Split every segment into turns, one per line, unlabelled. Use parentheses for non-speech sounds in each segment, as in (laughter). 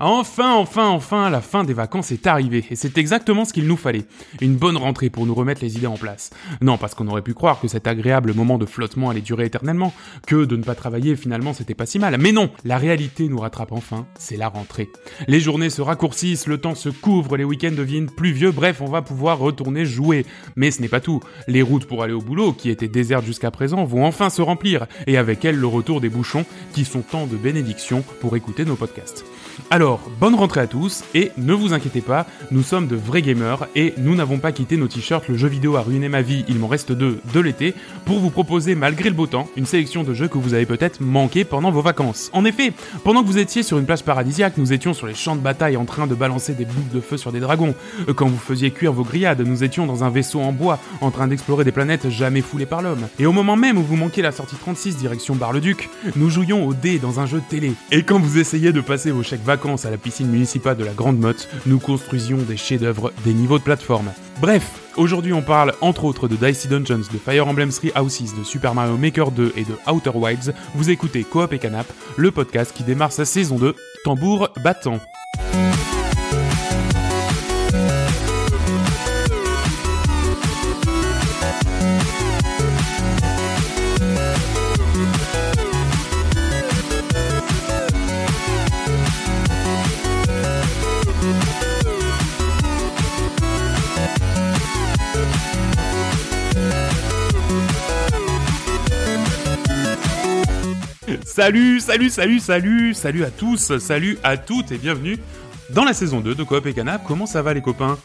Enfin, enfin, enfin, la fin des vacances est arrivée, et c'est exactement ce qu'il nous fallait. Une bonne rentrée pour nous remettre les idées en place. Non, parce qu'on aurait pu croire que cet agréable moment de flottement allait durer éternellement, que de ne pas travailler finalement c'était pas si mal. Mais non, la réalité nous rattrape enfin, c'est la rentrée. Les journées se raccourcissent, le temps se couvre, les week-ends deviennent pluvieux, bref, on va pouvoir retourner jouer. Mais ce n'est pas tout. Les routes pour aller au boulot, qui étaient désertes jusqu'à présent, vont enfin se remplir, et avec elles le retour des bouchons, qui sont tant de bénédictions pour écouter nos podcasts. Alors, bonne rentrée à tous, et ne vous inquiétez pas, nous sommes de vrais gamers, et nous n'avons pas quitté nos t-shirts Le jeu vidéo a ruiné ma vie, il m'en reste deux de l'été, pour vous proposer, malgré le beau temps, une sélection de jeux que vous avez peut-être manqué pendant vos vacances. En effet, pendant que vous étiez sur une plage paradisiaque, nous étions sur les champs de bataille en train de balancer des boules de feu sur des dragons. Euh, Quand vous faisiez cuire vos grillades, nous étions dans un vaisseau en bois, en train d'explorer des planètes jamais foulées par l'homme. Et au moment même où vous manquiez la sortie 36 direction Bar-le-Duc, nous jouions au dé dans un jeu télé. Et quand vous essayiez de passer vos chèques vacances à la piscine municipale de la Grande Motte, nous construisions des chefs-d'œuvre, des niveaux de plateforme. Bref, aujourd'hui on parle entre autres de Dicey Dungeons, de Fire Emblem Three Houses, de Super Mario Maker 2 et de Outer Wilds. Vous écoutez Coop et Canap, le podcast qui démarre sa saison 2, tambour battant. Salut, salut, salut, salut, salut à tous, salut à toutes et bienvenue dans la saison 2 de Coop et Canap. Comment ça va les copains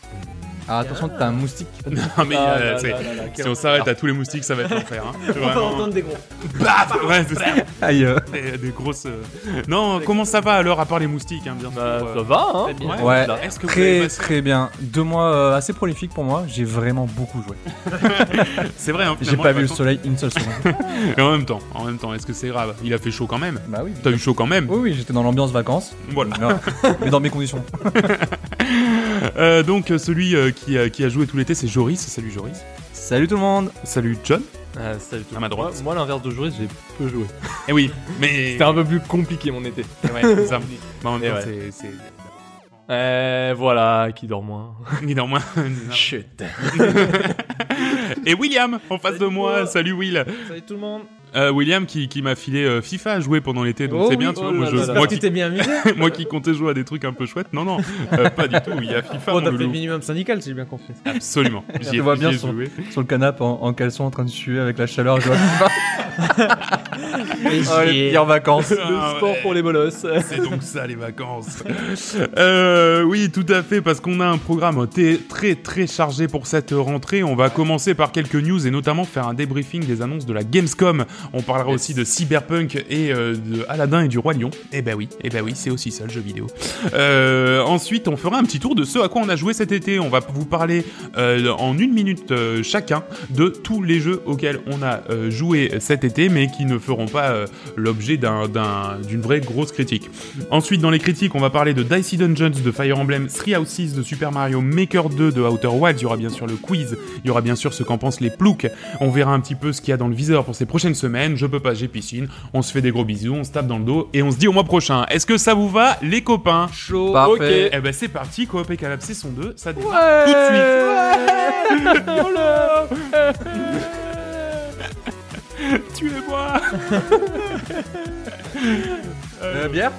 Ah, attention, t'as un moustique.
(laughs)
Non mais
Ah,
euh,
là,
c'est-
là, là, là, quel
si on s'arrête à tous les moustiques, ça va être l'enfer.
(laughs)
Hein.
On va
Vraiment.
entendre des gros.
Paf Ouais, c'est ça.
Aïe.
Des, des grosses. euh. Non, comment ça va alors à part les moustiques, hein, bien sûr.
Bah,
euh.
ça va, hein
Très bien.
Ouais.
Ouais,
Là.
Est-ce que vous avez
très
passé-
très bien. Deux mois euh, assez prolifiques pour moi. J'ai vraiment beaucoup joué.
C'est vrai, hein,
J'ai
finalement,
pas
les
vu le
vacances-
soleil une seule seconde.
Mais en même temps, en même temps, est-ce que c'est grave Il a fait chaud quand même.
(laughs) bah oui.
T'as eu chaud quand même.
Oui, oui, j'étais dans l'ambiance vacances.
Voilà.
(laughs) Non, mais dans mes conditions.
Euh, donc euh, celui euh, qui, euh, qui a joué tout l'été, c'est Joris. Salut Joris.
Salut tout le monde.
Salut John.
Ah, salut tout le
À ma
monde.
droite.
Moi, moi, l'inverse de jouer, j'ai peu joué.
Eh oui, mais.
C'était un peu plus compliqué mon été.
Ouais, c'est
(laughs)
ça. Bah, en
Mais
Eh
même temps,
ouais.
c'est- c'est.
Euh, voilà, qui dort moins.
Ni
(laughs)
dans moi.
(laughs) Chut.
Et William, en face de
Salut,
moi.
moi.
Salut Will.
Salut tout le monde.
Euh, William qui, qui m'a filé euh, FIFA à jouer pendant l'été, donc
Oh
c'est
oui,
bien, tu
oh
vois.
là
moi, je-
là là.
moi
Parce
qui,
t'es bien amusé.
(laughs) moi qui comptais jouer à des trucs un peu chouettes, non, non, euh, pas du tout. Il y a FIFA, mon
Bon, Oh, t'as fait le
loulou.
minimum syndical, si j'ai bien compris. (laughs)
Absolument. J'y ai,
vois bien
j'y ai
son-
joué.
Sur le canapé en, en caleçon en train de suer avec la chaleur. Je vois (laughs) oh, les pires vacances.
Le
Ah,
sport
ouais.
pour les bolosses.
C'est donc ça les vacances. Euh, oui, tout à fait, parce qu'on a un programme t- très très chargé pour cette rentrée. On va commencer par quelques news et notamment faire un débriefing des annonces de la Gamescom. On parlera
Yes.
aussi de Cyberpunk et euh, de Aladdin et du Roi Lion. Eh ben oui, eh ben oui, c'est aussi ça le jeu vidéo. Euh, ensuite, on fera un petit tour de ce à quoi on a joué cet été. On va vous parler euh, en une minute euh, chacun de tous les jeux auxquels on a euh, joué cet été, mais qui ne feront pas euh, l'objet d'un- d'un- d'une vraie grosse critique. Ensuite, dans les critiques, on va parler de Dicey Dungeons, de Fire Emblem, Three Houses, de Super Mario Maker 2, de Outer Wilds. Il y aura bien sûr le quiz, il y aura bien sûr ce qu'en pensent les ploucs. On verra un petit peu ce qu'il y a dans le viseur pour ces prochaines semaines. Je peux pas, j'ai piscine. On se fait des gros bisous, on se tape dans le dos et on se dit au mois prochain. Est-ce que ça vous va, les copains
Chaud.
Parfait.
Eh ben c'est parti, Coop et Calab saison 2, ça démarre.
Ouais.
Tout de suite. Tuez-moi
Euh, bière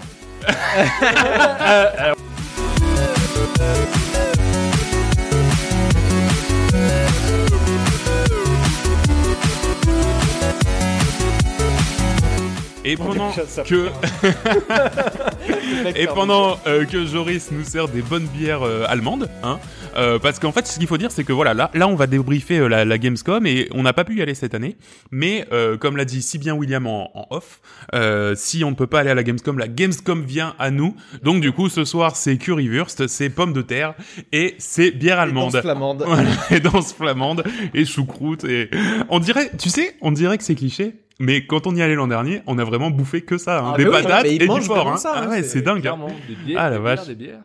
Et pendant que (laughs) et pendant euh, que Joris nous sert des bonnes bières euh, allemandes, hein, euh, parce qu'en fait, ce qu'il faut dire, c'est que voilà, là, là, on va débriefer euh, la, la Gamescom et on n'a pas pu y aller cette année. Mais euh, comme l'a dit si bien William en, en off, euh, si on ne peut pas aller à la Gamescom, la Gamescom vient à nous. Donc du coup, ce soir, c'est currywurst, c'est pommes de terre et c'est bière allemande.
Flamande.
(laughs) Voilà, et danse flamande et choucroute et on dirait tu sais on dirait que c'est cliché mais quand on y allait l'an dernier on a vraiment bouffé que ça hein.
Ah,
des
mais oui,
patates
mais ils
et du
mangent
porc
vraiment
hein.
ça,
Ah
hein,
ouais
c'est
c'est dingue hein.
Clairement, des bières.
Ah, la
des
vache.
bières, des bières.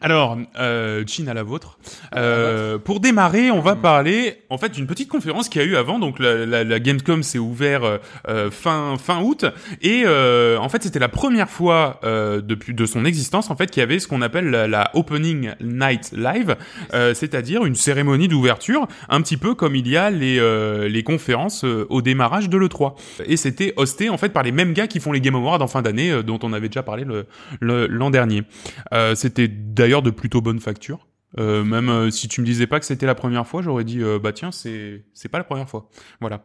Alors, euh, Chin à la vôtre. Euh, pour démarrer, on va parler en fait d'une petite conférence qu'il y a eu avant. Donc la, la- la Gamescom s'est ouverte euh, euh, fin fin août et euh, en fait c'était la première fois euh, depuis de son existence en fait qu'il y avait ce qu'on appelle la, la opening night live, euh, c'est-à-dire une cérémonie d'ouverture, un petit peu comme il y a les euh, les conférences euh, au démarrage de le 3. Et c'était hosté en fait par les mêmes gars qui font les Game Awards en fin d'année euh, dont on avait déjà parlé le le- l'an dernier. Euh, c'était d'ailleurs de plutôt bonne facture. Euh, même euh, si tu me disais pas que c'était la première fois, j'aurais dit euh, bah tiens c'est c'est pas la première fois. Voilà,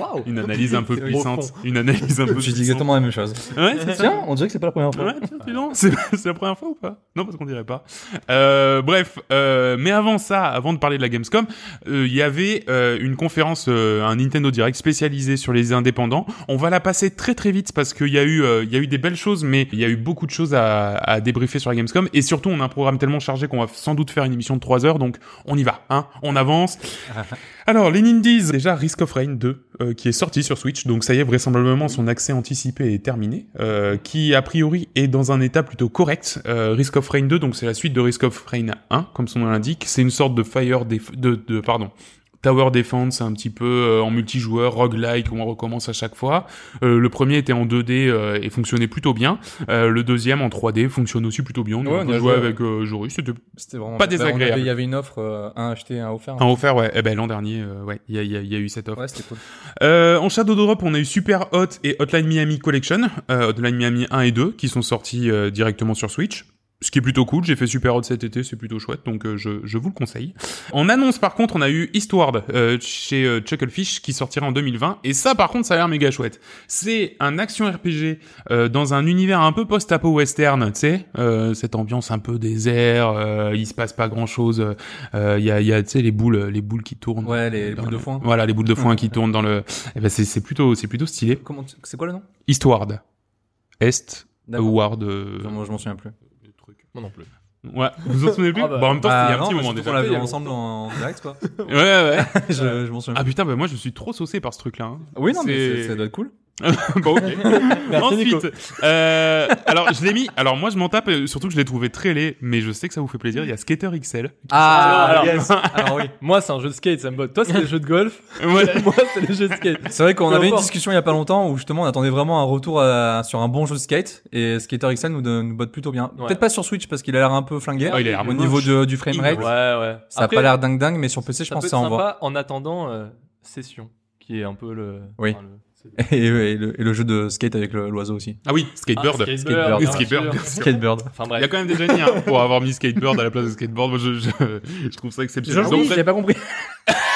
Waouh
(laughs)
une analyse un peu
C'est
puissante, une analyse un peu.
J'ai
puissante.
dit exactement la même chose.
Ouais, c'est ça.
Tiens, on dirait que c'est pas la première fois.
Ouais, tiens, dis donc, c'est c'est la première fois ou pas Non, parce qu'on dirait pas. Euh, bref, euh, mais avant ça, avant de parler de la Gamescom, euh, il y avait euh, une conférence, euh, un Nintendo Direct spécialisé sur les indépendants. On va la passer très très vite parce qu'il y a eu, euh, il y a eu des belles choses, mais il y a eu beaucoup de choses à, à débriefer sur la Gamescom. Et surtout, on a un programme tellement chargé qu'on va sans doute faire une émission de 3 heures, donc on y va, hein On avance. Alors, les Nindies, déjà Risk of Rain 2, euh, qui est sorti sur Switch, donc ça y est, vraisemblablement, son accès anticipé est terminé, euh, qui a priori est dans un état plutôt correct. Euh, Risk of Rain 2, donc c'est la suite de Risk of Rain 1, comme son nom l'indique, c'est une sorte de Fire Def- de, de, pardon, Tower Defense, un petit peu euh, en multijoueur, roguelike, où on recommence à chaque fois. Euh, le premier était en 2D euh, et fonctionnait plutôt bien. Euh, le deuxième en 3D fonctionne aussi plutôt bien. Donc,
Ouais,
on
on
a
a
joué
joué.
avec euh, Joris, c'était
C'était vraiment
Pas
bah, on avait-
désagréable.
Il y avait une offre, euh, un acheté, un offert.
un offert, ouais. Eh ben l'an dernier, euh, ouais, il y a, il y a- il y a eu cette offre.
Ouais, c'était cool.
Euh, en Shadow Drop, on a eu Super Hot et Hotline Miami Collection, euh, Hotline Miami 1 et 2, qui sont sortis euh, directement sur Switch. Ce qui est plutôt cool, j'ai fait Super Hot cet été, c'est plutôt chouette, donc euh, je, je vous le conseille. En annonce, par contre, on a eu Eastward euh, chez euh, Chucklefish, qui sortira en 2020, et ça, par contre, ça a l'air méga chouette. C'est un action RPG euh, dans un univers un peu post-apo western, tu sais, euh, cette ambiance un peu désert, euh, il se passe pas grand-chose, euh, il y a, il y a tu sais, les boules, les boules qui tournent.
Ouais, les, les
Dans
boules de
le-
foin.
Voilà, les boules de
(laughs)
foin qui tournent dans le. Eh ben c'est c'est plutôt c'est plutôt stylé.
Comment tu- C'est quoi le nom
Eastward, Est,
D'accord.
Ward. euh,
Non, Moi, je m'en souviens plus.
truc.
Moi non plus.
Ouais, vous vous en souvenez plus
Ah bah.
Bon, En même temps,
Bah,
c'était il y a
non,
un petit
mais
moment
surtout
déjà.
qu'on l'a
Il
vu
y a
ensemble en, en direct, quoi.
Ouais, ouais. ouais.
je je m'en souviens
Ah putain, bah moi je suis trop saucé par ce truc-là.
(laughs)
hein.
plus. Ah Oui, non, mais
c'est-
c'est- ça doit être cool.
bon, ok.
Merci, Nico.
Ensuite, euh, alors je l'ai mis. Alors moi je m'en tape, euh, surtout que je l'ai trouvé très laid, mais je sais que ça vous fait plaisir. Il y a Skater XL.
Ah, alors, yes.
alors oui.
Moi, c'est un jeu de skate, ça me botte. Toi, c'est les jeux de golf.
(laughs) Ouais.
Moi, c'est les jeux de skate.
C'est vrai qu'on
Peu
avait une
importe.
discussion il y a pas longtemps où justement on attendait vraiment un retour à- sur un bon jeu de skate et Skater XL nous, donne- nous botte plutôt bien.
Ouais.
Peut-être pas sur Switch parce qu'il a l'air un peu flingué
Ah, il a l'air
au
moche.
niveau de- du framerate.
Ouais, ouais.
Ça a
Après,
pas l'air dingue dingue mais sur PC je
ça
pense
peut
que
être
ça envoie.
sympa en attendant euh, Session, qui est un peu le.
Oui.
enfin, le- c'est-
(laughs) Et, et le, et le jeu de skate avec le-
(laughs)
l'oiseau aussi.
Ah oui, Skatebird.
Ah,
Skatebird,
bien
Skatebird.
sûr.
Skatebird.
Enfin
Il y a
bref.
quand même des génies hein, pour avoir mis skateboard à la place de skateboard. Moi, je, je, je trouve ça exceptionnel. Donc, en fait,
Ah pas compris. (laughs)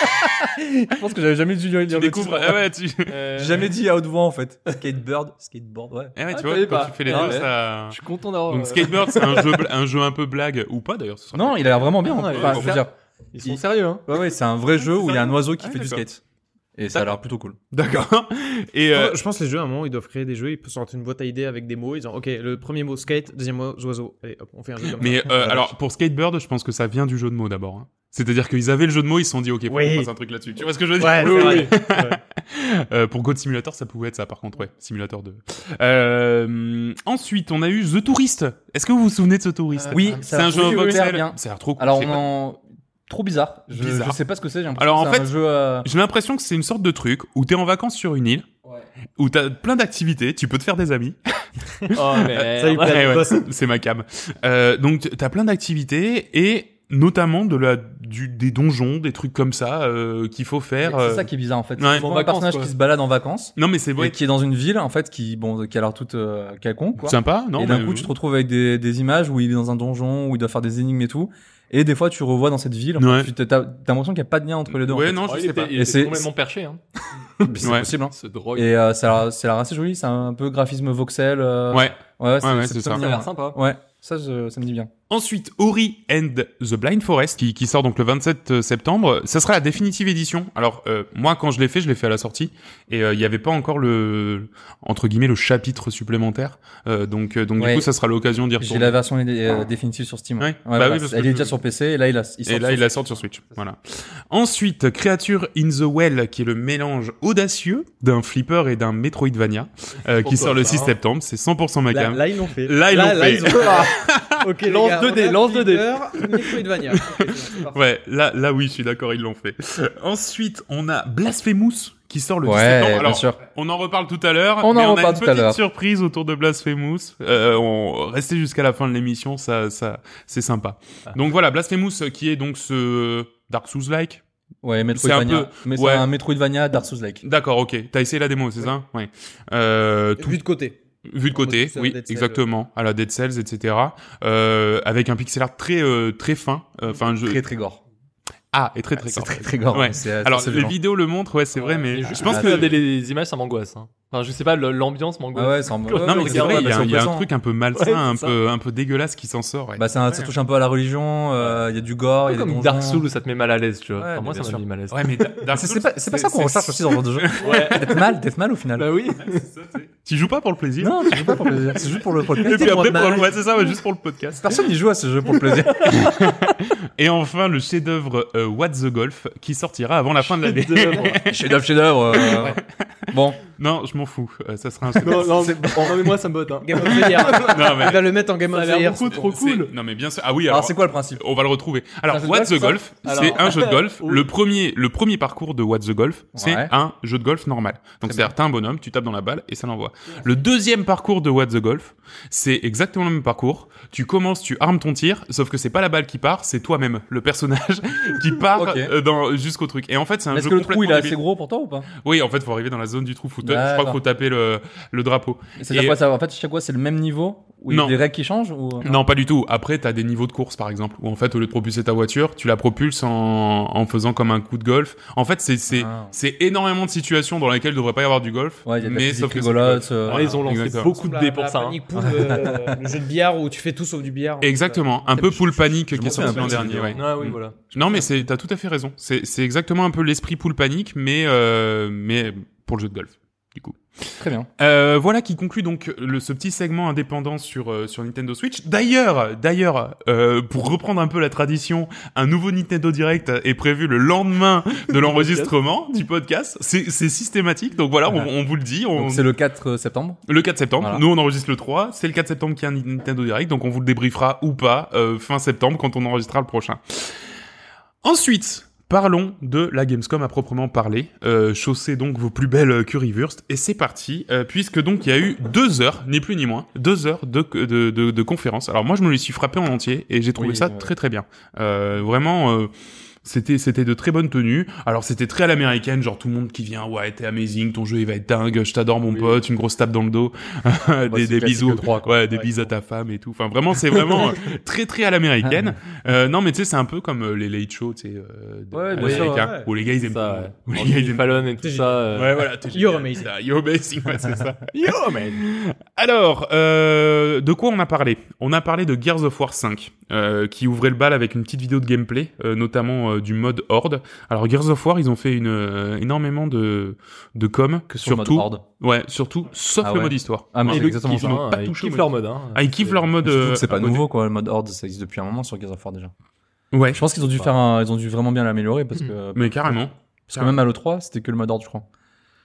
je pense que j'avais jamais dû
tu découvres. Ah ouais, tu.
Euh,
J'ai jamais dit à haute voix en fait. Skatebird, skateboard, ouais.
Eh ouais,
Ah,
tu
je
vois,
savais
quand
pas.
tu fais les
Ah
deux,
ouais.
ça.
Je suis content d'avoir. euh,
Donc Skateboard, c'est un jeu, bl- un jeu un peu blague ou pas d'ailleurs. ce sera-
Non, il a l'air vraiment bien.
Ah,
Enfin,
ouais,
je
ouais.
veux dire,
Ils
sont
sont sérieux, hein.
ouais, ouais, c'est un vrai jeu où il y a un oiseau qui
Ah,
fait du
d'accord.
skate. Et ça a l'air plutôt cool.
(laughs) D'accord. Et euh,
Je pense que les jeux, à un moment, ils doivent créer des jeux, ils sortent une boîte à idées avec des mots, ils disent ok, le premier mot skate, deuxième mot oiseau. Allez, hop, on fait un jeu comme
mais
ça.
euh, alors pour Skatebird, je pense que ça vient du jeu de mots d'abord. hein. C'est-à-dire qu'ils avaient le jeu de mots, ils se sont dit ok, faut
Oui.
qu'on fasse un truc là-dessus. Tu vois ce que je veux dire
Ouais,
Oui,
c'est
oui,
vrai.
Euh, pour Code Simulator, ça pouvait être ça, par contre, ouais. Simulator 2. Euh, ensuite, on a eu The Tourist. Est-ce que vous vous souvenez de ce Tourist
Oui,
c'est
ça-
un jeu
oui,
en
oui,
voxel.
oui, bien.
Ça a l'air trop cool.
(laughs) Alors,
c'est
on en... trop bizarre. Je,
Bizarre.
je sais pas ce que c'est. J'ai l'impression
Alors,
que
en
c'est
fait-
un jeu.
(laughs)
euh,
J'ai l'impression que c'est une sorte de truc où t'es en vacances sur une île, où t'as plein d'activités, tu peux te faire des amis.
(laughs)
Oh,
Ça, il
mais.
plaît.
Ouais, ouais,
boss.
(laughs) c'est ma cam. Euh, donc t'as plein d'activités et notamment de la du, des donjons, des trucs comme ça euh, qu'il faut
C'est
faire. euh.
ça qui est bizarre en fait.
Ouais.
C'est
En
vraiment un
vacances,
personnage
quoi.
qui se balade en vacances
Non mais c'est
et
ouais,
qui est dans une ville en fait qui bon qui a l'air toute euh, quelconque. Quoi.
sympa, non
et d'un
mais-
coup, tu te retrouves avec des, des images où il est dans un donjon, où il doit faire des énigmes et tout. Et des fois, tu revois dans cette ville. en fait,
Ouais.
tu t'as t'as- t'as l'impression qu'il n'y a pas de lien entre les deux. en
Ouais
fait. (laughs)
non,
Oh,
je
il
sais
était-
pas.
Et
Il était
c'est-
complètement perché, hein.
c'est
Ouais.
possible. Hein.
Ce drogue.
Et euh, ça a l'air- ça a l'air assez joli. C'est un peu graphisme voxel. euh,
Ouais.
Ouais, c'est
Ouais, ouais,
c'est
c'est
plutôt
ça.
Ça a
mignon,
l'air sympa.
Ouais, ça, je- ça me dit bien.
Ensuite, Ori and the Blind Forest, qui, qui sort donc le 27 septembre, ça sera la définitive édition. Alors, euh, moi, quand je l'ai fait, je l'ai fait à la sortie, et euh, il n'y avait pas encore le, entre guillemets, le chapitre supplémentaire. Euh, donc, euh, donc
Ouais.
du coup, ça sera l'occasion d'y
J'ai
retourner.
la version euh, définitive sur Steam.
Ouais.
Ouais,
Bah
voilà,
oui, parce que
elle est
je-
déjà sur PC et là il a. Il
Et
sort
là,
sur-
il la sort sur Switch. Voilà. Ensuite, Creature in the Well, qui est le mélange audacieux d'un flipper et d'un Metroidvania, euh, qui
Pourquoi
sort le
pas,
6
hein
septembre. C'est 100% ma
Là,
cam.
là, ils l'ont fait.
Là, ils l'ont fait.
ils ont- Ok,
Lance
les gars,
2D,
on a
lance 2D.
Flipper, Metroidvania. Ok, c'est bon, c'est parfait.
Ouais, là, là oui, je suis d'accord, ils l'ont (laughs) fait. Ensuite, on a Blasphemous qui sort le 17
Ouais,
septembre.
bien
Alors,
sûr.
on en reparle tout à l'heure.
On en
mais on a
reparle
une
tout à
petite
l'heure.
surprise autour de Blasphemous. Euh, on restez jusqu'à la fin de l'émission, ça, ça, c'est sympa.
Ah.
Donc voilà, Blasphemous euh, qui est donc ce Dark Souls-like.
Ouais,
un
Metroidvania. Mais c'est
ouais.
un Metroidvania Dark Souls-like.
D'accord, ok. T'as essayé la démo, c'est ça Ouais. Euh, tout-
Vu de côté.
Vu de
En mode
côté,
pixel
oui,
Dead Cells.
exactement, à la Dead Cells, etc. Euh, avec un pixel art très euh, très fin, Euh, enfin je
Très très gore.
ah et très très
C'est
gore.
très très gore.
Ouais.
C'est-
Alors
c'est
les
violent.
vidéos le montrent, ouais c'est vrai,
Ouais,
mais
je,
je pense
ah,
que
regarder les images, ça m'angoisse. hein. Enfin, je sais pas, le- l'ambiance m'angoisse.
Ah ouais, c'est en mode-
non mais
Ouais,
c'est
on
vrai,
regarde,
il y a,
bah,
il y a un
oppressant.
truc un peu malsain,
Ouais, c'est
un
ça.
peu un peu dégueulasse qui s'en sort. ouais.
Bah, ça, ça touche un peu à la religion, euh, il y a du gore,
Un
il y
peu
a des
comme
donjons.
Dark Souls où ça te met mal à l'aise, tu vois.
Ouais,
Enfin, moi,
bien
ça
sûr.
m'a mis mal à l'aise.
Ouais mais Da- Dark
C'est-
Souls,
C'est pas, c'est pas ça qu'on
c'est-
recherche aussi dans ce genre
(laughs)
de jeu.
Ouais.
D'être mal, d'être mal au final.
Bah oui.
Tu joues pas pour le plaisir.
non, tu joues pas pour le plaisir. C'est juste pour le
Et
podcast.
puis après pour le... ouais, c'est ça,
(laughs)
ouais, juste pour le podcast.
Personne n'y joue à ce jeu pour
(laughs)
le plaisir.
Et enfin le chef-d'œuvre euh, What the Golf qui sortira avant la fin de l'année.
chef d'œuvre, chef d'œuvre. euh, Bon.
non, je m'en fous, Euh, ça sera un chef-d'œuvre.
(laughs) non,
(laughs)
non, non, mais moi, ça me botte. Hein.
Game of the Year.
Non, mais-
Il va le mettre en Game
Ça
of
a
the
l'air
Year.
beaucoup trop
C'est-
cool.
Non mais bien sûr. Ah oui, alors
Alors, c'est quoi le principe
On va le retrouver.
un
Alors,
jeu de
What
golf,
the
ça
Golf,
Alors-
c'est un jeu de
(laughs)
golf.
Oui.
Le premier, le premier parcours de What the Golf, c'est
Ouais.
un jeu de golf normal. Donc,
Très
c'est-à-dire, t'as un bonhomme, tu tapes dans la balle et ça l'envoie. Le deuxième parcours de What the Golf, c'est exactement le même parcours. Tu commences, tu armes ton tir, sauf que c'est pas la balle qui part, c'est toi-même, le personnage, (laughs) qui part
Ok.
euh, dans- jusqu'au truc. Et en fait, c'est un
Est-ce
jeu
que le trou
complètement
il est assez
débile.
gros pour toi ou pas
Oui, en fait, faut arriver dans la zone du trou footeur. Je crois qu'il
D'accord.
faut taper le, le drapeau.
C'est-à-dire
Et-
quoi ça En fait, chaque fois c'est le même niveau Ou il y
Non.
a des règles qui changent ou...
Non, pas du tout. Après, t'as des niveaux de course, par exemple, où en fait, au lieu de propulser ta voiture, tu la propulses en, en faisant comme un coup de golf. En fait, c'est c'est
Ah.
c'est énormément de situations dans lesquelles il devrait pas y avoir du golf.
Ouais, il y a des
mais
petites
sauf que
rigolotes. euh,
Voilà,
ils ont lancé
exactement.
beaucoup de dés pour
La-
ça.
la
hein.
panic pool, euh, le jeu de billard où tu fais tout sauf du billard. en fait.
Exactement, un peu poule panique qui
m'en
est sorti
souviens
l'an
pas de cette
dernier. Ouais.
Ah oui,
Mm.
voilà.
Non, mais c'est t'as tout à fait raison. C'est c'est exactement un peu l'esprit poule panique, mais euh, mais pour le jeu de golf. Du coup,
Très bien.
euh, voilà qui conclut donc le, ce petit segment indépendant sur euh, sur Nintendo Switch. D'ailleurs, d'ailleurs, euh, pour reprendre un peu la tradition, un nouveau Nintendo Direct est prévu le lendemain
(laughs)
de l'enregistrement du podcast. C'est c'est systématique, donc voilà, on, on vous le dit. On,
Donc, c'est le 4 septembre.
Le 4 septembre,
Voilà.
nous on enregistre le 3, c'est le 4 septembre qu'il y a un Nintendo Direct, donc on vous le débriefera ou pas euh, fin septembre quand on enregistrera le prochain. Ensuite, parlons de la Gamescom à proprement parler. Euh, chaussez donc vos plus belles euh, currywurst et c'est parti, euh, puisque donc il y a eu deux heures, ni plus ni moins, deux heures de, de, de, de conférence. Alors moi je me les suis frappé en entier et j'ai trouvé
Oui,
ça
ouais.
très très bien. Euh, vraiment... euh, c'était c'était de très bonnes tenues. Alors c'était très à l'américaine, genre tout le monde qui vient, ouais, t'es amazing, ton jeu il va être dingue, je t'adore mon
Oui.
pote, une grosse tape dans le dos, (laughs) des,
Ouais,
des
c'est classique
bisous,
le trois, quoi.
ouais, des bisous à ta femme et tout. Enfin vraiment, c'est
(laughs)
vraiment euh, très très à l'américaine. Euh, non mais tu sais, c'est un peu comme euh, les late shows, tu sais, euh, de-
Ouais,
bien sûr,
américains,
Ah. ouais.
où les gars ils aiment
Ça,
tout. Où
ouais.
les
Anthony
gars, ils aiment-
Fallon et tout
T'es
ça. euh,
Ouais, voilà, t'es
You're
génial,
amazing.
t'as- You're amazing, ouais, c'est ça. You're amazing. Alors, euh, de quoi on a parlé On a parlé de Gears of War 5, euh, qui ouvrait le bal avec une petite vidéo de gameplay, euh, notamment euh, du mode Horde. Alors, Gears of War, ils ont fait une, euh, énormément de, de com,
Que sur le mode
surtout,
Horde.
ouais, surtout, sauf
Ah
le
ouais.
mode histoire.
Ah, mais
Ouais.
Et
c'est
le
exactement
kiff,
ça.
hein,
Pas
Ils
touché au
kiffent
mode.
leur mode. hein.
Ah, ils kiffent leur mode.
Surtout
euh,
que c'est pas
à côté.
nouveau quoi, le mode Horde ça existe depuis un moment sur Gears of War déjà.
Ouais,
Je pense qu'ils ont dû faire un- ils ont dû vraiment bien l'améliorer parce que
mais carrément.
parce que même à l'e3 c'était que le mode Horde je crois.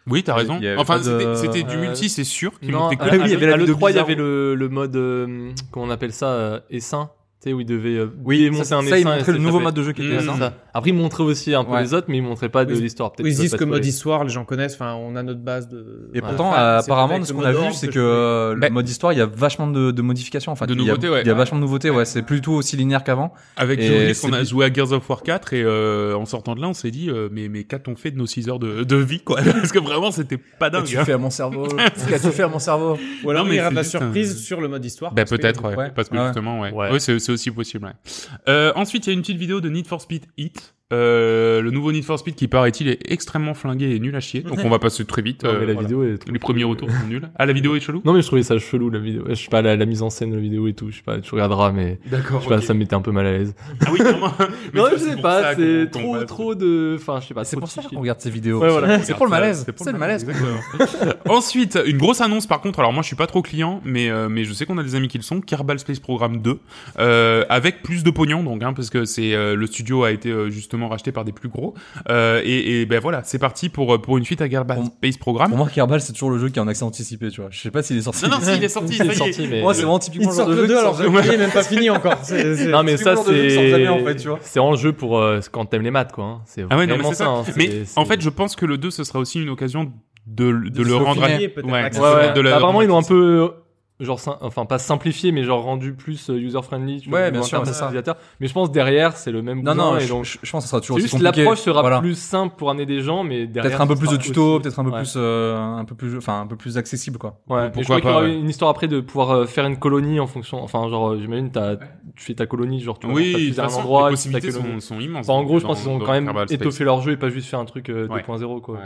Oui, t'as
Il y
raison.
avait
Enfin,
pas
c'était
de-
c'était du
Euh,
multi, c'est sûr. qui
Non,
montait
à,
que-
Ah oui, il y avait la
à
vidéo
l'E3, il y
bizarre.
avait le, le mode. euh, comment on appelle ça euh, Essaim. Tu sais, où il devait euh,
ça,
démonter
ça,
un
il
essaim. et
montrait le
ça
nouveau
fait-
mode de jeu qui
Mmh.
était
Ouais,
là,
c'est
non
ça. Après, il montrait aussi un peu
Ouais.
les autres, mais il montrait pas de
Oui,
l'histoire. Peut-être
Ou ils
que ça
disent
va
que
pas
mode
spoiler.
histoire, les gens connaissent, enfin, on a notre base de.
Et
Ouais.
pourtant,
Enfin,
euh,
c'est
apparemment,
avec
de ce
le
qu'on a
mode
vu,
Horde
c'est que
je trouvais.
euh, le
Ben-
mode histoire, il y a vachement de, de modifications. En fait.
De
Il y a-
nouveautés, ouais.
Il y a vachement de nouveautés, ouais. C'est plutôt aussi linéaire qu'avant.
Avec
Et
Joris,
c'est
on a
plus-
joué à Gears of War 4 et euh, en sortant de là, on s'est dit euh, mais mais qu'a-t-on fait de nos 6 heures de, de vie quoi (laughs) Parce que vraiment, c'était pas dingue. hein.
à mon cerveau Qu'est-ce que tu fais à mon cerveau
Ou alors
Non, mais
il y aura de la
c'est juste un-
surprise sur le mode histoire.
Ben
parce que-
peut-être, ouais.
Bah, Ouais.
parce que
Ouais.
justement, ouais.
Ouais.
Ouais, c'est c'est aussi possible. ouais. Euh, ensuite, il y a une petite vidéo de Need for Speed Heat. Euh, le nouveau Need for Speed qui paraît-il est extrêmement flingué et nul à chier. Donc on va passer très vite.
Non, mais
euh,
la
voilà.
vidéo est trop
Les premiers retours sont nuls. Ah, la vidéo est chelou.
Non, mais je trouvais ça chelou la vidéo. Je sais pas, la, la mise en scène de la vidéo et tout. Je sais pas, tu regarderas, mais
D'accord.
je sais pas, ça me mettait un peu mal à l'aise.
Ah (laughs) oui, clairement. Mais
non,
ça,
je sais
pour
pas,
ça
c'est
qu'on- qu'on
trop,
va-
trop de. Enfin, je sais pas,
C'est
trop
pour
de
ça
chichi.
qu'on regarde ces vidéos.
Ouais, voilà.
C'est pour le malaise.
C'est pour le
malaise.
Ensuite, une grosse annonce par contre. Alors moi, je suis pas trop client, mais euh, mais je sais qu'on a des amis qui le sont. Kerbal Space Program 2 euh, avec plus de pognon, donc hein, parce que c'est euh, le studio a été euh, justement probablement racheté par des plus gros. Euh, et, et ben voilà, c'est parti pour, pour une suite à Gerbal
Pour-
Space Program.
Pour moi, Kerbal, c'est toujours le jeu qui est en accès anticipé, tu vois. Je sais pas s'il est sorti.
Non, non, si, (laughs) il est sorti, ça y
C'est
est.
sorti, mais.
Moi, c'est vraiment typiquement
Ils
le genre
sortent
de
le
jeu.
2
qui
alors que
sort-
le premier est même pas fini encore. C'est- c'est-
Non mais ça
Typiquement le jeu qui sort
c'est
jamais, en fait, tu vois.
c'est en jeu pour euh, quand t'aimes les maths quoi. hein. C'est
Ah ouais, non, mais
vraiment
c'est
ça.
ça.
hein.
Mais
C'est-
en
c'est-
fait, je pense que le 2, ce sera aussi une occasion de, de,
De
le
se
rendre.
finir,
à-
peut-être,
Ouais,
accessible.
Ouais, ouais.
de la-
Bah, apparemment, ils l'ont un peu, euh, genre, sim- enfin, pas simplifié, mais genre rendu plus euh, user-friendly. tu vois,
Ouais,
niveau
bien sûr,
interface
c'est ça.
utilisateur. Mais je pense derrière, c'est le même
Non,
bousin,
non,
et
je,
donc,
je- je pense que ça sera toujours
c'est
aussi
juste
compliqué.
l'approche sera
Voilà.
plus simple pour amener des gens, mais derrière.
Peut-être un peu
ce
plus de
sera
tutos,
aussi-
peut-être un peu
Ouais.
plus, euh, un peu plus, enfin, un peu plus accessible, quoi.
Pourquoi
Ouais, mais je crois qu'il y
pas,
aura
ouais.
une histoire après de pouvoir euh, faire une colonie en fonction. Enfin, genre, euh, j'imagine, t'as- tu fais ta colonie, genre, tu
Oui,
t'as
de toute
plusieurs
façon,
endroits,
les
tu fais ta
possibilités
colonie.
sont, sont immenses.
Enfin, Bah, en gros, je
dans-
pense qu'ils ont
dans
quand même
Kerbal Space.
étoffé leur jeu et pas juste fait un truc euh,
Ouais.
2.0, quoi.
Ouais.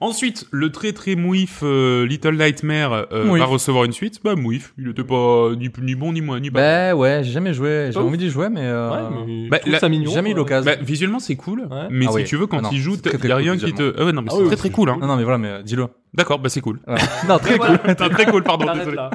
Ensuite, le très très mouif euh, Little Nightmare euh,
Mouif.
va recevoir une suite. Bah mouif, il était pas ni, ni bon ni moins ni pas.
Bah ouais, j'ai jamais joué. J'ai
Ouf.
envie d'y jouer, mais, euh,
Ouais, mais je
Bah,
trouve
la-
ça mignon.
jamais eu
quoi.
l'occasion.
Bah, visuellement c'est cool,
Ouais.
mais
Ah
si
oui.
tu veux quand
Ah non,
il joue,
c'est très,
il
très
y a
cool,
rien qui te.
visuellement.
Ah ouais non mais
Ah
c'est
oui,
très
oui,
très
c'est
cool. Hein.
Non, non, mais voilà, mais dis-le.
D'accord, bah c'est
(laughs)
cool.
Ouais.
(laughs)
non, très cool.
Très, très cool, pardon.
T'arrêtes
désolé.
là.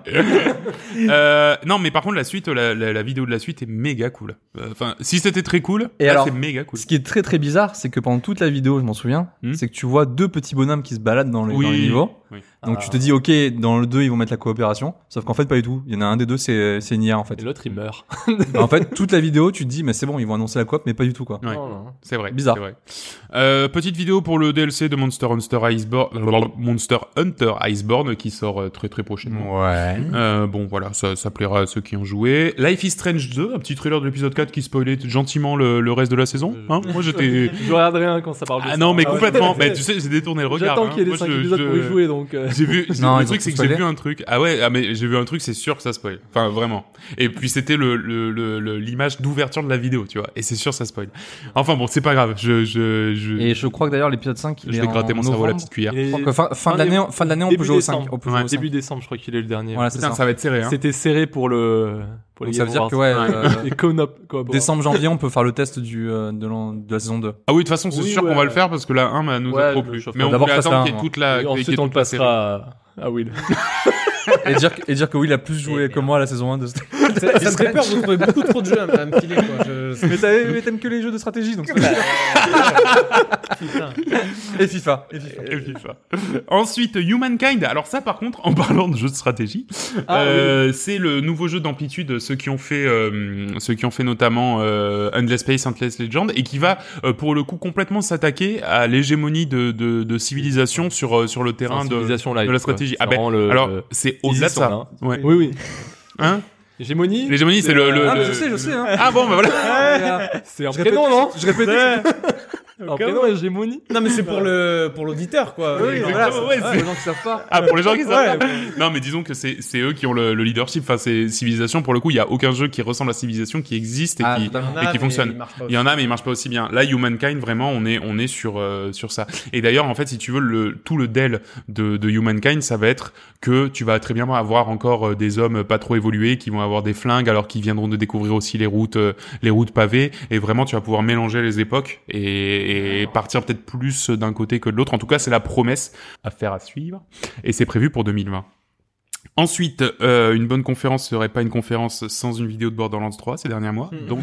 Euh, non mais par contre la suite, la, la- la vidéo de la suite est méga cool. Euh, Enfin si c'était très cool,
Et
là,
alors-
c'est méga cool.
Ce qui est très très bizarre, c'est que pendant toute la vidéo, je m'en souviens,
Hmm.
c'est que tu vois deux petits bonhommes qui se baladent dans les,
Oui.
dans les niveaux.
Oui.
Donc
Ah.
tu te dis, ok, dans le 2, ils vont mettre la coopération. Sauf qu'en fait, pas du tout. Il y en a un des deux, c'est c'est une IA, en
Et
(laughs)
fait.
l'autre, il meurt.
en fait, toute la vidéo, tu te dis, mais c'est bon, ils vont annoncer la coop, mais pas du tout, quoi.
Ouais.
Non, non.
C'est vrai.
Bizarre.
c'est vrai. Euh, petite vidéo pour le DLC de Monster Hunter Iceborne, Monster Hunter Iceborne qui sort euh, très très prochainement.
Ouais.
Mm.
Euh, bon voilà, ça, ça plaira à ceux qui ont joué. Life is Strange 2, un petit trailer de l'épisode 4 qui spoilait gentiment le, le reste de la saison. Hein Moi
(laughs)
j'étais...
Je regarde rien quand ça parle de
Ah
ça.
non mais
Euh, ouais. (laughs)
complètement, bah, tu sais j'ai détourné le regard.
J'attends
hein.
qu'il y ait les
Moi,
5
je-
épisodes
je-
pour y jouer donc. euh,
J'ai
(laughs)
vu, j'ai-
Non,
le
ils ont
truc
tout
c'est que j'ai
spoilé.
vu un truc. Ah ouais, ah, mais j'ai vu un truc, c'est sûr que ça spoil. Enfin vraiment. Et puis c'était le le- le- le- l'image d'ouverture de la vidéo, tu vois. Et c'est sûr ça spoil. Enfin bon, c'est pas grave. Je je je.
Et je crois que d'ailleurs, l'épisode 5, il
je
est
vais
en
gratter mon cerveau Ah, à la
novembre.
petite cuillère.
il est-
Je crois que fin, fin de l'année, on- fin de l'année, on peut
Début
jouer au 5.
décembre.
On peut
Ouais,
jouer au cinq.
Début décembre, je crois qu'il est le dernier.
Voilà, c'est
Putain,
ça.
ça va être serré. Hein.
C'était serré pour le. Pour les
Donc ça veut dire que, ouais, euh,
Et Conop, quoi.
(laughs)
pour-
décembre, janvier, on peut faire le test du, euh, de, l'an- de la saison 2.
Ah oui, de toute façon, c'est
Oui,
sûr
ouais.
qu'on va le faire parce que la 1 bah, nous a
Ouais,
trop
je-
plu.
je-
Mais on
D'abord,
voulait
ça, c'est
attendre
un,
qu'il y ait
moi.
toute la.
Et
qu'il y ait
ensuite, on le
toute la série.
passera à- à Will.
Et dire, que- et dire que oui, il a plus joué que moi à la saison 1 de Star
Ça ça me fait peur, vous trouvez beaucoup trop de jeux à, à me filer. Quoi.
(laughs)
Je- je-
Mais t'as- mais t'aimes que les jeux de stratégie, donc.
putain.
(laughs) et FIFA.
Et FIFA. Ensuite, Humankind. Alors ça, par contre, en (laughs) parlant de jeu de stratégie,
Ah,
euh, c'est le nouveau jeu d'amplitude, ceux qui ont fait, euh, ceux qui ont fait notamment euh, Endless Space, Endless Legend, et qui va euh, pour le coup complètement s'attaquer à l'hégémonie de, de, de civilisation sur euh, sur le terrain de.
Civilisation euh, live,
de la
quoi.
stratégie.
C'est
Ah ben,
vraiment le-
Alors,
le-
c'est au-delà de
Isis,
ça.
on
Ouais.
Oui, oui.
Hein
Hégémonie.
L'hégémonie, c'est le, le-
Ah, mais
le-
je sais, je sais, (laughs) hein.
Ah bon, bah voilà.
C'est un
Je répète-
prénom, non
Je répétais.
Un prénom, hégémonie.
Non, mais c'est pour le pour l'auditeur, quoi.
Oui,
Les gens-
voilà,
ouais,
c'est-
c'est-
ouais, les gens qui savent pas.
Ah, pour les gens qui savent
Ouais.
pas. Non, mais disons que c'est c'est eux qui ont le, le leadership. Enfin, c'est Civilisation. Pour le coup, il y a aucun jeu qui ressemble à Civilisation qui existe et
Ah,
qui.
totalement.
Il y en a,
Et qui
mais
fonctionne.
il marche pas
Il y en a, mais il marche pas aussi bien. Là, Humankind, vraiment, on est on est sur euh, sur ça. Et d'ailleurs, en fait, si tu veux, le tout le del de, de Humankind, ça va être que tu vas très bien avoir encore euh, des hommes pas trop évolués qui vont avoir des flingues, alors qu'ils viendront de découvrir aussi les routes euh, les routes pavées. Et vraiment, tu vas pouvoir mélanger les époques et, et partir peut-être plus d'un côté que de l'autre. En tout cas, c'est la promesse à faire à suivre. Et c'est prévu pour 2020. Ensuite, euh, une bonne conférence serait pas une conférence sans une vidéo de Borderlands 3 ces derniers mois.
Mm.
Donc,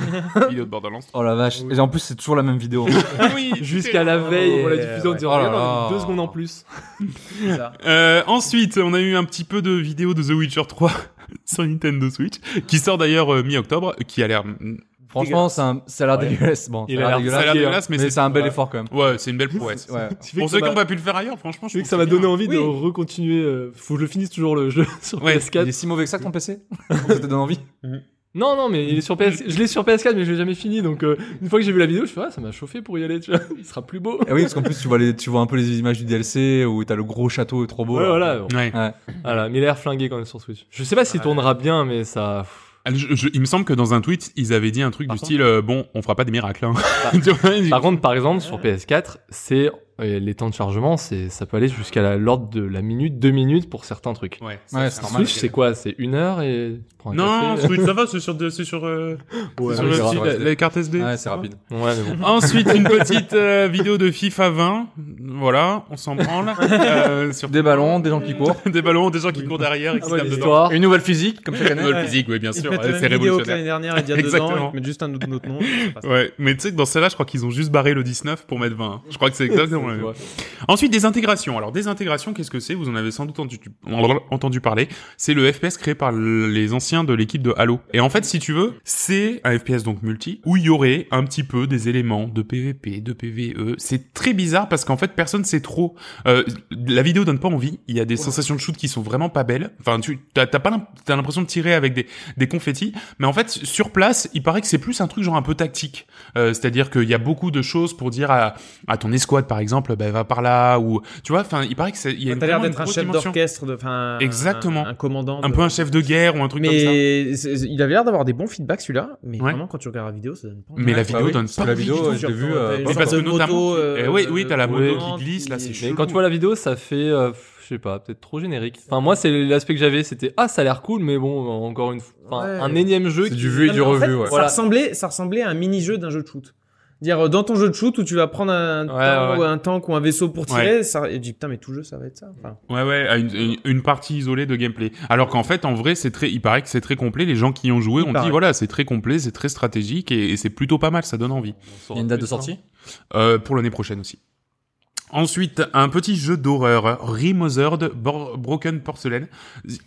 vidéo de Borderlands
Oh la vache.
Oui.
Et en plus, c'est toujours la même (laughs) vidéo.
Ah
(laughs) oui,
Jusqu'à la veille,
Ouais,
on la diffusion, on
ouais.
dirait,
Oh là
regarde, on a
là.
mis deux secondes en plus.
comme ça.
Euh, ensuite, on a eu un petit peu de vidéo de The Witcher 3 (laughs) sur Nintendo Switch, qui sort d'ailleurs euh, mi-octobre, qui a l'air... mm,
Franchement, c'est un- ça a l'air
Ouais.
dégueulasse. Bon,
Il
ça
a l'air-
Ça a l'air dégueulasse, mais,
Mais c'est un bel
ouais.
effort quand même.
Ouais, c'est une belle prouesse.
Ouais.
Pour ceux qui n'ont pas pu le faire ailleurs, franchement, je
Tu sais que
trouve
ça m'a
bien.
donné envie de
Oui.
recontinuer. euh, Faut que je finisse toujours le jeu (laughs) sur
Ouais,
Il est
PS4.
si mauvais que ça ton (laughs) PC Ça te donne envie
Non, non, mais il est sur PS. Je l'ai sur PS4, mais je l'ai jamais fini. Donc euh, une fois que j'ai vu la vidéo, je fais ah, ça m'a chauffé pour y aller. Tu vois, il sera plus beau.
Eh oui, parce qu'en plus, tu vois, les, tu vois un peu les images du DLC où t'as le gros château trop beau.
Ouais,
là.
voilà. bon.
Ouais.
Ouais.
Voilà, mais il a l'air flingué quand même sur Switch. Je sais pas s'il tournera bien, mais ça.
Ah, je- je- il me semble que dans un tweet, ils avaient dit un truc
Par
du
contre-
(laughs) style euh, Bon, on fera pas des miracles. hein. Tu vois,
Par contre, par exemple, sur PS4, c'est et les temps de chargement, c'est ça peut aller jusqu'à la- l'ordre de la minute, deux minutes pour certains trucs.
Ouais,
Ouais,
ça,
c'est
ça-
normal.
Switch, c'est quoi C'est une heure et tu prends un
Non,
café.
Switch, ça va, c'est sur, de- c'est sur, euh,
Ouais,
sur le euh,
c'est
style,
rapide.
la, la carte SD.
Ouais, c'est
ça va.
rapide.
Ouais, mais bon.
Ensuite,
(laughs)
une petite euh, vidéo de FIFA 20. Voilà, on s'en
(laughs)
branle. Euh, sur
Des ballons, des gens qui courent.
(laughs) des ballons, Ah, des gens qui courent derrière et qui se tapent dedans.
L'histoire.
Une nouvelle physique, comme chaque
Une
année.
nouvelle physique, oui, bien
Ils te
sûr.
mettent
ouais,
la
C'est
même vidéo que
révolutionnaire.
l'année dernière et d'il y a deux ans, ils
Exactement.
te mettent juste un autre, notre nom.
Ouais, mais tu sais que dans celle-là, je crois qu'ils ont juste barré le 19 pour mettre 20. Je (laughs) crois que c'est exactement la même.
Ouais.
Ensuite, des intégrations. Alors, des intégrations, qu'est-ce que c'est Vous en avez sans doute entendu, entendu parler. C'est le FPS créé par l- les anciens de l'équipe de Halo. Et en fait, si tu veux, c'est un FPS donc multi, où il y aurait un petit peu des éléments de PvP, de PvE. C'est très bizarre parce qu'en fait, personne sait trop. Euh, la vidéo donne pas envie. Il y a des sensations de shoot qui sont vraiment pas belles. Enfin, tu t'as t'as pas l'im- t'as l'impression de tirer avec des, des confettis. Mais en fait, sur place, il paraît que c'est plus un truc genre un peu tactique. Euh, C'est-à-dire qu'il y a beaucoup de choses pour dire à, à ton escouade, par exemple, bah, va par là, ou tu vois, enfin, il paraît que c'est- il y a une-
Bah, T'as l'air
vraiment une
d'être un
grosse
chef
dimension.
d'orchestre, de- enfin. un-
Exactement.
Un commandant.
un
de-
peu un chef de guerre ou un truc comme ça.
Mais c'est- il avait l'air d'avoir des bons feedbacks celui-là, mais
Ouais.
vraiment quand tu regardes la vidéo, ça donne pas. envie.
Mais la
Ouais,
vidéo
bah oui,
donne
parce
pas
que la
envie
vidéo,
du tout.
je l'ai vue, euh,
T'as une
mais
sorte
parce que
de
notamment-
moto,
Eh
euh,
oui, oui, t'as la
de-
moto
volante
qui glisse, là, c'est
Mais
chelou.
quand tu vois la vidéo, ça fait, euh, je sais pas, peut-être trop générique. Enfin, moi, c'est l'aspect que j'avais, c'était ah, ça a l'air cool, mais bon, encore une, fois, enfin,
Ouais.
un énième jeu.
C'est
qui-
du vu et
Non,
du
mais en fait,
revu, ouais.
Ça,
Voilà.
ressemblait, ça ressemblait à un mini-jeu d'un jeu de shoot. Dire euh, dans ton jeu de shoot où tu vas prendre un,
Ouais, ouais,
tank, Ou un tank ou un vaisseau pour tirer, ça, et tu dis putain, mais tout jeu ça va être ça.
(laughs)
Enfin,
Ouais, ouais, à une, une- une partie isolée de gameplay. Alors qu'en fait, en vrai, c'est très, il paraît que c'est très complet. Les gens qui y ont joué
Il
ont dit,
paraît.
voilà, c'est très complet, c'est très stratégique et, et c'est plutôt pas mal, ça donne envie.
Il y a une date de sortie
Euh, pour l'année prochaine aussi. Ensuite, un petit jeu d'horreur, Remothered Bor- Broken Porcelain.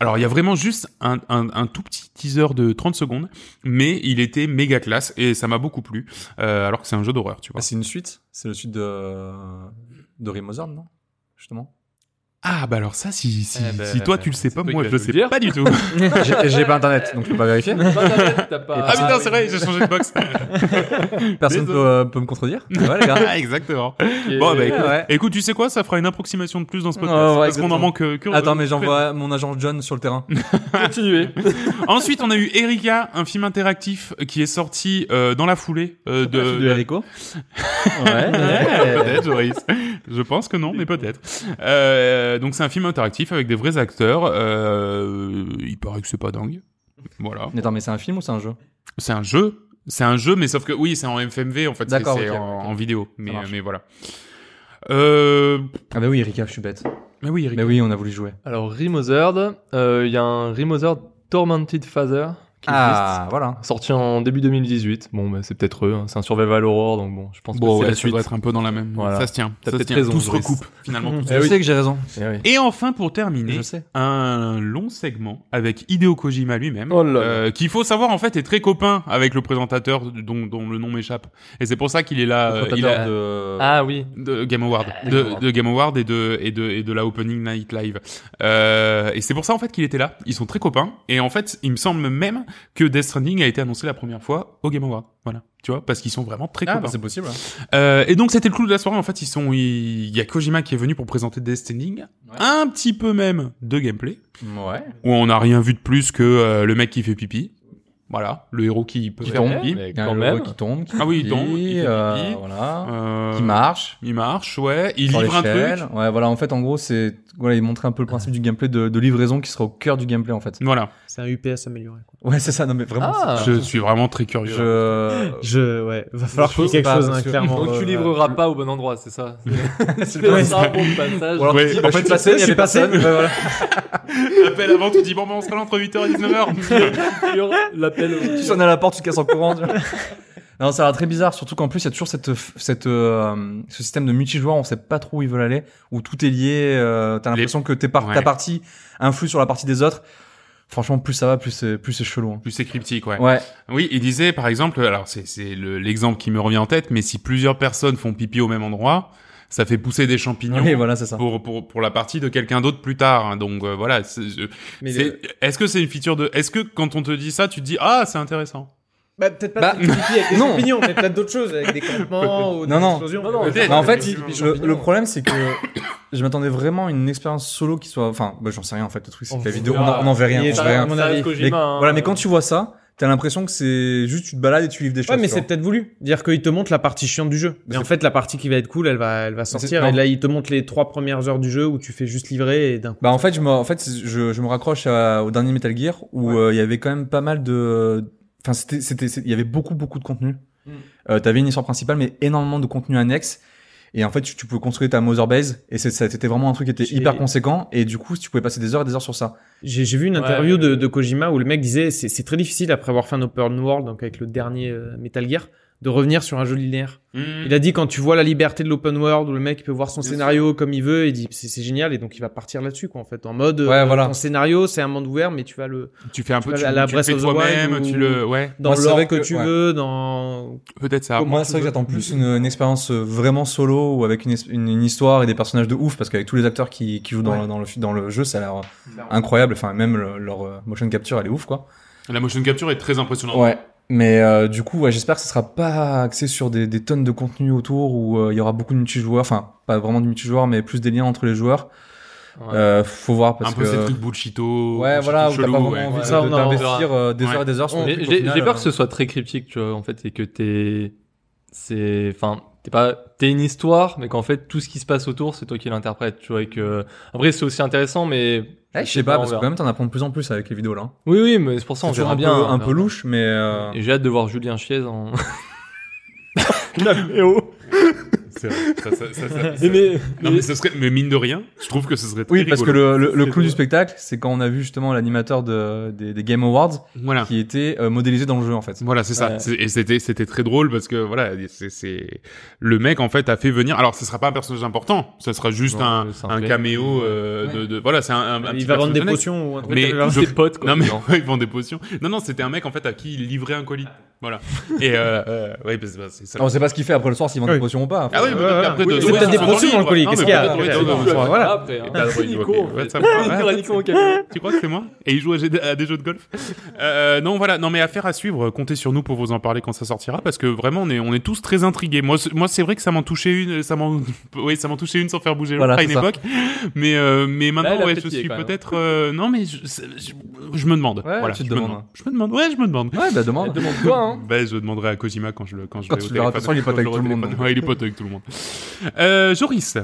Alors, il y a vraiment juste un, un, un tout petit teaser de 30 secondes, mais il était méga classe et ça m'a beaucoup plu, euh, alors que c'est un jeu d'horreur, tu vois.
Ah, C'est une suite. C'est le suite de,
euh,
de Rimozard, non Justement.
Ah, bah alors ça, si, si,
Eh ben,
si toi tu le sais pas,
toi
moi
qui
je le
vas nous
sais
le dire.
pas du tout.
(laughs) J'ai j'ai pas internet, donc je peux pas vérifier.
Pas d'internet, Bah, t'as pas-
ah, putain, c'est
oui.
vrai, j'ai changé de box.
Personne
Désolé.
peut, euh, peut me contredire. Ouais, les
(laughs)
gars.
(laughs) Ah, exactement. Bon, bah écoute,
ouais.
écoute, tu sais quoi, ça fera une approximation de plus dans ce podcast.
Ouais, ouais,
parce qu'on en
exactement.
manque euh, que.
Attends, mais j'envoie mon agent John sur le terrain.
Continuez.
Ensuite, on a eu Erika, un film interactif qui est sorti euh, dans la foulée
Ah,
euh, de.
Herico (laughs)
peut-être, Joris. Je pense que non, mais peut-être. Euh, donc c'est un film interactif avec des vrais acteurs. Euh, il paraît que c'est pas dingue. Voilà.
Attends, mais c'est un film ou c'est un jeu
C'est un jeu. C'est un jeu, mais sauf que oui, c'est en FMV en fait. C'est
D'accord,
c'est
ok,
en,
ok.
en vidéo, mais
marche.
mais voilà. Euh...
Ah bah oui, Erika, je suis bête.
Mais oui, Erika.
Mais oui, on a voulu jouer.
Alors, Remothered, euh, il y a un Remothered Tormented Father qui
Ah, voilà.
existe, sorti en début 2018. Bon, bah, c'est peut-être eux, hein. c'est un survival horror, donc bon, je pense
Bon,
que
ouais,
c'est la
ça
suite.
doit être un peu dans la même.
Voilà.
Ça se tient. ça
T'as
se
peut-être
tient.
raison,
Tout se
Joris.
recoupe finalement.
(laughs)
tout se
Je sais que j'ai raison.
Eh oui.
Et enfin, pour terminer,
Je sais.
un long segment avec Hideo Kojima lui-même,
Oh là là.
euh, qu'il faut savoir en fait est très copain avec le présentateur dont, dont le nom m'échappe. Et c'est pour ça qu'il est là. euh, il a-
de...
Ah oui.
de Game Award,
Game
de,
Award.
de Game Award et de et de et de la Opening Night Live. Euh, et c'est pour ça en fait qu'il était là. Ils sont très copains. Et en fait, il me semble même que Death Stranding a été annoncé la première fois au Game Award. Voilà. Tu vois, parce qu'ils sont vraiment très
Ah, bah,
copains.
c'est possible.
Euh, et donc c'était le clou de la soirée. En fait, ils sont, ils- il y a Kojima qui est venu pour présenter Death Stranding, un petit peu même de gameplay,
Ouais.
où on n'a rien vu de plus que euh, le mec qui fait pipi. Voilà, le héros qui peut faire
tombe.
pipi.
Mais
Il y a
quand
le
même.
gros qui tombe, qui
Ah oui, il
plie,
tombe, il fait
euh,
pipi.
voilà,
Euh,
qui marche.
Il marche, ouais. Il
sur
livre un
l'échelle.
truc.
Ouais, voilà, en fait, en gros, c'est voilà, il montrait un peu le principe du gameplay de, de livraison qui sera au cœur du gameplay en fait.
Voilà.
c'est un UPS amélioré. quoi.
Ouais, c'est ça. Non, mais vraiment.
Ah.
Je suis vraiment très
c'est-
curieux.
Je.
Je, ouais, va falloir
Je
trouver quelque
pas,
chose, hein,
parce que-
clairement.
Donc, tu
euh,
livreras pas au bon endroit,
(laughs)
c'est ça.
C'est
Tu
le
fais
principe.
ça pour le passage.
Ou alors,
Ouais,
tu dis,
en
bah,
fait,
je suis
tu
passé,
sais,
il y
je suis
avait
passé.
personne. Ouais, voilà.
(laughs) Appel avant, tu dis bon, ben on sera entre 8h et
(laughs)
19h.
Sur l'appel.
(laughs)
au-
Tu sonnes à la porte, tu casses en courant. tu vois. Non, ça a l'air très bizarre, surtout qu'en plus, il y a toujours cette, cette, euh, ce système de multijoueur, on sait pas trop où ils veulent aller, où tout est lié, euh, t'as
Les-
l'impression que tes par
Ouais.
ta partie influe sur la partie des autres. Franchement, plus ça va, plus c'est, plus c'est chelou. hein.
Plus c'est cryptique, ouais.
Ouais.
Oui, il disait par exemple, alors c'est c'est le- l'exemple qui me revient en tête, mais si plusieurs personnes font pipi au même endroit, ça fait pousser des champignons.
Oui, voilà, c'est ça.
pour, pour, pour la partie de quelqu'un d'autre plus tard. hein. Donc euh, voilà. c'est- je-
mais
c'est-
le-
Est-ce que c'est une feature de. Est-ce que quand on te dit ça, tu te dis Ah, c'est intéressant
Bah, peut-être pas
Bah,
des pipi
(laughs)
avec des
non.
champignons, mais peut-être d'autres choses, avec
(laughs)
des campements ou des
Non, non.
explosions.
Non, non,
Euh, (laughs)
peut-être.
Bah, en fait,
Effectivement.
je- le problème, c'est que (coughs) je m'attendais vraiment à une expérience solo qui soit. Enfin, bah, j'en sais rien en fait. Le truc, c'est
On
que la vidéo, on
verra.
en, on en verrait
Il
rien.
est
on
Ça
verrait
à
rien.
mon
reste
avis.
Kojima,
Mais-
hein.
voilà, mais quand tu vois ça, t'as l'impression que c'est juste tu te balades et tu livres des choses.
Ouais, mais
tu
c'est
vois.
peut-être voulu. Dire qu'il te montre la partie chiante du jeu.
Mais
Mais en
c'est-
fait, la partie qui va être cool, elle va, elle va
c'est-
sortir.
non.
Et là, il te montre les trois premières heures du jeu où tu fais juste livrer et d'un coup.
Bah en fait, je me, en fait, je, je me raccroche à- au dernier Metal Gear où euh, il y avait quand même pas mal de, enfin c'était, c'était, c'est- il y avait beaucoup beaucoup de contenu.
Mm.
Euh, T'avais une histoire principale, mais énormément de contenu annexe. Et en fait, tu, tu pouvais construire ta Mother Base, et c'est- ça, c'était vraiment un truc qui était
J'ai-
hyper conséquent. Et du coup, tu pouvais passer des heures et des heures sur ça.
J'ai j'ai vu une
Ouais,
interview
ouais,
de,
ouais.
de Kojima où le mec disait c'est c'est très difficile après avoir fait un open world, donc avec le dernier euh, Metal Gear, de revenir sur un jeu linéaire.
Hmm.
Il a dit quand tu vois la liberté de l'open world où le mec il peut voir son
Mm. Bien
scénario comme il veut, il dit c'est c'est génial et donc il va partir là-dessus quoi en fait en mode
Ouais,
euh,
voilà.
ton scénario c'est un monde ouvert mais tu vas le
Tu fais un
Tu
peu,
vois,
tu,
la- la
tu le
Breath
fais
of the Wild
toi-même,
ou-
tu le, ouais,
dans
Moi, c'est vrai
l'ordre que,
que-
tu
ouais.
veux dans
peut-être
Ah,
ça.
Moi, c'est vrai que j'attends plus une, une expérience euh, vraiment solo ou avec une, es- une, une histoire et des personnages de ouf parce qu'avec tous les acteurs qui, qui jouent dans, le- dans, le, fi- dans le jeu, ça a l'air euh, incroyable. Enfin, même le- leur euh, motion capture, elle est ouf quoi.
Mmh. La motion capture est très impressionnante.
Ouais. Mais euh, du coup, ouais, j'espère que ce sera pas axé sur des, des tonnes de contenu autour où euh, il y aura beaucoup de multijoueurs. Enfin, pas vraiment de multijoueurs, mais plus des liens entre les joueurs.
Ouais.
Euh, faut voir parce
un peu
que.
ces trucs bullshito.
ouais, voilà, où
trucs
t'as pas
chelous,
vraiment
ouais.
envie
Ouais.
de-
Ça,
de-
non, on
d'investir euh, des
Ouais.
heures et des heures sur le
Mais
truc, au
J'ai
final,
j'ai peur
euh,
que ce soit très cryptique, tu vois, en fait, et que t'es, c'est, enfin, t'es pas, t'es une histoire, mais qu'en fait tout ce qui se passe autour, c'est toi qui l'interprètes, tu vois, et que après c'est aussi intéressant, mais
Ouais, je sais pas,
on
parce que
verra.
quand même, t'en apprends de plus en plus avec les vidéos là.
oui, oui, mais c'est pour ça on
C'est toujours un
verra bien
peu,
on
un
verra.
peu louche, mais. euh,
Et j'ai hâte de voir Julien Chiez
(laughs)
en.
(laughs)
Eh oh.
C'est vrai, ça- ça- ça- ça- ça-
Et mais,
Non, mais ce serait, mais mine de rien, je trouve que ce serait très
Oui, parce que
rigolo.
le, le, le
C'est
clou du
vrai.
spectacle, c'est quand on a vu justement l'animateur de, des, des Game Awards
Voilà.
qui était euh, modélisé dans le jeu en fait.
Voilà, c'est ça.
Ouais.
C'est- Et c'était c'était très drôle parce que voilà, c'est c'est le mec en fait a fait venir. Alors, ce sera pas un personnage important, ce sera juste
Non,
un,
c'est un
un
clé.
caméo euh, de, de- voilà, c'est un, un- un
il
petit
va vendre des
personnage annexe.
potions ou un truc
Mais
comme ça.
je-
Ses potes, quoi.
Non mais
genre.
(laughs)
(laughs) ils vendent des potions. Non non, c'était un mec en fait à qui il livrait un colis. Voilà. Et euh, euh, ouais, parce que c'est ça.
Alors, on sait pas ce qu'il fait après le soir, s'il vend
Oui.
des potions ou pas.
Ah oui, mais
Ouais, ouais,
après
oui,
de
mais c'est peut-être des potions dans le colis, qu'est-ce qu'il y a
Voilà. Après, hein. Nico, en fait. (laughs)
Tu crois que c'est moi Et il joue à, G- à des jeux de golf Euh, Non, voilà. Non, mais affaire à suivre. Comptez sur nous pour vous en parler quand ça sortira, parce que vraiment, on est, on est tous très intrigués. Moi, c'est- moi, c'est vrai que ça m'en touchait une, ça m'en, (laughs) oui, ça m'en touchait une sans faire bouger l'autre
Voilà,
à une
c'est ça.
époque. Mais, euh, mais
Là,
maintenant,
elle a
ouais,
peut-être
je
y est,
suis
quand même.
peut-être. euh, non, mais je, c'est- je, je me demande.
Ouais,
voilà,
tu te
je me
demandes.
demande. Je me demande. Ouais, je me demande.
Ouais, bah demande.
hein. Demande quoi, hein
(laughs) Ben, je demanderai à Kojima quand je le quand je
Quand
vais au
tu verras, de toute façon, il est pote
téléphone,
avec tout le monde,
quand je l'aurai au téléphone. Ouais, il est pote avec tout le monde. Euh, Joris,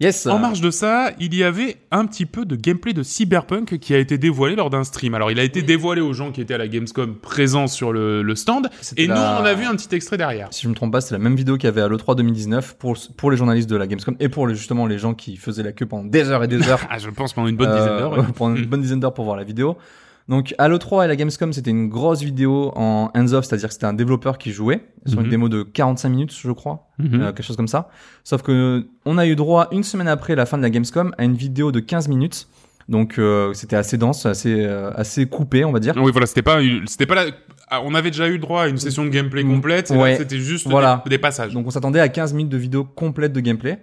Yes.
en marge de ça, il y avait un petit peu de gameplay de Cyberpunk qui a été dévoilé lors d'un stream. Alors, il a été dévoilé aux gens qui étaient à la Gamescom présents sur le, le stand,
C'était
et nous,
la-
on a vu un petit extrait derrière.
Si je me trompe pas, c'est la même vidéo qu'il y avait à l'E3 2019 pour, pour les journalistes de la Gamescom et pour les- justement les gens qui faisaient la queue pendant des heures et des heures
Ah, je pense pendant une (laughs) bonne dizaine
Euh,
d'heures. Mm.
ouais, Pour une bonne dizaine d'heures pour voir la vidéo. Donc, à l'E3 et la Gamescom, c'était une grosse vidéo en hands-off, c'est-à-dire que c'était un développeur qui jouait sur
Mhm.
une démo de 45 minutes, je crois,
Mhm.
euh, quelque chose comme ça. Sauf que on a eu droit une semaine après la fin de la Gamescom à une vidéo de 15 minutes. Donc, euh, c'était assez dense, assez euh, assez coupé, on va dire.
(laughs) Oui, voilà, c'était pas, une- c'était pas la- ah, on avait déjà eu le droit à une session de gameplay complète, et là,
Ouais.
c'était juste
Voilà.
des, des passages.
Donc on s'attendait à 15 minutes de vidéo complète de gameplay.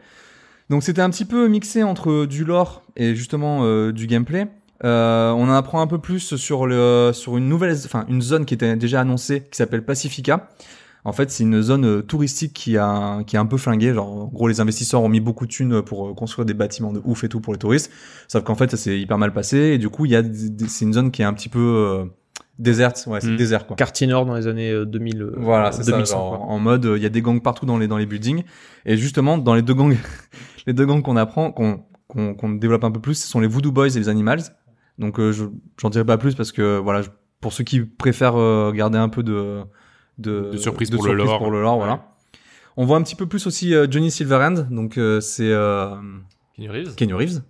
Donc c'était un petit peu mixé entre euh, du lore et justement euh, du gameplay. Euh, on en apprend un peu plus sur le sur une nouvelle enfin une zone qui était déjà annoncée qui s'appelle Pacifica. En fait, c'est une zone euh, touristique qui a qui est un peu flinguée, genre en gros les investisseurs ont mis beaucoup de thunes pour euh, construire des bâtiments de ouf et tout pour les touristes, sauf qu'en fait ça s'est hyper mal passé et du coup, il y a des- des- c'est une zone qui est un petit peu euh, déserte, ouais, c'est
Mm.
désert quoi.
Quartier Nord dans les années euh, 2000 euh,
Voilà, c'est ça.
2100,
genre,
quoi.
en mode, euh, il y a des gangs partout dans les dans les buildings. Et justement, dans les deux gangs, (laughs) les deux gangs qu'on apprend, qu'on qu'on qu'on développe un peu plus, ce sont les Voodoo Boys et les Animals. Donc, euh, je j'en dirai pas plus parce que voilà, je- pour ceux qui préfèrent euh, garder un peu de de,
De surprise pour le lore.
pour le lore, voilà.
Ouais.
On voit un petit peu plus aussi euh, Johnny Silverhand. Donc, euh, c'est euh,
Keanu Reeves.
Keanu Reeves.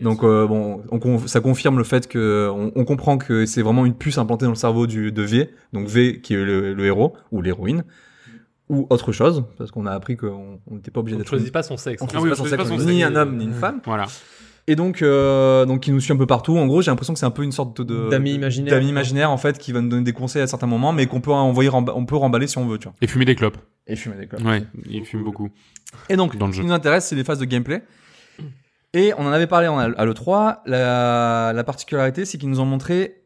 Donc euh, bon, on con- ça confirme le fait que on, on comprend que c'est vraiment une puce implantée dans le cerveau du, de V, donc V qui est le, le héros ou l'héroïne ou autre chose, parce qu'on a appris qu'on on n'était pas obligé
On ne
d'être
choisit pas son sexe.
on
hein.
Ah oui,
choisit pas
on
son
choisit
sexe,
pas
on
son
est ni
sexe.
un homme ni une femme.
Voilà.
Et donc euh, donc il nous suit un peu partout. En gros, j'ai l'impression que c'est un peu une sorte de
D'amis imaginaires.
d'amis imaginaires, en fait qui va nous donner des conseils à certains moments, mais qu'on peut envoyer remba- on peut remballer si on veut, tu vois.
Et fumer des clopes.
Et fumer des clopes.
Ouais, il fume beaucoup.
Et donc,
Dans le
ce
jeu.
qui nous intéresse, c'est les phases de gameplay. Et on en avait parlé en- à l'E3. La, la particularité, c'est qu'ils nous ont montré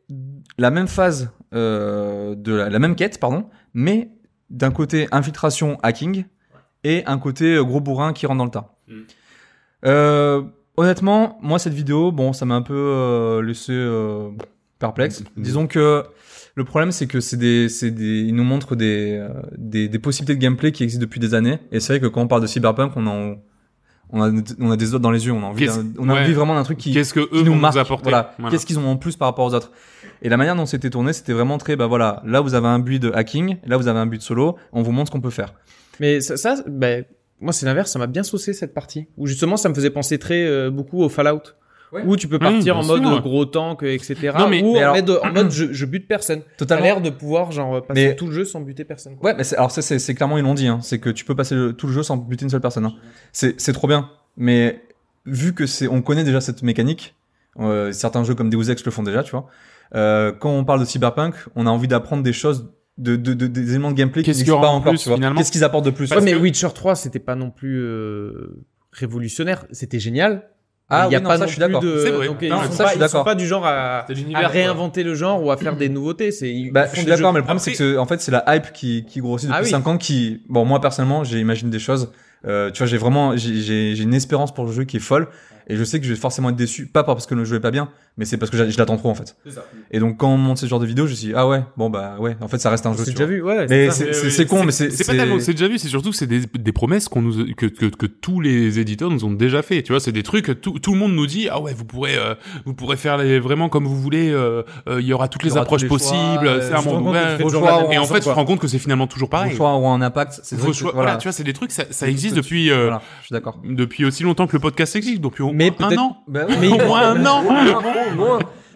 la même phase euh, de la, la même quête, pardon, mais d'un côté infiltration hacking et un côté euh, gros bourrin qui rentre dans le tas.
Mm.
Euh, honnêtement, moi cette vidéo, bon, ça m'a un peu euh, laissé euh, perplexe.
Mm.
Disons que Le problème, c'est que c'est des, c'est des, ils nous montrent des, euh, des, des possibilités de gameplay qui existent depuis des années. Et c'est vrai que quand on parle de cyberpunk, on en, on a, on a des autres dans les yeux. On a envie,
Qu'est-ce-
d'un- on a
ouais.
envie vraiment d'un truc qui,
Qu'est-ce que
qui
eux
nous
vont nous
marque.
apporter
Voilà.
Voilà.
Qu'est-ce qu'ils ont en plus par rapport aux autres Et la manière dont c'était tourné, c'était vraiment très, bah voilà, là vous avez un but de hacking, là vous avez un but de solo, on vous montre ce qu'on peut faire.
Mais ça, ça, ben, moi c'est l'inverse, ça m'a bien saucé cette partie. Où justement ça me faisait penser très euh, beaucoup au Fallout.
Ouais.
Où tu peux
Mmh,
partir
bien
en mode
sûr.
euh, gros tank, euh, etc.
Non, mais-
ou
mais
en,
alors-
mode, en mode je, je bute personne. T'as
Totalement.
l'air de pouvoir genre euh, passer
Mais-
tout le jeu sans buter personne. quoi.
Ouais, mais c'est- alors ça, c'est c'est clairement, ils l'ont dit, hein, c'est que tu peux passer le- tout le jeu sans buter une seule personne. hein. C'est c'est trop bien. Mais vu que c'est, on connaît déjà cette mécanique, euh, certains jeux comme Deus Ex le font déjà, tu vois. Euh, quand on parle de cyberpunk, on a envie d'apprendre des choses, de, de- de- des éléments de gameplay qui
Qu'est-ce qu'il y
n'existent
aura
pas
en
encore,
plus,
tu vois.
finalement
Qu'est-ce qu'ils apportent de plus
Ouais,
Parce
mais
que-
Witcher 3 c'était pas non plus euh, révolutionnaire, c'était génial.
Ah
Mais il y a
oui, non,
pas
ça,
non
je suis
plus
d'accord.
de-
C'est vrai.
donc,
Non,
ils
ça,
sont
je
pas-
suis
ils sont
d'accord. Ah,
pas du genre à,
C'était
à
l'univers. quoi.
réinventer le genre ou à faire des nouveautés. C'est ils
Bah,
font
je suis
des jeux-
d'accord, mais le problème,
Après-
c'est que, en fait, c'est la hype qui, qui grossit depuis
Ah oui.
5 ans qui, bon, moi, personnellement, j'imagine des choses. Euh, tu vois, j'ai vraiment, j'ai- j'ai j'ai une espérance pour le jeu qui est folle. Et je sais que je vais forcément être déçu. Pas parce que le jeu est pas bien, mais c'est parce que j'a- je l'attends trop, en fait. Et donc, quand on monte ce genre de vidéo, je me suis dit, ah ouais, bon, bah, ouais, en fait, ça reste un jeu. tu
C'est déjà
vois.
vu, ouais.
Mais
c'est ça.
c'est-
Ouais,
c'est
ouais,
c'est con, mais c'est.
C'est pas tellement que c'est déjà vu, c'est surtout que c'est des, des promesses qu'on nous que, que, que tous les éditeurs nous ont déjà fait. Tu vois, c'est des trucs que tout, tout le monde nous dit ah ouais vous pourrez euh, vous pourrez faire les, vraiment comme vous voulez. euh, euh, Il y aura toutes
Il y
les
aura
approches
tous les choix,
possibles.
euh,
c'est un
je me rends
monde
compte que
ouvert.
c'est toujours
Bonjour,
la même
Et en
chose,
fait, tu te
quoi.
rends compte que c'est finalement toujours
Vos
pareil.
choix auront un impact. C'est
Vos
vrai que-
choix- voilà,
Voilà,
tu vois, c'est des trucs ça, ça
C'est-
existe
c'est-
depuis euh,
Voilà, je suis d'accord.
depuis aussi longtemps que le podcast existe. Donc au
Mais
moins un
(laughs)
peut-être-
an,
Bah,
Mais
au
ils-
moins un an.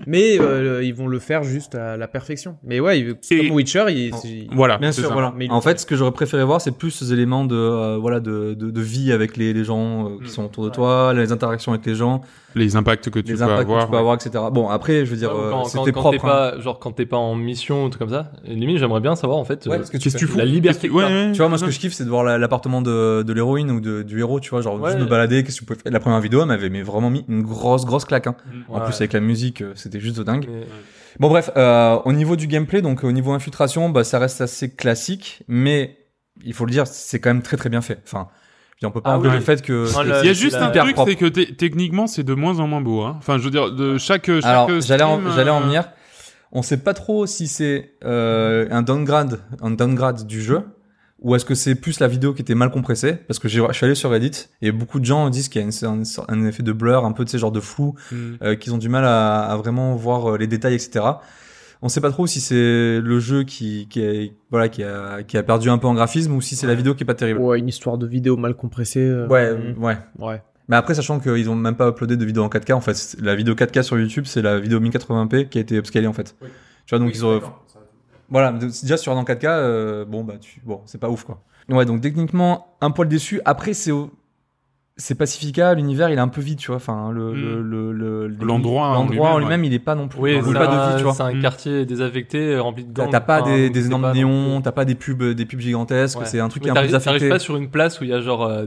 Mais euh, ils vont le faire juste à la perfection. Mais ouais, ils-
Et-
comme Witcher, ils- ils-
Voilà.
Bien
c'est
sûr,
ça.
voilà.
Mais il-
En fait, ce que j'aurais préféré voir, c'est plus ces éléments de, euh, voilà, de, de, de vie avec les, les gens euh, qui
Hmm.
Mm.
sont autour de toi, les interactions avec les gens,
Les impacts que tu
les
peux
impacts
avoir.
que tu peux avoir, etc. Bon, après, je veux dire,
Ouais, ou
euh,
quand, quand-
c'était
quand t'es
propre. hein.
pas, genre quand t'es pas en mission ou truc comme ça, et limite j'aimerais bien savoir en fait.
Ouais,
euh,
parce que tu
Qu'est-ce que tu
fais-
fous
La liberté
Qu'est-ce que- ouais,
que t'as.
ouais,
Tu vois, moi, ce
ouais.
que je kiffe, c'est de voir la- l'appartement de, de l'héroïne ou de, du héros, tu vois, genre,
Ouais.
juste me balader, qu'est-ce que tu pouvais faire. La première vidéo, elle m'avait mais vraiment mis une grosse, grosse claque, hein. En
Ouais.
plus, avec la musique, euh, c'était juste dingue.
Mais-
Bon, bref, euh, au niveau du gameplay, donc, au niveau infiltration, bah, ça reste assez classique, mais il faut le dire, c'est quand même très, très bien fait. Enfin, je veux dire, on peut pas
Ah
enlever
oui.
le fait que.
Ah, le-
Oh Il y a
Euh,
juste
c'est la-
un
hyper
truc,
propre.
c'est que té- techniquement, c'est de moins en moins beau. Hein. Enfin, je veux dire, de chaque. chaque
Alors, j'allais en,
stream, euh,
j'allais en venir. On sait pas trop si c'est euh, un downgrade, un downgrade du jeu, ou est-ce que c'est plus la vidéo qui était mal compressée, parce que j'ai- je suis allé sur Reddit et beaucoup de gens disent qu'il y a une- un, un effet de blur, un peu de ces genres de flou,
Mm.
euh, qu'ils ont du mal à, à vraiment voir euh, les détails, etc. On sait pas trop si c'est le jeu qui, qui, est- voilà, qui, a, qui a perdu un peu en graphisme ou si c'est la vidéo qui est pas terrible.
Ouais, une histoire de vidéo mal compressée. euh,
Ouais,
mm,
ouais.
ouais.
Mais après, sachant qu'ils ont même pas uploadé de vidéo en 4K, en fait, c'est- la vidéo 4K sur YouTube, c'est la vidéo 1080p qui a été upscalée, en fait. Tu vois, donc ils ont. Voilà, mais donc, déjà sur un en 4K, euh, bon, bah, tu... bon, c'est pas ouf, quoi. Ouais, donc techniquement, un poil déçu. Après, c'est. au- C'est Pacifica, l'univers il est un peu vide, tu vois. Enfin, le,
Mm.
le- le- le- les-
L'endroit en
Hmm. l'endroit en
lui-même,
lui-même, il est pas non plus.
Oui,
il
c'est
roule pas de vie,
un,
tu vois.
c'est un
Mm.
quartier désaffecté, rempli de
T'as
gangs.
t'as pas
enfin,
des,
où
des
c'est
énormes
pas non
néons,
plus-
t'as pas des pubs, des pubs gigantesques.
Ouais.
C'est un truc
Mais
qui est un peu
t'arrives- T'arrives
désaffecté.
pas sur une place où il y a genre euh,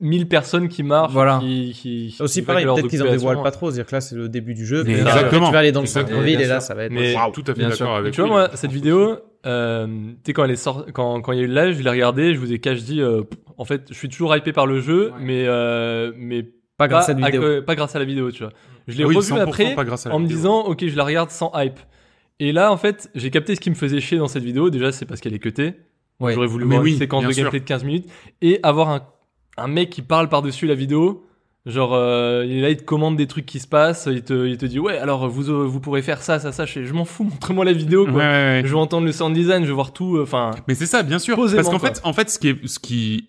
1000 personnes qui marchent.
Voilà.
Qui, qui- qui-
Aussi
qui
pareil,
veulent leur hein.
peut-être qu'ils en
occupation.
dévoilent pas trop. C'est-à-dire que là, c'est le début du jeu.
Mais
puis là,
exactement.
Tu vas aller dans le
Exactement.
centre-ville
Bien
et là,
sûr.
ça va être.
Mais-
Waouh, tout à fait
Bien sûr.
d'accord avec
tu vois,
lui.
moi, cette vidéo, euh, tu sais, quand elle est sort... quand, quand il y a eu le live, je l'ai regardée, je vous ai cash dit, euh, pff, en fait, je suis toujours hypé par le jeu, mais, euh, mais
Pas
pas,
grâce à la vidéo.
co- pas grâce à la vidéo, tu vois. Je l'ai
Ah Oui,
revu
100%
après
pas grâce à la
en me
vidéo.
disant, ok, je la regarde sans hype. Et là, en fait, j'ai capté ce qui me faisait chier dans cette vidéo. Déjà, c'est parce qu'elle est cutée.
Ouais.
J'aurais voulu
Mais
voir
oui,
une séquence
bien
de
sûr.
gameplay de 15 minutes et avoir un, un mec qui parle par-dessus la vidéo. Genre, euh, il est là, il te commande des trucs qui se passent, il te, il te dit, ouais, alors vous, euh, vous pourrez faire ça, ça, ça, je, fais, je m'en fous, (laughs) montrez-moi la vidéo,
Ouais,
quoi.
ouais, ouais.
Je veux entendre le sound design, je veux voir tout, euh, enfin.
Mais c'est ça, bien sûr.
Posément,
Parce qu'en
quoi.
fait, en fait, ce qui, est, ce qui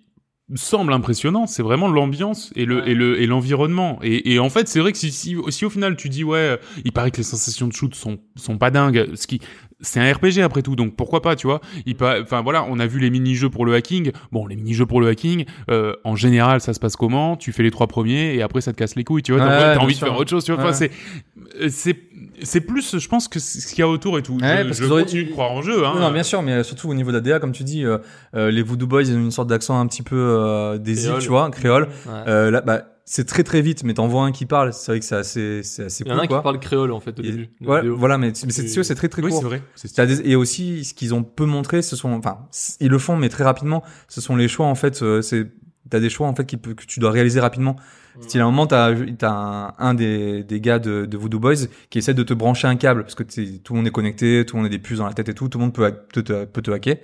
semble impressionnant, c'est vraiment l'ambiance et le
Ouais.
et le et l'environnement. Et, et en fait, c'est vrai que si, si si au final tu dis ouais, euh, il paraît que les sensations de shoot sont sont pas dingues. Ce qui c'est un RPG après tout, donc pourquoi pas, tu vois Il pa- enfin voilà, on a vu les mini-jeux pour le hacking. Bon, les mini-jeux pour le hacking, euh, en général, ça se passe comment Tu fais les trois premiers et après ça te casse les couilles, tu vois T'as
Ouais,
envie-
ouais,
T'as
bien
envie
sûr.
de faire autre chose, tu vois Enfin,
Ouais.
c'est euh, c'est c'est plus, je pense que c'est ce qu'il y a autour et tout.
Ouais,
je
parce
je
qu'ils auraient-
continue de croire en jeu. Hein.
Non, non,
euh.
bien sûr, mais surtout au niveau de la DA, comme tu dis, euh, euh, les Voodoo Boys, ils ont une sorte d'accent un petit peu euh, des îles,
Créole.
tu vois, créole.
Ouais.
Euh, là, bah, c'est très très vite, mais t'en vois un qui parle, c'est vrai que c'est assez, c'est assez
Il y en a
cool,
un
quoi.
qui parle créole, en fait, au
Et-
début. de la
voilà,
vidéo.
voilà, mais, mais c'est,
Et-
tu vois, c'est très très
Oui,
court.
c'est vrai. C'est-
T'as des- et aussi, ce qu'ils ont peu montré, ce sont, enfin, c- ils le font, mais très rapidement, ce sont les choix, en fait, euh, c'est t'as des choix en fait qui peut- que tu dois réaliser rapidement. Style à un moment, t'as as un, un des, des gars de, de Voodoo Boys qui essaie de te brancher un câble parce que t'es- tout le monde est connecté, tout le monde a des puces dans la tête et tout, tout le monde peut, ha- te, te- peut te hacker.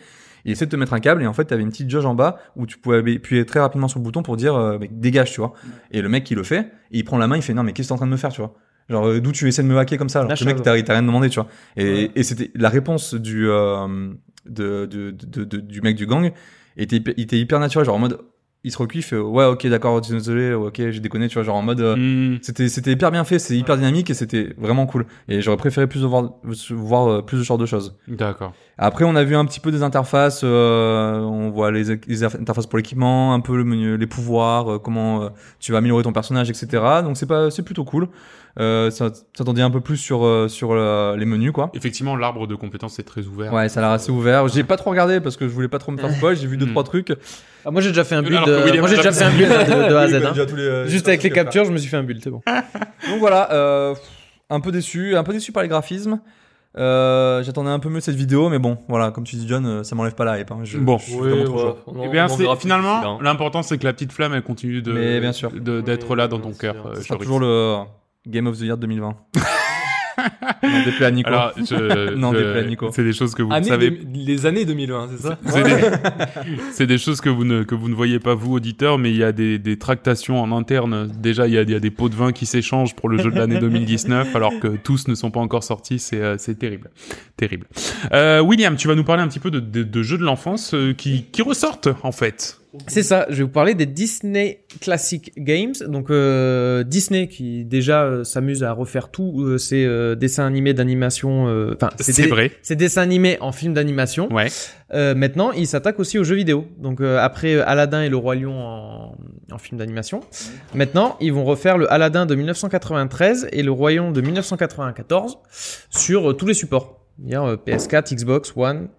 Il essaie de te mettre un câble et en fait t'avais une petite jauge en bas où tu pouvais ab- appuyer très rapidement sur le bouton pour dire euh, mec, dégage tu vois. Et le mec il le fait et il prend la main il fait non mais qu'est-ce que t'es en train de me faire tu vois. Genre euh, d'où tu essaies de me hacker comme ça alors que le
Lâche-la,
mec t'as t'as rien demandé tu vois. Et, et c'était la réponse du euh, de, de, de- de- du mec du gang était hyper- il était hyper naturel genre en mode il se recuit il fait ouais ok d'accord désolé ouais, ok j'ai déconné tu vois genre en mode euh,
Hmm.
c'était c'était hyper bien fait c'est hyper dynamique et c'était vraiment cool et j'aurais préféré plus de voir voir euh, plus de ce genre de choses
D'accord.
après on a vu un petit peu des interfaces euh, on voit les, les interfaces pour l'équipement un peu le menu, les pouvoirs euh, comment euh, tu vas améliorer ton personnage etc donc c'est pas c'est plutôt cool euh, ça ça t'en dit un peu plus sur euh, sur euh, les menus quoi
Effectivement, l'arbre de compétences est très ouvert.
Ouais, ça a l'air assez ouvert. J'ai pas trop regardé parce que je voulais pas trop me (laughs) faire spoil. J'ai vu deux
Mm.
trois trucs.
Ah, moi j'ai déjà fait un build.
Alors que
euh,
William
moi j'ai déjà
Jackson-
fait un build de,
(laughs)
de A à Z.
Oui, bah,
hein.
déjà tous les, euh,
Juste
tous les
avec les
trucs à faire.
captures, je me suis fait un build, c'est bon.
Donc voilà, euh, pff, un peu déçu, un peu déçu par les graphismes. Euh, J'attendais un peu mieux cette vidéo, mais bon, voilà, comme tu dis John, euh, ça m'enlève pas la hype. hein. Je-
Bon.
je suis vraiment trop chaud.
Eh bien, c'est-
hein.
finalement, l'important c'est que la petite flamme elle continue de
Mais bien sûr.
de- d'être
Oui,
là dans
bien
ton
sûr.
cœur. euh,
Ce sera
Joris.
toujours le Game of the Year 2020. (laughs) non, déplaît à Nico.
Alors, je-
(laughs) Non,
je-
déplaît, Nico.
c'est Ah, des choses que vous ne
Année
savez
deux- les années 2001, c'est ça
C'est des, (laughs) c'est des choses que vous, ne, que vous ne voyez pas, vous, auditeurs, mais il y a des, des tractations en interne. Déjà, il y, a, il y a des pots de vin qui s'échangent pour le jeu de (laughs) l'année 2019, alors que tous ne sont pas encore sortis. C'est euh, c'est terrible. Terrible. Euh, William, tu vas nous parler un petit peu de, de, de jeux de l'enfance euh, qui, qui ressortent, en fait.
C'est ça, je vais vous parler des Disney Classic Games. Donc euh, Disney qui déjà euh, s'amuse à refaire tout euh, ses euh, dessins animés d'animation, euh, enfin ses
C'est
dé-
vrai.
ses dessins animés en film d'animation.
Ouais.
Euh, maintenant, il s'attaque aussi aux jeux vidéo. Donc euh, après euh, Aladdin et le Roi Lion en, en film d'animation, maintenant ils vont refaire le Aladdin de 1993 et le Roi Lion de 1994 sur euh, tous les supports, c'est-à-dire euh, PS4, Xbox One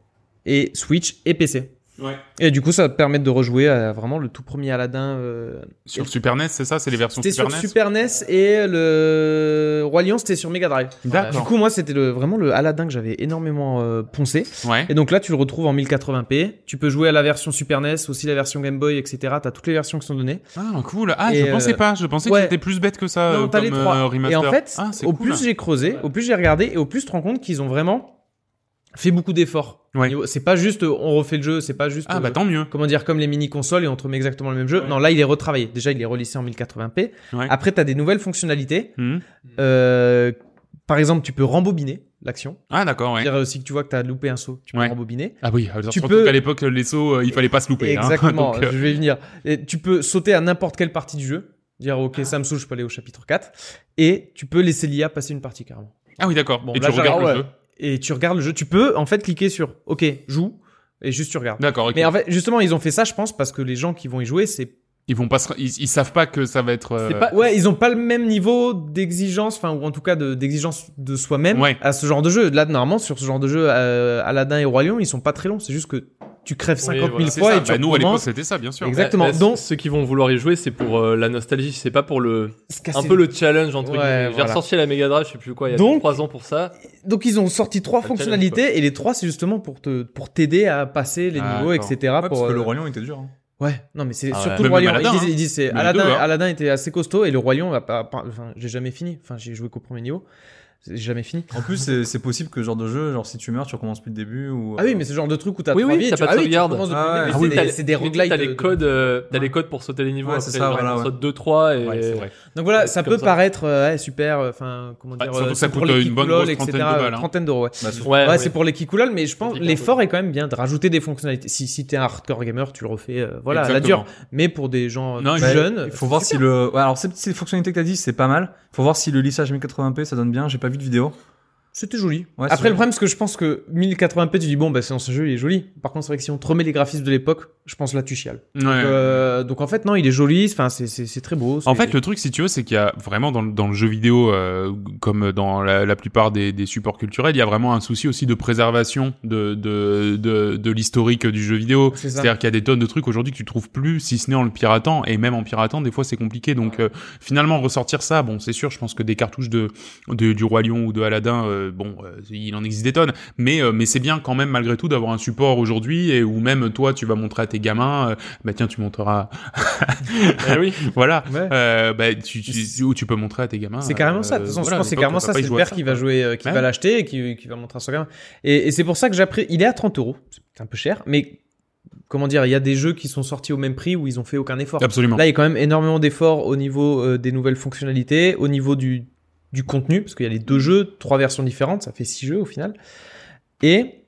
et Switch et PC.
Ouais.
Et du coup, ça va te permettre de rejouer à vraiment le tout premier Aladdin. euh,
Sur Super NES, c'est ça C'est les versions
C'était
Super E
sur
NES
Super NES et le Roi Lion, c'était sur Mega Drive. Du
D'accord.
coup, moi, c'était le- vraiment le Aladdin que j'avais énormément euh, poncé.
Ouais.
Et donc là, tu le retrouves en 1080p. Tu peux jouer à la version Super NES, aussi la version Game Boy, etc. T'as toutes les versions qui sont données.
Ah, cool. Ah,
Et,
je pensais
euh,
pas. Je pensais
ouais.
que c'était plus bête que ça. euh,
non, t'as
comme,
les trois.
euh, remaster.
et en fait,
Ah, c'est
au
cool.
plus j'ai creusé, au plus j'ai regardé, et au plus tu te rends compte qu'ils ont vraiment fait beaucoup d'efforts.
Ouais.
Niveau- C'est pas juste euh, on refait le jeu, c'est pas juste.
Ah, bah
euh,
tant mieux.
comment dire, comme les mini-consoles et on te remet exactement le même jeu. Non, là, il est retravaillé. Déjà, il est relissé en 1080p.
Ouais.
Après, tu as des nouvelles fonctionnalités.
Mhm.
Euh, par exemple, tu peux rembobiner l'action.
Ah, d'accord, ouais.
C'est-à-dire, euh, si tu vois que tu as loupé un saut, tu peux
Ouais.
rembobiner.
Ah oui, alors,
Tu
surtout
peux-
qu'à l'époque, les sauts, euh, il fallait pas se louper. hein. (laughs)
Exactement,
Donc, euh,
je vais y venir. Et tu peux sauter à n'importe quelle partie du jeu. Dire, OK, ça me saoule, je peux aller au chapitre 4. Et tu peux laisser l'IA passer une partie carrément.
Ah oui, d'accord.
Bon,
Et
là,
tu regardes
j'arrête,
le jeu.
ouais. Et tu regardes le jeu. Tu peux, en fait, cliquer sur OK, joue, et juste tu regardes.
D'accord, ok.
Mais en fait, justement, ils ont fait ça, je pense, parce que les gens qui vont y jouer, c'est
Ils vont pas se- ils, ils savent pas que ça va être. euh,
C'est pas- ouais, ils ont pas le même niveau d'exigence, enfin ou en tout cas de- d'exigence de, soi-même
Ouais.
à ce genre de jeu. Là, normalement, sur ce genre de jeu, euh, Aladdin et Roi Lion, ils sont pas très longs. C'est juste que tu crèves 50 000
voilà.
c'est
fois
ça.
et tu
Bah, nous, à l'époque,
recommences.
c'était ça, bien sûr.
Exact. Exactement.
Là, là,
Donc-
Bah, ceux qui vont vouloir y jouer, c'est pour euh, la nostalgie, c'est pas pour le
Se casser
un peu le challenge entre
Ah, Ouais,
guillemets. J'ai
voilà.
ressorti la Mega Drive, je sais plus quoi, il y a
Donc-
3 ans pour ça.
Donc ils ont sorti trois
Ça challenge,
fonctionnalités et les trois c'est justement pour te pour t'aider à passer les
Ah,
niveaux,
d'accord.
etc.
Ouais,
pour
parce que
euh,
le Roi Lion était dur. hein.
ouais, non mais c'est
Ah,
surtout
ouais.
le
Même-
Roi Lion.
même Aladdin,
ils disent, ils disent, c'est
Même les
Aladdin,
deux, hein.
Aladdin était assez costaud et le Roi Lion, va pas, pas- enfin j'ai jamais fini. Enfin j'ai joué qu'au premier niveau, j'ai jamais fini.
En plus, c'est- c'est possible que ce genre de jeu, genre si tu meurs, tu recommences plus le début ou. euh,
Ah oui, mais c'est le genre de truc où t'as
Oui,
trois
oui,
vies et
t'as
tu-
pas de
ah oui, tu
sauvegarde.
recommences depuis
Ah ouais.
le début.
Ah
C'est
oui,
des-
t'as-
c'est des
mais
roguelites.
T'as
de-
les
de-
codes, euh, t'as
Ouais.
les codes pour sauter les niveaux.
Ouais,
après,
c'est ça,
genre,
voilà,
t'en
ouais.
sautes 2, 3 et.
Ouais, c'est vrai.
Donc voilà,
Truc
ça
comme
peut
ça.
paraître euh, ouais, super, euh, enfin comment
Bah,
dire,
surtout
euh,
que
c'est
ça
pour
coûte,
les
euh, une
kicks
bonne
lol,
grosse
etc.,
trentaine de balles, hein.
trentaine d'euros. Ouais,
Bah, c'est-
Ouais,
ouais,
ouais.
c'est pour les kick mais je pense
C'est hyper
l'effort est quand même bien de rajouter des fonctionnalités. Si si t'es un hardcore gamer, tu le refais, euh, voilà, à la
Exactement.
dure. Mais pour des gens euh,
Non,
plus
mais-
jeunes,
Bah, Il faut voir si le. ouais, alors, ces petites fonctionnalités que t'as dit, c'est pas mal. Il faut voir si le lissage 1080p ça donne bien. J'ai pas vu de vidéo.
c'était joli.
Ouais, c'est
Après le
joli.
problème, c'est que je pense que 1080p, tu dis bon, bah c'est dans ce jeu, il est joli. Par contre, c'est vrai que si on te remet les graphismes de l'époque, je pense là tu chiales.
Ouais.
Euh, donc en fait, non, il est joli. Enfin, c'est c'est c'est très beau.
En
c'est-
fait, le truc, si tu veux, c'est qu'il y a vraiment dans, le- dans le jeu vidéo, euh, comme dans la, la plupart des, des supports culturels, il y a vraiment un souci aussi de préservation de, de, de, de l'historique du jeu vidéo.
C'est ça.
C'est-à-dire qu'il y a des tonnes de trucs aujourd'hui que tu trouves plus, si ce n'est en le piratant, et même en piratant, des fois c'est compliqué. Donc euh, finalement ressortir ça, bon, c'est sûr, je pense que des cartouches de, de- du roi lion ou de Aladdin, euh, euh, bon, euh, il en existe des tonnes, mais euh, mais c'est bien quand même malgré tout d'avoir un support aujourd'hui et où même toi tu vas montrer à tes gamins, euh, bah tiens tu montreras,
Eh oui.
voilà,
Ouais.
euh, bah tu, tu- ou tu peux montrer à tes gamins.
C'est carrément
euh,
ça. De toute façon,
voilà,
je pense
à
que c'est
l'époque,
carrément
ton
ça.
papa,
C'est
il
le
jouait à
père
ça.
qui va jouer, euh, qui
Ouais.
va l'acheter et qui, qui va montrer à son gamin. Et, et c'est pour ça que j'apprécie. Il est à 30 euros. C'est un peu cher, mais comment dire, il y a des jeux qui sont sortis au même prix où ils ont fait aucun effort.
Absolument.
Là, il y a quand même énormément d'efforts au niveau euh, des nouvelles fonctionnalités, au niveau du, du contenu, parce qu'il y a les deux jeux, trois versions différentes, ça fait six jeux au final. Et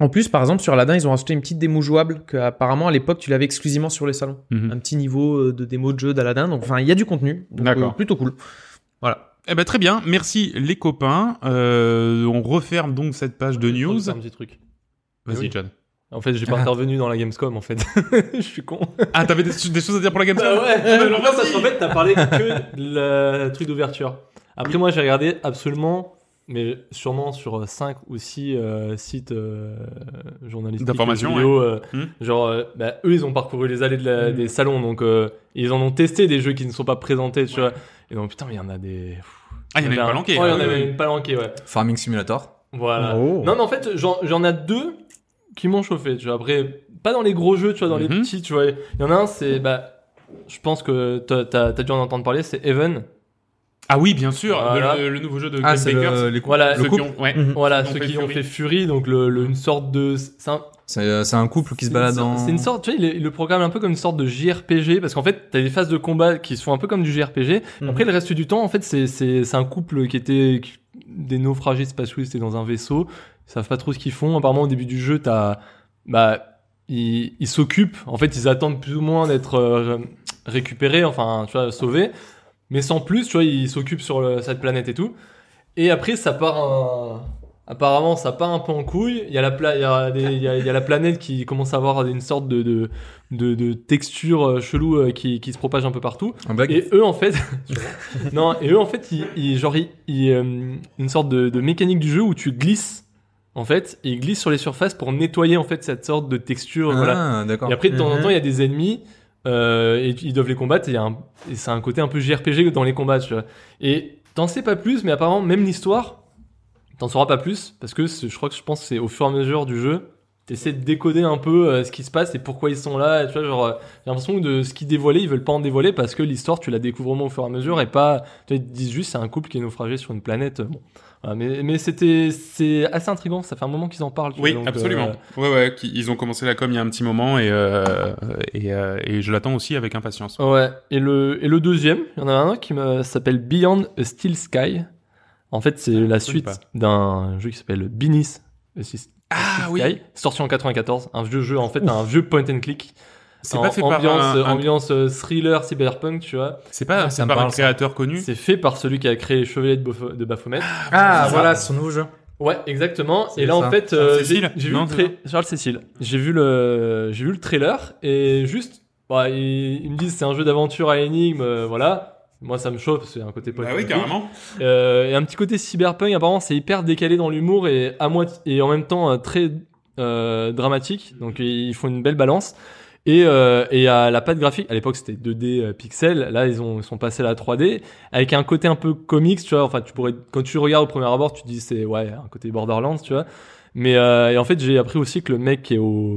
en plus, par exemple, sur Aladdin, ils ont rajouté une petite démo jouable que apparemment à l'époque tu l'avais exclusivement sur les salons.
Mhm.
Un petit niveau euh, de démo de jeu d'Aladdin. Donc, enfin, il y a du contenu. Donc,
D'accord.
euh, plutôt cool. Voilà.
Eh ben très bien, merci les copains. Euh, on referme donc cette page de
Je
news.
vais faire Un petit truc.
Vas-y
Oui.
John.
En fait, j'ai pas intervenu dans la Gamescom
(laughs)
en fait. Je suis con.
Ah t'avais des, des choses à dire pour la Gamescom
Bah
(laughs)
ouais, bah non, parce qu'en fait, t'as parlé que de la truc d'ouverture. Après, moi, j'ai regardé absolument, mais sûrement sur 5 ou 6 sites euh, journalistiques.
D'information,
jeux vidéo, euh,
Hmm.
Genre, euh, bah, eux, ils ont parcouru les allées de la-
Hmm.
des salons, donc euh, ils en ont testé des jeux qui ne sont pas présentés, tu vois. Et donc, putain, mais il y en a des.
Ah il y en a une
un-
palanquée.
Ouais, Ben, oh, il y
Ah,
en avait
oui, oui.
une palanquée, ouais.
Farming Simulator.
Voilà.
Oh.
Non, mais en fait, j'en j'en ai deux qui m'ont chauffé, tu vois. Après, pas dans les gros jeux, tu vois, dans
Mhm.
les petits, tu vois. Il y en a un, c'est, bah, je pense que t'as- t'as t'as dû en entendre parler, c'est Even.
Ah oui bien sûr, de-
Voilà.
le, le nouveau jeu de
Ah,
Game
c'est
Bakers.
le, les couples.
Voilà,
Ceux
le
qui
couple.
ont- ouais.
Mhm.
Voilà,
Ceux
ceux
qui ont
qui
fait
ont fait Fury, donc le, le- une sorte de. C'est un-
C'est euh, c'est un couple qui se
c'est
balade
une,
en.
C'est une sorte, tu vois, il, est- il le programme un peu comme une sorte de JRPG, parce qu'en fait, t'as des phases de combat qui se font un peu comme du JRPG.
Mhm.
Après, le reste du temps, en fait, c'est- c'est c'est un couple qui était qui- des naufragés spatiaux, ils étaient dans un vaisseau, ils savent pas trop ce qu'ils font. Apparemment, au début du jeu, t'as. Bah, ils ils s'occupent, en fait, ils attendent plus ou moins d'être euh, récupérés, enfin, tu vois, sauvés, mais sans plus, tu vois, ils s'occupent sur le- cette planète et tout. Et après, ça part un. Apparemment, ça part un peu en couille. Il y a la, pla- il y a des- il y a- il y a la planète qui commence à avoir une sorte de, de, de, de texture euh, chelou euh, qui, qui se propage un peu partout.
Un blague.
Et eux, en fait, (laughs) non, et eux, en fait, ils, ils- genre, ils- ils, euh, une sorte de, de mécanique du jeu où tu glisses, en fait, et ils glissent sur les surfaces pour nettoyer, en fait, cette sorte de texture.
Ah,
euh, voilà.
d'accord.
Et après, de temps en
Mhm.
temps, il y a des ennemis euh, et ils doivent les combattre. Et, il y a un- et c'est un côté un peu JRPG dans les combats. Tu vois. Et t'en sais pas plus, mais apparemment, même l'histoire, t'en sauras pas plus parce que c'est- je crois que je pense que c'est au fur et à mesure du jeu. T'essaies de décoder un peu euh, ce qui se passe et pourquoi ils sont là. et Tu vois, genre, euh, j'ai l'impression que de ce qu'ils dévoilaient, ils veulent pas en dévoiler parce que l'histoire, tu la découvres vraiment au fur et à mesure et pas. Tu vois, ils te disent juste c'est un couple qui est naufragé sur une planète. euh, Bon. Voilà, mais mais c'était c'est assez intriguant. Ça fait un moment qu'ils en parlent. tu
Oui,
vois, donc,
absolument.
euh,
Ouais, ouais, qui- ils ont commencé la com il y a un petit moment et, euh, et, euh, et je l'attends aussi avec impatience.
Ouais, et le, et le deuxième, il y en a un qui me- s'appelle Beyond a Steel Sky. En fait, c'est la
connais
suite
pas.
d'un jeu qui s'appelle Binis. a Steel
Ah
Sky,
oui,
sorti en 94, un vieux jeu, en fait, un vieux point and click.
c'est
En
pas fait par
ambiance,
un, un-
ambiance euh, thriller cyberpunk, tu vois.
c'est pas,
Ah,
c'est
ça me
par un
parle, ça.
créateur connu.
C'est fait par celui qui a créé les Chevaliers de, Bapho- de Baphomet.
Ah, voilà.
son nouveau jeu.
Ouais, exactement.
C'est
Et là,
ça.
en fait,
Charles
euh, j'ai
Cécile
j'ai vu
Non,
le
c'est
tra- Charles Cécile. J'ai vu le, j'ai vu le trailer et juste, bah, ils, ils me disent c'est un jeu d'aventure à énigme, euh, voilà. Moi, ça me chauffe, c'est un côté
Bah
pas
oui, carrément.
Euh, et un petit côté cyberpunk, apparemment, c'est hyper décalé dans l'humour et à moitié et en même temps euh, très euh, dramatique. Donc ils font une belle balance. Et, euh, et à la patte graphique, à l'époque c'était 2D euh, pixel, là ils, ont, ils sont passés à la 3D, avec un côté un peu comics, tu vois, enfin tu pourrais, quand tu regardes au premier abord, tu te dis c'est ouais, un côté Borderlands, tu vois. Mais euh, et en fait j'ai appris aussi que le mec qui est au,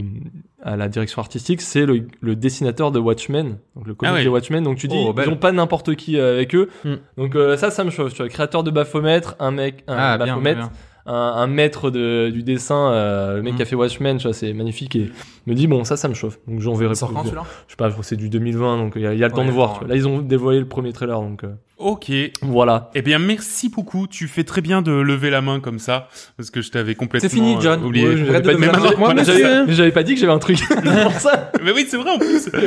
à la direction artistique, c'est le, le dessinateur de Watchmen, donc le comic
Ah ouais.
de Watchmen, donc tu dis,
Oh, belle.
ils ont pas n'importe qui euh, avec eux,
Hmm.
donc euh, ça, ça me chauffe, tu vois, créateur de Baphomètre, un mec, un
Ah, bien,
Baphomet,
bien.
un, un maître de, du dessin, euh, le mec
Mhm.
qui a fait Watchmen, tu vois, c'est magnifique et me dit bon ça, ça me chauffe. Donc j'en verrai
Il sort
plus.
quand celui-là
Je sais pas, je crois que c'est du 2020, donc il y, a- il y a le temps
Ouais,
de voir.
attends,
tu vois. Là ils ont dévoilé le premier trailer, donc euh,
Ok. Eh
voilà.
bien, merci beaucoup. Tu fais très bien de lever la main comme ça, parce que je t'avais complètement
C'est fini,
euh,
John.
oublié.
Ouais, je- arrête de
Mais
lever la
maintenant-
main.
Moi,
voilà,
monsieur.
j'avais-
Mais (laughs) J'avais pas dit que j'avais un truc (laughs) pour ça.
(laughs) Mais oui, c'est vrai en
(laughs)
plus.
Eh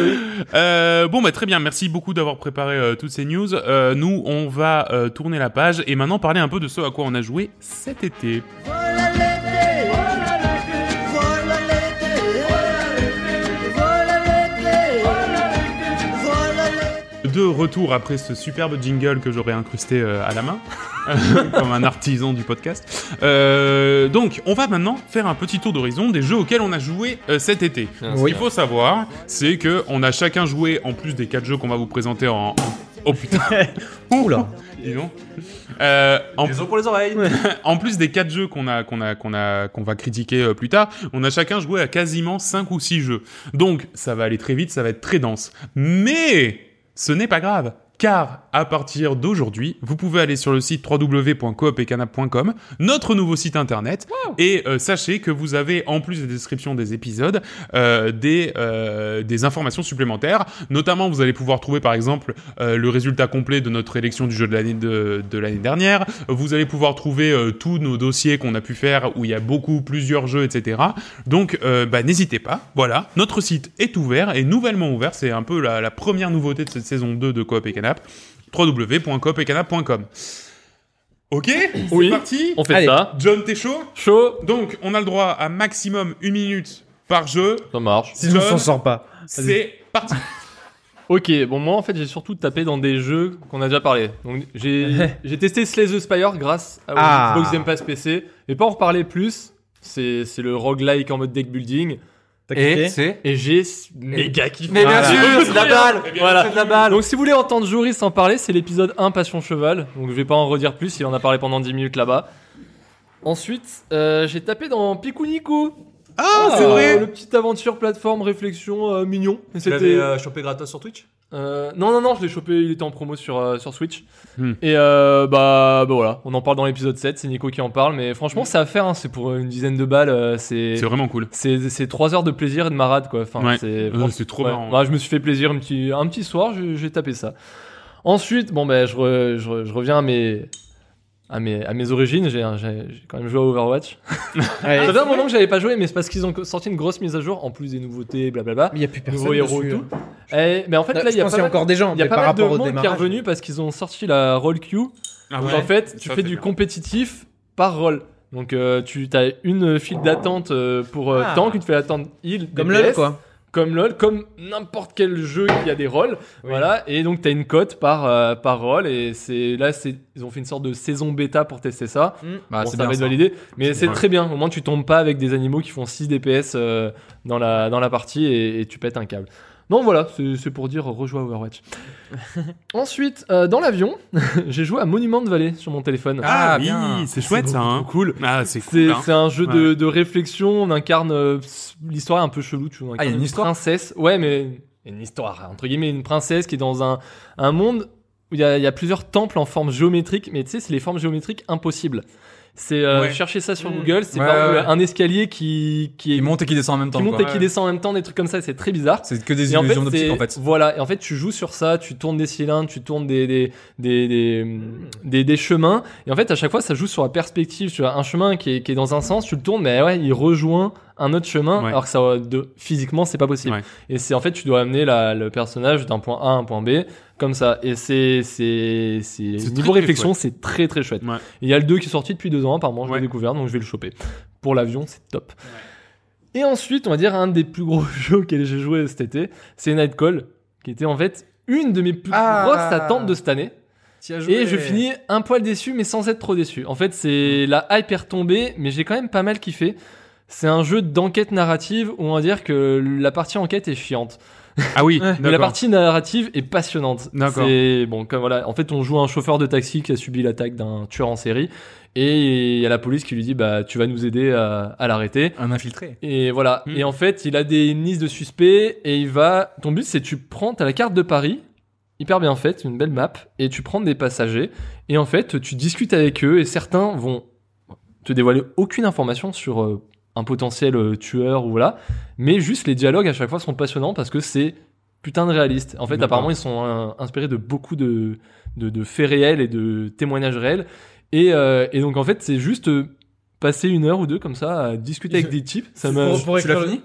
Euh, bon, bah très bien. Merci beaucoup d'avoir préparé euh, toutes ces news. Euh, nous, on va euh, tourner la page et maintenant parler un peu de ce à quoi on a joué cet été. De retour après ce superbe jingle que j'aurais incrusté euh, à la main, (laughs) comme un artisan du podcast. Euh, donc, on va maintenant faire un petit tour d'horizon des jeux auxquels on a joué euh, cet été. Ce
Oui.
qu'il faut savoir, c'est
(laughs)
que on a chacun joué, en plus des quatre jeux qu'on va vous présenter en... en- Oh putain
Oula.
disons. Euh, en,
Des os pour les oreilles.
(laughs) en plus des quatre jeux qu'on a qu'on a qu'on a qu'on va critiquer euh, plus tard, on a chacun joué à quasiment cinq ou six jeux. Donc ça va aller très vite, ça va être très dense. Mais ce n'est pas grave. Car à partir d'aujourd'hui, vous pouvez aller sur le site www.coopetcanap.com, notre nouveau site internet, et euh, sachez que vous avez en plus des descriptions des épisodes, euh, des euh, des informations supplémentaires. Notamment, vous allez pouvoir trouver par exemple euh, le résultat complet de notre élection du jeu de l'année de, de l'année dernière. Vous allez pouvoir trouver euh, tous nos dossiers qu'on a pu faire où il y a beaucoup plusieurs jeux, etc. Donc, euh, bah, n'hésitez pas. Voilà, notre site est ouvert et nouvellement ouvert. C'est un peu la, la première nouveauté de cette saison 2 de Coop et Canap. www.coopetcanap.com. Ok, c'est
Oui.
parti.
On fait
Allez.
ça.
John, t'es chaud
Chaud.
Donc, on a le droit à maximum une minute par jeu.
Ça marche.
Si on
John,
s'en sort pas.
c'est parti.
Ok, bon moi en fait j'ai surtout tapé dans des jeux qu'on a déjà parlé. Donc
(laughs)
j'ai j'ai testé Slay the Spire grâce à
Ah.
Xbox Game Pass PC. Et pour en reparler plus, c'est c'est le roguelike en mode deck building.
T'as
Et,
kiffé
et j'ai s- méga kiffé.
Mais bien
Voilà.
sûr, c'est de la balle.
Eh bien,
Voilà.
C'est de la balle.
Donc si vous voulez entendre Joris en parler, c'est l'épisode 1 Passion Cheval. Donc je vais pas en redire plus, il en a parlé pendant 10 minutes là-bas. Ensuite, euh, j'ai tapé dans Pikuniku.
Ah, c'est vrai.
Le petit aventure plateforme réflexion euh, mignon. Et
Tu
C'était
l'avais euh, chopé gratos sur Twitch
euh, non, non, non, je l'ai chopé, il était en promo sur, euh, sur Switch.
Hmm.
Et euh, bah, bah voilà, on en parle dans l'épisode 7, c'est Nico qui en parle, mais franchement,
Hmm.
c'est à faire, hein, c'est pour une dizaine de balles, euh, c'est.
C'est vraiment cool.
C'est c'est trois heures de plaisir et de marade, quoi. Enfin,
Ouais.
c'est.
Euh, C'est trop
Ouais. Bah,
marrant.
Ouais, je me suis fait plaisir un petit, un petit soir, je- j'ai tapé ça. Ensuite, bon, ben, je, re- je, re- je reviens à mes. À mes, à mes origines, j'ai un- j'ai j'ai quand même joué à Overwatch.
Ah,
Ça
Ouais.
fait un moment que j'avais pas joué, mais c'est parce qu'ils ont co- sorti une grosse mise à jour, en plus des nouveautés, blablabla.
Il y a plus personne.
Nouveau héros et
dessus,
tout.
hein.
Et- mais en fait,
Non,
là, il
je
y a
pense
pas
qu'il y a
mal-
encore des gens,
il y a
mais
pas
par
mal de
rapport au
monde qui est
démarrage. euh,
revenu parce qu'ils ont sorti la roll queue.
Ah
Donc
ouais.
en fait,
Ça,
tu
c'est
fais du
bien.
compétitif par roll. Donc euh, tu as une file d'attente euh, pour euh,
Ah.
tank, une file d'attente heal,
Comme
DPS,
LOL, quoi.
Comme LOL, comme n'importe quel jeu qui a des rolls. Voilà, et donc tu as une cote par, euh, par roll. Et c'est là, c'est- ils ont fait une sorte de saison bêta pour tester ça.
Bah,
Bon,
c'est
ça
bien
va être
ça.
validé. Mais c'est
bien.
très bien. Au moins, tu tombes pas avec des animaux qui font 6 DPS euh, dans, la, dans la partie et, et tu pètes un câble. Non, voilà, c'est c'est pour dire rejoins Overwatch. Ensuite, euh, dans l'avion, (laughs) j'ai joué à Monument de Vallée sur mon téléphone.
Ah,
Ah,
oui,
bien.
c'est chouette ça. Hein. Cool. Ah, c'est
C'est
cool. hein.
c'est un jeu de, de réflexion, on incarne. euh, pss, L'histoire est un peu chelou, tu vois. on
Ah, il y a
incarne
une histoire
princesse. Ouais, mais une histoire, entre guillemets, une princesse qui est dans un, un monde où il y, a, il y a plusieurs temples en forme géométrique, mais tu sais, c'est les formes géométriques impossibles. C'est euh,
Ouais.
chercher ça sur
Mm.
Google, c'est
Ouais,
par exemple,
ouais.
un escalier qui, qui, est,
Il monte et qui descend en même temps.
qui monte
quoi.
et qui descend en même temps, des trucs comme ça, c'est très bizarre.
C'est que des
Et en fait,
illusions d'optique
c'est-
en fait.
Voilà, et en fait, tu joues sur ça, tu tournes des cylindres, tu tournes des, des, des, des, des- des chemins, et en fait, à chaque fois, ça joue sur la perspective. Tu as un chemin qui est, qui est dans un sens, tu le tournes, mais ouais, il rejoint un autre chemin,
Ouais.
alors que ça, de, physiquement, c'est pas possible.
Ouais.
Et c'est en fait, tu dois amener la, le personnage d'un point A à un point B, comme ça. Et c'est. c'est, c'est
C'est
niveau
très, très
réflexion, c'est très très chouette.
Ouais.
Et Il y a le 2 qui est sorti depuis deux ans, apparemment, je
Ouais.
l'ai découvert, donc je vais le choper. Pour l'avion, c'est top. Et ensuite, on va dire un des plus gros (laughs) jeux auxquels j'ai joué cet été, c'est Night Call, qui était en fait une de mes plus
Ah.
grosses attentes de cette année. Et je finis un poil déçu, mais sans être trop déçu. En fait, c'est
Mm.
la hype est retombée, mais j'ai quand même pas mal kiffé. C'est un jeu d'enquête narrative où on va dire que la partie enquête est chiante.
Ah oui.
Mais la
d'accord.
partie narrative est passionnante.
D'accord.
C'est bon, comme voilà. En fait, on joue un chauffeur de taxi qui a subi l'attaque d'un tueur en série, et il y a la police qui lui dit bah tu vas nous aider à, à l'arrêter.
Un infiltré.
Et voilà.
Hmm.
Et en fait, il a des une liste de suspects et il va. Ton but, c'est tu prends t'as la carte de Paris, hyper bien faite, une belle map, et tu prends des passagers. Et en fait, tu discutes avec eux et certains vont te dévoiler aucune information sur euh, un potentiel euh, tueur ou voilà. Mais juste les dialogues à chaque fois sont passionnants parce que c'est putain de réaliste. En fait,
D'accord.
apparemment, ils sont euh, inspirés de beaucoup de, de, de faits réels et de témoignages réels. Et, euh, et donc, en fait, c'est juste euh, passer une heure ou deux comme ça à discuter avec des types. Ça m'a-
Pour- pour
Tu l'as
écrire-
fini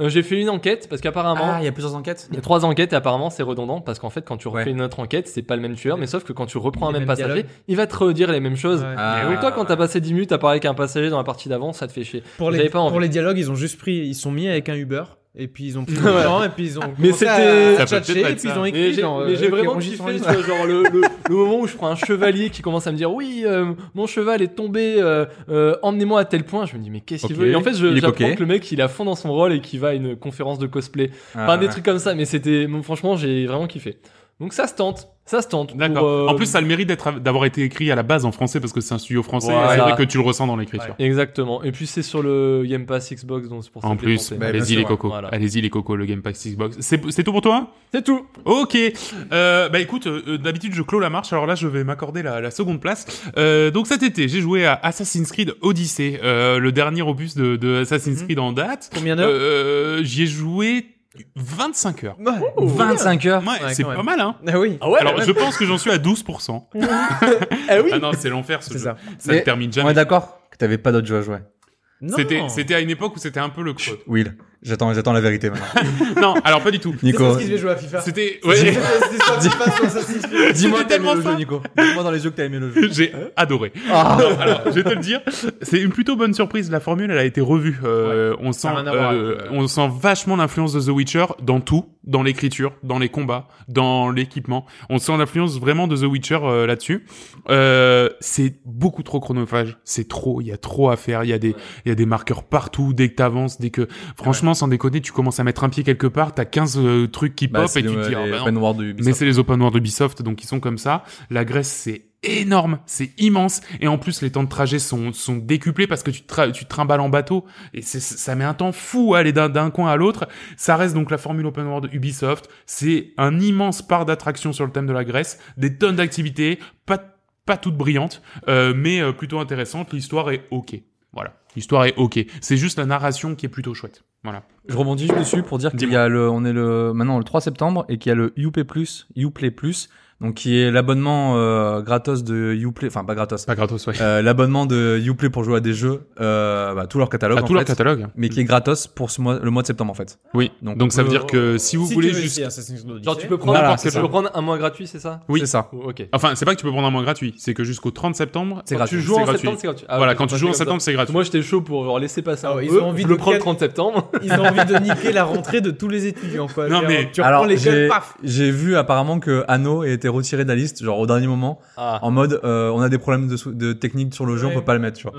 euh, J'ai fait une enquête parce qu'apparemment.
Ah, il y a plusieurs enquêtes.
Il y a trois enquêtes et apparemment c'est redondant parce qu'en fait quand tu refais
Ouais.
une autre enquête c'est pas le même tueur mais sauf que quand tu reprends un
Les
même
mêmes
passager
dialogues.
il va te redire les mêmes choses.
Ouais.
Ah.
Et donc toi quand t'as passé 10 minutes à parler avec un passager dans la partie d'avant ça te fait chier.
Pour
J'avais
les,
pas envie.
pour les dialogues, ils ont juste pris, ils sont mis avec un Uber, et puis ils ont pris
Ouais.
le gens, et puis
(laughs)
ils ont.
Mais
commencé à
c'était-
Ça peut
tchatcher,
peut-être
et
être
puis ils
ça.
ont
Mais
écrit.
j'ai
genre,
mais
euh,
j'ai
ok,
vraiment
on gifle son
kiffé tu
livre.
vois, genre le, le- le moment où je prends un chevalier qui commence à me dire oui euh, mon cheval est tombé euh, euh, emmenez-moi à tel point je me dis mais qu'est-ce qu'il
Ok.
veut et en fait je-
Il est
j'apprends
coquet.
que le mec il est à fond dans
Ah,
son rôle et qu'il va à une conférence de cosplay. Enfin, des trucs comme ça, mais c'était, bon, franchement, j'ai vraiment kiffé. Donc ça se tente. Ça se tente. pour,
D'accord.
euh,
En plus, ça a le mérite d'être, d'avoir été écrit à la base en français parce que c'est un studio français.
Voilà.
et C'est vrai que tu le ressens dans l'écriture.
Exactement. Et puis c'est sur le Game Pass Xbox, donc c'est pour ça
En
que je l'ai
plus,
pensé.
Bah, bien
allez-y
sûr,
les
ouais.
cocos,
Voilà.
allez-y les cocos, le Game Pass Xbox. C'est, c'est tout pour toi
C'est tout.
Ok. Euh, bah écoute, euh, euh, d'habitude je clôt la marche, alors là je vais m'accorder la, la seconde place. Euh, donc cet été, j'ai joué à Assassin's Creed Odyssey, euh, le dernier opus de, de Assassin's
Mhm.
Creed en date.
Combien d'heures
Euh, j'y ai joué 25 heures.
Ouais. (laughs)
25 heures.
Ouais,
Ouais,
c'est
quand
pas
même.
mal, hein
Ah oui,
Ah ouais.
Alors je pense que j'en suis à 12%.
Ah oui.
(laughs) Ah non, c'est l'enfer ce
c'est
jeu.
ça.
Ça
Mais
ne termine
On est
jamais.
d'accord que t'avais pas d'autres jeux à jouer.
Non.
C'était, c'était à une époque où c'était un peu le creux.
Will, j'attends, j'attends la vérité maintenant.
non, alors pas du (laughs) tout.
C'est parce
Nico,
qu'ils devaient jouer à FIFA.
C'était, ouais,
C'était
(laughs)
sur FIFA, sur Assassin's Creed.
dis-moi
c'était
que t'as aimé
tellement
le jeu,
ça.
Nico. Dis-moi dans les yeux que t'as aimé le jeu.
j'ai adoré.
Ah.
Non, alors, je vais te le dire, c'est une plutôt bonne surprise. La formule, elle a été revue. Euh, on sent,
a rien à voir
euh,
avec, euh,
on sent vachement l'influence de The Witcher dans tout, dans l'écriture, dans les combats, dans l'équipement. On sent l'influence vraiment de The Witcher euh, là-dessus. Euh, c'est beaucoup trop chronophage. C'est trop. Il y a trop à faire. Il y a des, il y a des marqueurs partout. Dès que t'avances, dès que, franchement, sans déconner, tu commences à mettre un pied quelque part, t'as 15 euh, trucs qui
Bah,
pop
c'est
et tu
le-
te dis, ah,
les
bah non,
open world de Ubisoft.
mais c'est les open world Ubisoft, donc ils sont comme ça. La Grèce, c'est énorme, c'est immense, et en plus les temps de trajet sont, sont décuplés parce que tu, te tra- tu te trimbales en bateau, et c'est- ça met un temps fou à aller d'un d'un coin à l'autre. Ça reste donc la formule open world Ubisoft, c'est un immense part d'attraction sur le thème de la Grèce, des tonnes d'activités, pas, pas toutes brillantes, euh, mais euh, plutôt intéressantes, l'histoire est ok. Voilà, l'histoire est ok, c'est juste la narration qui est plutôt chouette. Voilà.
Je rebondis juste dessus pour dire qu'il y
Dis-moi.
a le, on est le, maintenant le 3 septembre et qu'il y a le UP Plus, Uplay Plus, donc qui est l'abonnement euh, gratos de Uplay, enfin pas gratos,
Pas gratos, ouais.
euh, l'abonnement de Uplay pour jouer à des jeux, euh, bah, tout leur catalogue
À
en
tout leur
fait,
catalogue.
mais qui est gratos pour ce mois, le mois de septembre en fait.
Oui, donc,
Donc,
ça veut
euh,
dire que si vous
Si
voulez
tu veux
juste...
essayer Assassin's Creed
Genre
Odyssey.
tu peux prendre,
Voilà,
n'importe-
c'est
tu
ça.
peux prendre un mois gratuit, c'est ça
Oui.
c'est ça.
Ok.
Enfin, c'est pas que tu peux prendre un mois gratuit, c'est que jusqu'au 30 septembre,
C'est
Quand
gratuit.
Tu joues en
gratuit.
septembre, c'est gratuit. Ah,
voilà,
ok,
quand
c'est
tu joues en
comme ça.
septembre, c'est gratuit.
Moi j'étais chaud pour genre laisser passer
Ah
un
ouais, ils
peu,
ont envie
je
de
le prends le
quel-
(laughs)
30 septembre.
(laughs) Ils ont envie de niquer la rentrée de tous les étudiants. Quoi.
Non,
C'est-à-dire,
mais-
tu reprends
Alors
l'école,
j'ai,
paf.
j'ai vu apparemment que Anno a été retiré de la liste genre au dernier moment
Ah.
en mode euh, on a des problèmes de, sou- de technique sur le jeu,
Ouais.
on peut pas le mettre, tu vois.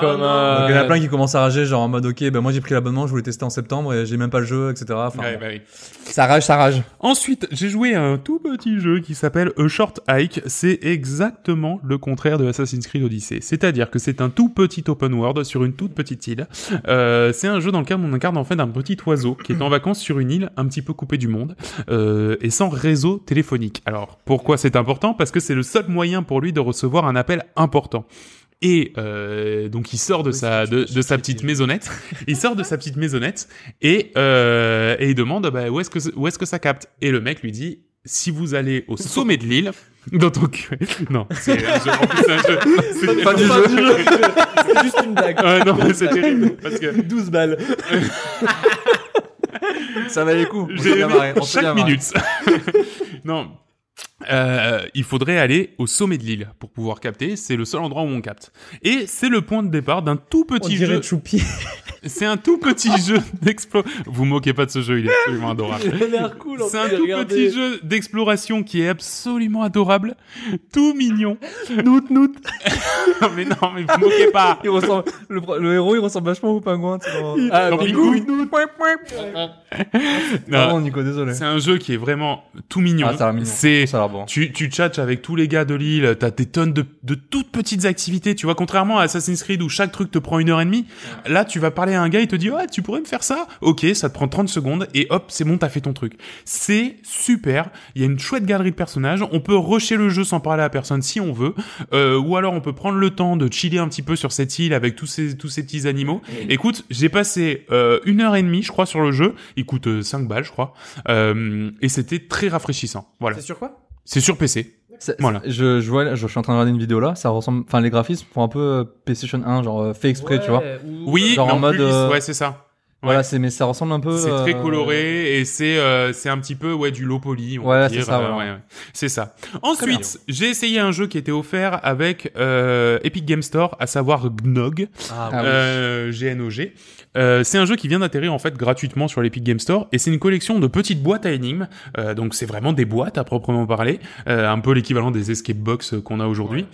Comme, euh,
Ah
Donc, il y en a
Ouais.
plein qui commencent à rager genre en mode ok ben moi j'ai pris l'abonnement, je voulais tester en septembre et j'ai même pas le jeu, etc. Enfin,
Ouais, bah oui.
Ça rage, ça rage.
Ensuite, j'ai joué à un tout petit jeu qui s'appelle A Short Hike. C'est exactement le contraire de Assassin's Creed Odyssey. C'est-à-dire que c'est un tout petit open world sur une toute petite île. Euh, c'est un jeu dans lequel on incarne en fait un petit oiseau qui est en vacances sur une île un petit peu coupée du monde euh, et sans réseau téléphonique. Alors, pourquoi c'est important Parce que c'est le seul moyen pour lui de recevoir un appel important. Et euh, donc il sort de sa de, de sa petite maisonnette, il sort de sa petite maisonnette et, euh, et il demande bah, où est-ce que où est-ce que ça capte et le mec lui dit si vous allez au sommet de l'île (laughs) dans ton cul- non c'est un jeu, en plus, c'est un jeu. C'est-
Fin du jeu.
C'est juste
(laughs)
une blague.
Euh, non mais c'est terrible parce que
12 balles.
Ça valait le coup. On s'est
j'ai
bien
aimé
marré, on s'est bien
chaque
marré.
minute (laughs) non Euh, il faudrait aller au sommet de l'île pour pouvoir capter c'est le seul endroit où on capte et c'est le point de départ d'un tout
On
petit
dirait
jeu
Choupi.
c'est un tout petit jeu d'explo vous moquez pas de ce jeu il est absolument adorable
(laughs) (laughs) Il a l'air cool. en
C'est
plus,
un
j'ai
tout
regardé.
petit jeu d'exploration qui est absolument adorable, tout mignon. Nout, nout. (laughs) mais non, mais vous moquez pas.
Il ressemble, le, pro- le héros il ressemble vachement au pingouin. tu vois.
Ah,
Dans
mais
Pingou.
Pardon
Non,
Nico, désolé.
Ah. C'est un jeu qui est vraiment tout mignon.
Ah, ça a l'air mignon.
C'est
Ça a l'air bon.
tu, tu tchatches avec tous les gars de l'île, t'as des tonnes de, de toutes petites activités, tu vois, contrairement à Assassin's Creed où chaque truc te prend une heure et demie, là tu vas parler à un gars, il te dit ouais tu pourrais me faire ça Ok, ça te prend 30 secondes et hop, c'est bon, t'as fait ton truc. C'est super, il y a une chouette galerie de personnages, on peut rusher le jeu sans parler à personne si on veut, euh, ou alors on peut prendre le temps de chiller un petit peu sur cette île avec tous ces, tous ces petits animaux. Écoute, j'ai passé euh, une heure et demie, je crois, sur le jeu, il coûte 5 balles, je crois, Euh, et c'était très rafraîchissant. Voilà,
C'est sur quoi
c'est sur PC.
Ça-
Voilà.
Je, je vois, je suis en train de regarder une vidéo là. Ça ressemble, enfin les graphismes font un peu euh, PlayStation 1, genre euh, fait exprès, tu vois.
Oui,
Genre
mais
en
en
mode,
plus,
euh,
ouais, c'est ça.
Voilà, c'est mais ça ressemble un peu.
C'est très
euh,
coloré et c'est euh, c'est un petit peu ouais du low poly. On
Ouais,
va
c'est
dire.
ça,
Euh,
ouais.
ouais, ouais. C'est ça. Ensuite, j'ai essayé un jeu qui était offert avec euh, Epic Game Store, à savoir Gnog.
Ah,
Ah oui.
Euh, GNOG. Euh, c'est un jeu qui vient d'atterrir en fait gratuitement sur l'Epic Game Store et c'est une collection de petites boîtes à énigmes. Euh, donc c'est vraiment des boîtes à proprement parler, euh, un peu l'équivalent des escape box euh, qu'on a aujourd'hui.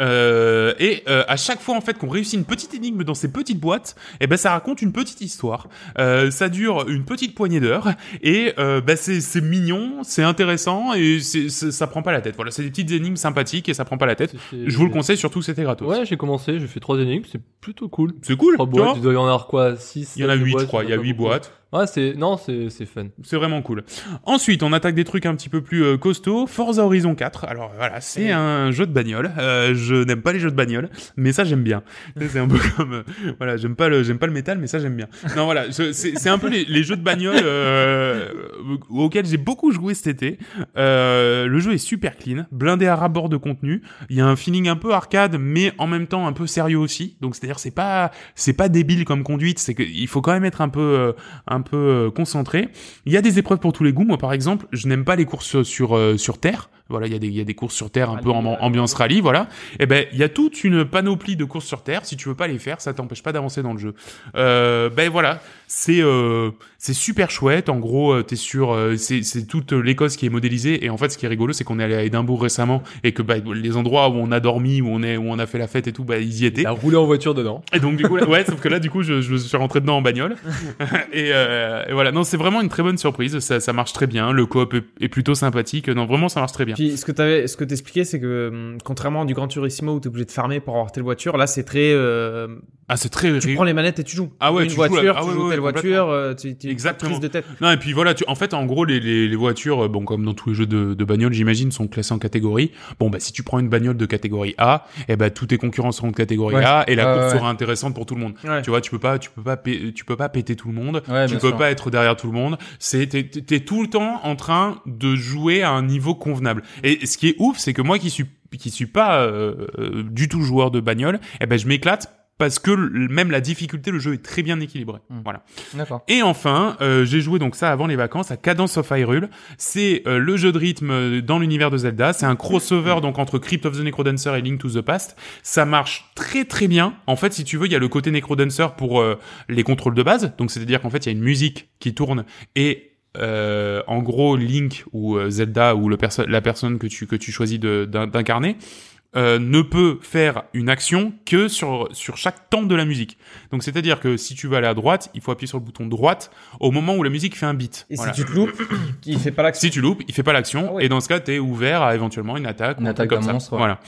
Euh, et euh, à chaque fois en fait qu'on réussit une petite énigme dans ces petites boîtes, et ben ça raconte une petite histoire. Euh, ça dure une petite poignée d'heures et euh, ben, c'est c'est mignon, c'est intéressant et c'est- c'est- ça prend pas la tête. Voilà, c'est des petites énigmes sympathiques et ça prend pas la tête. Je vous le conseille surtout, c'était gratos.
Ouais, j'ai commencé, j'ai fait trois énigmes, c'est
(laughs)
plutôt cool.
C'est cool.
Trois
tu
boîtes,
vois
il doit y en avoir quoi 6
Il y en a 8 je crois, il y a 8 boîtes,
Ouais, c'est. Non, c'est c'est fun.
c'est vraiment cool. Ensuite, on attaque des trucs un petit peu plus euh, costauds, Forza Horizon 4. Alors voilà, c'est un jeu de bagnole. Euh, je n'aime pas les jeux de bagnole, mais ça j'aime bien. Ça, C'est un peu comme euh, voilà, j'aime pas le j'aime pas le métal, mais ça j'aime bien. Non voilà, je- c'est c'est un peu les, les jeux de bagnole euh, auxquels j'ai beaucoup joué cet été. Euh, le jeu est super clean, blindé à rabord de contenu. Il y a un feeling un peu arcade, mais en même temps un peu sérieux aussi. Donc c'est-à-dire c'est pas c'est pas débile comme conduite, c'est qu'il faut quand même être un peu euh, un peu euh, concentré. Il y a des épreuves pour tous les goûts. Moi, par exemple, je n'aime pas les courses sur euh, sur terre. Voilà, il y a des il y a des courses sur terre un peu en ambiance rallye, voilà. Et ben, il y a toute une panoplie de courses sur terre. Si tu veux pas les faire, ça t'empêche pas d'avancer dans le jeu. Euh, ben voilà, c'est euh, c'est super chouette. En gros, euh, t'es sur euh, c'est c'est toute l'Écosse qui est modélisée. Et en fait, ce qui est rigolo, c'est qu'on est allé à Édimbourg récemment et que bah, les endroits où on a dormi, où on est où on a fait la fête et tout, bah ils y étaient.
Il a roulé en voiture dedans.
Et donc du coup, là- ouais, sauf que là, du coup, je, je suis rentré dedans en bagnole. et, euh, et voilà, non, c'est vraiment une très bonne surprise. Ça, ça marche très bien. Le coop est, est plutôt sympathique. Non, vraiment, ça marche très bien.
Puis ce que t'avais, ce que t'expliquais, c'est que hum, contrairement à du Gran Turismo où t'es obligé de farmer pour avoir telle voiture, là c'est très, euh,
Ah, c'est très.
tu prends les manettes et tu joues.
Ah ouais,
une
tu joues à-
voiture,
ah
tu
ouais,
joues
ouais,
telle
complètement.
voiture, euh, tu, tu
Exactement.
prise de tête.
Non, et puis voilà, tu, en fait, en gros, les, les, les voitures, euh, bon, comme dans tous les jeux de, de bagnole, j'imagine, sont classées en catégories. Bon, bah, si tu prends une bagnole de catégorie A, eh ben, tous tes concurrents seront de catégorie
Ouais.
A, et la
Ouais,
course
ouais.
sera intéressante pour tout le monde.
Ouais.
Tu vois, tu peux pas, tu peux pas, pé- tu peux pas péter tout le monde.
Ouais,
tu
bien
peux
sûr.
pas être derrière tout le monde. C'est t'es, t'es- t'es tout le temps en train de jouer à un niveau convenable. Et ce qui est ouf, c'est que moi qui suis qui suis pas euh, euh, du tout joueur de bagnole, eh ben je m'éclate parce que l- même la difficulté, le jeu est très bien équilibré.
Mm.
Voilà.
D'accord.
Et enfin, euh, j'ai joué donc ça avant les vacances à Cadence of Hyrule. C'est euh, le jeu de rythme euh, dans l'univers de Zelda. C'est un crossover
Hmm.
donc entre Crypt of the Necrodancer et Link to the Past. Ça marche très très bien. En fait, si tu veux, il y a le côté Necrodancer pour euh, les contrôles de base. Donc c'est-à-dire qu'en fait, il y a une musique qui tourne et euh, en gros Link ou euh, Zelda ou le perso- la personne que tu que tu choisis de- d'in- d'incarner euh, ne peut faire une action que sur sur chaque temps de la musique. Donc c'est-à-dire que si tu veux aller à droite, il faut appuyer sur le bouton droite au moment où la musique fait un beat.
Et
Voilà.
si tu te loupes, il fait pas l'action.
Si tu loupes, il fait pas l'action.
Ah ouais.
Et dans ce cas, t'es ouvert à éventuellement une attaque.
Une
ou un
attaque
truc comme
d'un
ça.
monstre, ouais.
Voilà.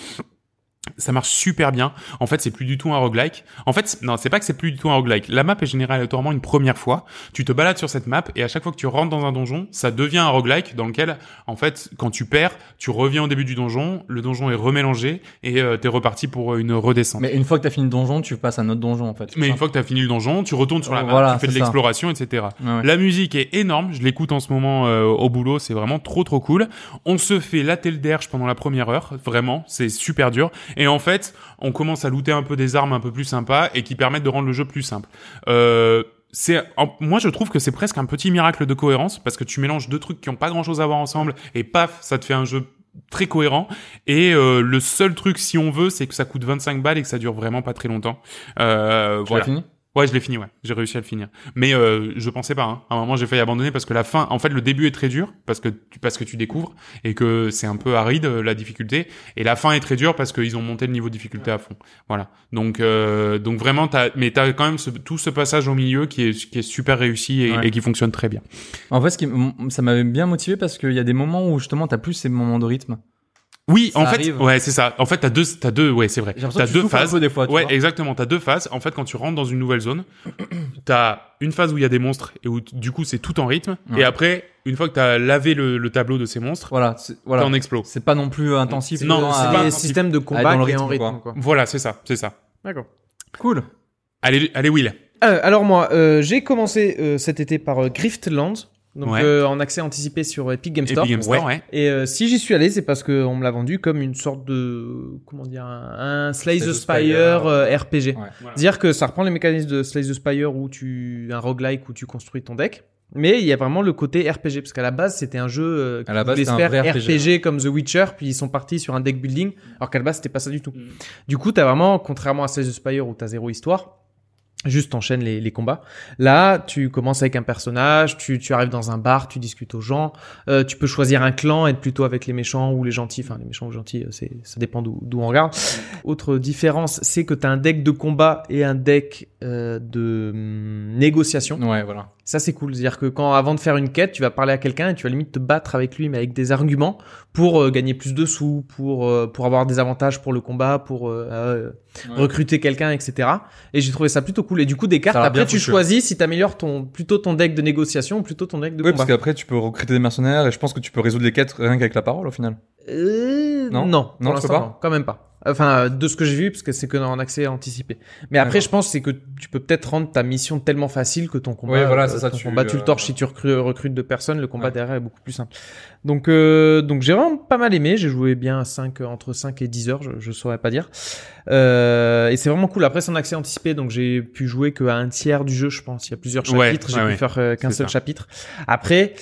Ça marche super bien. En fait, c'est plus du tout un roguelike. En fait, c'est- non, c'est pas que c'est plus du tout un roguelike. La map est générée aléatoirement une première fois. Tu te balades sur cette map et à chaque fois que tu rentres dans un donjon, ça devient un roguelike dans lequel, en fait, quand tu perds, tu reviens au début du donjon, le donjon est remélangé et euh, t'es reparti pour euh, une redescente.
Mais une fois que t'as fini le donjon, tu passes à un autre donjon en fait.
Mais une
Putain.
fois que t'as fini le donjon, tu retournes sur la map,
Euh, Voilà,
tu fais de
c'est ça.
l'exploration, etc.
Ouais, ouais.
La musique est énorme, je l'écoute en ce moment euh, au boulot, c'est vraiment trop trop cool. On se fait la telle d'erge pendant la première heure, vraiment, c'est super dur. Et en fait, on commence à looter un peu des armes un peu plus sympas et qui permettent de rendre le jeu plus simple. Euh, c'est en- moi je trouve que c'est presque un petit miracle de cohérence parce que tu mélanges deux trucs qui ont pas grand chose à voir ensemble et paf ça te fait un jeu très cohérent et euh, le seul truc si on veut c'est que ça coûte 25 balles et que ça dure vraiment pas très longtemps euh,
Tu l'as
voilà
fini
Ouais, je l'ai fini, ouais. J'ai réussi à le finir. Mais euh, je pensais pas. Hein. À un moment, j'ai failli abandonner parce que la fin, en fait, le début est très dur parce que tu, parce que tu découvres et que c'est un peu aride euh, la difficulté. Et la fin est très dure parce qu'ils ont monté le niveau de difficulté à fond. Voilà. Donc euh, donc vraiment, t'as, mais t'as quand même ce- tout ce passage au milieu qui est qui est super réussi et,
Ouais.
et qui fonctionne très bien.
En fait, ce qui m- ça m'avait bien motivé parce qu'il y a des moments où justement t'as plus ces moments de rythme.
Oui,
Ça
en fait,
arrive.
ouais, c'est ça. En fait, t'as deux, t'as deux, ouais, c'est vrai.
J'ai l'impression
T'as
que tu
deux
souffles un
phases.
peu des fois, tu
ouais,
vois.
exactement. T'as deux phases. En fait, quand tu rentres dans une nouvelle zone, (clears throat) t'as une phase où il y a des monstres et où t- du coup c'est tout en rythme.
Ouais.
Et après, une fois que t'as lavé le, le tableau de ces monstres,
Voilà, c'est-
t'es
voilà.
en explos.
C'est pas non plus intensif.
Non,
euh,
c'est
à-
pas-
C'est un système de
Ah,
combat
dans le
qui est en
rythme, quoi.
rythme. quoi.
Voilà, c'est ça, c'est ça.
D'accord.
Cool.
Allez, allez Will.
Euh, alors moi, euh, j'ai commencé euh, cet été par euh, Griftland, donc
Ouais.
euh, en accès anticipé sur Epic Game Store.
Epic Game Store, ouais.
Et euh, si j'y suis allé, c'est parce qu'on me l'a vendu comme une sorte de comment dire un, un Slay
Slay
the
the
Spire
Spire,
euh, RPG.
Ouais.
Voilà.
Dire que ça reprend les mécanismes de Slay the Spire où tu un roguelike où tu construis ton deck. Mais il y a vraiment le côté RPG parce qu'à la base c'était un jeu euh,
À la base,
voulait
c'était
se
un
faire
vrai
RPG,
RPG,
comme The Witcher puis ils sont partis sur un deck
Mm.
building alors qu'à la base c'était pas ça du tout. Du coup t'as vraiment contrairement à Slay the Spire où t'as zéro histoire Juste enchaîne les, les combats. Là, tu commences avec un personnage, tu, tu arrives dans un bar, tu discutes aux gens, euh, tu peux choisir un clan, être plutôt avec les méchants ou les gentils, enfin les méchants ou gentils, euh, c'est, ça dépend d'où, d'où on regarde. Autre différence, c'est que tu as un deck de combat et un deck euh, de hum, négociation.
Ouais, voilà.
Ça, c'est cool. C'est-à-dire que quand, avant de faire une quête, tu vas parler à quelqu'un et tu vas limite te battre avec lui, mais avec des arguments pour euh, gagner plus de sous, pour, euh, pour avoir des avantages pour le combat, pour euh, euh,
Ouais.
recruter quelqu'un, etc. Et j'ai trouvé ça plutôt cool. Et du coup, des cartes,
a l'air bien
après, tu
foutu.
choisis si t'améliores ton, plutôt ton deck de négociation ou plutôt ton deck de
Oui, bah.
combat.
parce qu'après, tu peux recruter des mercenaires et je pense que tu peux résoudre les quêtes rien qu'avec la parole au final.
Euh,
Non
non,
Non,
pour
tu peux
l'instant,
pas
non, quand même pas. Enfin, euh, de ce que j'ai vu, parce que c'est que en accès anticipé. Mais après,
D'accord.
je pense c'est que tu peux peut-être rendre ta mission tellement facile que ton combat,
Ouais, voilà,
euh,
c'est ça,
ton
tu,
combat, tu
euh,
le torches si tu recru- recrutes deux personnes. Le combat
Ouais.
derrière est beaucoup plus simple. Donc, euh, donc j'ai vraiment pas mal aimé. J'ai joué bien à 5, entre 5 et 10 heures, je, je saurais pas dire. Euh, et c'est vraiment cool. Après, c'est en accès anticipé, donc j'ai pu jouer qu'à un tiers du jeu, je pense. Il y a plusieurs
Ouais,
chapitres, j'ai
ouais,
pu
ouais.
faire euh, qu'un
C'est
seul
ça.
chapitre. Après,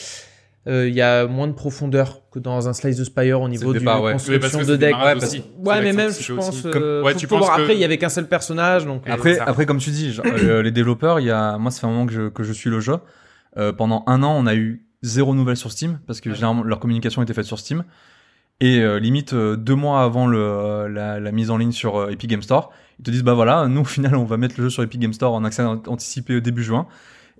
euh, il y a moins de profondeur que dans un Slice the Spire au niveau
le
du
départ, ouais.
Oui,
construction
parce que
de
c'est
deck.
démarrage
Ouais, parce-
aussi.
Ouais,
C'est
mais
l'accent
même,
aussi
je
aussi.
pense.
Comme-
euh,
ouais,
faut-
tu
faut
penses
voir.
que-
Après, il y avait qu'un seul personnage, donc. euh,
Après,
ça.
après, comme tu
(clears throat)
dis, genre, euh, les développeurs, il y a, moi, ça fait un moment que je, que je suis le jeu. Euh, pendant un an, on a eu zéro nouvelle sur Steam parce que généralement leur communication était faite sur Steam. Et euh, limite euh, deux mois avant le, euh, la, la mise en ligne sur euh, Epic Game Store, ils te disent bah voilà, nous au final on va mettre le jeu sur Epic Game Store en accès an- anticipé au début juin.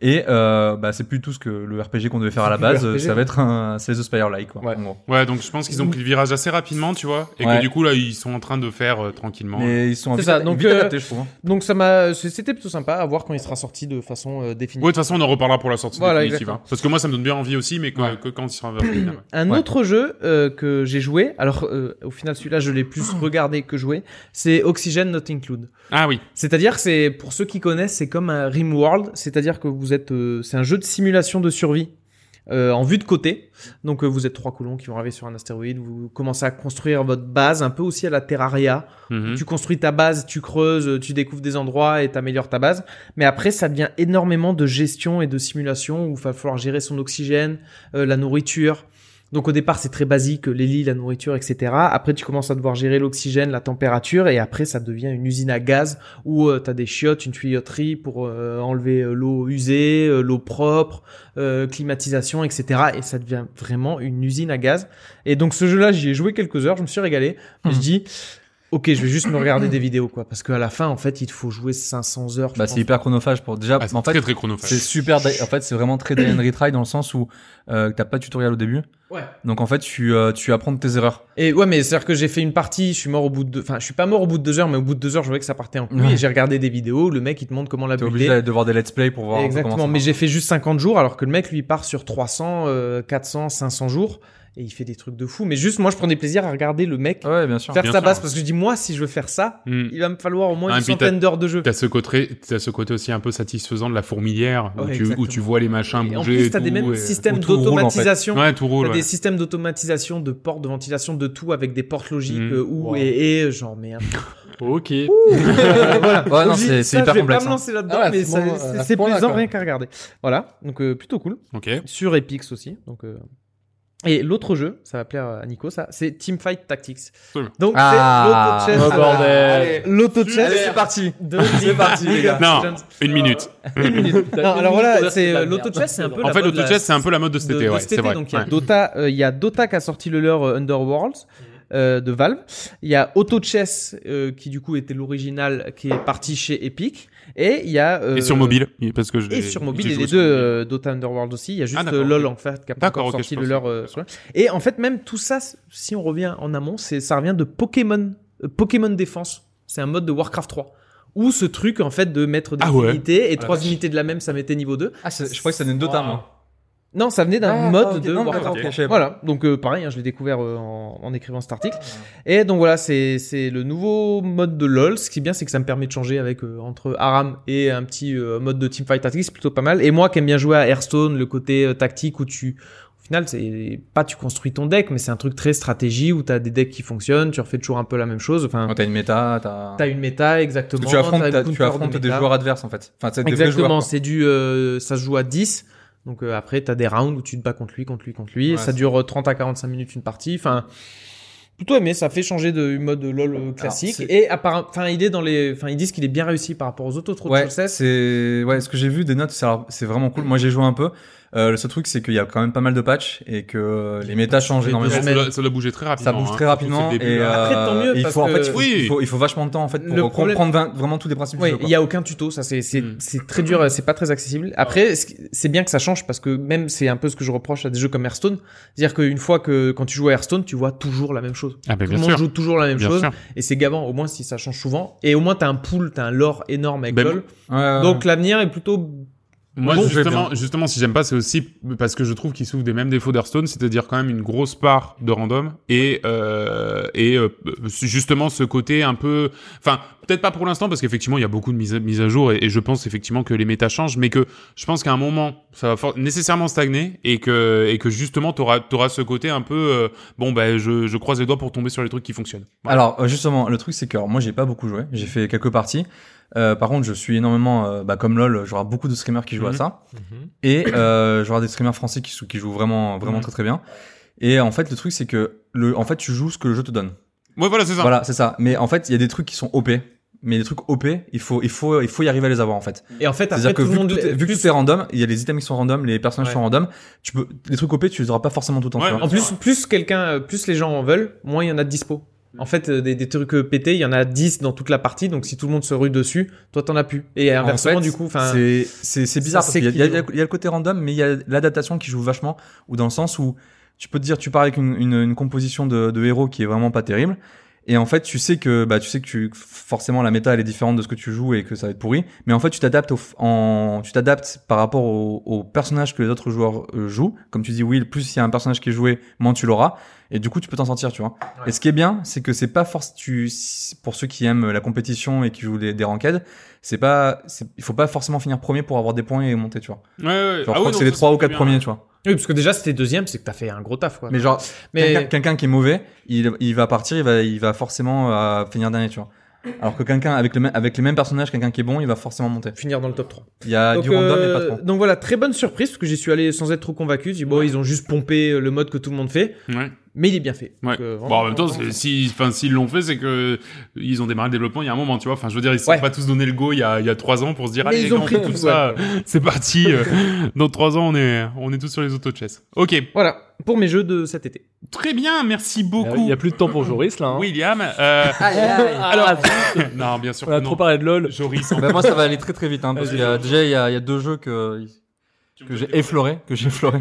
Et euh, bah c'est plus tout ce que le RPG qu'on devait faire à la
C'est plus
base,
le
euh,
RPG,
ça va être un Slay the Spire like quoi.
Ouais.
en gros.
Ouais, donc je pense qu'ils ont pris le virage assez rapidement, tu vois, et
Ouais.
que du coup là ils sont en train de faire euh, tranquillement.
Mais ils sont
C'est
vite,
ça,
ad-
donc,
vite
euh,
adaptés je trouve. hein.
Donc, ça m'a, c'était plutôt sympa à voir quand il sera sorti de façon euh,
Ouais,
définitive.
de toute façon on en reparlera pour la sortie
Voilà,
définitive.
exactement.
hein. Parce que moi ça me donne bien envie aussi, mais que, que quand il sera vers le final, ouais.
Un
Ouais.
autre jeu euh, que j'ai joué, alors euh, au final celui-là je
(clears throat)
l'ai plus regardé que joué, c'est Oxygen Not Include.
Ah oui.
C'est-à-dire que c'est pour ceux qui connaissent, c'est comme un Rimworld, c'est-à-dire que vous êtes, euh, c'est un jeu de simulation de survie. euh, en vue de côté, donc euh, vous êtes trois colons qui vont arriver sur un astéroïde. Vous commencez à construire votre base, un peu aussi à la Terraria.
Mhm.
Tu construis ta base, tu creuses, euh, tu découvres des endroits et t'améliores ta base. Mais après, ça devient énormément de gestion et de simulation où il va falloir gérer son oxygène, euh, la nourriture. Donc au départ, c'est très basique, les lits, la nourriture, etc. Après, tu commences à devoir gérer l'oxygène, la température, et après, ça devient une usine à gaz où tu euh, t'as des chiottes, une tuyauterie pour euh, enlever euh, l'eau usée, euh, l'eau propre, euh, climatisation, etc. Et ça devient vraiment une usine à gaz. Et donc ce jeu-là, j'y ai joué quelques heures, je me suis régalé. Mais
Mmh.
Je dis, ok, je vais juste me regarder des vidéos, quoi, parce qu'à la fin, en fait, il te faut jouer 500 heures. je
Bah
pense.
c'est hyper chronophage pour déjà.
Ah, c'est
en fait,
très très
C'est
chronophage.
super. die- En fait, c'est vraiment très die and retry dans le sens où euh, t'as pas de tutoriel au début.
Ouais.
Donc en fait, tu euh, tu apprends de tes erreurs.
Et ouais, mais c'est-à-dire que j'ai fait une partie, je suis mort au bout de deux, enfin, je suis pas mort au bout de deux heures, mais au bout de deux heures, je voyais que ça partait en couille
Ouais.
et j'ai regardé des vidéos, le mec, il te montre comment la
T'es obligé
builder.
d'aller- de voir des let's play pour voir. un peu
Exactement,
comment
mais
ça
j'ai fait juste 50 jours, alors que le mec, lui, il part sur 300, euh, 400, 500 jours, et il fait des trucs de fou. Mais juste, moi, je prenais plaisir à regarder le mec
marche. Ouais, bien sûr.
faire
bien
sa
sûr.
base, parce que je dis, moi, si je veux faire ça,
Mm.
il va me falloir au moins
Ah,
une
et puis t'as-
centaine d'heures de jeu.
T'as ce côté, t'as ce côté aussi un peu satisfaisant de la fourmilière où,
Ouais,
tu, où
exactement.
tu vois les machins
Et
bouger.
en plus, t'as
et
des
tout,
mêmes
et-
systèmes
Où tout roule, en fait.
d'automatisation.
Ouais, tout roule.
T'as
ouais.
des systèmes d'automatisation, de portes, de ventilation, de tout avec des portes logiques
Mhm.
euh, où
Wow.
et, et genre mais un
Ok. (laughs)
voilà.
Ouais, non,
Donc, je dis,
c'est- c'est
ça,
hyper
je vais
complexe, hein.
Pas me lancer là-dedans,
Ah ouais,
mais
à ce moment-
ça-
à
c'est
ce
c'est
point-là,
plaisant
quoi.
rien qu'à regarder. Voilà, donc euh, plutôt cool.
Ok.
Sur Epix aussi, donc. euh, Et l'autre jeu, ça va plaire à Nico, ça, c'est Teamfight Tactics.
Absolument.
Donc
Ah,
c'est
Oh,
l'auto-chess.
bordel.
L'auto-chess.
Allez, (laughs) c'est parti.
de League
parti,
of
les gars.
Legends.
Non, une minute.
Non, alors voilà, c'est euh, l'auto-chess, c'est
(laughs)
un peu
En
la
fait,
mode de la-
l'auto-chess, c'est un peu la mode de cet
de-
été,
de
ouais,
cet
c'est
été.
vrai.
Donc il y a
Ouais.
Dota, euh, il y a Dota qui a sorti le leur euh, Underworlds
Mm.
euh, de Valve. Il y a Auto Chess euh, qui du coup était l'original qui est parti chez Epic et il y a euh,
Et sur mobile, parce que je
Et sur mobile,
j'ai
et
joué
les
sur
deux,
mobile.
euh, Dota Underworld aussi. Il y a juste
Ah, d'accord,
euh, LoL
ok.
en fait qui a pas
D'accord,
encore
ok,
sorti
je
le
pensais.
leur. euh, sur- Et en fait, même tout ça, si on revient en amont, c'est ça revient de Pokémon, euh, Pokémon Défense. C'est un mode de Warcraft 3 où ce truc en fait de mettre des
Ah ouais.
unités et
la
trois
vache.
unités de la même, ça mettait niveau 2.
Ah, c'est- je crois que ça vient de Dota, moi.
Non, ça venait
Ah,
d'un Ah, mode de Warcraft.
d'accord, ok,
Voilà, donc euh, pareil, hein, je l'ai découvert euh, en, en écrivant cet article.
Ah.
Et donc voilà, c'est c'est le nouveau mode de LoL. Ce qui est bien, c'est que ça me permet de changer avec euh, entre Aram et un petit euh, mode de teamfight tactique, c'est plutôt pas mal. Et moi qui aime bien jouer à Hearthstone, le côté euh, tactique où tu au final, c'est pas tu construis ton deck, mais c'est un truc très stratégie où t'as des decks qui fonctionnent, tu refais toujours un peu la même chose. Enfin,
Quand t'as une méta, t'as.
t'as une méta
Parce
exactement.
que tu affrontes,
t'as une
t'as- tu
counter de
affrontes des
méta.
joueurs adverses en fait. Enfin, c'est des vrais joueurs.
Exactement,
quoi.
c'est du euh, ça se joue à 10. Donc euh, après tu as des rounds où tu te bats contre lui, contre lui, contre lui,
Ouais,
ça
c'est-
dure euh, 30 à 45 minutes une partie. Enfin plutôt aimé. Ça fait changer de mode LOL euh, classique.
c'est-
et apparemment, enfin, il est dans les, enfin, ils disent qu'il est bien réussi par rapport aux autres autres
Ouais,
success.
c'est ouais, ce que j'ai vu des notes, c'est c'est vraiment cool. Moi, j'ai joué un peu. Euh, le seul truc, c'est qu'il y a quand même pas mal de patchs et que euh, les méta changent
J'ai
énormément.
deux
ça, doit, ça doit bouger très rapidement.
Ça bouge
hein.
très rapidement
Surtout que c'est le
et
début, là.
Après, tant mieux,
euh, il
parce
faut en
que-
fait, il faut-
Oui.
il faut il faut vachement de temps en fait
Le
pour
problème-
comprendre vin- vraiment tous les principes du
Oui,
jeu.
il
quoi.
n'y a aucun tuto, ça c'est c'est-
Hmm.
Mm.
c'est très dur, euh, c'est pas très accessible. Après, ce qui- c'est bien que ça change parce que même c'est un peu ce que je reproche à des jeux comme Hearthstone, c'est-à-dire qu'une fois que quand tu joues à Hearthstone, tu vois toujours la même chose.
Ah, ben,
Tout le
bien
monde
sûr.
joue toujours la même
Bien
chose
sûr.
et c'est gavant. Au moins si ça change souvent et au moins t'as un pool, t'as un lore énorme avec
Ben,
LoL.
Ouais, ouais,
Donc l'avenir est plutôt
Moi,
Bon, je vais
justement, justement, si j'aime pas, c'est aussi parce que je trouve qu'il souffre des mêmes défauts d'Hearthstone, c'est-à-dire quand même une grosse part de random et euh, et euh, justement ce côté un peu, enfin peut-être pas pour l'instant parce qu'effectivement il y a beaucoup de mises à, mises à jour et, et je pense effectivement que les méta changent, mais que je pense qu'à un moment ça va for- nécessairement stagner et que et que justement t'auras t'auras ce côté un peu euh, bon ben je, je croise les doigts pour tomber sur les trucs qui fonctionnent. Voilà.
Alors euh, justement, le truc c'est que alors, moi j'ai pas beaucoup joué, j'ai fait quelques parties. Euh, par contre, je suis énormément, euh, bah, comme lol, je regarde beaucoup de streamers qui jouent
Mhm.
à ça, et euh, je regarde des streamers français qui, sou- qui jouent vraiment, vraiment
Mhm.
très très bien. Et en fait, le truc c'est que le, en fait, tu joues ce que le jeu te donne.
ouais voilà c'est ça.
Voilà, c'est ça. Mais en fait, il y a des trucs qui sont OP, mais les trucs OP, il faut, il faut, il faut y arriver à les avoir en fait.
et en fait après
C'est-à-dire que
tout le
vu, que
monde
tout est, vu que tout est random, il y a les items qui sont random, les personnages
Ouais.
sont random. Tu peux, les trucs OP, tu les auras pas forcément tout le temps.
Ouais,
tu vois.
En plus, plus quelqu'un, euh, plus les gens en veulent, moins il y en a de dispo.
Mm.
En fait, euh, des, des trucs euh, pétés, il y en a 10 dans toute la partie, donc si tout le monde se rue dessus, toi t'en as plus. Et inversement,
fait,
du coup, enfin.
c'est c'est c'est bizarre
ça
parce qu'il y, a- il y a- il y a
s'équilibre.
il y a le côté random, mais il y a l'adaptation qui joue vachement, ou dans le sens où tu peux te dire, tu pars avec une, une, une composition de, de héros qui est vraiment pas terrible, et en fait, tu sais que bah tu sais que tu forcément la méta elle est différente de ce que tu joues et que ça va être pourri, mais en fait, tu t'adaptes au f- en tu t'adaptes par rapport au, au personnage que les autres joueurs euh, jouent. Comme tu dis, oui, plus il y a un personnage qui est joué, moins tu l'auras, et du coup, tu peux t'en sortir, tu vois. Et ce qui est bien, c'est que c'est pas force tu si- pour ceux qui aiment la compétition et qui jouent des, des ranked, c'est pas c'est- il faut pas forcément finir premier pour avoir des points et monter, tu vois.
Ouais, ouais.
Genre,
Ah
je
oui,
crois que
non,
c'est les
ça,
trois ou
très
quatre
bien.
premiers, tu vois.
Oui, parce que déjà, si t'es deuxième, c'est que t'as fait un gros taf, quoi.
Mais genre
Mais-
quelqu'un quelqu'un qui est mauvais, il, il va partir, il va il va forcément euh, finir dernier, tu vois. Alors que quelqu'un avec le même avec les mêmes personnages, quelqu'un qui est bon, il va forcément monter.
finir dans le top 3.
Il y a
donc,
du random
euh,
et pas (laughs) trop.
donc voilà, très bonne surprise, parce que j'y suis allé sans être trop convaincu. J'ai dit, bon, ils ont juste pompé euh, le mode que tout le monde fait,
Ouais.
mais il est bien fait.
Ouais.
Donc, euh,
Bon,
vraiment,
en même temps,
vraiment,
c'est- si, enfin, s'ils l'ont fait, c'est que ils ont démarré le développement il y a un moment, tu vois. Enfin, je veux dire, ils se sont
Ouais.
pas tous donné le go il y a, il y a trois ans pour se dire, allez,
Mais
les
ils ont
gars, on fait
pris
tout
tout,
ça, (laughs) c'est parti. euh, Dans trois ans, on est, on est tous sur les autos de chess. Ok.
Voilà, pour mes jeux de cet été.
Très bien. Merci
Il
beaucoup,
y a plus de temps pour Joris là. hein.
William. Euh,
Alors,
(laughs) non, bien sûr
Ah, on a
que
trop
non.
parlé de LoL.
Joris,
(laughs) Bah, moi ça va aller très très vite hein, parce qu'il y a déjà il y a, il y a deux jeux que que j'ai effleuré, que j'ai effleuré.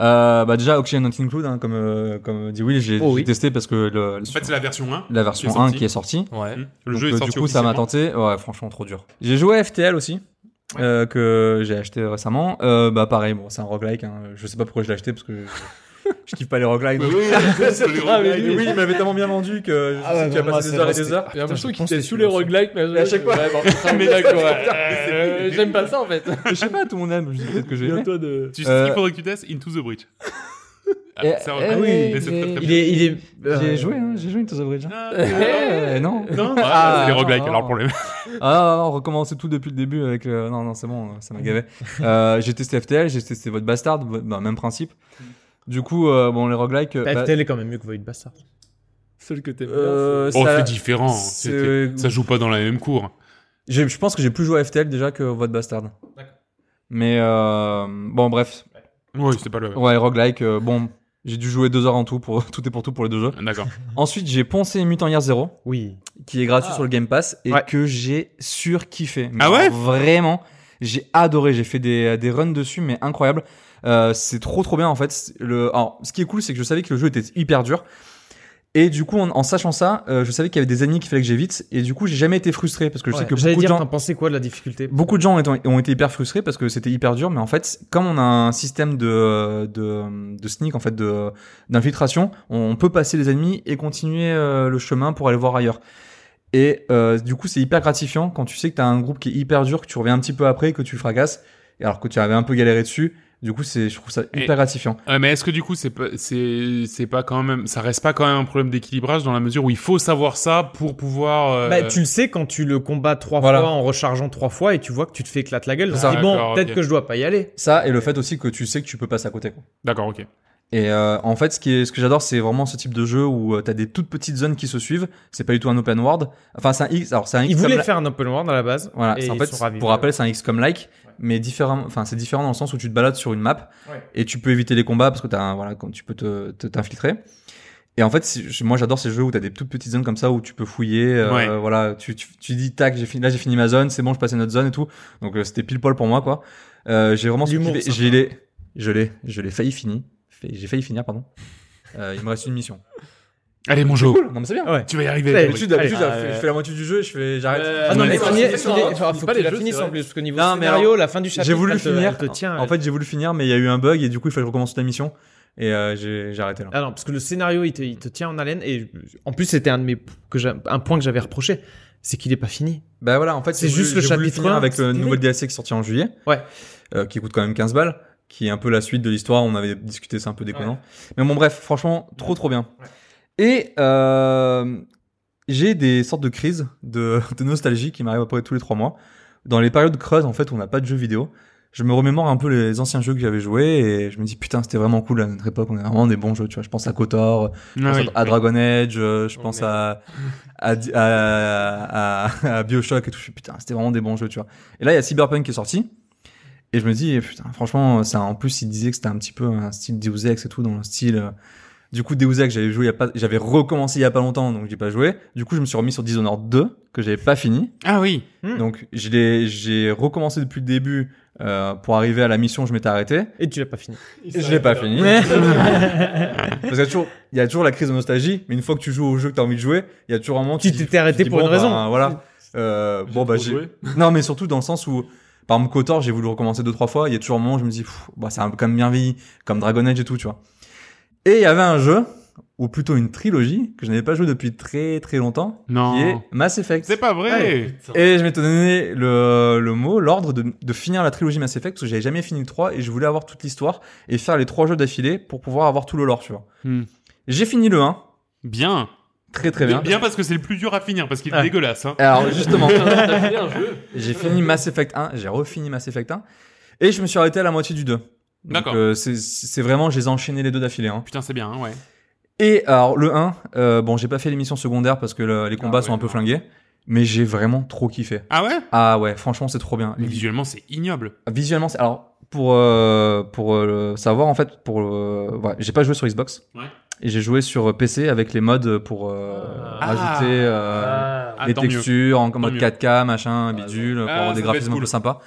Euh, bah déjà Oxygen Not Include hein, comme euh, comme dit Will, j'ai
Oh oui.
j'ai testé parce que le,
En fait, c'est la version 1.
la
qui est
version 1
sortie.
qui est sortie.
Ouais.
Le
Donc,
jeu
euh,
est sorti
du coup, ça m'a
officiellement.
tenté. Ouais, franchement, trop dur. J'ai joué à FTL aussi, euh, que j'ai acheté récemment. Euh, bah, pareil, bon, c'est un roguelike. Hein. Je sais pas pourquoi je l'ai acheté parce que je, je kiffe pas les
(laughs)
roguelikes.
Bah
donc-
oui, parce que les (laughs)
Ah, mais
roguelikes-
lui, il m'avait tellement bien vendu que je
Ah ouais,
sais qu'il a
vraiment,
passé des
c'est
heures et
vrai,
des heures.
Ah,
J'ai l'impression
je
qu'ils
pense
testent
que
tous
c'est
les
une
roguelikes, mais
à chaque fois.
Ouais, bon,
(laughs)
c'est un roguelike, ouais. Euh, J'aime pas ça en fait.
Je sais pas, tout le monde aime. Je dis peut-être que j'ai aimé.
Bientôt de.
Tu sais ce qu'il
Euh,
faudrait que tu testes Into the Bridge.
Eh,
ça
eh
reconnaît,
oui,
mais c'est
j'ai-
très, très
Il est, il est. euh,
J'ai joué, hein, j'ai joué une Toss of Rage. hein.
Ah, bien.
Eh, non.
Non,
Ah,
c'est les
non,
roguelikes,
non.
alors pour les
Ah non, non, recommencer tout depuis le début avec le... Non, non, c'est bon, hein, ça m'a
(laughs)
gavé. Euh, j'ai testé FTL, j'ai testé votre Bastard, vo- bah, même principe. Du coup, euh, bon, les roguelikes... euh,
bah,
bah,
FTL est quand même mieux que Void Bastard.
Seul que t'aimes
euh,
(laughs) Oh,
ça-
c'est différent.
c'est- euh,
c'était- Ça joue pas dans la même cour.
j'ai- Je pense que j'ai plus joué à FTL déjà que votre Bastard. Mais euh, bon, bref.
Oui, c'est pas le.
Ouais, roguelike, euh, bon... J'ai dû jouer deux heures en tout pour (laughs) tout et pour tout pour les deux jeux.
D'accord.
Ensuite, j'ai poncé Mutant Year Zero,
Oui.
qui est gratuit
Ah.
sur le Game Pass et
Ouais.
que j'ai surkiffé. Mais
Ah ouais
Vraiment, j'ai adoré. J'ai fait des, des runs dessus, mais incroyable. Euh, c'est trop trop bien en fait. C'est Le, alors, ce qui est cool, c'est que je savais que le jeu était hyper dur. Et du coup, en, en sachant ça, euh, je savais qu'il y avait des ennemis qu'il fallait que j'évite. Et du coup, j'ai jamais été frustré parce que je sais que
J'allais
beaucoup de
dire,
gens
t'en pensais quoi de la difficulté
Beaucoup de gens ont été, ont été hyper frustrés parce que c'était hyper dur, mais en fait, comme on a un système de, de, de sneak, en fait, de, d'infiltration, on peut passer les ennemis et continuer euh, le chemin pour aller voir ailleurs. Et euh, du coup, c'est hyper gratifiant quand tu sais que t'as un groupe qui est hyper dur, que tu reviens un petit peu après, que tu le fracasses, et alors que tu avais un peu galéré dessus. Du coup, c'est, je trouve ça
Et-
hyper gratifiant.
Ouais, Euh, mais est-ce que du coup, c'est pas, c'est, c'est pas quand même, ça reste pas quand même un problème d'équilibrage dans la mesure où il faut savoir ça pour pouvoir. euh,
Bah, tu le sais quand tu le combats trois
Voilà.
fois en rechargeant trois fois et tu vois que tu te fais éclate la gueule.
C'est ça.
Tu te dis, bon,
D'accord,
peut-être
ok.
que je dois pas y aller.
Ça, et le fait aussi que tu sais que tu peux passer à côté. quoi.
D'accord, ok.
Et euh, en fait, ce, qui est, ce que j'adore, c'est vraiment ce type de jeu où euh, t'as des toutes petites zones qui se suivent. C'est pas du tout un open world. Enfin, c'est un X. Alors, c'est un
Ils
X. comme
voulaient
la- Ah
faire un open world à la base.
Voilà,
et
c'est en
ils
fait,
sont ravis.
pour rappel, c'est un X comme like, mais différent. Enfin, c'est différent dans le sens où tu te balades sur une map
Ouais.
et tu peux éviter les combats parce que t'as, un- voilà, quand tu peux te te- t'infiltrer. Et en fait, c'est- moi j'adore ces jeux où t'as des toutes petites zones comme ça où tu peux fouiller. euh,
Ouais.
Voilà, tu, tu, tu dis tac, j'ai fini, là j'ai fini ma zone, c'est bon, je passe à notre zone et tout. Donc euh, c'était pile poil pour moi quoi. Euh, j'ai vraiment
L'humour,
kiffé.
ça.
je l'ai, je l'ai, je l'ai failli fini. Fait- J'ai failli finir, pardon. Euh, il me reste une mission.
Allez, mon Jo,
Non mais c'est bien.
Ouais.
tu vas y arriver.
Allez,
D'habitude, d'habitude,
Allez.
je fais- je fais la moitié du jeu, et je fais, j'arrête.
Ah non,
Ouais,
mais
c'est
finis,
vrai,
finis-
c'est vrai.
enfin,
Finis
faut
pas
que tu la
les jeux,
finisses
c'est
en
vrai.
plus, parce qu'au niveau
Non, mais
scénario,
alors,
la fin du chapitre,
J'ai voulu
elle te-
finir.
elle te tient,
en
elle.
fait, j'ai voulu finir, mais il y a eu un bug et du coup, il fallait que je recommence la mission. Et euh, j'ai j'ai arrêté là.
Ah non, parce que le scénario, il te, il te tient en haleine. Et en plus, c'était un, de mes, que j'a- un point que j'avais reproché. C'est qu'il est pas fini.
Bah voilà, en fait,
C'est
j'ai voulu-
juste le
j'ai voulu
chapitre
finir
1,
avec le
c'était
nouveau
nul.
DLC qui est sorti en juillet.
Ouais.
euh, qui coûte quand même 15 balles, qui est un peu la suite de l'histoire. On avait discuté, c'est un peu déconnant. Mais bon, bref, franchement, trop trop bien. Et euh, j'ai des sortes de crises de, (laughs) de nostalgie qui m'arrivent à peu près tous les trois mois. Dans les périodes creuses, en fait, où on n'a pas de jeux vidéo, je me remémore un peu les anciens jeux que j'avais joués et je me dis putain, c'était vraiment cool à notre époque. On a vraiment des bons jeux, tu vois. Je pense à Kotor,
Ah
Je pense
oui.
à à Dragon Age, euh, je
Oh,
pense à,
(laughs)
à, Di- à, à- à Bioshock et tout. Je suis, putain, c'était vraiment des bons jeux, tu vois. Et là, il y a Cyberpunk qui est sorti. Et je me dis, putain, franchement, ça, en plus, il disait que c'était un petit peu un style Deus Ex et tout, dans le style. euh, Du coup, Deus Ex, j'avais joué, il y a pas, j'avais recommencé il y a pas longtemps, donc j'ai pas joué. Du coup, je me suis remis sur Dishonored 2, que j'avais pas fini.
Ah oui.
Mm.
Donc, je l'ai, j'ai recommencé depuis le début, euh, pour arriver à la mission, je m'étais arrêté.
Et tu l'as pas fini.
Et je l'ai pas fini. (laughs) Parce qu'il y a toujours, il y a toujours la crise de nostalgie, mais une fois que tu joues au jeu que t'as envie de jouer, il y a toujours un moment.
Tu
dis-
t'étais arrêté
dis,
pour
bon,
une raison.
ben, voilà. Euh, bon bah j'ai. (laughs)
(laughs)
Non mais surtout dans le sens où, par exemple Kotor, j'ai voulu recommencer deux trois fois. Il y a toujours un moment où je me dis, pff, bah c'est quand même bien vieilli, comme Dragon Age et tout, tu vois. Et il y avait un jeu ou plutôt une trilogie que je n'avais pas joué depuis très très longtemps, qui est
Non.
Mass Effect.
Ah. C'est pas vrai.
Et je m'étais donné le, le mot, l'ordre de, de finir la trilogie Mass Effect parce que j'avais jamais fini le 3 et je voulais avoir toute l'histoire et faire les trois jeux d'affilée pour pouvoir avoir tout le lore, tu vois.
Hmm.
J'ai fini le 1,
Bien.
très très bien. Ah.
Bien parce que c'est le plus dur à finir parce qu'il est
Ouais.
dégueulasse. hein. (laughs)
Alors justement,
T'as fini un jeu
j'ai fini Mass Effect 1, j'ai refini Mass Effect 1 et je me suis arrêté à la moitié du 2. Donc,
D'accord.
euh, c'est- c'est vraiment, je les ai enchaînés les deux d'affilée. Hein.
Putain, c'est bien, hein, ouais.
Et alors le 1, euh, bon, j'ai pas fait les missions secondaires parce que le- les combats
Ah ouais,
sont un peu
non.
flingués, mais j'ai vraiment trop kiffé.
Ah ouais
Ah ouais, franchement, c'est trop bien.
Mais visuellement, c'est ignoble.
Visuellement, c'est- alors pour euh, pour euh, le savoir en fait, pour euh, ouais, j'ai pas joué sur Xbox.
Ouais.
Et j'ai joué sur PC avec les mods pour euh,
Ah.
rajouter euh,
Ah,
les
tant mieux.
textures en
Tant
mode
mieux.
4K, machin, bidule, pour
Ah, ça
avoir des
peut être
graphismes un peu
cool.
sympas.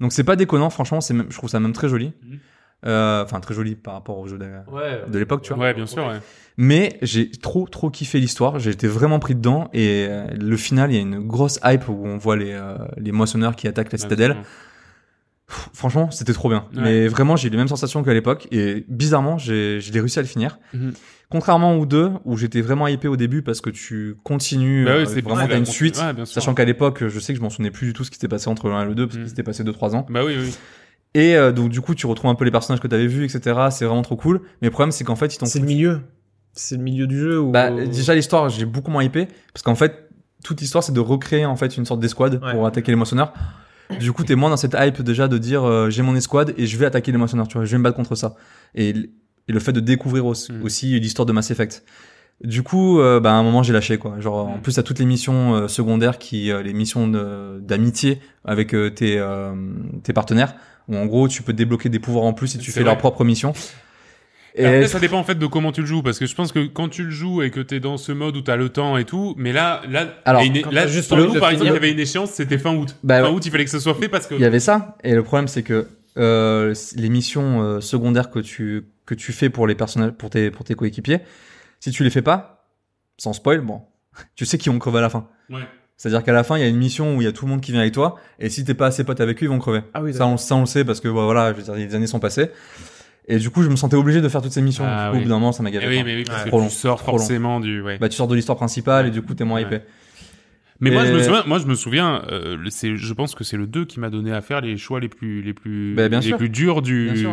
Donc c'est pas déconnant, franchement, c'est même- je trouve ça même très joli.
Mhm.
Euh, Enfin très joli par rapport aux jeux de,
Ouais.
de l'époque, tu vois.
Ouais, bien sûr, ouais.
Mais j'ai trop trop kiffé l'histoire, j'ai été vraiment pris dedans et euh, le final, il y a une grosse hype où on voit les euh, les moissonneurs qui attaquent la citadelle.
Bah
Pff, Franchement, c'était trop bien.
Ouais.
Mais vraiment, j'ai eu les mêmes sensations qu'à l'époque. Et bizarrement, j'ai, je l'ai réussi à le finir.
Mhm.
Contrairement aux deux, où j'étais vraiment hypé au début parce que tu continues,
Bah
euh,
oui, c'est
vraiment
c'est la
t'as une
con-
suite.
Ouais, bien sûr.
Sachant qu'à l'époque, je sais que je m'en souvenais plus du tout ce qui s'était passé entre le 1 et le 2 parce
Mhm.
qu'il s'était passé 2-3 ans.
Bah oui, oui.
Et euh, donc, du coup, tu retrouves un peu les personnages que t'avais vus, etc. C'est vraiment trop cool. Mais le problème, c'est qu'en fait, ils t'ont
C'est le milieu. C'est le milieu du jeu. Où...
bah, déjà l'histoire, j'ai beaucoup moins hypé parce qu'en fait, toute l'histoire c'est de recréer en fait une sorte d'escouade
Ouais.
pour attaquer les moissonneurs. Du coup, t'es moins dans cette hype déjà de dire euh, j'ai mon escouade et je vais attaquer les moissonneurs, tu vois, je vais me battre contre ça. Et, l- et le fait de découvrir aussi,
Mm.
aussi l'histoire de Mass Effect. Du coup, euh, bah, à un moment j'ai lâché quoi. Genre en
Mm.
plus à toutes les missions euh, secondaires qui euh, les missions de- d'amitié avec euh, tes euh, tes partenaires où en gros tu peux débloquer des pouvoirs en plus et tu
C'est
fais leur
vrai.
propre mission.
Et
Et
après, ça dépend en fait de comment tu le joues, parce que je pense que quand tu le joues et que t'es dans ce mode où t'as le temps et tout, mais là, là,
Alors,
il y a une-
quand
là,
t'as juste
pour
le-
nous,
le
par exemple, il y
finir-
avait une échéance, c'était fin août.
Bah,
fin
ouais.
août, il fallait que ce soit fait parce que.
Il y avait ça, et le problème c'est que euh, les missions euh, secondaires que tu que tu fais pour les personnages, pour tes pour tes coéquipiers, si tu les fais pas, sans spoil, bon, (laughs) tu sais qu'ils vont crever à la fin.
Ouais.
C'est-à-dire qu'à la fin, il y a une mission où il y a tout le monde qui vient avec toi, et si t'es pas assez pote avec eux, ils vont crever.
Ah oui,
Ça, on, ça, on le sait parce que bah, voilà, je veux dire, les années sont passées, et du coup, je me sentais obligé de faire toutes ces missions.
Ah
du coup,
oui.
Au bout d'un moment, ça m'a
Eh
gavé.
oui,
quoi.
mais oui, parce
Ouais.
que
Trop long,
tu sors
trop long.
forcément du. Ouais.
Ah, Bah, tu sors de l'histoire principale et du coup, t'es moins
Ouais.
hypé.
mais moi, je me
et-
souviens, moi, je me souviens, euh, le- c'est, je pense que c'est le 2 qui m'a donné à faire les choix les plus, les plus,
Bah, bien
les
sûr.
plus durs du,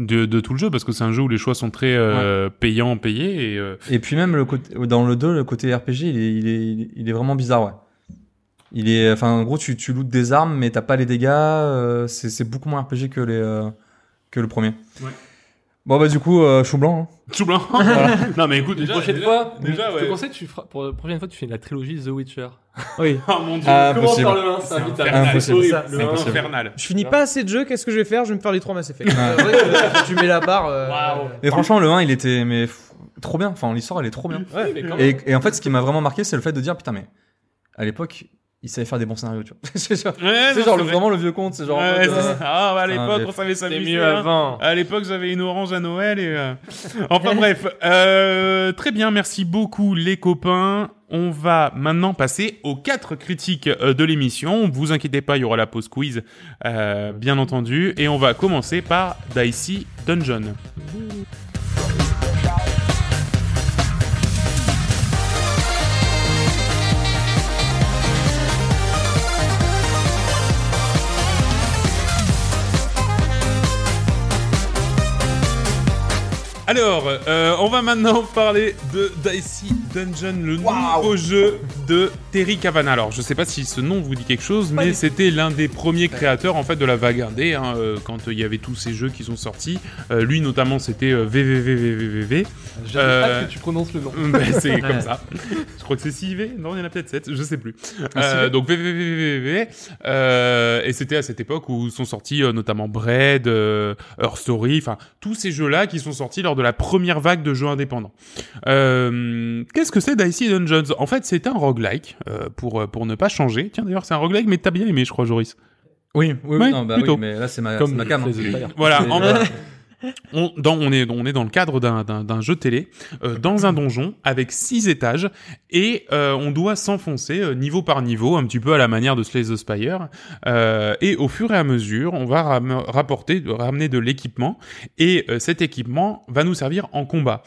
de, de tout le jeu, parce que c'est un jeu où les choix sont très euh, payants, payés. Et, euh, (laughs)
Et puis même le côté, dans le 2, le côté RPG, il est, il est, il est vraiment bizarre, ouais. Il est, enfin, en gros, tu, tu lootes des armes, mais t'as pas les dégâts. euh, c'est, c'est beaucoup moins RPG que les, euh, que le premier.
Ouais.
Bon, bah, du coup, euh, chou blanc. hein.
Tout blanc. non, mais écoute, déjà,
Déjà,
(laughs)
prochaine
déjà-
fois,
déjà,
je
ouais.
te conseille, tu feras- pour la prochaine fois, tu fais la trilogie The Witcher.
Oui.
Oh mon dieu.
Ah,
Commence
impossible.
par le 1,
c'est
ça vite
infernal.
arrive.
Impossible.
horrible.
C'est
C'est
impossible.
infernal.
Je finis pas assez de jeux, qu'est-ce que je vais faire Je vais me faire les trois Mass Effect. Euh, ouais, euh, tu mets la barre. euh,
Waouh.
Ah.
Et franchement, le 1, il était mais pff, trop bien. Enfin, l'histoire, elle est
Mm.
trop bien.
Oui, mais quand même.
Et, et en fait, ce qui m'a vraiment marqué, c'est le fait de dire putain, mais à l'époque, ils savaient faire des bons scénarios, tu vois. (laughs) c'est genre,
Ouais,
c'est
non,
genre le-
vrai.
vraiment le vieux conte, c'est genre. en
Ouais,
mode,
c'est
euh,
ça. Ah, bah, à
Putain,
l'époque,
mais-
on savait
C'était
s'amuser.
mieux
hein.
avant.
À l'époque, j'avais une orange à Noël et. euh, (laughs) Enfin bref, euh, très bien, merci beaucoup les copains. On va maintenant passer aux quatre critiques euh, de l'émission. Vous inquiétez pas, il y aura la pause quiz, euh, bien entendu, et on va commencer par Dicey Dungeon. Alors, euh, on va maintenant parler de Dicey Dungeon, le nouveau jeu de Terry Cavana. Alors, je sais pas si ce nom vous dit quelque chose, mais c'était l'un des premiers créateurs en fait de la vague indé hein, euh, quand euh, il y avait tous ces jeux qui sont sortis. Euh, lui notamment, c'était euh, VVVVVVV.
J'avais
Euh,
hâte que tu prononces le nom.
(laughs) Ben, c'est comme ça. Je crois que c'est 6 V. Non, il y en a peut-être 7, je sais plus. Euh, donc VVVVVV. Euh, et c'était à cette époque où sont sortis euh, notamment Bread, euh, Her Story, enfin tous ces jeux-là qui sont sortis lors de la première vague de jeux indépendants. Euh, Qu'est-ce que c'est Dicey Dungeons En fait, c'est un roguelike euh, pour euh, pour ne pas changer. Tiens d'ailleurs, c'est un roguelike, mais t'as bien aimé, je crois, Joris.
Oui, oui, oui,
Ouais,
non, bah
plutôt.
oui, mais là, c'est ma,
Comme
c'est ma cam. hein.
les autres.
(laughs) Voilà,
C'est-
en- on, dans- on, est, on est dans le cadre d'un- d'un d'un jeu télé, euh, dans un donjon, avec six étages, et euh, on doit s'enfoncer euh, niveau par niveau, un petit peu à la manière de Slay the Spire, euh, et au fur et à mesure, on va ram- rapporter, ramener de l'équipement, et euh, cet équipement va nous servir en combat.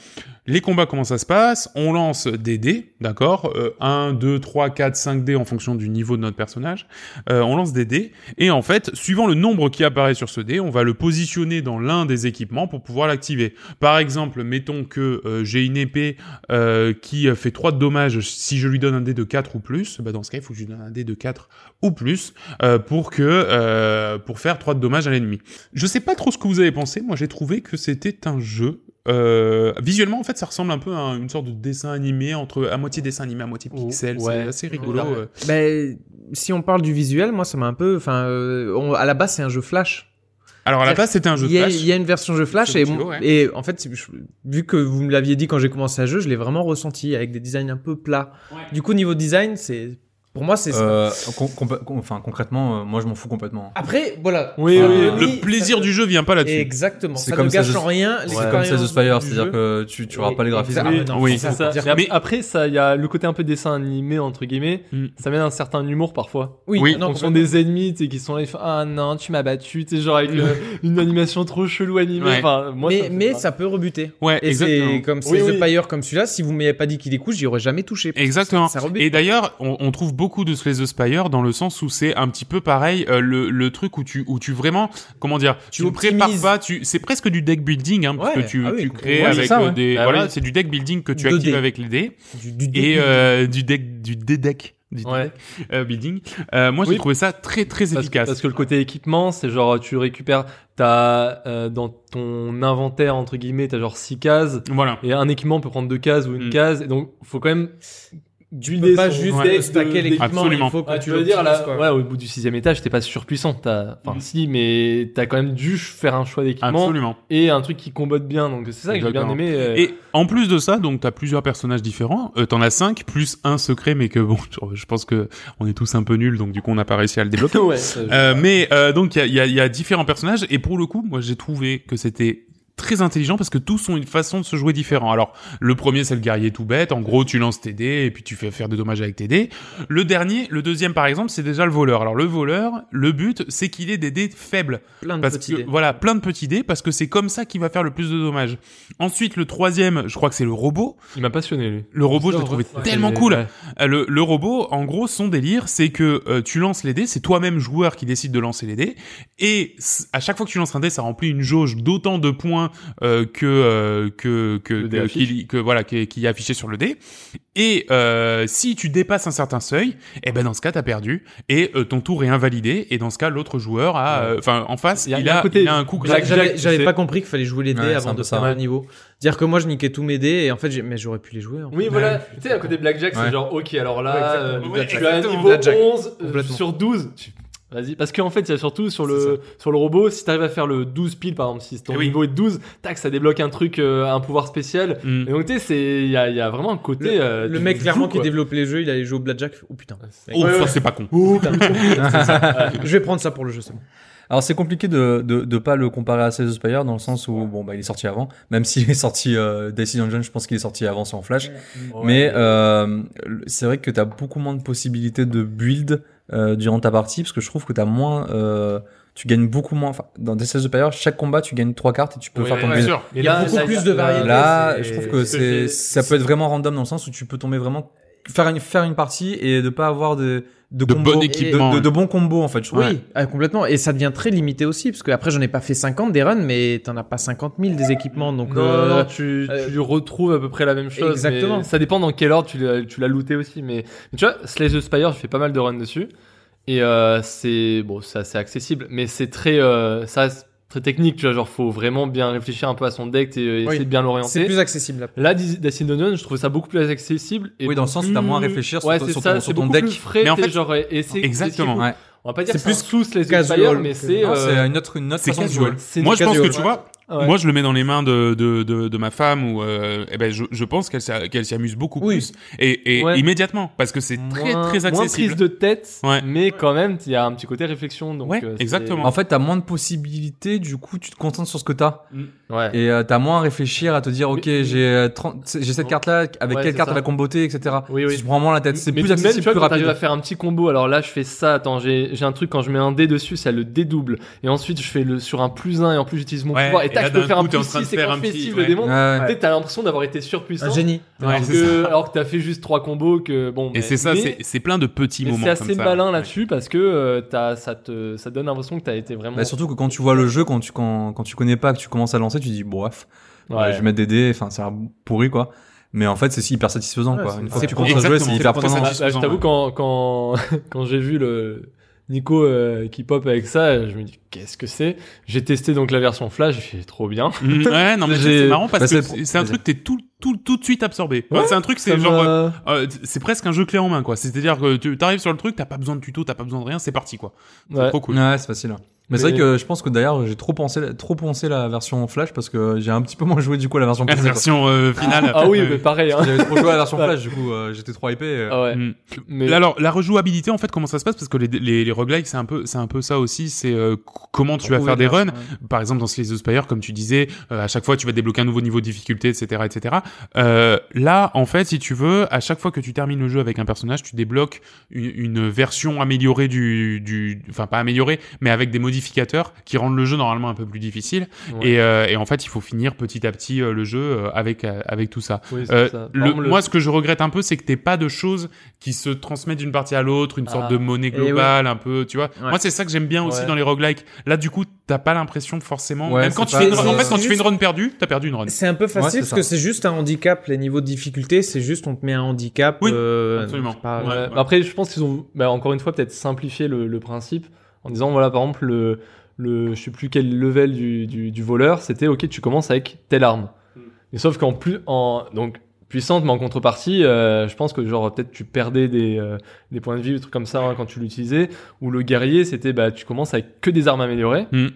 Les combats, comment ça se passe On lance des dés, d'accord Euh, 1, 2, 3, 4, 5 dés en fonction du niveau de notre personnage. Euh, on lance des dés, et en fait, suivant le nombre qui apparaît sur ce dé, on va le positionner dans l'un des équipements pour pouvoir l'activer. Par exemple, mettons que euh, j'ai une épée euh, qui euh, fait 3 de dommages si je lui donne un dé de 4 ou plus. Bah dans ce cas, il faut que je lui donne un dé de 4 ou plus euh, pour que euh, pour faire 3 de dommages à l'ennemi. Je sais pas trop ce que vous avez pensé. Moi, j'ai trouvé que c'était un jeu. euh, visuellement, en fait, ça ressemble un peu à une sorte de dessin animé entre à moitié dessin animé, à moitié
Oh,
pixel.
ouais.
c'est assez rigolo.
Ouais.
euh.
Ben, si on parle du visuel, moi ça m'a un peu. Enfin, euh, on- à la base c'est un jeu Flash.
Alors à la
C'est-à-dire
base, c'était un jeu
Il
de
y, a,
flash.
il y a une version jeu Flash et,
Sur Tilo,
mon-
ouais.
et en fait, je- vu que vous me l'aviez dit quand j'ai commencé à jouer, je l'ai vraiment ressenti avec des designs un peu plats. Du coup, niveau design, c'est pour moi c'est. ça.
Euh, con- compa- con- enfin, concrètement, euh, moi, je m'en fous complètement.
Après, voilà.
Oui,
Enfin,
oui,
Le plaisir
ça-
du jeu vient pas là-dessus.
Exactement.
C'est
Ça
comme
ne gâche
Slay the-
en rien.
C'est
l'expérience
comme Slay the Spire,
du
c'est-à-dire
jeu.
que tu, tu auras
Et-
pas les graphismes.
exactement.
Oui,
Ah, non,
oui.
c'est
C'est ça.
Dire-
Mais ap- Après, ça, il y a le côté un peu dessin animé entre guillemets.
Mm.
Ça mène à un certain humour parfois.
Oui,
Oui,
non,
en fonction
complètement.
des ennemis, tu sais, qui sont là, ils font ah non, tu m'as battu, tu sais, genre avec le- (laughs) une animation trop chelou animée.
Ouais.
Enfin, moi,
mais
ça me fait
mais
pas.
ça peut rebuter.
Ouais,
Et
exactement.
c'est comme
Oui,
Slay
oui.
the Spire comme celui-là. Si vous m'avez pas dit qu'il est cool, j'y aurais jamais touché.
Exactement.
Ça rebute.
Et d'ailleurs, on, on trouve beaucoup de Slay the Spire dans le sens où c'est un petit peu pareil euh, le, le truc où tu où tu vraiment comment dire
Tu
tu ne prépares
optimises.
pas tu c'est presque du deck building hein, parce
Ouais.
que tu,
Ah oui,
tu
com-
crées
ouais, c'est
avec
ça,
euh,
ouais.
des
Bah
voilà
ouais.
c'est du deck building que tu
2D.
actives avec les dés
Du, du
et
début.
euh, du deck du dé deck du
Ouais.
deck, euh, building. Euh, moi j'ai
Oui.
trouvé ça très très
Parce,
efficace.
parce que le côté équipement, c'est genre tu récupères t'as euh, dans ton inventaire entre guillemets, t'as genre six cases
Voilà.
et un équipement peut prendre deux cases ou une
Mm.
case et donc faut quand même
tu peux pas juste
ouais.
euh, stacker l'équipement.
Absolument.
Il faut que
Ouais,
tu
Ah, tu veux dire
l'optimises,
là,
quoi.
ouais, au bout du sixième étage, t'es pas surpuissant. T'as, enfin,
Mm.
si, mais t'as quand même dû faire un choix d'équipement
Absolument.
et un truc qui combote bien. Donc c'est ça que j'ai bien
Exactement.
aimé. euh,
Et en plus de ça, donc t'as plusieurs personnages différents. Euh, T'en as cinq plus un secret, mais que bon, (laughs) je- je pense que on est tous un peu nuls, donc du coup on n'a pas réussi à le développer.
(laughs) ouais, ça, je-
(laughs) Euh, mais euh, donc il y a, il y a- il y a différents personnages et pour le coup, moi j'ai trouvé que c'était très intelligent parce que tous ont une façon de se jouer différent. Alors le premier c'est le guerrier tout bête, en gros tu lances tes dés et puis tu fais faire des dommages avec tes dés. Le dernier, le deuxième par exemple, c'est déjà le voleur. Alors le voleur, le but c'est qu'il ait des dés faibles
plein de
parce
petites
que
idées.
voilà, plein de petits dés parce que c'est comme ça qu'il va faire le plus de dommages. Ensuite le troisième, je crois que c'est le robot.
il m'a passionné lui.
Le robot, je l'ai
Ouais,
trouvé
ouais.
tellement
Et-
cool.
ouais.
Euh, Le, le robot, en gros, son délire, c'est que euh, tu lances les dés, c'est toi-même joueur qui décide de lancer les dés, et s- à chaque fois que tu lances un dé, ça remplit une jauge d'autant de points euh, que, euh, que que
Le dé
que-
affiche.
qu'il- que voilà qui est, qui est affiché sur le dé. Et euh, si tu dépasses un certain seuil, eh ben dans ce cas t'as perdu et euh, ton tour est invalidé. Et dans ce cas l'autre joueur a, euh, enfin en face,
Il y a-
il,
il y a un
a,
côté
il a un coup.
Black-
gratuit.
Blackjack,
J'avais
tu
j'avais
sais.
pas compris qu'il fallait jouer les dés
Ouais, c'est
avant
un
de
peu
faire
ça.
le niveau. Dire que moi je niquais tous mes dés et en fait j'ai- mais j'aurais pu les jouer. hein. en fait.
Oui, voilà. Tu sais, à côté Blackjack,
Ouais.
c'est genre, ok, alors là,
Ouais, exactement.
euh,
Ouais,
tu as un
exactement.
niveau
Blackjack.
11 euh,
Complètement.
sur 12. Tu- Vas-y. Parce qu'en fait, il y a surtout sur le, sur le robot, si t'arrives à faire le 12 pile, par exemple, si ton
Eh oui.
niveau est 12, tac, ça débloque un truc, euh, un pouvoir spécial.
Mm.
Et donc, tu sais, c'est- il y a, il y a vraiment un côté. euh,
Le
du-
mec
du
clairement
fou,
qui
quoi.
développait les jeux, il allait jouer au blackjack. Oh putain.
Oh,
Ouais,
ça
ouais.
c'est pas con.
Je vais prendre ça pour le jeu, c'est bon.
Alors c'est compliqué de, de de pas le comparer à Slay the Spire dans le sens où bon bah il est sorti avant, même s'il est sorti euh, Destiny Dungeon, je pense qu'il est sorti avant sur Flash. Mais euh, c'est vrai que t'as beaucoup moins de possibilités de build euh, durant ta partie parce que je trouve que t'as moins, euh, tu gagnes beaucoup moins. Enfin, dans Death of the Pyre, chaque combat tu gagnes trois cartes et tu peux
Ouais,
faire ton
ouais,
Bien
build.
sûr.
Et
Il y a
là,
beaucoup
là,
plus
il y
de
a-
variétés.
Ah, Là,
c'est-
je trouve que
ce que
c'est,
j'ai-
ça peut être vraiment random dans le sens où tu peux tomber vraiment faire une faire une partie et de pas avoir de de,
De
combos-
bon
de,
équipement.
de- de bons combos en fait. Je trouve.
Oui, ah, complètement. Et ça devient très limité aussi, parce que après j'en ai pas fait 50 des runs, mais t'en as pas 50 000 des équipements, donc.
Non,
euh,
non, non, tu,
euh,
tu retrouves à peu près la même chose.
Exactement.
mais Ça dépend dans quel ordre tu l'as, tu l'as looté aussi. Mais, mais tu vois, Slay the Spire, je fais pas mal de runs dessus. Et euh, c'est bon, ça c'est accessible, mais c'est très, euh, ça c'est très technique. Tu vois, genre faut vraiment bien réfléchir un peu à son deck et euh,
Oui.
essayer de bien
C'est
l'orienter.
plus accessible. après.
Là, Dis- Destiny Dungeon, je trouve ça beaucoup plus accessible. Et
Oui, dans le sens où t'as moins à
plus-
réfléchir sur
ouais,
ton-
c'est
sur
ça,
ton-
c'est
sur ton
beaucoup
deck.
Plus frais,
Mais en
t'es
fait-
genre, et- et c'est-
Exactement.
c'est-
Ouais.
On va pas dire
C'est
c'est
plus
plus sous Slay the
casual
Spire, mais
que-
c'est.
Non,
euh,
c'est une autre une autre
C'est
façon de
casual.
jouer.
c'est
Moi,
du
je pense que
casual.
tu vois,
Ouais.
moi je le mets dans les mains de de, de, de ma femme ou euh, eh ben je, je pense qu'elle s'a- qu'elle s'y amuse beaucoup
Oui.
plus et, et
Ouais.
immédiatement parce que c'est très
moins-
très
moins
accessible.
prise de tête,
Ouais.
mais quand même, il y a un petit côté réflexion. Donc,
Ouais,
euh, c'est-
exactement.
En fait, t'as moins de possibilités, du coup, tu te concentres sur ce que t'as.
Ouais.
Et euh, t'as moins à réfléchir, à te dire, ok,
Mais-
j'ai euh, 30 j'ai cette
Ouais.
carte-là, avec
Ouais,
quelle
c'est
carte
ça.
elle va comboter, etc.
Oui, oui.
Tu te prends moins la tête, c'est
Mais
plus
même, tu
accessible,
vois,
plus
quand t'arrives à
rapide.
faire un petit combo, alors là, je fais ça. Attends, j'ai j'ai un truc quand je mets un dé dessus, ça le dédouble. Et ensuite, je fais le sur un plus 1 et en plus, j'utilise mon
Ouais,
pouvoir. Et,
et
tac,
là,
je peux
d'un
faire
coup,
un
t'es en
plus
train de
6 et
faire
quand
un
je fais
petit,
6 le
ouais.
démon,
Ouais. Ah,
peut-être t'as l'impression d'avoir été surpuissant.
Un génie.
Ouais,
alors,
c'est
que, alors que t'as fait juste trois combos que bon.
Et
mais-
c'est ça,
mais-
c'est c'est plein de petits
mais
moments
C'est assez
comme ça.
malin
Ouais.
là-dessus parce que euh, t'as- ça te ça donne l'impression que t'as été vraiment.
Bah, surtout que quand tu vois le jeu, quand tu, quand, quand tu connais pas, que tu commences à lancer, tu dis, bref, euh, je vais mettre des dés, enfin, ça a pourri, quoi. Mais en fait, c'est hyper satisfaisant,
Ouais,
quoi.
c'est-
Une fois
c'est
que tu
pour-
commences à jouer, c'est
exactement, c'est
hyper
pour ça
prenant.
Bah,
Petit
bah, je
soufflant,
t'avoue
ouais.
quand quand (laughs) quand j'ai vu le Nico euh, qui pop avec ça, euh, je me dis qu'est-ce que c'est J'ai testé donc la version Flash, j'ai fait trop bien.
Mm, (laughs) ouais, non mais
J'ai-
c'est marrant parce
Bah,
que
c'est-
c'est- c'est un
vas-y.
truc t'es tout tout tout de suite absorbé. Enfin, c'est un truc
Ça
c'est genre
m'a-
euh, c'est presque un jeu clé en main quoi. C'est-à-dire que tu t'arrives sur le truc, t'as pas besoin de tuto, t'as pas besoin de rien, c'est parti quoi. C'est
Ouais.
trop cool.
Ouais, c'est facile. Mais, c'est
Mais-
vrai que je pense que d'ailleurs, j'ai trop pensé, trop pensé la version flash parce que j'ai un petit peu moins joué, du coup, à la version
La
PC. quoi.
version euh, finale.
Ah oui,
Euh,
mais pareil.
(laughs)
Hein.
J'avais trop joué à la version
Ouais.
flash, du coup, euh, j'étais trop hypé. euh.
Ah ouais.
Mm.
Mais
Alors la rejouabilité en fait comment ça se passe parce que les les, les roguelikes c'est un peu c'est un peu ça aussi c'est euh, c- comment tu vas faire des runs par exemple dans Slay the Spire comme tu disais euh, à chaque fois tu vas débloquer un nouveau niveau de difficulté etc etc Euh, là en fait si tu veux à chaque fois que tu termines le jeu avec un personnage tu débloques une, une version améliorée du du enfin pas améliorée mais avec des modificateurs qui rendent le jeu normalement un peu plus difficile
Ouais.
et, euh, et en fait il faut finir petit à petit euh, le jeu euh, avec euh, avec tout ça
oui, c'est
euh,
ça. Par
le-
exemple, le-
Moi, ce que je regrette un peu, c'est que t'aies pas de choses qui se transmettent d'une partie à l'autre, une sorte
Ah.
de monnaie
Et
globale, un peu, tu vois.
Ouais.
Moi, c'est ça que j'aime bien aussi
Ouais.
dans les roguelikes. Là, du coup, t'as pas l'impression forcément.
Ouais,
même quand tu
c'est pas-
fais une...
c'est-
En fait, quand
c'est
tu fais une
juste-
run perdue, t'as perdu une
(laughs)
run.
C'est un peu
Ouais, c'est
facile parce
ça.
que c'est juste un handicap. Les niveaux de difficulté, c'est juste on te met un handicap.
Oui,
euh,
absolument.
c'est pas-
Ouais,
Ouais.
mais Bah, Après, je pense qu'ils ont, bah, encore une fois, peut-être simplifié le, le principe en disant, voilà, par exemple, le, le, je sais plus quel level du, du, du voleur, c'était, ok, tu commences avec telle arme.
Hmm.
Mais sauf qu'en plus, en, donc, puissante, mais en contrepartie, euh, je pense que genre, peut-être tu perdais des, euh, des points de vie, des trucs comme ça, hein, quand tu l'utilisais, ou le guerrier, c'était, bah, tu commences avec que des armes améliorées.
Mm.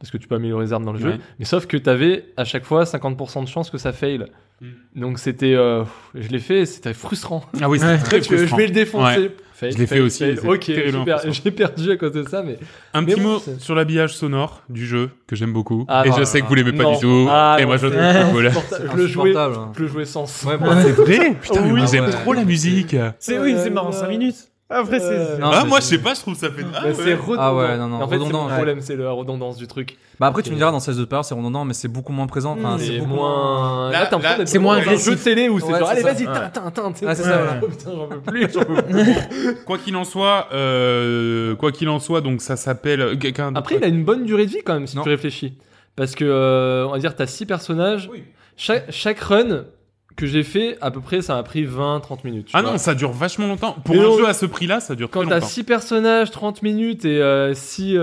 Parce que tu peux améliorer les armes dans le
Ouais.
jeu, mais sauf que t'avais à chaque fois 50% de chance que ça fail.
Mm.
Donc c'était, euh, pff, je l'ai fait, c'était frustrant.
Ah oui, c'est
Ouais.
très
Tu veux, je
frustrant.
vais le défoncer. Fail,
Je l'ai fait
fail,
aussi,
fail.
c'est hein,
Ok,
terriblement
super.
frustrant.
J'ai perdu à côté de
(laughs)
ça, mais.
Un
Mais
petit
bon,
mot
c'est-
sur l'habillage sonore du jeu que j'aime beaucoup.
Ah,
et
non,
je sais que vous l'aimez pas
non.
du tout.
Ah,
et
non,
moi, je
c'est-
trouve ça
(laughs)
cool.
Je le jouais,
Insupportable, hein.
je le jouais sans son.
Ouais, moi, c'est-
Vrai Putain, mais
Oui.
moi, j'aime
Ah ouais.
trop la musique.
C'est
Euh,
oui, c'est marrant,
euh,
5 minutes. Après, c'est.
euh,
Non,
ah,
c'est-
moi, je sais pas, je trouve ça fait. Ah,
Bah, C'est
ouais.
redondant.
Ah ouais, non, non,
Et en fait, c'est
redondant,
mon
ouais.
problème, c'est la redondance du truc.
(laughs) Bah après, tu
Ok.
me diras, dans 16 de Power, c'est redondant, mais c'est beaucoup moins présent. Enfin,
Mm. c'est
Ah, c'est beaucoup
moins.
Là,
Là, t'as l'impression
là,
d'être
c'est moins
dans un jeu de
agressif.
télé où c'est
Ouais,
genre,
c'est
allez,
ça.
vas-y,
Ouais.
tin, tin, tin. tu sais,
Ah, c'est ça, voilà.
Oh, (laughs) putain, j'en peux plus, j'en peux plus.
Quoi qu'il en soit, euh, quoi qu'il en soit, donc ça s'appelle. quelqu'un-
Après, il a une bonne durée de vie quand même, si
Non.
tu réfléchis. Parce que, euh, on va dire, t'as six personnages. Chaque, chaque run que j'ai fait, à peu près, ça m'a pris 20-30 minutes. tu
Ah
vois.
non, ça dure vachement longtemps. Pour
Mais
un
non,
jeu à ce prix-là, ça dure
Quand
très
t'as
longtemps.
6 personnages, 30 minutes et euh, 6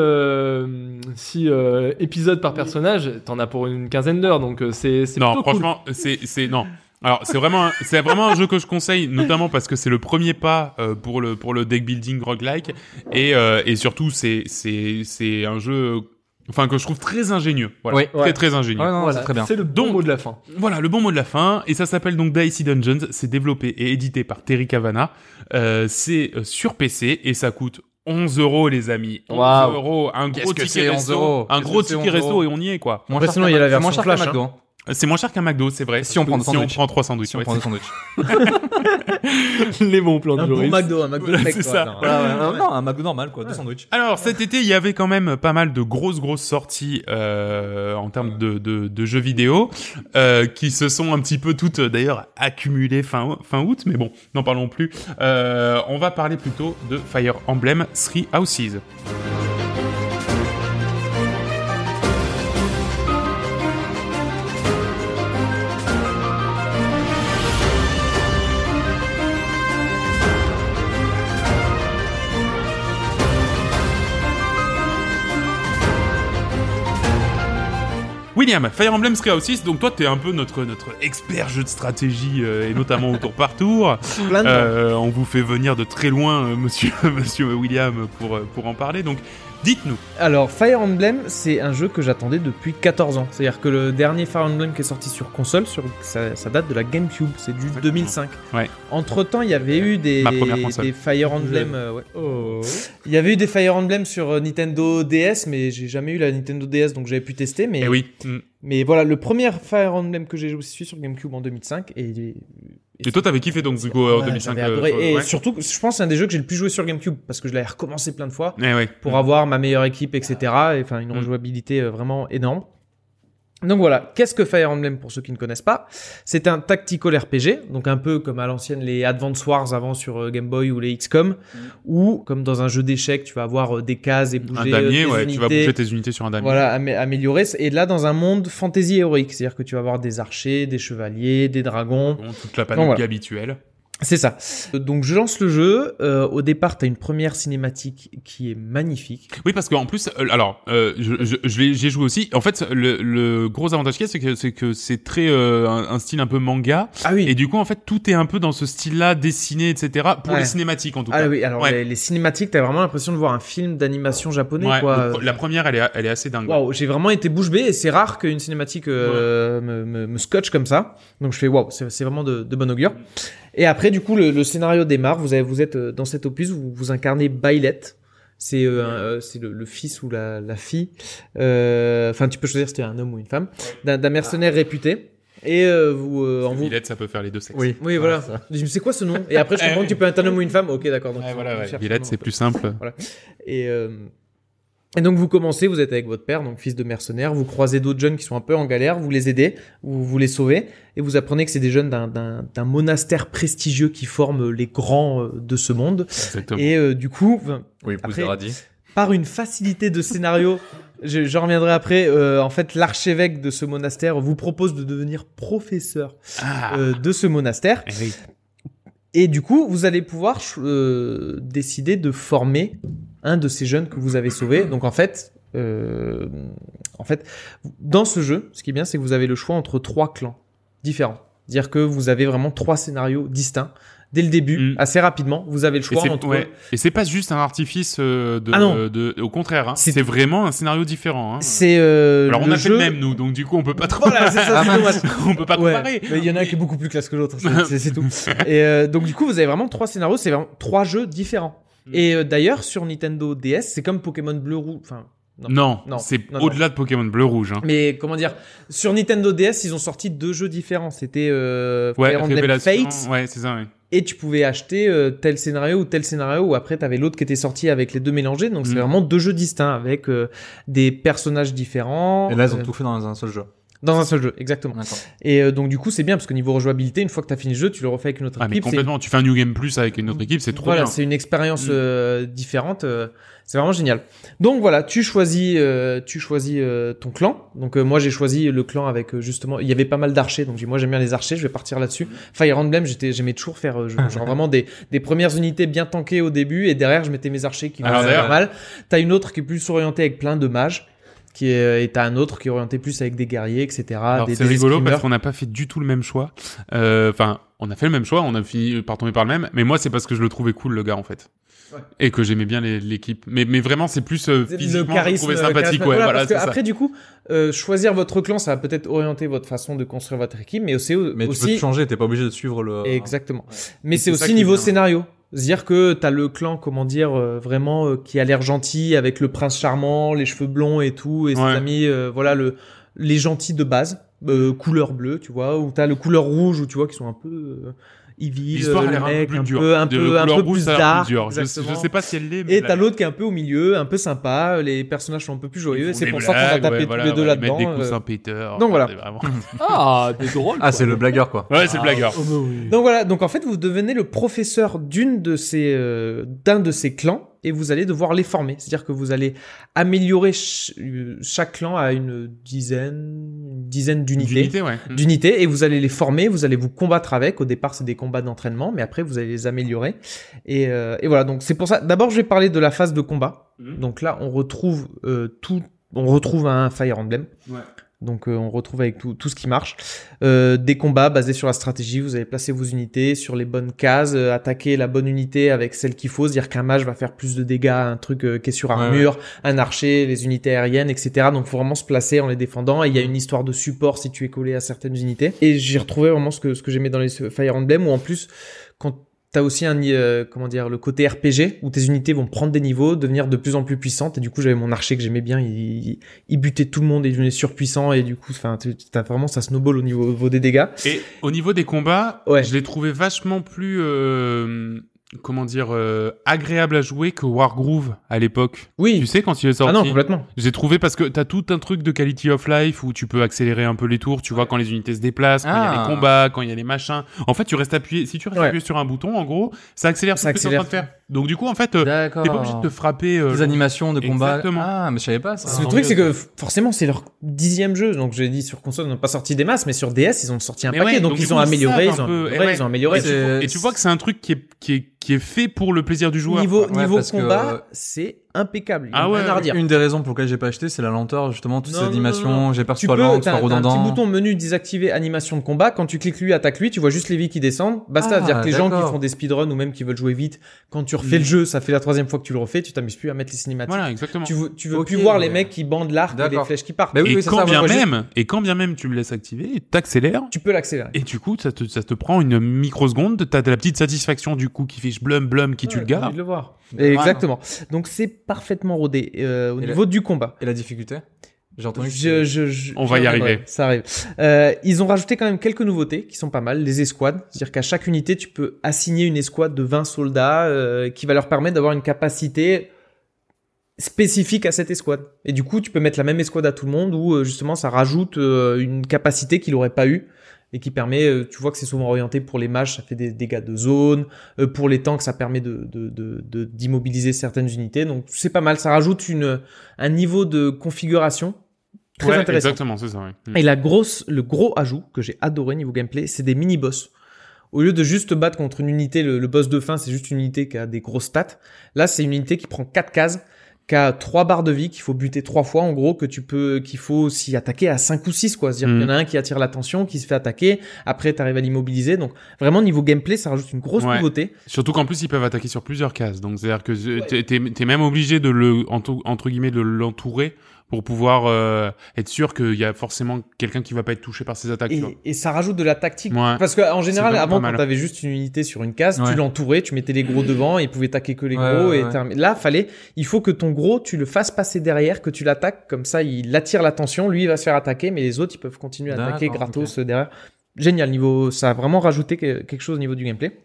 euh, épisodes par personnage, t'en as pour une quinzaine d'heures, donc euh, c'est c'est
Non,
plutôt cool.
franchement, c'est c'est non. Alors c'est vraiment un- c'est vraiment un jeu que je conseille, notamment parce que c'est le premier pas euh, pour le pour le deck building roguelike et euh, et surtout c'est c'est c'est un jeu euh, enfin que je trouve très ingénieux. Voilà,
Ouais,
très
ouais.
très ingénieux.
Ouais, non,
Voilà,
c'est très bien.
C'est le bon
Donc-
mot de
(laughs)
la fin.
Voilà le bon mot de la fin et ça s'appelle donc Dicey Dungeons. C'est développé et édité par Terry Cavana. Euh, c'est euh, sur PC et ça coûte 11 euros les amis. 11
Waouh.
euros, un gros
Qu'est-ce que
ticket
c'est, 11
resto,
euros
un
Qu'est-ce
gros
que c'est,
ticket
11 euros
resto et on y est quoi.
Moins
Après,
cher
sinon,
qu'un-
il y a la
c'est moins cher
version
qu'un
Flash, hein.
McDo, hein.
Euh, C'est moins cher qu'un McDo, c'est vrai.
Si on prend
si on
sandwich.
prend trois sandwichs.
Si on
ouais,
prend des sandwichs.
Les bons plans de
Un bon
Joris.
McDo, un McDo
Voilà,
de mec,
(laughs) c'est
quoi.
ça.
Ah, Non,
Voilà, ouais, un- Ah, Non, un McDo normal, quoi, deux sandwichs.
Alors cet été, il y avait quand même pas mal de grosses grosses sorties euh, en termes de, de, de jeux vidéo euh, qui se sont un petit peu toutes euh, d'ailleurs accumulées fin fin août. Mais bon, n'en parlons plus. Euh, on va parler plutôt de Fire Emblem Three Houses. William, Fire Emblem Three Houses. Donc toi, t'es un peu notre notre expert jeu de stratégie euh, et notamment au tour par (laughs) tour.
Plein de
Euh, on vous fait venir de très loin, euh, monsieur (laughs) monsieur William, pour euh, pour en parler. Donc dites-nous.
Alors, Fire Emblem, c'est un jeu que j'attendais depuis 14 ans. C'est-à-dire que le dernier Fire Emblem qui est sorti sur console, sur, ça, ça date de la GameCube, c'est du 2005.
Ouais.
Entre temps, il y avait eu des,
Ma première console.
des Fire Emblem. euh, ouais.
Oh.
(laughs) Il y avait eu des Fire Emblem sur euh, Nintendo DS, mais j'ai jamais eu la Nintendo DS, donc j'avais pu tester. Mais,
Eh oui. Mm.
mais voilà, le premier Fire Emblem que j'ai joué c'est celui sur GameCube en 2005, et, il est-
Et toi, t'avais kiffé donc du coup en
Ouais,
2005.
j'avais
euh,
adoré.
toi,
Et
ouais.
surtout, je pense que c'est un des jeux que j'ai le plus joué sur GameCube parce que je l'avais recommencé plein de fois
Eh ouais.
pour avoir ma meilleure équipe, etc. Et, Enfin, une
Mm.
rejouabilité euh, vraiment énorme. Donc voilà, qu'est-ce que Fire Emblem pour ceux qui ne connaissent pas C'est un tactical RPG, donc un peu comme à l'ancienne les Advance Wars avant sur euh, Game Boy ou les XCOM, ou comme dans un jeu d'échecs, tu vas avoir euh, des cases et
Mm. un
bouger euh,
damier, ouais,
tes
tu vas
unités.
bouger tes unités sur un damier.
Voilà, amé- améliorer. Et là, dans un monde fantasy héroïque, c'est-à-dire que tu vas avoir des archers, des chevaliers, des dragons,
Bon, toute la panoplie
Donc, voilà.
habituelle.
c'est ça. Euh, Donc je lance le jeu. Euh, au départ, t'as une première cinématique qui est magnifique.
Oui, parce qu'en plus, euh, alors, euh, je, je, je l'ai- j'ai joué aussi. En fait, le, le gros avantage qu'il y a, c'est que c'est que c'est très euh, un, un style un peu manga,
Ah oui.
et du coup, en fait, tout est un peu dans ce style-là, dessiné, etc. Pour
Ouais.
les cinématiques, en tout cas.
Ah oui. Alors
Ouais.
les, les cinématiques, t'as vraiment l'impression de voir un film d'animation japonais,
Ouais,
quoi. Euh,
le- la première, elle est, elle est assez dingue.
Waouh, j'ai vraiment été bouche bée et c'est rare qu'une cinématique euh, me, me, me scotche comme ça. Donc je fais waouh, c'est c'est vraiment de, de bon augure. Et après, du coup, le, le scénario démarre. Vous, avez, vous êtes euh, dans cet opus, vous, vous incarnez Bailet. C'est euh, un, euh, c'est le, le fils ou la, la fille. euh, Enfin, tu peux choisir si tu es un homme ou une femme. D'un
Ah.
d'un mercenaire réputé. Et euh, vous, euh, en vous.
Villette, ça peut faire les deux sexes.
Oui, oui, voilà. Je me dis, C'est quoi ce nom Et
(laughs)
après, je comprends que tu peux être un homme ou une femme. Ok, d'accord. donc
Ouais,
ils
Eh voilà,
ont- ils
ouais.
cherchent un
Villette,
nom,
c'est
en fait.
plus simple.
Et, euh, et donc vous commencez, vous êtes avec votre père, donc fils de mercenaire, vous croisez d'autres jeunes qui sont un peu en galère, vous les aidez, vous, vous les sauvez, et vous apprenez que c'est des jeunes d'un- d'un d'un monastère prestigieux qui forme les grands euh, de ce monde.
Exactement.
Et euh, du coup, v-
Oui,
Après-
Bouzeradi.
par une facilité de scénario, (laughs) je- j'en reviendrai après, euh, en fait l'archevêque de ce monastère vous propose de devenir professeur
Ah.
euh, de ce monastère.
Eh oui.
Et du coup, vous allez pouvoir euh, décider de former un de ces jeunes que vous avez sauvé. Donc en fait, euh, en fait, dans ce jeu, ce qui est bien, c'est que vous avez le choix entre trois clans différents. Dire que vous avez vraiment trois scénarios distincts dès le début,
Mm.
assez rapidement. Vous avez le
Et
choix
c'est
entre.
ouais. Et c'est pas juste un artifice euh, de,
Ah non.
de- au contraire, hein.
C'est-
c'est vraiment un scénario différent. Hein.
C'est euh,
Alors on
le
a fait
jeu...
le même nous, donc du coup on peut pas trop,
Voilà, c'est ça, c'est dommage.
(laughs) on peut pas
Ouais,
comparer.
mais il y en a un qui est beaucoup plus classe que l'autre, c'est- c'est
(laughs)
c'est tout. Et euh, donc du coup, vous avez vraiment trois scénarios, c'est vraiment trois jeux différents.
Mm.
Et euh, d'ailleurs, sur Nintendo DS, c'est comme Pokémon Bleu Rouge. Enfin, non.
Non,
Non,
c'est
non, non.
au-delà de Pokémon Bleu Rouge. Hein.
Mais comment dire Sur Nintendo DS, ils ont sorti deux jeux différents. C'était euh,
Ouais,
Fire Emblem
révélation.
Fates
Ouais, c'est ça. Ouais.
et tu pouvais acheter euh, tel scénario ou tel scénario ou après t'avais l'autre qui était sorti avec les deux mélangés. Donc c'est
Mm.
vraiment deux jeux distincts avec euh, des personnages différents.
Et là, ils ont
Euh,
tout fait dans un seul jeu.
Dans un seul jeu, exactement.
D'accord.
Et euh, donc du coup, c'est bien parce que niveau rejouabilité, une fois que t'as fini le jeu, tu le refais avec une autre
Ah, mais
équipe. c'est-
complètement. Tu fais un New Game Plus avec une autre équipe, c'est trop
voilà,
bien.
c'est une expérience
Mm.
euh, différente. euh, c'est vraiment génial. Donc voilà, tu choisis, euh, tu choisis euh, ton clan. Donc euh, moi j'ai choisi le clan avec euh, justement, il y avait pas mal d'archers. Donc j'ai dit, moi j'aime bien les archers, je vais partir
Mm.
là-dessus. Fire Emblem, j'étais, j'aimais toujours faire euh, je- genre vraiment des, des premières unités bien tankées au début et derrière je mettais mes archers qui
Alors,
faisaient
d'ailleurs-
mal. T'as une autre qui est plus orientée avec plein de mages. Qui est, et t'as un autre qui est orienté plus avec des guerriers, etc.
Alors
des-
c'est
des
rigolo
escrimeurs.
parce qu'on n'a pas fait du tout le même choix. Euh, Enfin, on a fait le même choix, on a fini par tomber par le même. Mais moi, c'est parce que je le trouvais cool le gars en fait, et que j'aimais bien les- l'équipe. Mais mais vraiment, c'est plus euh,
le
physiquement, je le
charisme
trouvais sympathique.
charisme-
Ouais,
voilà,
voilà,
parce que
c'est ça.
après du coup euh, choisir votre clan ça va peut-être orienter votre façon de construire votre équipe mais aussi
Mais tu peux
aussi
te changer, t'es pas obligé de suivre le.
exactement
Ouais.
mais
euh, Et
c'est
c'est ça
aussi
qui est
niveau
bien.
scénario c'est-à-dire que t'as le clan comment dire euh, vraiment euh, qui a l'air gentil avec le prince charmant les cheveux blonds et tout et ses
Ouais.
amis euh, voilà le les gentils de base euh, couleur bleue tu vois ou t'as le couleur rouge ou tu vois qui sont un peu euh, evil,
L'histoire a
euh, le
l'air un peu
mec,
plus
un
dure.
peu un
De
peu un
couleur
peu
rouge,
plus
ça a l'air
dark
plus dur. Je, je
exactement.
sais pas si elle l'est. mais
Et
là-
t'as l'autre qui est un peu au milieu, un peu sympa, les personnages sont un peu plus joyeux,
ils font
c'est
des
pour ça qu'on a
blagues,
tapé
ouais,
tous
voilà,
les deux
ouais, ils mettent
là-dedans.
des
euh.
coussins péteurs.
Donc voilà. Ah,
C'est vraiment-
Ah, oh, bah t'es drôle.
Ah, c'est le blagueur quoi.
Ouais, c'est le blagueur.
Donc voilà, donc en fait vous devenez le professeur d'une de ces, euh, d'un de ces clans et vous allez devoir les former. C'est-à-dire que vous allez améliorer ch- euh, chaque clan à une dizaine, une dizaine d'unités.
D'unité, ouais.
d'unités et vous allez les former, vous allez vous combattre avec. Au départ, c'est des combats d'entraînement, mais après, vous allez les améliorer. Et, euh, et voilà, donc c'est pour ça. D'abord, je vais parler de la phase de combat.
Mhm.
Donc là, on retrouve euh, tout, on retrouve un Fire Emblem.
Ouais.
Donc euh, on retrouve avec tout, tout ce qui marche. Euh, des combats basés sur la stratégie, vous allez placer vos unités sur les bonnes cases, euh, attaquer la bonne unité avec celle qu'il faut, c'est-à-dire qu'un mage va faire plus de dégâts à un truc euh, qui est sur
Ouais,
armure, un archer, les unités aériennes, etc. Donc faut vraiment se placer en les défendant. Et il y a une histoire de support si tu es collé à certaines unités. Et j'ai retrouvé vraiment ce que ce que j'aimais dans les Fire Emblem où en plus quand T'as aussi un euh, comment dire le côté RPG où tes unités vont prendre des niveaux, devenir de plus en plus puissantes. Et du coup, j'avais mon archer que j'aimais bien. Il, il- il butait tout le monde et il devenait surpuissant. Et du coup, enfin, tu- t'as vraiment ça snowball au niveau, au niveau des dégâts.
Et au niveau des combats,
Ouais.
je l'ai trouvé vachement plus, euh, comment dire, euh, agréable à jouer que Wargroove à l'époque. Tu
Oui.
sais, quand il est
Ah
sorti.
non, complètement.
J'ai trouvé parce que t'as tout un truc de quality of life où tu peux accélérer un peu les tours, tu vois, quand les unités se déplacent, quand il y a
Ah.
les combats, quand il y a les machins. En fait, tu restes appuyé, si tu restes
Ouais.
appuyé sur un bouton, en gros, ça accélère
Ça
tout ce que t'es en train de faire. Donc, du coup, en fait, euh,
D'accord.
t'es pas obligé de te frapper. euh,
Des animations de combat.
Exactement.
Ah, mais je savais pas ça.
Le truc, c'est que f- forcément, c'est leur dixième jeu. Donc, j'ai dit sur console, ils n'ont pas sorti des masses, mais sur DS, ils ont sorti un
Mais
paquet.
ouais,
donc,
donc, du
ils
coup,
ont
ils
amélioré,
savent
ils
un
ont
peu.
amélioré,
Et ouais.
ils ont amélioré.
Et tu-
Et tu vois que c'est un truc qui est, qui est, qui est fait pour le plaisir du joueur.
niveau
Ouais,
niveau
parce que-
combat, c'est impeccable. Il y a
Ah ouais,
rien à redire.
Une des raisons pour lesquelles j'ai pas acheté, c'est la lenteur, justement, toutes
Non,
ces
non, non,
animations. J'ai peur que
Tu
ce soit
peux,
lent, que ce
t'as
soit
t'as un petit
redondant.
bouton menu désactiver animation de combat. Quand tu cliques lui, attaque lui, tu vois juste les vies qui descendent. Basta,
Ah,
c'est-à-dire que les gens qui
d'accord. Mm.
font des speedruns ou même qui veulent jouer vite, quand tu refais le jeu, ça fait la troisième fois que tu le refais, tu t'amuses plus à mettre les cinématiques.
Voilà, exactement.
Tu veux, tu veux
Ok,
plus voir les
mais-
mecs qui bandent l'arc et les
D'accord.
flèches qui partent.
Bah oui,
et,
oui, c'est
quand
ça.
bien
moi, j'ai-
même, et quand bien même tu le laisses activer, t'accélères,
Tu peux l'accélérer.
et du coup, ça te, ça te prend une microseconde, t'as la petite satisfaction du coup qui fiche blum blum qui tue le
Ouais,
gars.
j'ai envie de le voir.
Ouais,
Exactement. Donc c'est parfaitement rodé euh, au
Et
niveau du combat.
Et la difficulté J'ai entendu. que-
Je- je- je-
On va y
j'y
arriver.
reviendrai, Ça arrive. Euh, ils ont rajouté quand même quelques nouveautés qui sont pas mal. Les escouades, c'est-à-dire qu'à chaque unité, tu peux assigner une escouade de 20 soldats euh, qui va leur permettre d'avoir une capacité spécifique à cette escouade. Et du coup, tu peux mettre la même escouade à tout le monde où euh, justement ça rajoute euh, une capacité qu'il n'aurait pas eu et qui permet, euh, tu vois que c'est souvent orienté pour les mages, ça fait des dégâts de zone, euh, pour les tanks, ça permet de de- de- de- d'immobiliser certaines unités, donc c'est pas mal, ça rajoute une, un niveau de configuration très
Ouais,
intéressant.
Exactement, c'est ça. ouais. Mm.
Et la grosse, le gros ajout que j'ai adoré niveau gameplay, c'est des mini-boss. Au lieu de juste te battre contre une unité, le, le boss de fin, c'est juste une unité qui a des grosses stats. Là, c'est une unité qui prend quatre cases, qui a trois barres de vie, qu'il faut buter trois fois, en gros, que tu peux, qu'il faut s'y attaquer à cinq ou six, quoi. C'est-à-dire
Mhm.
qu'il y en a un qui attire l'attention, qui se fait attaquer. Après, t'arrives à l'immobiliser. Donc, vraiment, niveau gameplay, ça rajoute une grosse
Ouais.
nouveauté.
Surtout qu'en plus, ils peuvent attaquer sur plusieurs cases. Donc, c'est-à-dire que euh, t'es- t'es t'es même obligé de le, entou- entre guillemets, de l'entourer pour pouvoir euh, être sûr qu'il y a forcément quelqu'un qui va pas être touché par ses attaques.
Et,
tu vois.
et ça rajoute de la tactique.
Ouais.
Parce que en général,
vraiment
avant,
pas mal.
quand t'avais juste une unité sur une case,
Ouais. Mm.
tu l'entourais, tu mettais les gros devant, et ils pouvaient taquer que les
Ouais,
gros.
ouais,
et
ouais.
terminer. Là, fallait, il faut que ton gros, tu le fasses passer derrière, que tu l'attaques, comme ça, il attire l'attention, lui, il va se faire attaquer, mais les autres, ils peuvent continuer à attaquer
D'accord,
gratos derrière. Génial, niveau, ça a vraiment rajouté que- quelque chose au niveau du gameplay.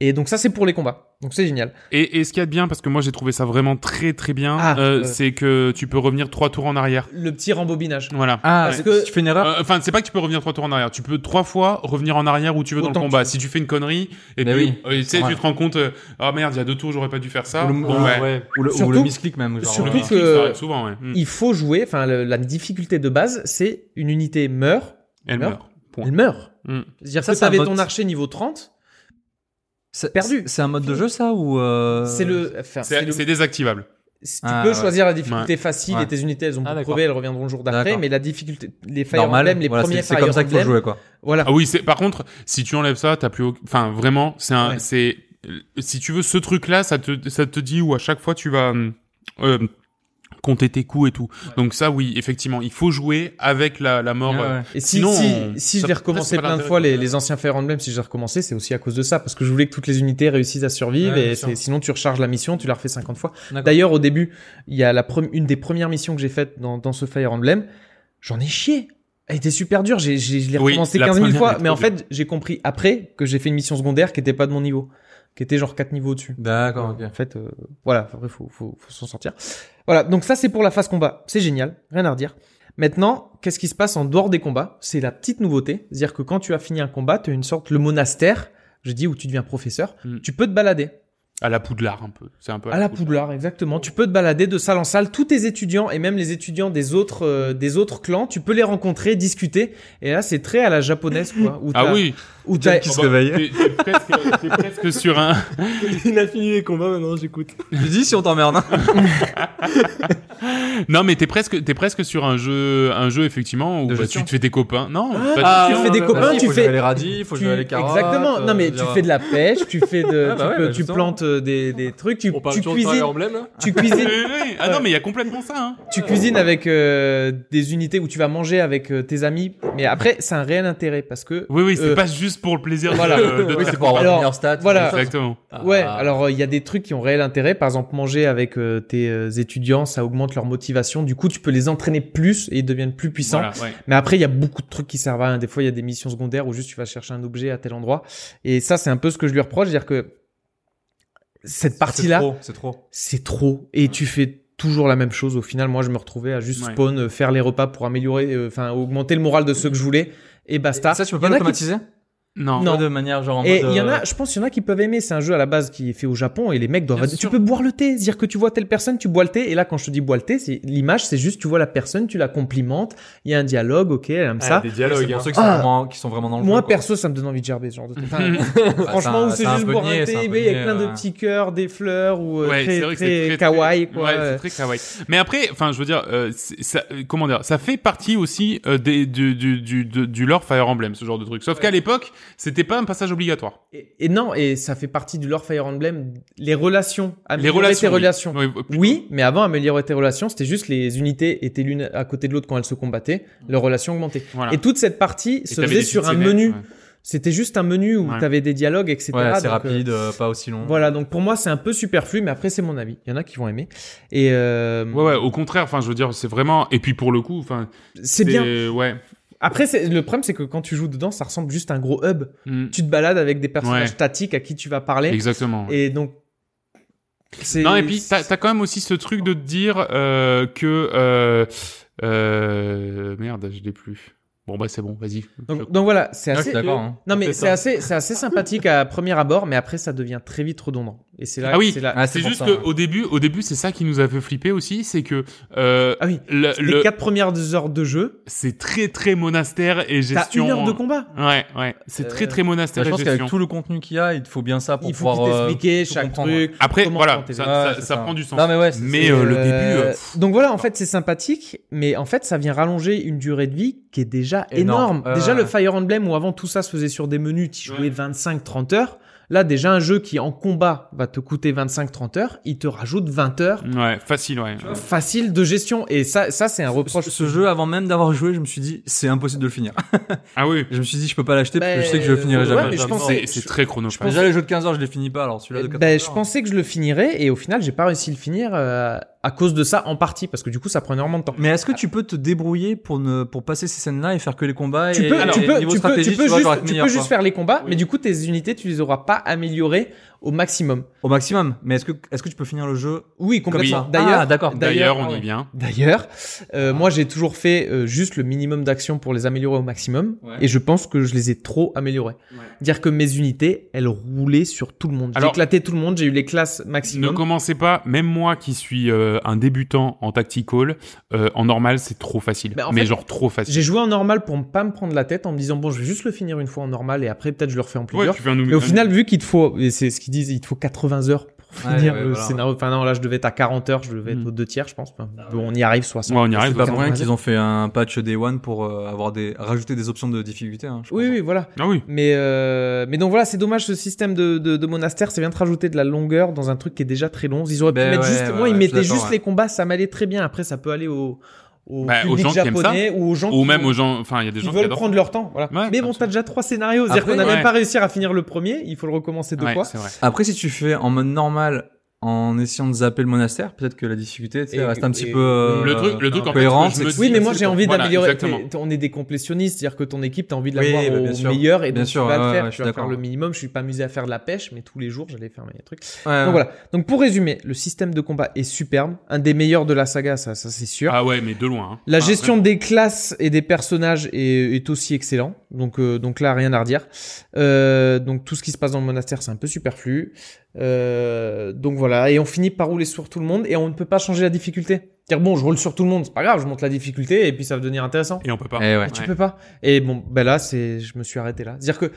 Et donc ça, c'est pour les combats. Donc c'est génial.
Et, et ce qu'il y a de bien, parce que moi j'ai trouvé ça vraiment très très bien,
Ah,
euh,
euh.
c'est que tu peux revenir trois tours en arrière.
Le petit rembobinage.
Voilà.
Ah,
Parce
si
que-
tu fais une erreur.
Euh, Enfin, c'est pas que tu peux revenir trois tours en arrière. Tu peux trois fois revenir en arrière où tu veux dans
Autant
le
que
combat.
tu
Si tu fais une connerie, et
Mais
puis,
oui.
euh, tu sais,
Ouais.
tu te rends compte, euh, ah merde, il y a deux tours, j'aurais pas dû faire ça.
Ou le-
Bon,
ou-
Ah, ouais.
Ou le, ou
Surtout-
le misclick même. genre,
surtout
euh,
Parce
que-
que ça arrive souvent, ouais. Mm.
Il faut jouer. Enfin, le- la difficulté de base, c'est une unité meurt,
Elle
meurt.
meurt.
elle meurt.
Mm.
C'est-à-dire
Ça,
que
c'est un
t'avais
vote.
ton archer niveau 30,
c'est-
perdu.
C'est un mode de jeu ça ou euh,
c'est le. Enfin, c'est
C'est
le-
c'est désactivable.
si tu
Ah,
peux
ouais.
choisir la difficulté facile
Ouais.
et tes unités elles ont
Ah,
prouvé,
d'accord.
elles reviendront le jour d'après,
D'accord.
mais la difficulté, les Fire
normal
Emblem, les
Voilà,
premiers
c'est- C'est
Fire
comme ça qu'il faut
Emblem,
jouer quoi.
Voilà.
Ah oui, c'est par contre, si tu enlèves ça, t'as plus. au- Enfin, vraiment, c'est un,
Ouais.
c'est. Si tu veux ce truc-là, ça te, ça te dit où à chaque fois tu vas hum, euh, compter tes coups et tout. Donc ça, oui, effectivement, il faut jouer avec la, la mort.
Ouais,
euh,
Ah ouais.
Et si,
Sinon,
si,
on-
si je
ça-
l'ai
c'est
recommencé
pas
plein de
l'intérêt
fois,
de-
les, les anciens Fire Emblem, si je l'ai recommencé, c'est aussi à cause de ça, parce que je voulais que toutes les unités réussissent à survivre,
Ouais,
et
bien
c'est-
sûr.
sinon tu recharges la mission, tu la refais 50 fois.
D'accord.
D'ailleurs, au début, il y a la pre- une des premières missions que j'ai faites dans, dans ce Fire Emblem, j'en ai chié. Elle était super dure, j'ai, j'ai- je l'ai
Oui,
recommencé
la
15 000
première
fois,
est
mais
trop
en fait, j'ai compris après que j'ai fait une mission secondaire qui était pas de mon niveau, qui était genre 4 niveaux au-dessus.
D'accord. ok.
En fait, euh, voilà, après, faut, faut, faut s'en sortir. Voilà, donc ça, c'est pour la phase combat. C'est génial, rien à redire. Maintenant, qu'est-ce qui se passe en dehors des combats C'est la petite nouveauté. C'est-à-dire que quand tu as fini un combat, tu as une sorte, le monastère, je dis, où tu deviens professeur,
Mm.
tu peux te balader.
À la poudlard, un peu. C'est un peu
À la Poudlard, exactement. Tu peux te balader de salle en salle. Tous tes étudiants et même les étudiants des autres, euh, des autres clans, tu peux les rencontrer, discuter. Et là, c'est très à la japonaise, quoi. Où
Ah
t'as-
oui, Oh bah,
Où t'as-
Qui se
t'es
réveillait.
t'es presque, t'es presque sur un. (laughs)
Il a fini les combats maintenant, j'écoute.
Je dis si on t'emmerde. hein.
Non, mais t'es presque, t'es presque sur un jeu, un jeu effectivement où
De
bah,
gestion.
tu te fais des copains. Non, pas de
ah,
gestion.
tu fais des
non,
copains,
Vas-y,
tu
faut
fais
gérer les radis, faut gérer les carottes. euh,
Exactement. Non,
euh,
mais tu fais
(laughs)
de la pêche, tu fais de,
Ah bah
tu,
ouais,
peux-
bah
tu
justement.
plantes euh, des, des trucs, tu,
On parle
tu
toujours de Fire
cuisines,
Emblem là
tu cuisines,
Oui, oui. Ah non, mais il y a complètement ça. Hein.
tu cuisines avec euh, des unités où tu vas manger avec euh, tes amis. Mais après, c'est un réel intérêt parce que
Oui, oui, c'est
Euh,
pas juste pour le plaisir. de-
voilà.
de, de
Oui, c'est
faire
pour avoir
Alors,
de meilleurs stats.
voilà.
c'est
Exactement.
Ouais,
Ah.
alors euh, il y a des trucs qui ont réel intérêt. Par exemple, manger avec euh, tes euh, étudiants, ça augmente leur motivation. Du coup, tu peux les entraîner plus et ils deviennent plus puissants.
Voilà, ouais.
Mais après, il y a beaucoup de trucs qui servent à rien. Des fois, il y a des missions secondaires où juste tu vas chercher un objet à tel endroit. Et ça, c'est un peu ce que je lui reproche. C'est-à-dire que cette partie-là,
trop, C'est trop.
c'est trop et tu fais toujours la même chose au final moi je me retrouvais à juste
Ouais.
spawn euh, faire les repas pour améliorer euh, enfin augmenter le moral de ceux que je voulais et basta
Ça, tu peux pas
Ah, Il y en a qui-
l'automatiser
Non.
Non.
De manière genre en
et
mode,
il y en
euh,
a, je pense, qu'il y en a qui peuvent aimer. C'est un jeu à la base qui est fait au Japon et les mecs doivent.
Bien
tu
sûr.
peux boire le thé, dire que tu vois telle personne, tu bois le thé. Et là, quand je te dis bois le thé, c'est l'image, c'est juste tu vois la personne, tu la complimentes, il y a un dialogue, ok, elle aime ça.
des
C'est
dialogues.
pour
hein.
ceux qui sont
Ah.
vraiment- qui sont vraiment dans le
Moi
jeu, quoi.
perso, ça me donne envie de gerber ce genre de truc. Enfin, (laughs)
Bah, c'est
franchement,
un-
ou
c'est
c'est
un euh,
juste
peu
boire un
niais,
thé,
c'est
mais
peu
il y a
niais, hein.
plein de
ouais.
petits cœurs, des fleurs ou euh,
Ouais,
très,
c'est vrai que c'est
très
très,
kawaii quoi.
Ouais, c'est très kawaii. Mais après, enfin, je veux dire, euh, c'est- ça, euh, comment dire, ça fait partie aussi euh, des, du, du, du, de- du lore Fire Emblem, ce genre de truc. Sauf qu'à l'époque, c'était pas un passage obligatoire.
Et, et non, et ça fait partie du lore Fire Emblem, les relations,
Les
améliorer
relations.
tes relations.
Oui,
Oui. mais avant améliorer tes relations, c'était juste les unités étaient l'une à côté de l'autre quand elles se combattaient, leurs relations augmentaient.
Mm. Voilà.
Et toute cette partie
Et
se
t'avais
faisait
des
sur un
petites
menu.
scénettes, ouais.
C'était juste un menu où
Ouais.
t'avais des dialogues, etc.
Ouais, c'est
Donc,
rapide,
euh,
euh, pas aussi long.
voilà, donc pour moi c'est un peu superflu, mais après c'est mon avis. Il y en a qui vont aimer. Et euh,
Ouais, ouais, au contraire, enfin, je veux dire, c'est vraiment. Et puis pour le coup, enfin,
c'est bien.
Ouais.
Après, c'est- le problème c'est que quand tu joues dedans, ça ressemble juste à un gros hub.
Mm.
Tu te balades avec des personnages
Ouais.
statiques à qui tu vas parler.
Exactement.
Et donc. c'est-
Non, et puis, t'as as quand même aussi ce truc de te dire euh, que. Euh, euh, merde, je l'ai plus. Bon, bah, c'est bon, vas-y.
Donc, donc voilà, c'est
Ouais, je
assez.
suis d'accord. hein.
Non mais
C'est
c'est
ça.
assez, c'est assez sympathique à premier abord, mais après ça devient très vite redondant. Et c'est là,
Ah oui.
c'est là.
Ah,
C'est
pour
juste
ça, ouais.
qu'au début, au début, c'est ça qui nous a fait flipper aussi, c'est que euh,
Ah oui.
le,
Les
le-
quatre premières heures de jeu,
c'est très très monastère et
t'as
gestion. hein.
une heure de combat.
Ouais, ouais, c'est très
Euh,
très monastère
Bah, je
et
pense qu'avec
gestion.
tout le contenu qu'il y a, il te faut bien ça pour
Il faut
pouvoir.
qu'il
euh,
t'explique
tout
chaque
comprendre.
truc.
Après,
comment
voilà,
prendre tes
ça,
Ouais,
ça-
c'est
ça
ça.
prend du sens.
Non, mais ouais, c'est-
mais
Et,
euh, le
euh,
début, euh, pff,
donc voilà, en fait, c'est sympathique, mais en fait, ça vient rallonger une durée de vie qui est déjà énorme.
Énorme. Ouais,
déjà,
ouais.
le Fire Emblem, où avant tout ça se faisait sur des menus, tu jouais 25-30 heures. Là, déjà, un jeu qui en combat va te coûter 25-30 heures, il te rajoute 20 heures
ouais, facile, ouais.
facile de gestion. Et ça, ça c'est un
euh,
Ce,
reproche.
ce jeu, avant même d'avoir joué, je me suis dit, c'est impossible de le finir.
Ah oui,
Je me suis dit, je peux pas l'acheter parce que je sais que je le
Ben,
finirai
ouais,
jamais.
mais je
Jamais.
pense
c'est
que-
c'est très chronophage.
Déjà, les jeux de 15 heures, je les finis pas, alors celui-là de hein. 14
Ben,
heures.
je pensais que je le finirais et au final j'ai pas réussi à le finir euh, à cause de ça en partie parce que du coup ça prend énormément de temps.
Mais est-ce que tu peux te débrouiller pour ne pour passer ces scènes-là et faire que les combats
tu
et,
peux,
et
tu peux,
niveau
tu peux,
stratégie,
tu peux
vois, genre
juste,
être
tu
meilleur,
peux
quoi.
juste faire les combats, mais du coup tes unités tu les auras pas pas amélioré au maximum.
Au maximum. Mais est-ce que, est-ce que tu peux finir le jeu
Oui, complètement.
ça.
D'ailleurs,
Ah, d'accord.
D'ailleurs,
ah
on
ouais.
y vient.
D'ailleurs,
Ah.
euh, moi j'ai toujours fait euh, juste le minimum d'actions pour les améliorer au maximum
Ouais.
et je pense que je les ai trop améliorées.
Ouais.
Dire que mes unités, elles roulaient sur tout le monde. J'ai
Alors-
éclaté tout le monde, j'ai eu les classes
Ne
maximum.
commencez pas, même moi qui suis euh, un débutant en tactical, euh, en normal c'est trop facile.
Bah, en
mais
fait,
genre trop facile.
J'ai joué en normal pour ne pas me prendre la tête en me disant bon, je vais juste le finir une fois en normal et après peut-être je le refais en plus
Ouais,
dur.
tu fais un nou-
Mais au
un-
final, vu qu'il te faut, et c'est ce qu'ils disent, il te faut 80 heures pour
Ouais,
finir
ouais, Hmm. Ah
le
voilà.
scénario. Enfin non, là je devais être à 40 heures, je devais être
Mm.
aux deux tiers, je pense. Enfin, bon, on y arrive 60.
Ouais, on y arrive.
C'est pas pour rien
80.
qu'ils ont fait un patch Day One pour euh, avoir des, rajouter des options de difficulté. hein, je
Oui,
pense.
oui, voilà.
Ah oui.
Mais, euh, mais donc voilà, c'est dommage ce système de, de, de monastère, ça vient de rajouter de la longueur dans un truc qui est déjà très long. Ils auraient pu
Ben
mettre
ouais,
juste,
ouais,
moi ils
ouais, je suis
mettaient
d'accord,
juste
ouais.
les combats, ça m'allait très bien. Après ça peut aller au, au
Bah, aux
public
gens qui aiment ça.
japonais ou aux gens
Ou
qui,
même
vont-
aux gens, enfin il y a des
qui
gens qui
veulent
adorent.
prendre leur temps. Voilà.
Ouais,
mais bon,
absolument.
t'as déjà trois scénarios, c'est-à-dire
Après,
qu'on n'a même
ouais.
pas réussi à finir le premier, il faut le recommencer deux
Ouais,
fois.
c'est vrai.
Après, si tu fais en mode normal, en essayant de zapper le monastère, peut-être que la difficulté tu sais,
Et-
reste un
et-
petit peu euh,
Le truc- le truc, en fait,
cohérent,
ce que je me
c'est que
dis-
Oui, mais
c'est-
moi j'ai envie
Voilà,
d'améliorer.
exactement.
t'es- t'es- On est des complétionnistes, c'est-à-dire que ton équipe, t'as envie de la
Oui,
voir
bah,
au
bien sûr.
meilleur et
Bien
donc
sûr,
tu vas
ouais,
le faire.
ouais, je suis
tu vas faire
d'accord.
le minimum. Je suis pas amusé à faire de la pêche, mais tous les jours j'allais faire mes trucs.
Ouais,
Donc voilà. Donc pour résumer, le système de combat est superbe, un des meilleurs de la saga, ça, ça c'est sûr.
Ah ouais, mais de loin. hein.
La
Ah,
gestion des classes et des personnages est, est aussi excellent. Donc, euh, donc là, rien à redire. Euh, donc tout ce qui se passe dans le monastère, c'est un peu superflu. Euh, donc voilà. Et on finit par rouler sur tout le monde et on ne peut pas changer la difficulté. Dire bon, je roule sur tout le monde, c'est pas grave, je monte la difficulté et puis ça va devenir intéressant.
Et on peut pas.
Eh ouais.
Ah, tu
Ouais.
peux pas. Et bon, ben là, c'est, je me suis arrêté là. C'est-à-dire que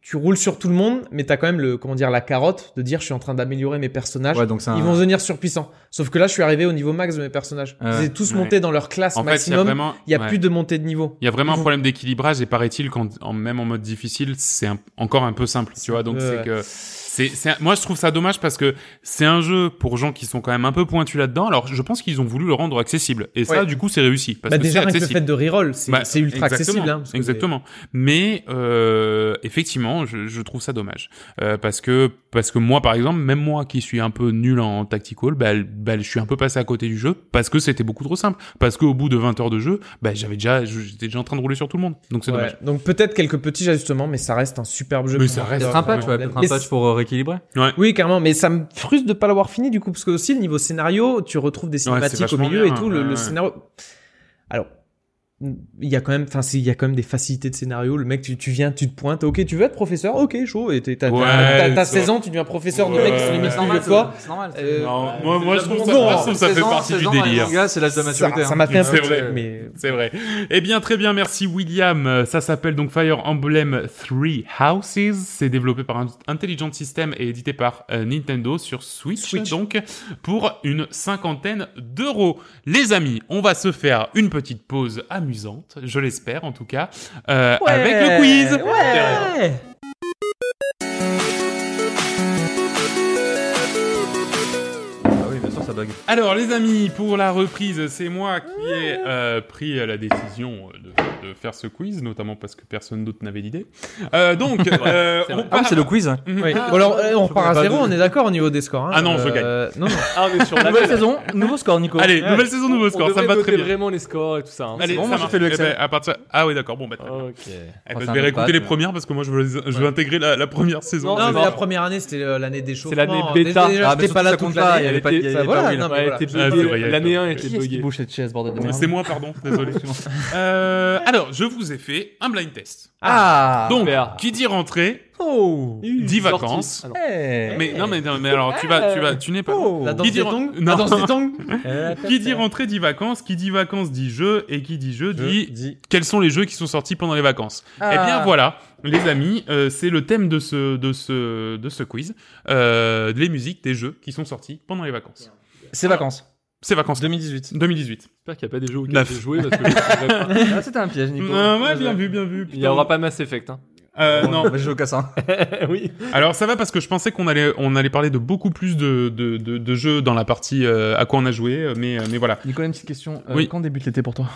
tu roules sur tout le monde, mais t'as quand même le, comment dire, la carotte de dire je suis en train d'améliorer mes personnages.
Ouais, donc c'est un-
Ils vont devenir surpuissants. Sauf que là, je suis arrivé au niveau max de mes personnages.
Ah
Ils
ouais.
étaient tous
Ouais.
montés dans leur classe
En fait, il y a
maximum.
vraiment.
Il y a
ouais.
plus de montée de niveau.
Il y a vraiment un
Vous-
problème d'équilibrage et paraît-il quand en, même en mode difficile c'est un- encore un peu simple tu vois donc
peu,
c'est
ouais.
que c'est c'est un- moi je trouve ça dommage parce que c'est un jeu pour gens qui sont quand même un peu pointus là-dedans alors je pense qu'ils ont voulu le rendre accessible et ça
Ouais.
du coup c'est réussi parce
Bah,
que c'est
déjà, avec le
accessible
fait de reroll, c'est
Bah,
c'est ultra
exactement,
accessible. hein, parce que
exactement. Mais euh, effectivement, je, je trouve ça dommage Euh, parce que parce que moi, par exemple, même moi qui suis un peu nul en tactical, bah, bah, je suis un peu passé à côté du jeu parce que c'était beaucoup trop simple. Parce qu'au bout de 20 heures de jeu, bah, j'avais déjà j'étais déjà en train de rouler sur tout le monde. Donc c'est
c'est- ouais.
dommage.
Donc peut-être quelques petits ajustements, mais ça reste un superbe jeu.
Mais
pour
ça
moi.
reste
Peut-être un patch, ouais,
Mais
peut-être un
c'est-
patch pour euh, rééquilibrer.
Oui, carrément, mais ça me frustre de pas l'avoir fini du coup, parce que aussi le niveau scénario, tu retrouves des cinématiques au
vachement
milieu
bien,
et tout, le,
ouais,
le
ouais.
scénario. Alors, il y a quand même, enfin, c'est- il y a quand même des facilités de scénario. Le mec, tu, tu viens, tu te pointes, ok, tu veux être professeur, ok, chaud, et t'es- t'as
Ouais,
t'as- t'as- t'as
c'est vrai.
16 ans, tu deviens professeur de
Ouais,
mecs qui sont
ouais,
limite
c'est
plus vieux que toi.
c'est normal.
Euh,
moi, moi, je trouve ça,
Oh,
Non, hein.
moi, je trouve ça fait partie du délire.
C'est l'âge de la
Ça
maturité.
ça m'a fait un
C'est
peu-
vrai.
mais
C'est vrai. Eh bien, très bien, merci William. Euh, Ça s'appelle donc Fire Emblem Three Houses. C'est développé par Int- Intelligent System et édité par euh, Nintendo sur Switch,
Switch.
donc pour une cinquantaine d'euros. Les amis, on va se faire une petite pause amusante, je l'espère en tout cas, euh, avec le quiz.
Ouais.
Ah oui, bien sûr, ça bug.
Alors les amis, pour la reprise, c'est moi qui ai euh, pris euh, la décision euh, de, de faire ce quiz, notamment parce que personne d'autre n'avait d'idée. Euh,
(laughs)
donc, euh, on
Ah oui,
part-
c'est le quiz. hein.
Mhm.
Oui. Bon, alors, euh, on
je
repart
connais
à
pas
zéro,
de-
on est d'accord au niveau des scores. hein.
Ah non, je
Euh, Non, non.
Ah, on est sur la
Nouvelle
même.
saison, nouveau score, Nico.
Allez, nouvelle saison, nouveau
On
score, ça me
devrait
va
noter
très bien.
vraiment les scores et tout ça. hein.
Allez,
bon,
ça
moi, j'ai
marche.
fait le
Eh ben,
Excel.
à partir... Ah oui, d'accord, bon, bah, très bien.
Ok.
Eh ben,
Enfin,
je
ça
vais
me
réécouter
pas,
les
mais-
premières parce que moi, je veux, les- je veux
Ouais.
intégrer la, la première saison.
Non,
Non,
c'est
mais
bon.
la première année, c'était euh, l'année des chauffeurs.
l'année
hein.
bêta.
Déjà,
Ah, mais
j'étais
surtout,
pas là
ça
toute
compte pas, il y
l'année.
avait pas- il y
Ça,
avait
voilà,
pas Will.
non, mais
Ouais,
voilà.
t'es
Ah, c'est vrai, y a
bugué. L'année
pas-
1 était
Qui est-ce qui
buggée.
bouge cette chaise, bordel de
Mais
merde
C'est moi, pardon, désolé. Euh, alors, je vous ai fait un blind test.
Ah
Donc,
super.
qui dit rentrée,
Oh
dit
Sortie.
vacances.
Ah non.
Eh.
Mais non, mais, non, mais alors, tu vas, tu vas, tu n'es pas.
Oh. Eh.
La danse
Qui
des
dit-
tongs
Non.
La danse des tongs
Qui dit rentrée dit vacances, qui dit vacances dit jeu, et qui dit jeu dit
Dis.
quels sont les jeux qui sont sortis pendant les vacances. Eh
Ah.
bien voilà, les amis, euh, c'est le thème de ce, de ce, de ce quiz, euh, les musiques des jeux qui sont sortis pendant les vacances.
C'est vacances.
C'est vacances
2018.
2018
J'espère qu'il n'y a pas des jeux auxquels
Neuf.
j'ai joué parce que je saurais pas.
Ah, c'était un piège, Nico.
Euh, ouais, bien vu, bien vu.
il n'y
putain.
aura pas Mass Effect. Hein.
Euh, non.
Bah, je joue au cassin.
oui.
Alors ça va parce que je pensais qu'on allait, on allait parler de beaucoup plus de, de, de, de jeux dans la partie euh, à quoi on a joué, mais, mais voilà.
Nico, une petite question.
Oui.
Quand débute l'été pour toi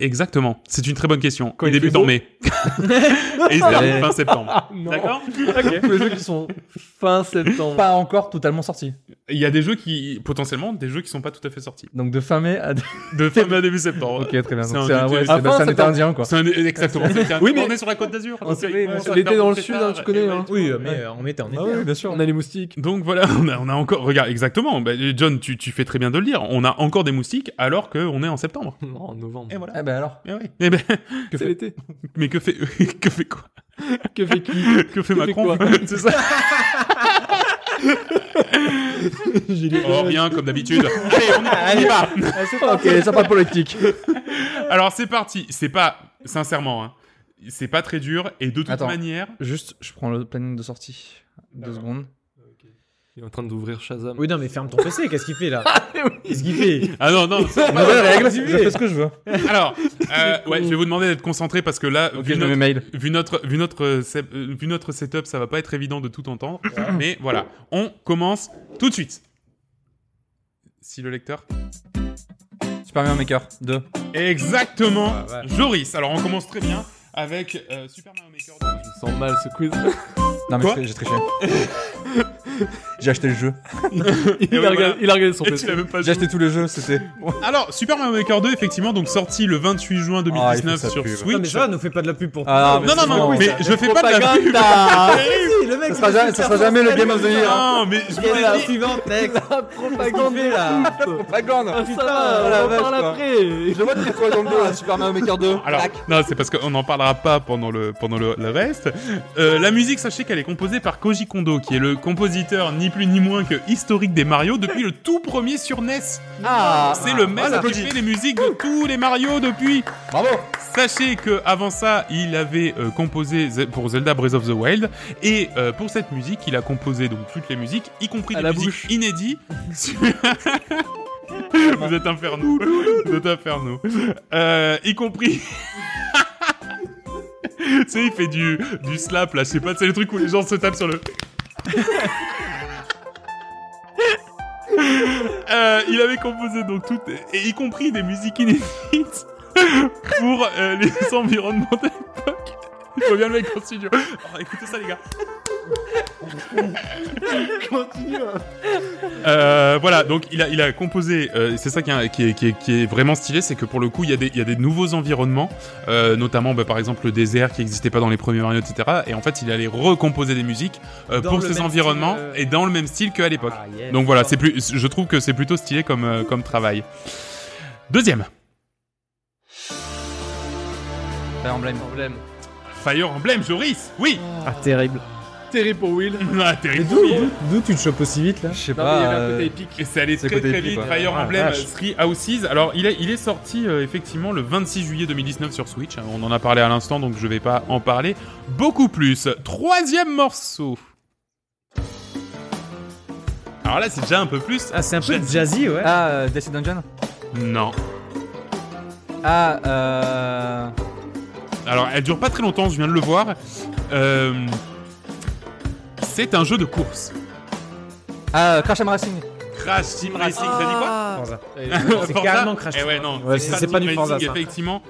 Exactement. C'est une très bonne question.
Quand
il,
il fait
débute en
beau.
mai. Et il se termine
Ouais.
fin septembre.
Ah, Non. (laughs)
D'accord
Tous les jeux qui sont fin septembre.
(laughs) Pas encore totalement sorti.
Il y a des jeux qui, potentiellement, des jeux qui sont pas tout à fait sortis.
Donc de fin mai à.
De fin mai à début septembre.
ok, très bien.
C'est
Donc
un
C'est un,
été-
ouais, c'est
Ah, fin
bah, c'est un été
septembre.
indien, quoi.
C'est un- exactement. c'est un-
Oui, mais-
On est sur la côte d'azur.
On
donc,
sait,
ouais,
oui,
on
on
se
sait.
fait
L'été
faire
dans le
plus
sud,
tard,
hein, tu connais,
et
hein.
ouais.
Oui, mais euh, on était en été.
Ah oui, bien sûr.
On a les moustiques.
Donc voilà, (laughs) on a, on a encore, regarde, exactement. Bah, John, tu, tu fais très bien de le dire. On a encore des moustiques alors qu'on est en septembre.
Non, en novembre.
Et voilà.
Ah bah alors.
Eh oui. Eh ben, (laughs)
C'est l'été.
mais que fait, (laughs) que fait quoi
Que fait qui
(laughs) Que fait Macron C'est ça. Oh, (laughs) rien, comme d'habitude. Allez, on y- on y va.
Ok, ça parle politique.
Alors c'est parti. C'est pas, sincèrement, hein, c'est pas très dur. Et de toute
Attends.
manière,
Juste, je prends le planning de sortie. Deux secondes.
Il est en train d'ouvrir Shazam.
Oui, non, mais ferme ton PC, qu'est-ce qu'il fait là Qu'est-ce qu'il fait
ah non non. c'est-
Nouvelle règle, je fais ce que je veux.
Alors, euh, ouais, je vais vous demander d'être concentré parce que là,
Ok,
vu,
je
notre,
mets mail.
vu notre vu notre euh, sep- euh, vu notre setup, ça va pas être évident de tout entendre. Mais voilà, on commence tout de suite. Si le lecteur.
Super Mario Maker 2.
Exactement,
Ah, ouais.
Joris. Alors on commence très bien avec euh, Super Mario Maker.
Je me sens mal ce quiz.
Non, mais
Quoi
j'ai- j'ai triché.
(laughs)
j'ai acheté le jeu.
(laughs) Il,
Et
a,
voilà.
regardé, il a regardé son
2. Et tu
PC.
l'as même pas
J'ai
joué.
acheté tout le jeu, c'était.
Alors Super Mario Maker 2, effectivement, donc sorti le 28 juin
Ah, il faut
2019
sa
sur
pub.
Switch.
Non, mais ça, nous fais pas de la pub pour
Ah,
non, non,
c'est
non,
bon,
mais
ça.
je fais pas de la pub.
Si, le mec,
Ça sera jamais, ça sera jamais le Game of the Year.
Non, mais je vous
Quelle est
l'ai
la
dit.
suivante, mec Propagande
(laughs)
là
Propagande.
Ah, Ça va,
la
on en
vache,
parle
quoi.
après.
Je vois des trois dans le dos, là, Super Mario Maker 2.
Alors, non, c'est parce qu'on n'en parlera pas pendant le, pendant le, le reste. Euh, la musique, sachez qu'elle est composée par Koji Kondo, qui est le compositeur ni plus ni moins que historique des Mario depuis le tout premier sur E NES.
Ah,
C'est le mec
voilà.
qui fait les musiques de tous les Mario depuis.
Bravo.
Sachez que avant ça, il avait euh, composé Ze- pour Zelda Breath of the Wild et euh, pour cette musique, il a composé donc toutes les musiques, y compris
À
des
la
musiques
bouche. (laughs)
inédites. sur- Vous êtes infernaux. Vous êtes infernaux. Euh, y compris. (laughs) tu sais, il fait du, du slap là, je sais pas, c'est le truc où les gens se tapent sur le. Euh, il avait composé donc toutes, et y compris des musiques inédites (laughs) pour euh, les (laughs) environnements de l'époque. Il faut bien le mec en studio. Alors, écoutez ça, les gars. Continue. Euh, voilà, donc il a, il a composé. euh, c'est ça qui, est- qui est, qui est- qui est vraiment stylé, c'est que pour le coup, il y a des, il y a des nouveaux environnements, euh, notamment bah, par exemple le désert qui n'existait pas dans les premiers Mario, etc. Et en fait, il allait recomposer des musiques euh,
Dans
pour
le
ces
même
environnements
style, euh,
et dans le même style qu'à l'époque. Donc voilà, c'est plus, je trouve que c'est plutôt stylé comme, euh, comme travail. Deuxième,
Fire Emblem.
Problème.
Fire Emblem, Joris Oui
Ah, terrible.
Terrible pour Will.
(laughs) Ah, terrible.
D'où tu te chopes aussi vite là
Je sais
Non, mais il y
pas.
avait un
euh,
côté épique.
Et c'est allé
C'est
très
côté
très
épique,
vite,
ouais.
Fire
Ah,
Emblem,
vache.
Three Houses. Alors, il est, il est sorti euh, effectivement le 26 juillet 2019 sur Switch. On en a parlé à l'instant, donc je vais pas en parler beaucoup plus. Troisième morceau. Alors là, c'est déjà un peu plus.
Ah, c'est un peu
Jazzy.
jazzy, ouais.
Ah, euh, Death Dungeon.
Non.
Ah, euh.
Alors, elle dure pas très longtemps, je viens de le voir. Euh, c'est un jeu de course.
Ah, Crash Am Racing.
Crash Team Racing, ça dit quoi
Forza.
Et-
(laughs)
C'est
Forza
carrément Crash
Eh ouais,
Team
non,
Racing. Ouais,
c'est
c'est-
Crash
c'est pas
Team
du Forza,
Racing,
ça.
effectivement.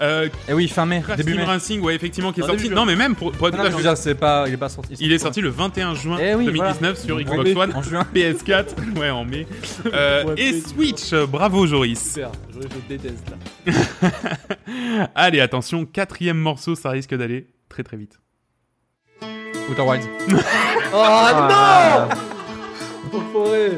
Euh,
Eh oui, fin mai,
Crash
début
Team
mai.
Racing, ouais, effectivement, qui est
Non,
sorti.
début
Non, mais même pour, pour être
Non,
tout à
non, mais je
fait-
veux dire, c'est pas, il est pas sorti.
Il est sorti le 21 juin
Eh oui,
2019 sur
Donc,
Xbox One,
En juin.
PS4, (laughs) ouais, en mai, euh,
Ouais,
et
mais-
Switch. Bravo,
(laughs)
Joris.
Super. Je, je déteste là.
Allez, attention, quatrième morceau, ça risque d'aller très très vite.
Outer Wilds. Oh,
Ah,
Enfoiré.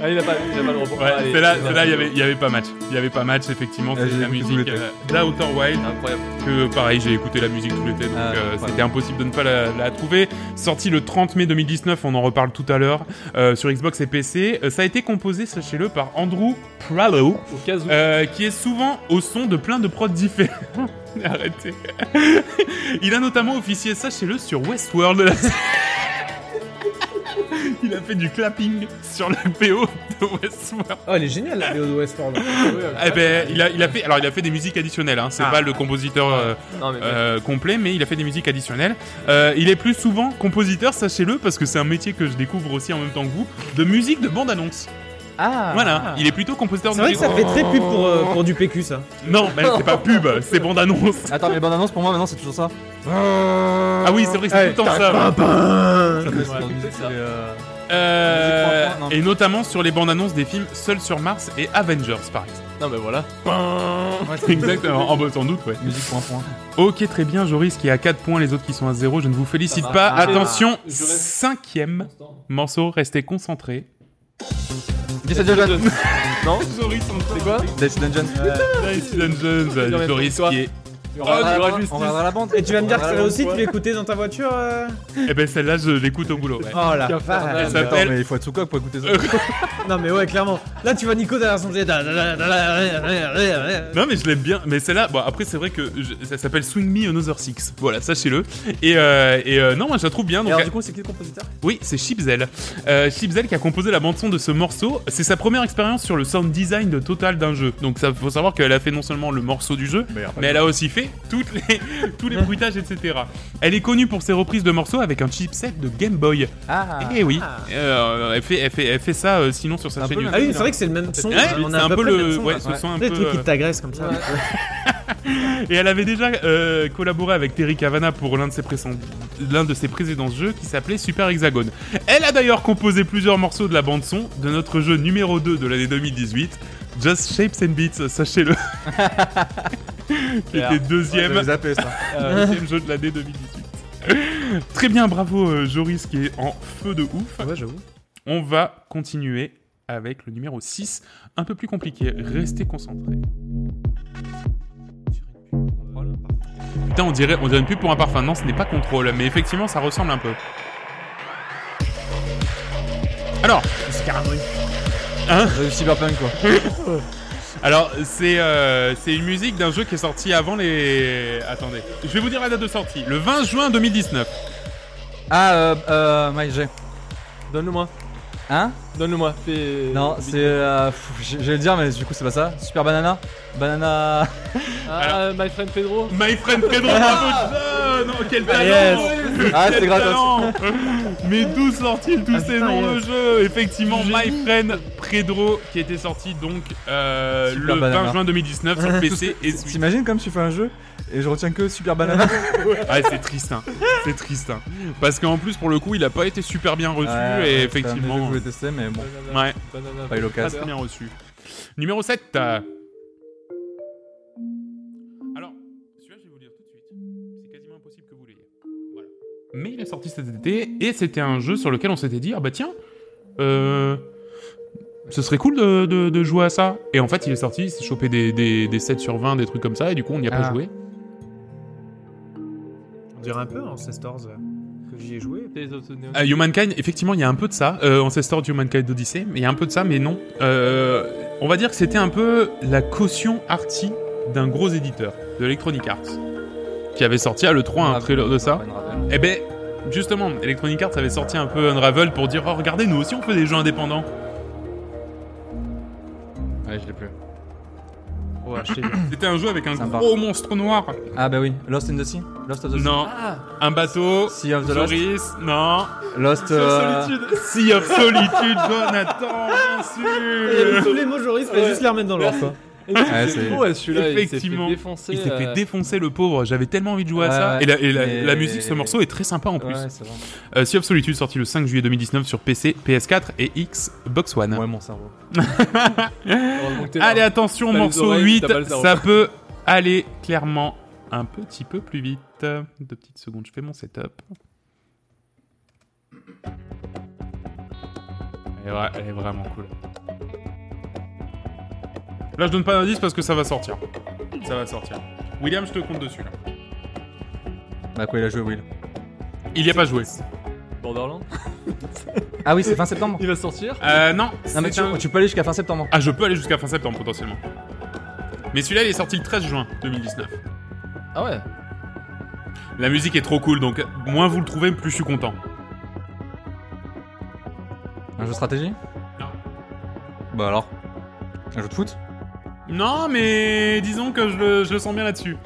Ah, il a pas, il a pas le repos.
Ouais,
Ah,
Allez,
c'est là,
c'est
c'est là, il y avait, il y avait pas match. Il y avait pas match, effectivement.
Ah,
C'est
j'ai
la
écouté tout
musique
l'été.
euh, d'Outer Wild.
Incroyable.
que pareil, j'ai écouté la musique tout l'été, donc
Ah,
euh,
ouais.
c'était impossible de ne pas la, la trouver. Sorti le 30 mai 2019, on en reparle tout à l'heure, euh, sur Xbox et PC. Euh, ça a été composé, sachez-le, par Andrew Prallo,
Au cas où.
euh, qui est souvent au son de plein de prods différents. (laughs) Arrêtez. Il a notamment officié, sachez-le, sur Westworld. (laughs) la série. Il a fait du clapping sur la PO de Westworld.
Oh, elle est géniale la vidéo de Westworld.
Eh ben, il a, il a fait, alors il a fait des musiques additionnelles. Hein. C'est
Ah.
pas le compositeur euh,
Non, mais.
euh, complet, mais il a fait des musiques additionnelles. Euh, il est plus souvent compositeur, sachez-le, parce que c'est un métier que je découvre aussi en même temps que vous, de musique de bande-annonce.
Ah
Voilà, il est plutôt compositeur
C'est
de
vrai que
musique.
ça fait très pub pour, euh, pour du PQ, ça.
Non, mais c'est pas pub, c'est bande annonce.
Attends, mais bande annonce pour moi maintenant c'est toujours ça.
Ah oui, c'est vrai que c'est tout le temps ça. Euh,
J'ai trois points, non.
et notamment sur les bandes annonces des films Seul sur Mars et Avengers, par exemple.
Non, mais voilà.
Exactement, en bon, sans doute, ouais.
Musique point point.
Ok, très bien, Joris qui est à 4 points, les autres qui sont à 0. Je ne vous félicite
Ça
pas.
va. Ah.
Attention,
Je reste-
cinquième (laughs) morceau, restez concentrés.
Jesse Dungeon.
Non
Joris,
C'est quoi
Jesse Dungeon.
Nice Dungeons, Joris qui est. Oh,
On
du
regardera la
roi
justice.
On regardera la bande.
Et tu vas me dire que
On
ça
regardera
aussi, tu l'écoutais dans ta voiture euh
Eh ben celle-là, je l'écoute au boulot. ouais.
Oh la
Qu'à faire,
vache.
Elle
la bande. Attends,
s'appelle
mais il faut être sous coque pour écouter ça.
Non, mais ouais, clairement. Là, tu vois Nico derrière son
Non mais je l'aime bien, mais celle-là, bon après c'est vrai que je- ça s'appelle Swing Me Another Six, voilà sachez-le. Et, euh, et euh, non moi je la trouve bien, donc
Alors, du coup, c'est qui le compositeur
oui c'est Chipzel. Euh, Chipzel qui a composé la bande son de ce morceau, c'est sa première expérience sur le sound design de total d'un jeu, donc ça faut savoir qu'elle a fait non seulement le morceau du jeu, mais elle a aussi fait toutes les, (laughs) tous les bruitages etc. Elle est connue pour ses reprises de morceaux avec un chipset de Game Boy.
Ah.
Eh oui, Euh, elle, fait, elle, fait, elle fait ça euh, sinon sur sa
C'est un
chaîne
peu
YouTube.
Ah oui, c'est vrai que c'est le même son.
Ouais, c'est un peu le, ouais, ce son un
Des
peu,
trucs
euh,
qui t'agressent comme ça.
Et elle avait déjà euh, collaboré avec Terry Cavana pour l'un de ses précédents l'un de ses précédents jeux qui s'appelait Super Hexagone. Elle a d'ailleurs composé plusieurs morceaux de la bande son de notre jeu numéro 2 de l'année 2018, Just Shapes and Beats, sachez-le. qui était deuxième,
J'avais zappé ça.
Ah.
euh, deuxième jeu de l'année 2018. (laughs) Très bien, bravo euh, Joris qui est en feu de ouf.
Ouais, j'avoue.
On va continuer avec le numéro 6, un peu plus compliqué, restez concentrés. Putain, on dirait, on dirait une pub pour un parfum. Non, ce n'est pas contrôle, mais effectivement, ça ressemble un peu. Alors,
C'est carrément une.
Euh, Cyberpunk quoi.
alors c'est euh, c'est une musique d'un jeu qui est sorti avant les. Attendez, je vais vous dire la date de sortie. Le 20 juin 2019.
Ah euh euh MyG.
Donne-le-moi.
Hein
Donne-le-moi. Fais-
Non, c'est euh, pff, j'ai- j'allais le dire mais du coup c'est pas ça. Super banana. Banana.
Ah, My Friend Pedro.
My friend Pedro, bravo John Oh, quel talent Oh,
Yes.
Ah,
Quel
c'est gratos.
talent Mais d'où sortent-ils tous
Ah,
ces
putain,
noms de
yes.
jeu Effectivement, My Friend Pedro, qui était sorti donc euh,
Super
le 20
Banana.
juin 2019
(laughs)
sur PC et Switch.
T'imagines comme tu fais un jeu et je retiens que Super Banana.
Ouais, c'est triste, hein. c'est triste. hein. Parce qu'en plus, pour le coup, il a pas été super bien reçu
Ouais,
et
ouais, C'est un des jeux que
effectivement, Ah, ben.
je voulais tester mais bon.
Banana,
ouais,
banana,
Pas eu
pas
l'occasion.
très bien reçu. Numéro 7. euh. Alors, celui-là, je vais vous le dire tout de suite. C'est quasiment impossible que vous l'ayez. Voilà. Mais il est sorti cet été et c'était un jeu sur lequel on s'était dit ah bah tiens, euh, ce serait cool de, de- de jouer à ça. Et en fait, il est sorti, il s'est chopé des, des, des 7 sur 20, des trucs comme ça, et du coup, on n'y a pas
Ah.
joué.
On dirait un peu Ancestors euh, que j'y
(laughs)
ai joué.
Tales of the Neon.
Euh, Humankind, effectivement, il y a un peu de ça. Euh, Ancestor de Humankind Odyssey, mais il y a un peu de ça, mais non. Euh, on va dire que c'était un peu la caution arty d'un gros éditeur, de Electronic Arts, qui avait sorti à l'E3
Ah,
un trailer de ça. Eh ben, justement, Electronic Arts avait sorti un peu Unravel pour dire Oh, regardez, nous aussi on fait des jeux indépendants.
Ouais, je l'ai plus.
Ouais, je sais
(coughs) C'était un jeu avec un
Sympa.
gros monstre noir.
Ah bah oui, Lost in the Sea. Lost of the Sea.
Non, un bateau.
Sea of the Lost.
Joris, non.
Lost. euh,
Sea of Solitude, Jonathan, bien sûr.
Tous les mots Joris, mais
Ouais.
juste les remettre dans l'ordre. quoi.
Ouais,
Eh, C'est
c'est-
beau, ouais, celui-là.
Effectivement.
Il s'est fait défoncer.
Il s'est fait
euh,
défoncer le pauvre, j'avais tellement envie de jouer à
Ouais,
ça.
ouais.
et la, et la-
Mais-
la musique, ce morceau est très sympa en plus.
Ouais, c'est bon.
Euh, sea of Solitude sorti le 5 juillet 2019 sur PC, PS4 et Xbox One.
Ouais, mon cerveau.
heureusement que t'es là.
Allez, attention,
T'as les
morceau
oreilles,
8,
t'as pas le cerveau.
ça peut aller clairement un petit peu plus vite. Deux petites secondes, je fais mon setup. Et ouais, elle est vraiment cool. Là, je donne pas d'indice parce que ça va sortir. Ça va sortir. William, je te compte dessus. Là.
Bah quoi, il a joué Will.
Il y a pas joué.
Borderlands.
Ah oui, c'est fin septembre.
Il va sortir.
Euh, non.
Non mais
c'est
tu,
un-
tu peux aller jusqu'à fin septembre.
Ah, je peux aller jusqu'à fin septembre potentiellement. Mais celui-là, il est sorti le 13 juin 2019.
Ah ouais.
La musique est trop cool, donc moins vous le trouvez, plus je suis content.
Un jeu de stratégie
Non.
Bah alors Un jeu de foot
Non, mais disons que je le, je le sens bien là-dessus.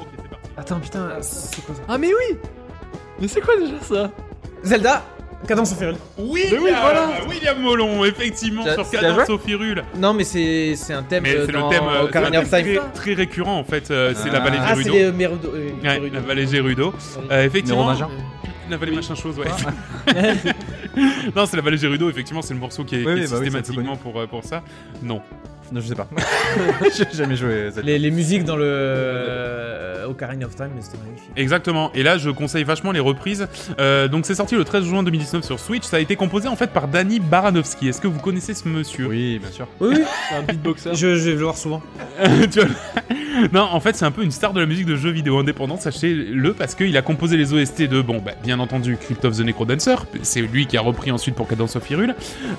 Ok, c'est parti.
Attends, putain, c'est quoi ça
Ah mais oui. Mais c'est quoi déjà ça
Zelda Cadence inférieure.
William, William Molon, effectivement,
Ça-
sur
c'est la
Cadence au Firule.
Non, mais c'est c'est un thème
Mais
euh,
c'est le
dans
thème, euh, c'est un thème
Ocarina of Time.
très, très récurrent en fait, euh, c'est la
Ah.
vallée
Ah, c'est
Gerudo.
les Merudo. euh,
Ouais,
Gerudo.
la vallée Gerudo. Euh, effectivement,
Mérovingien.
la vallée machin chose, ouais. (laughs) non, c'est la vallée Gerudo, effectivement, c'est le morceau qui est,
Ah. Oui,
qui est
oui, bah oui, c'est un peu
systématiquement pour, euh, pour ça. Non.
Non, je sais (laughs) pas. J'ai jamais joué à Zelda.
Les, les musiques dans le euh, Ocarina of Time, mais c'était magnifique.
Exactement. Et là, je conseille vachement les reprises. Euh, donc, c'est sorti le 13 juin 2019 sur Switch. Ça a été composé en fait par Danny Baranovski. Est-ce que vous connaissez ce monsieur
Oui, bien sûr.
Oui,
C'est un beatboxer.
oui, je, je vais le voir souvent.
(laughs) Tu vois non, en fait, c'est un peu une star de la musique de jeux vidéo indépendant, sachez-le, parce qu'il a composé les OST de, bon, bah, bien entendu, Crypt of the Necrodancer, c'est lui qui a repris ensuite pour Cadence of Hyrule,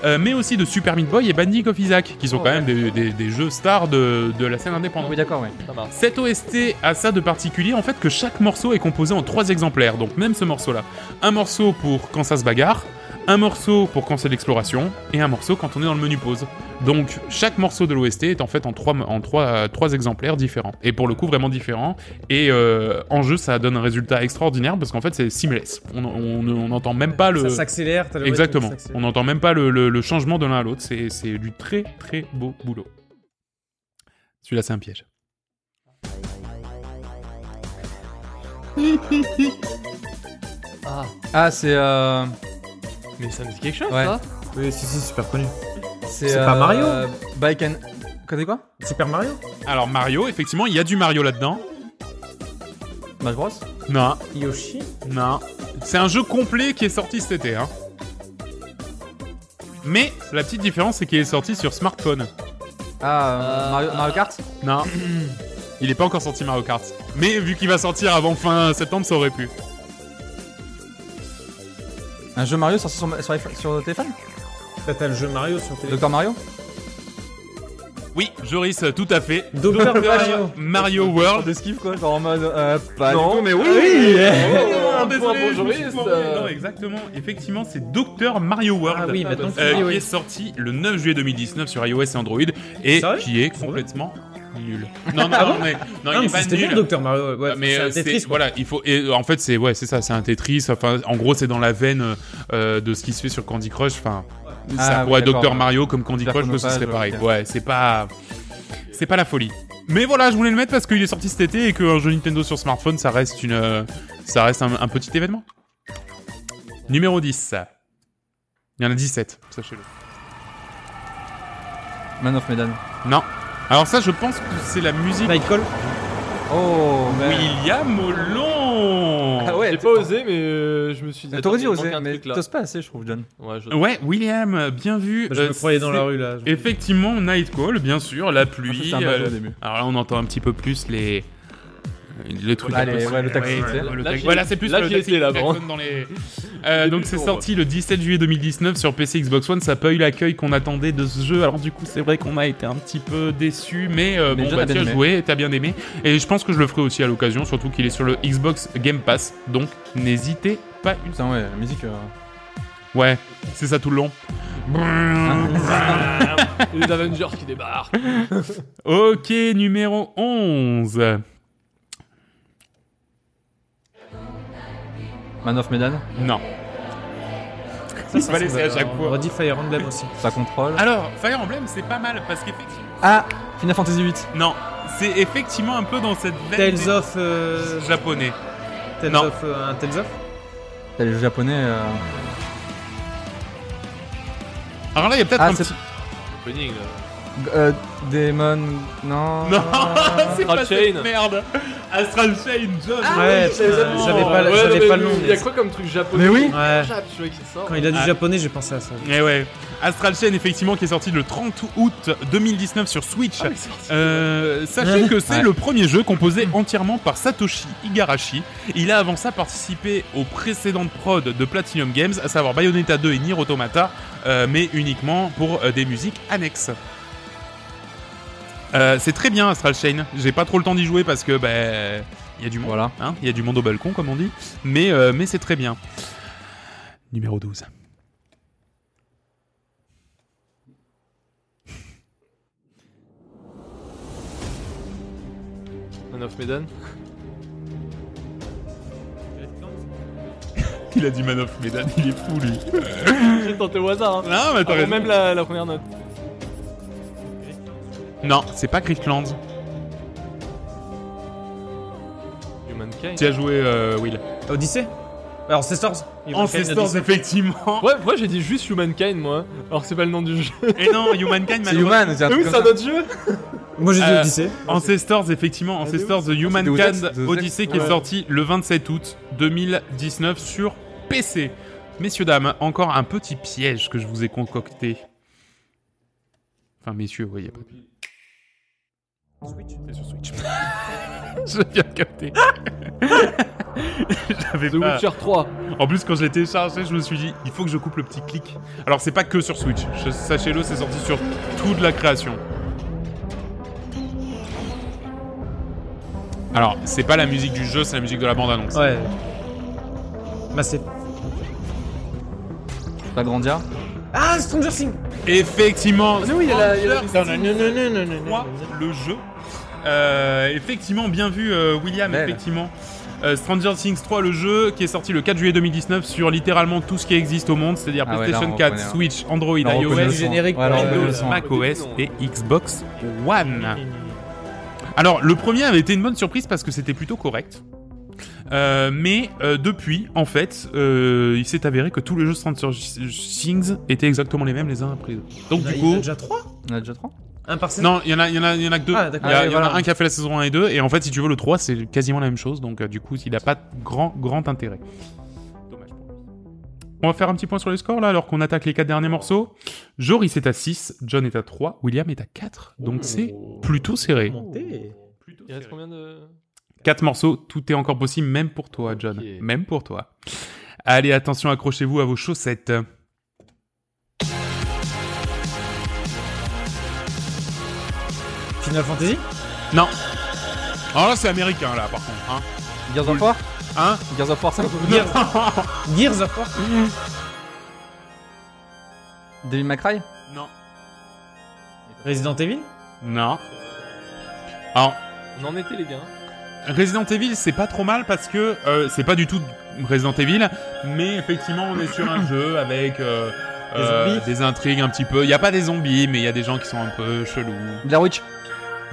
euh, mais aussi de Super Meat Boy et Bandic of Isaac, qui sont
Oh,
quand même des, des- des jeux stars de, de la scène indépendante.
d'accord, Ah oui.
Ça marche.
Cette OST a ça de particulier en fait que chaque morceau est composé en trois exemplaires, donc même ce morceau-là. Un morceau pour quand ça se bagarre, un morceau pour quand c'est l'exploration, et un morceau quand on est dans le menu pause. Donc chaque morceau de l'OST est en fait en trois, en trois, euh, trois exemplaires différents, et pour le coup vraiment différents. Et euh, en jeu, ça donne un résultat extraordinaire parce qu'en fait c'est seamless. On n'entend même pas le.
Ça s'accélère. t'as le rythme qui
Exactement.
s'accélère.
On n'entend même pas le, le- le changement de l'un à l'autre. C'est c'est du très très beau boulot. Celui-là, c'est un piège.
Ah,
Ah, c'est. euh,
mais ça me dit quelque chose,
Ouais.
ça
Oui, si, si, super connu.
C'est
C'est pas
euh,
Mario
Bike and. Quoi, c'est quoi
Super Mario
Alors Mario, effectivement, il y a du Mario là-dedans.
Smash Bros
Non,
Yoshi
non. C'est un jeu complet qui est sorti cet été. Hein. Mais la petite différence, c'est qu'il est sorti sur smartphone.
Ah, euh,
Euh,
Mario, Mario Kart
Non. Il est pas encore sorti Mario Kart. Mais vu qu'il va sortir avant fin septembre, ça aurait pu.
Un jeu Mario sorti sur, sur, iPhone- sur téléphone
Là, t'as le jeu Mario sur téléphone.
Docteur Mario
Oui, Joris, tout à fait.
Docteur Mario.
Mario World.
de skiff quoi, genre en mode. euh, pas
Non,
du tout, mais
Ah
oui
Oh,
un point pour
je me suis
Joris,
foiré.
euh.
Non, exactement. Effectivement, c'est Docteur Mario World.
Ah oui, maintenant que tu
Euh,
dis,
qui
oui.
est sorti le 9 juillet 2019 sur iOS et Android et
Sérieux
qui est
Trop
complètement nul. Non, non,
Ah
non,
bon
mais, non,
Ah,
il
mais
est pas
c'était
nul.
bien, Docteur Mario. Ouais,
Euh, mais
c'est un
euh, c'est-
Tetris, quoi.
voilà, il faut. Et euh, en fait, c'est ouais, c'est ça, c'est un Tetris. Enfin, en gros, c'est dans la veine euh, euh, de ce qui se fait sur Candy Crush. Enfin, ça
Ah,
pourrait
oui,
être Dr
d'accord.
Mario comme Candy
Faire
Crush, je pense que ce serait pareil.
chronophage, ok.
Ouais, c'est pas, c'est pas la folie. Mais voilà, je voulais le mettre parce qu'il est sorti cet été et qu'un jeu Nintendo sur smartphone, ça reste une, euh, ça reste un, un petit événement. Numéro 10. Il y en a 17, sachez-le.
Man of Medan.
Non. Alors ça, je pense que c'est la musique.
Nightcall
Oh, mais.
William Olon.
Ah ouais,
J'ai pas osé, mais euh, je me suis dit. attends,
T'aurais dû
il manque
oser,
un
mais
truc, là.
t'oses pas assez, je trouve, John.
Ouais, je-
Ouais, William, bien vu.
Bah, Je
Euh,
me Ah, croyais dans
c'est-
la rue, là. Je-
Effectivement, Nightcall, bien sûr, la pluie.
C'était un
euh,
bateau au début.
alors là, on entend un petit peu plus les. euh, Le truc
Allez,
un peu-
ouais, le taxi, tu sais.
le
Là,
taxi.
j'y-
Voilà, c'est plus
là,
le
j'y
taxi qui
étais, là,
klaxonne
vraiment.
dans les- Euh,
Début
donc c'est
pour,
sorti le 17 juillet 2019 sur PC Xbox One, ça n'a pas eu l'accueil qu'on attendait de ce jeu. Alors du coup c'est vrai qu'on a été un petit peu déçus, mais, euh,
Mais
bon
John
bah
a bien
tu as
aimé.
joué, t'as bien aimé, et je pense que je le ferai aussi à l'occasion, surtout qu'il est sur le Xbox Game Pass, donc n'hésitez pas une
Putain, ouais, la musique. euh,
Ouais, c'est ça tout le long.
Ah,
Mm.
Et les Avengers qui débarquent.
Ok, numéro 11.
(laughs) Man of Medan,
Non. Ça, se va laisser à chaque
On
fois.
redit Fire Emblem aussi.
ça contrôle.
Alors, Fire Emblem, c'est pas mal parce qu'effectivement.
Ah Final Fantasy VIII
Non, c'est effectivement un peu dans cette veine
Tales of... euh,
des- japonais.
Tales
Non. Ah
of... euh, Un Tales of
T'as les jeux japonais. euh,
Alors là, il y a peut-être
Ah,
un
c'est.
petit.
Opening, là.
euh, Demon. Non.
Non, (laughs) c'est pas
Astral
cette
Chain.
merde. Astral Chain, John.
Ouais, Euh, j'avais pas le-
Ouais, non,
j'avais
mais
pas le nom.
Il y a
mais-
quoi comme truc japonais
Mais oui
Ouais.
Jap, tu vois, qui sort.
Quand il a dit
Ah.
japonais, j'ai pensé à ça.
Eh ouais. Astral Chain, effectivement, qui est sorti le 30 août 2019 sur Switch.
(laughs) Ah, mais c'est sorti.
Euh, sachez que c'est
Ouais.
le premier jeu composé entièrement par Satoshi Igarashi. Il a avant ça participé aux précédentes prods de Platinum Games, à savoir Bayonetta 2 et Nier Automata, euh, mais uniquement pour euh, des musiques annexes. Euh, c'est très bien Astral Chain. J'ai pas trop le temps d'y jouer parce que ben il y a du monde,
(laughs) Voilà.
hein, il y a du monde au balcon comme on dit. Mais euh, mais c'est très bien. Numéro 12.
Man of Medan.
Il a dit Man of Medan, il est fou lui. Ah,
J'ai tenté au hasard. Hein.
Non, mais t'as
Avant
raison.
même la, la première note.
Non, c'est pas Crickland.
Humankind.
Tu as joué euh, Will.
Odyssey Alors, Ancestors
Ancestors, effectivement.
Ouais, moi j'ai dit juste Humankind, moi. Alors que c'est pas le nom du jeu.
Et non, Humankind,
C'est
malheureusement.
Human, c'est un
Mais (laughs) oui,
truc
c'est
comme
un
ça.
autre jeu.
Moi, j'ai dit
Euh,
Odyssey.
Ancestors, effectivement, Ancestors The
Deus Ex,
Humankind
Deus Ex.
Odyssey qui est
Ouais.
sorti le 27 août 2019 sur PC. Messieurs, dames, encore un petit piège que je vous ai concocté. Enfin, messieurs, vous voyez pas. C'est sur Switch. (laughs) je viens de (laughs) capter. J'avais
The
pas-
Witcher 3.
En plus, quand je l'ai téléchargé, je me suis dit, il faut que je coupe le petit clic. Alors, c'est pas que sur Switch. Je- Sachez-le, c'est sorti sur toute la création. Alors, c'est pas la musique du jeu, c'est la musique de la bande-annonce.
Ouais. Bah, c'est.
Pas Grandia.
Ah, Stranger Things
Effectivement,
Ah,
mais oui, il y a la- il y a la-
Stranger Things
non, non, non, non,
trois, le jeu. Euh, effectivement, bien vu, euh, William,
Belle.
effectivement. Euh, Stranger Things 3, le jeu qui est sorti le 4 juillet 2019 sur littéralement tout ce qui existe au monde, c'est-à-dire
Ah ouais, là,
PlayStation
on
4,
reconnaît, hein.
Switch, Android,
Là, on
iOS,
reconnaît le
du
son.
générique,
Ouais, là, on
quoi.
reconnaît le
Windows,
son.
Mac OS et Xbox One. Alors, le premier avait été une bonne surprise parce que c'était plutôt correct. Euh, mais euh, depuis, en fait, euh, il s'est avéré que tous les jeux Stranger Things étaient exactement les mêmes les uns après les autres. Donc,
Il y
du
en a
coup.
déjà 3
On a déjà 3
Un par saison
Non, il y en a, il y en a, il y en a que deux.
Ah,
il y,
d'accord.
a-
Ah,
il y en a
voilà.
un qui a fait la saison 1 et 2, et en fait, si tu veux, le 3, c'est quasiment la même chose, donc euh, du coup, il n'a pas grand, grand intérêt. Dommage pour lui. On va faire un petit point sur les scores là, alors qu'on attaque les quatre derniers morceaux. Joris est à 6, John est à 3, William est à 4, donc c'est
Oh.
plutôt serré.
Monté.
Oh. Il reste combien de.
4 morceaux, tout est encore possible, même pour toi, John.
Ok.
Même pour toi. Allez, attention, accrochez-vous à vos chaussettes.
Final Fantasy
Alors là, c'est américain, là, par contre. Hein
Gears of War
Hein
Gears of War 5
Gears of War
Devil May Cry
(laughs) Non.
Resident Evil
Non. Alors,
On en était, les gars.
Resident Evil, c'est pas trop mal parce que euh, c'est pas du tout Resident Evil, mais effectivement, on est sur (laughs) un jeu avec euh,
Des
euh,
zombies.
des intrigues un petit peu. Il y a pas des zombies, mais il y a des gens qui sont un peu chelous.
Blair Witch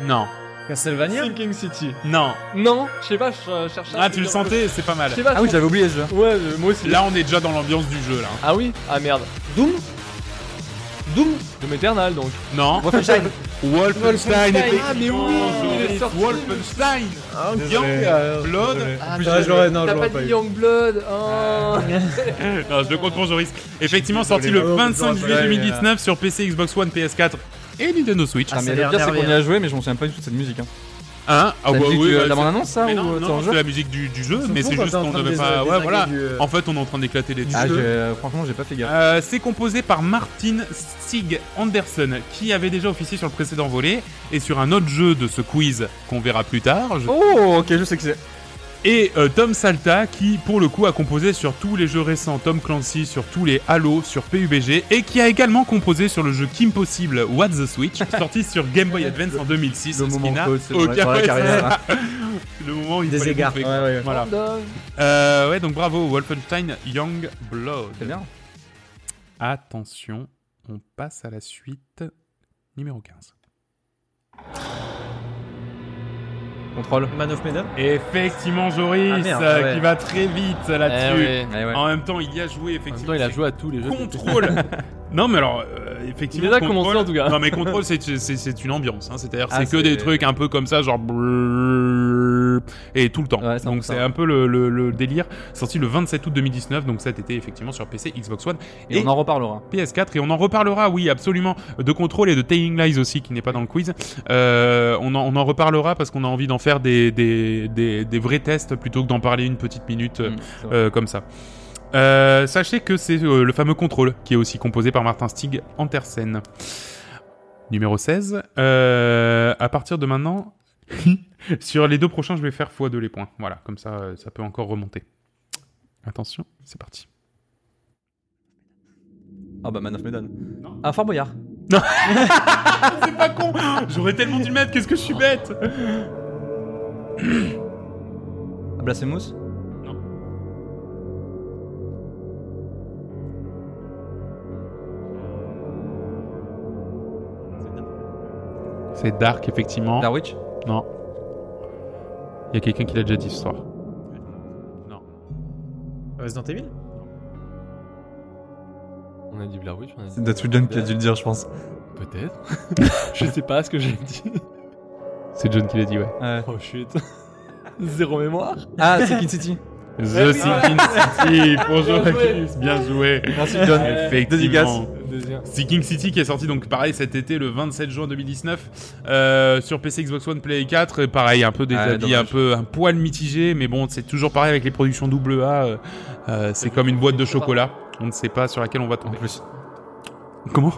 Non,
Castlevania
Sinking City.
non.
Non, je sais pas, je euh, cherchais.
Ah,
un
tu le
truc
sentais, c'est pas
un peu-
mal.
Je sais pas.
Ah oui,
je
j'avais oublié ce jeu.
pense- Ouais, euh, moi aussi.
Là, on est déjà dans l'ambiance du jeu, là.
Ah oui Ah merde.
Doom Doom
Doom Eternal donc.
Non.
Wolfenstein
Wolfenstein.
Ah,
effectivement,
Ah, mais oui, il est
Joris.
sorti.
Wolfenstein. Youngblood.
Ah,
Putain, j'aurais- non,
T'as
j'aurais
pas
pas
dit
eu.
Youngblood oh.
Ah.
Non, je le compte pour Joris. Effectivement, sorti le
désolé. Oh,
25
putain,
juillet
ouais.
2019 sur PC, Xbox One, PS4 et Nintendo Switch.
Ah,
Putain, mais
ça a
le
l'air
pire, c'est qu'on y
nerveux.
a joué, mais je me souviens pas du tout de cette musique. Hein.
Hein Ah,
la
bah
musique
oui,
euh,
bah,
de la bande-annonce, ça
Mais
ou
non,
euh, c'est
non,
un
c'est
jeu
la musique du, du jeu,
Ils sont
mais
fous
c'est
quand
juste
t'es en
qu'on
train de
devait
les-
pas.
les
Ouais, voilà.
arguer du, euh,
En fait, on est en train d'éclater les
Ah,
jeux.
j'ai- euh, franchement, j'ai pas fait gaffe.
Euh, c'est composé par Martin Stig Anderson, qui avait déjà officié sur le précédent volet et sur un autre jeu de ce quiz qu'on verra plus tard. je-
Oh, ok, je sais que c'est.
Et euh, Tom Salta, qui pour le coup a composé sur tous les jeux récents Tom Clancy, sur tous les Halo, sur PUBG, et qui a également composé sur le jeu Kim Possible What the Switch, (laughs) sorti sur Game Boy Advance en 2006.
Le
ce qui
moment
n'a
code, c'est
aucun-
vrai, pour la
ouais, c'est
carrière.
ça. (laughs) le moment où il
Des
fallait
égards.
bouffer, quoi.
Ouais, ouais.
Voilà.
Pardon.
Euh, ouais, donc bravo, Wolfenstein Young Blood.
C'est bien.
Attention, on passe à la suite numéro 15.
Contrôle.
Man of Medan
Effectivement, Joris,
Ah, merde,
euh,
ouais.
qui va très vite
Ah,
là-dessus.
Eh ouais.
Ouais, ouais.
En même temps, il y a joué,
En même
effectivement.
temps, il a joué à tous les jeux.
Contrôle (laughs) Non, mais alors, euh, effectivement.
Il les a
Control-
commencé, en tout cas.
Non, mais contrôle, c'est- c'est c'est une ambiance. hein. C'est-à-dire,
Ah,
c'est que
c'est-
des trucs un peu comme ça, genre. brrrr, Et tout le temps.
Ouais, c'est un peu
donc, c'est
ça.
un peu le, le- le délire. Sorti le 27 août 2019, donc cet été, effectivement, sur PC, Xbox One
Et,
Et-
on en reparlera.
PS4 et on en reparlera, oui, absolument, de Control et de Telling Lies aussi qui n'est pas dans le quiz. Euh, on, en, on en reparlera parce qu'on a envie d'en faire des, des, des, des vrais tests plutôt que d'en parler une petite minute euh,
Mm, c'est vrai.
euh, comme ça. Euh, sachez que c'est euh, le fameux Control qui est aussi composé par Martin Stig Andersen. Numéro 16. Euh, à partir de maintenant, (laughs) sur les deux prochains, je vais faire x2 les points. Voilà, comme ça, euh, ça peut encore remonter. Attention, c'est parti. euh,
Ah bah Man of Medan. Ah Fort Boyard.
C'est pas con J'aurais tellement dû le mettre, qu'est-ce que je suis bête
Ah Blasphemous.
Non. C'est Dark, effectivement.
Darwich
Non. Il y a quelqu'un qui l'a déjà dit ce soir. Non.
Resident Evil
On a dit Blair Witch, on a dit-
C'est Datsujan qui a dû le dire, je pense.
Peut-être. je sais pas ce que j'ai dit.
C'est John qui l'a dit, ouais.
Oh shit. (laughs) Zéro mémoire.
Ah, c'est Kid City.
The Sinking City. Bonjour
Bien
à
joué.
tous. Eh Bien joué. Euh,
Merci, John. Dédicace.
Effectivement.
Deuxième.
Seeking City qui est sorti donc pareil cet été le 27 juin 2019 euh, sur PC, Xbox One, Play 4 et pareil un peu des
Ah,
Ouais,
avis
dommage.
un peu un poil mitigé mais bon c'est toujours pareil avec les productions double A euh, euh, c'est comme une boîte de chocolat on ne sait pas sur laquelle on va
En
tomber.
plus.
Comment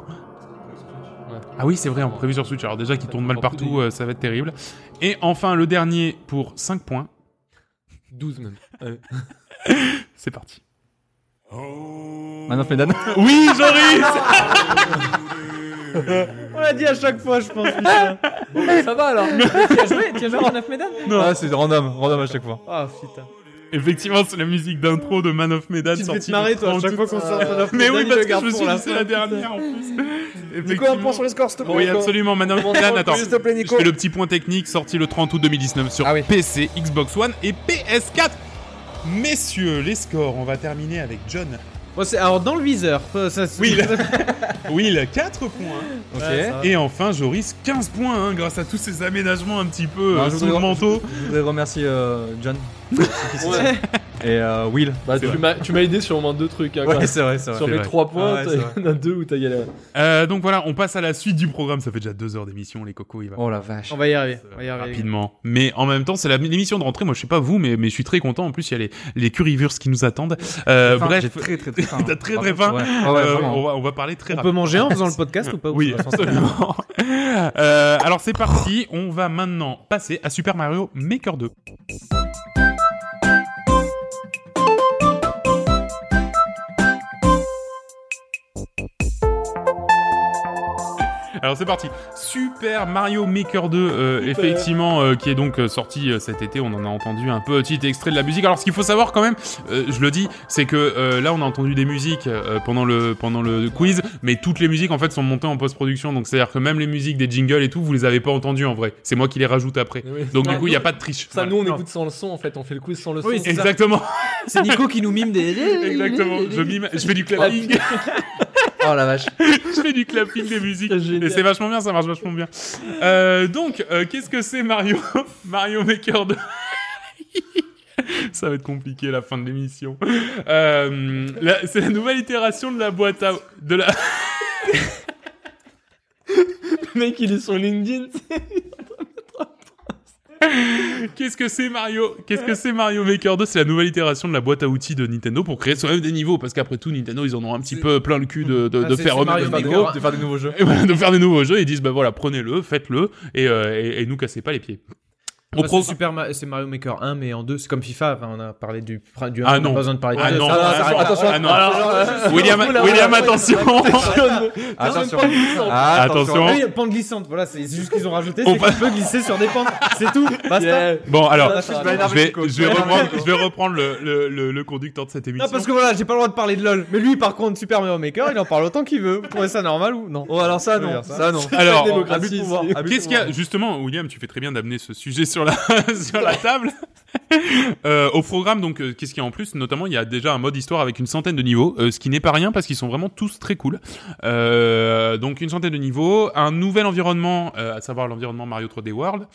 Ah oui, c'est vrai, on prévu sur Switch. Alors déjà qu'il tourne mal partout, euh, ça va être terrible. Et enfin, le dernier pour 5 points.
12 même.
C'est parti.
Man of (laughs) Medan.
Oui, Joris
On l'a dit à chaque fois, je pense. putain.
Eh,
Ça va (laughs) alors
tu as joué Tu as joué à 9 médailles
Ah, c'est random, random à chaque fois.
Ah putain.
(laughs) Effectivement, c'est la musique d'intro de Man of Medan.
Tu te fais
sortie
te
le
marrer, toi, à
30
chaque fois qu'on sort un offre
Mais oui, parce que je
médaille, tu regardes
me
pour
suis dit
la
c'est
fin,
la
putain.
dernière en plus.
(laughs) Nico, un point
Effectivement.
sur les scores, s'il te plaît.
Oui,
Nico.
absolument. Man of Medan, attends.
S'il te plaît,
Je
Nico.
fais le petit point technique sorti le 30 août 2019 sur
Ah oui.
PC, Xbox One et PS4. Messieurs, les scores, on va terminer avec John.
Bon, c'est- alors, dans le viseur. ça, c'est-
Oui, Will, 4 points.
Ok.
Ouais, ça va.
Et enfin, Joris, 15 points hein, grâce à tous ces aménagements un petit peu
Non,
euh,
je
sous
voudrais-
le manteau.
Je voudrais remercier euh, (laughs) John et euh, Will.
Bah, tu
vrai.
m'as- tu m'as aidé sur au moins deux trucs. hein, quand
Ouais,
même.
c'est vrai, c'est
Sur
vrai.
c'est
mes
vrai.
trois
Ah ouais,
points, t'as- il
c'est
y en a deux où t'as galéré.
Euh, donc voilà, on passe à la suite du programme. Ça fait déjà deux heures d'émission, les cocos. Il va
Oh la vache.
On va y arriver. On va y arriver.
rapidement. Mais en même temps, c'est la- l'émission de rentrée. Moi, je sais pas vous, mais, mais je suis très content. En plus, il y a les, les currywursts qui nous attendent. Euh,
Faim, j'ai
bref,
très très très faim.
T'as très,
Par
très
contre,
faim.
Ouais, Ah ouais,
euh,
vraiment.
on, va, on va parler très
On
rapidement.
peut manger en faisant le podcast ou pas
Oui,
ou-
absolument. (laughs) Euh, alors c'est parti, on va maintenant passer à Super Mario Maker 2. Alors c'est parti. Super Mario Maker 2, euh, effectivement, euh, qui est donc euh, sorti euh, cet été. On en a entendu un petit extrait de la musique. Alors ce qu'il faut savoir quand même, euh, je le dis, c'est que euh, là on a entendu des musiques euh, pendant le pendant le quiz, mais toutes les musiques en fait sont montées en post-production. Donc c'est à dire que même les musiques des jingles et tout, vous les avez pas entendues en vrai. C'est moi qui les rajoute après.
Mais oui.
Donc du
Ouais,
coup il y a
nous-
pas de triche.
Ça,
Voilà.
nous on
Non.
écoute sans le son en fait, on fait le quiz sans le son.
Oui,
c'est ça.
Exactement,
C'est Nico qui nous mime des.
(laughs) exactement. Je mime- je fais du clapping. (laughs)
Oh la (laughs) vache.
je fais du clapping des musiques.
C'est génial.
Et c'est vachement bien, ça marche vachement bien. Euh, donc, euh, qu'est-ce que c'est Mario (laughs) Mario Maker 2 (laughs) Ça va être compliqué la fin de l'émission. Euh, la- c'est la nouvelle itération de la boîte à de la (laughs)
Le mec il est sur LinkedIn.
Qu'est-ce que c'est Mario Qu'est-ce que c'est Mario Maker 2 C'est la nouvelle itération de la boîte à outils de Nintendo pour créer soi-même des niveaux parce qu'après tout Nintendo ils en ont un petit peu plein le cul de, de,
Ah,
de
c'est-
faire
c'est
eux-mêmes
Mario
des
Maker.
niveaux.
de faire des nouveaux jeux.
Et voilà, de faire des nouveaux jeux, ils disent bah voilà, prenez-le, faites-le et, euh, et, et nous cassez pas les pieds. Au
Bah,
pro-
c'est Super Ma- c'est Mario Maker 1 mais en 2 c'est comme FIFA enfin, on a parlé du, pr- du 1
Ah
on a
non.
pas besoin de parler
Ah
de
non,
ça.
ah non,
attention.
ah non. (laughs)
(laughs)
William,
euh, Oula,
William,
oula,
attention
Attention.
hein.
Ah,
Attention.
attention.
Oui, pente glissante voilà c'est c'est juste qu'ils ont rajouté
On
c'est
va-
qu'on peut glisser sur des pentes c'est tout basta
Yeah.
(laughs) Bon
(laughs)
alors,
Ah,
ça,
je-
ça,
je vais, je vais
Ouais,
reprendre,
Nico.
je vais reprendre le, le, le, le conducteur de cette émission.
Ah, parce que voilà j'ai pas le droit de parler de lol mais lui par contre Super Mario Maker il en parle autant qu'il veut vous trouvez ça normal ou non
Oh alors ça
Je veux
non,
dire ça.
ça non.
Alors,
Abus de
démocratie.
pouvoir.
ici.
abus de
Qu'est-ce qu'il y a
pouvoir.
justement, William, tu fais très bien d'amener ce sujet sur la (laughs) sur la table. Euh, au programme, donc, euh, qu'est-ce qu'il y a en plus Notamment, il y a déjà un mode histoire avec une centaine de niveaux, euh, ce qui n'est pas rien parce qu'ils sont vraiment tous très cool. Euh, donc, une centaine de niveaux, un nouvel environnement, euh, à savoir l'environnement Mario 3D World,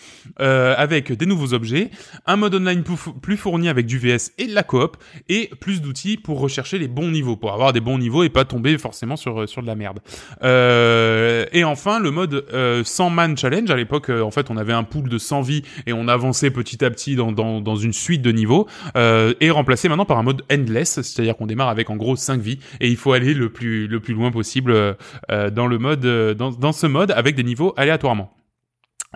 euh, avec des nouveaux objets, un mode online plus, plus fourni avec du VS et de la coop, et plus d'outils pour rechercher les bons niveaux, pour avoir des bons niveaux et pas tomber forcément sur sur de la merde. Euh, et enfin, le mode euh, 100 man challenge. À l'époque, euh, en fait, on avait un pool de 100 vies et on avançait petit à petit dans, dans, dans une suite de niveaux. Euh, est remplacé maintenant par un mode endless, c'est-à-dire qu'on démarre avec en gros 5 vies et il faut aller le plus le plus loin possible euh, euh, dans le mode euh, dans, dans ce mode avec des niveaux aléatoirement.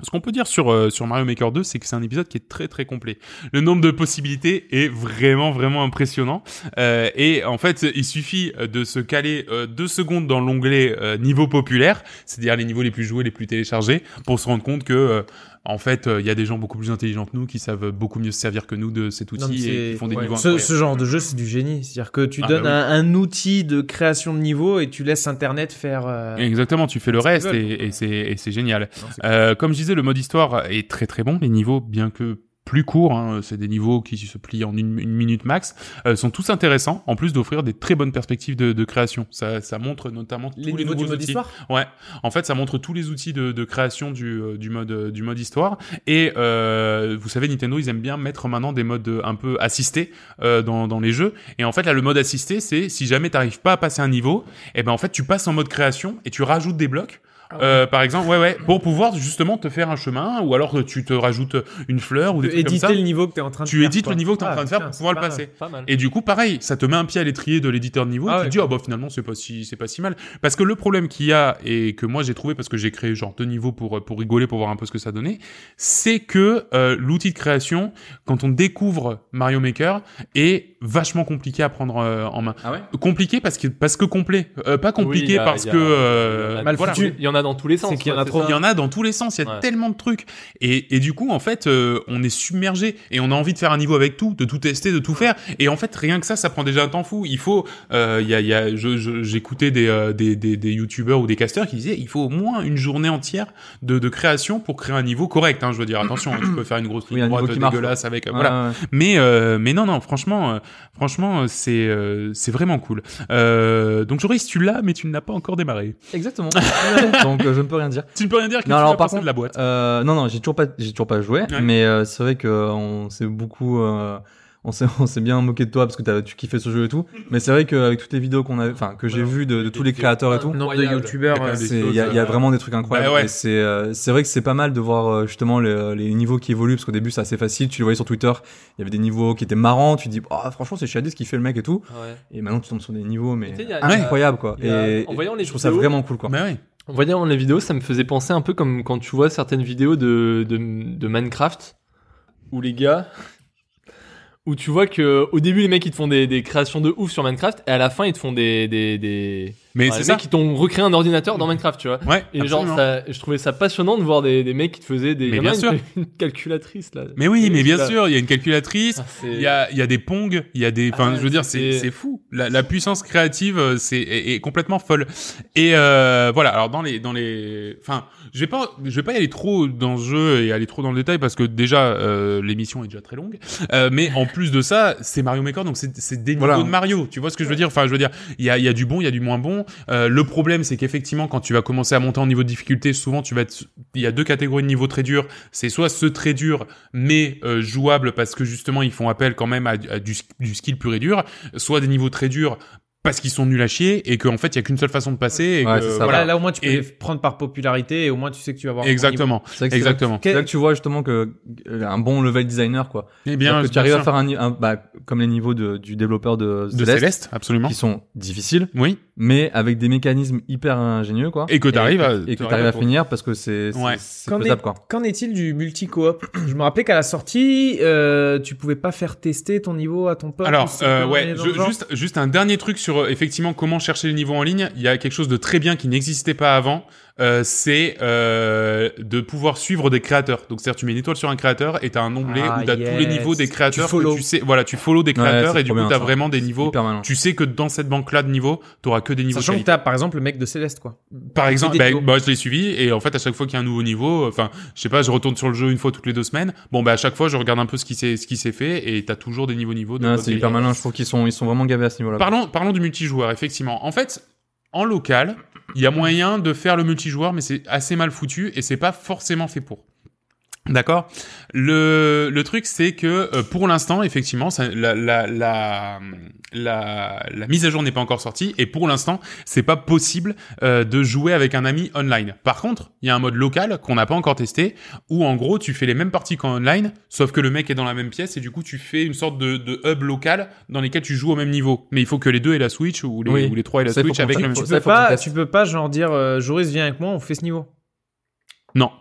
Ce qu'on peut dire sur euh, sur Mario Maker 2, c'est que c'est un épisode qui est très très complet. Le nombre de possibilités est vraiment vraiment impressionnant. Euh, et en fait, il suffit de se caler euh, deux secondes dans l'onglet euh, niveau populaire, c'est-à-dire les niveaux les plus joués, les plus téléchargés, pour se rendre compte que euh, En fait, il y a des gens beaucoup plus intelligents que nous qui savent beaucoup mieux se servir que nous de cet outil
Non, mais
et
c'est-
qui font des
ouais.
niveaux
ce,
incroyables.
ce genre de jeu, c'est du génie. C'est-à-dire que tu
Ah,
donnes
bah oui.
un, un outil de création de niveau et tu laisses Internet faire. euh,
Exactement, tu fais le
ce qu'ils
reste
veulent,
et,
quoi.
et c'est- et c'est génial.
Non, c'est-
Euh, comme je disais, le mode histoire est très très bon. Les niveaux, bien que plus courts, hein, c'est des niveaux qui se plient en une, une minute max, euh, sont tous intéressants, en plus d'offrir des très bonnes perspectives de, de création. Ça, ça montre notamment
les
tous les nouveaux
niveaux du mode
outils.
histoire
Ouais, en fait, ça montre tous les outils de, de création du, euh, du mode euh, du mode histoire. Et euh, vous savez, Nintendo, ils aiment bien mettre maintenant des modes euh, un peu assistés euh, dans, dans les jeux. Et en fait, là, le mode assisté, c'est si jamais t'arrives pas à passer un niveau, et ben en fait, tu passes en mode création et tu rajoutes des blocs.
Ah
Euh, par exemple, ouais, ouais, pour pouvoir justement te faire un chemin, ou alors euh, tu te rajoutes une fleur ou des
Tu
trucs comme
éditer
ça.
le niveau que t'es en train de
Tu
faire,
édites
quoi.
le niveau que t'es en
Ah,
train de faire
putain,
pour pouvoir
c'est
le
pas
passer.
Pas
mal.
mal.
Et du coup, pareil, ça te met un pied à l'étrier de l'éditeur de niveau.
Ah
tu
ouais,
te dis, ah bah finalement, c'est pas si, c'est pas si mal. Parce que le problème qu'il y a et que moi j'ai trouvé parce que j'ai créé genre deux niveaux pour euh, pour rigoler, pour voir un peu ce que ça donnait, c'est que euh, l'outil de création, quand on découvre Mario Maker, est vachement compliqué à prendre euh, en main.
Ah ouais
Compliqué parce que parce que complet, Euh, pas
Oui, il
compliqué
y a-
parce
il y a-
que
il y en
euh,
a-
mal
voilà.
foutu.
Il y en a dans tous les sens.
C'est qu'il y en
quoi,
a trop.
ça.
Il y en a dans tous les sens, il y a
Ouais.
tellement de trucs. Et, et du coup, en fait, euh, on est submergé et on a envie de faire un niveau avec tout, de tout tester, de tout faire. Et en fait, rien que ça, ça prend déjà un temps fou. Il faut, euh, il y a, il y a, je- je- j'écoutais des, euh, des, des, des youtubeurs ou des casteurs qui disaient, il faut au moins une journée entière de, de création pour créer un niveau correct. Hein, je veux dire, attention, tu peux faire une grosse
Oui,
ligne
un niveau
droite
qui marche,
dégueulasse avec,
Ah,
voilà.
ouais.
Mais euh, mais non non franchement euh, franchement euh, c'est euh, c'est vraiment cool. Euh, donc Joris tu l'as mais tu ne l'as pas encore démarré.
(laughs) Exactement. Donc euh, je ne peux rien dire.
Tu ne peux rien dire que
Non,
tu
alors,
as
par
pensé de
contre,
la boîte.
Euh, non, non, j'ai toujours pas, j'ai toujours pas joué,
Ouais.
mais euh, c'est vrai que euh, on s'est beaucoup, euh, on s'est, (laughs) on s'est bien moqué de toi parce que t'as- tu kiffais ce jeu et tout. Mais c'est vrai qu'avec toutes les vidéos qu'on a, enfin que j'ai
Ouais,
vues de, de
des
tous les
vidéos
créateurs et tout,
Le nombre de
Incroyable.
youtubeurs.
Il y a quand
euh,
même
c'est- il y, a-
choses,
il y a
euh,
vraiment des trucs incroyables.
bah ouais.
Et c'est, euh, c'est vrai que c'est pas mal de voir euh, justement les, les niveaux qui évoluent parce qu'au début c'est assez facile. Tu le voyais sur Twitter, il y avait des niveaux qui étaient marrants. Tu te dis, Ah, franchement c'est Shadé ce qu'il fait le mec et tout.
Ouais.
Et maintenant tu tombes sur des niveaux mais
Tu sais, il y a-
incroyables quoi.
il y a-
Et
en voyant les
je trouve ça
vidéos-
vraiment cool quoi.
Bah oui.
En voyant les vidéos, ça me faisait penser un peu comme quand tu vois certaines vidéos de, de, de Minecraft où les gars. Où tu vois que au début les mecs ils te font des, des créations de ouf sur Minecraft et à la fin ils te font des des, des...
Mais
enfin,
c'est
les
ça.
mecs qui t'ont recréé un ordinateur dans Minecraft tu vois
Ouais.
et
absolument.
genre ça- je trouvais ça passionnant de voir des, des mecs qui te faisaient des
Mais
il y en
bien
a une-
sûr.
une calculatrice là
Mais oui, mais bien
Là.
sûr, il y a une calculatrice,
Ah, c'est-
il y a, il y a des pongs, il y a des, enfin,
Ah ouais,
je veux dire, c'est,
c'était-
c'est fou. La, la puissance créative, euh, c'est, est, est complètement folle. Et euh, voilà. Alors dans les, dans les, enfin, je vais pas, je vais pas y aller trop dans ce jeu et aller trop dans le détail parce que déjà euh, l'émission est déjà très longue. Euh, mais en plus de ça, c'est Mario Maker, donc c'est, c'est des
Voilà.
niveaux de Mario. Tu vois ce que je veux dire Enfin, je veux dire, il y a, il y a du bon, il y a du moins bon. Euh, le problème, c'est qu'effectivement, quand tu vas commencer à monter en niveau de difficulté, souvent tu vas être, il y a deux catégories de niveaux très durs. C'est soit ce très dur, mais euh, jouable parce que justement ils font appel quand même à, à du, du skill pur et dur, soit des niveaux très durs parce qu'ils sont nuls à chier et qu'en fait il y a qu'une seule façon de passer. Et
Ouais,
que,
c'est ça.
voilà.
Là, là, au moins, tu peux
Et-
les prendre par popularité et au moins, tu sais que tu vas avoir. un bon
Exactement,
C'est vrai que c'est-
exactement.
C'est là que tu vois justement que euh, un bon level designer quoi.
Eh
Bien,
bien,
que tu arrives
bien
à
sûr.
faire un, ni- un- bah, comme les niveaux de- du développeur de,
de
Celeste,
Céleste, absolument.
qui sont difficiles,
Oui,
mais avec des mécanismes hyper ingénieux quoi.
Et que t'arrives à-
et que
t'arrives
t'arrives
à
à
tour-
finir parce que c'est c'est-
Ouais.
c'est
Qu'en
faisable quoi.
est- Qu'en est-il du multi-coop (clears throat) Je me rappelais qu'à la sortie, euh, tu pouvais pas faire tester ton niveau à ton pote. ou
Alors,
si
euh,
on est
ouais,
dans
je-
le genre.
juste, juste un dernier truc sur euh, effectivement comment chercher les niveaux en ligne. Il y a quelque chose de très bien qui n'existait pas avant. euh, c'est euh, de pouvoir suivre des créateurs. Donc, c'est-à-dire, tu mets une étoile sur un créateur et t'as un onglet
Ah,
où t'as tous les
yes.
niveaux des
Tu
créateurs. que
follow.
tu sais, voilà, tu follow des créateurs
c'est
et du
trop
coup,
bien,
t'as
ça.
vraiment des niveaux.
Hyper malin.
Tu sais que dans cette banque-là de niveaux, t'auras que des niveaux. de
Sachant que
qualité.
t'as par exemple le mec de Céleste, quoi.
Par
que
exemple,
des
bah,
niveaux.
moi, je l'ai suivi et en fait à chaque fois qu'il y a un nouveau niveau, enfin, je sais pas, je retourne sur le jeu une fois toutes les deux semaines. Bon, bah à chaque fois, je regarde un peu ce qui s'est ce qui s'est fait et t'as toujours des niveaux niveaux. de
Ouais,
bonne
c'est
qualité.
hyper malin. Je trouve qu'ils sont ils sont vraiment gavés à ce niveau là.
Parlons, parlons du multijoueur, effectivement. En fait, en local, il y a moyen de faire le multijoueur, mais c'est assez mal foutu et c'est pas forcément fait pour. D'accord. Le, le truc c'est que euh, pour l'instant effectivement ça- la, la, la, la, la mise à jour n'est pas encore sortie et pour l'instant c'est pas possible euh, de jouer avec un ami online. Par contre il y a un mode local qu'on n'a pas encore testé où en gros tu fais les mêmes parties qu'en online sauf que le mec est dans la même pièce et du coup tu fais une sorte de, de hub local dans lesquels tu joues au même niveau. Mais il faut que les deux aient la Switch ou les,
Oui.
ou les trois aient la
Ça, il faut
Switch avec
qu'on
le même
teste.
Tu
ça,
peux,
faut que tu
pas,
testes.
tu peux pas genre dire euh, Joris viens avec moi, on fait ce niveau.
Non.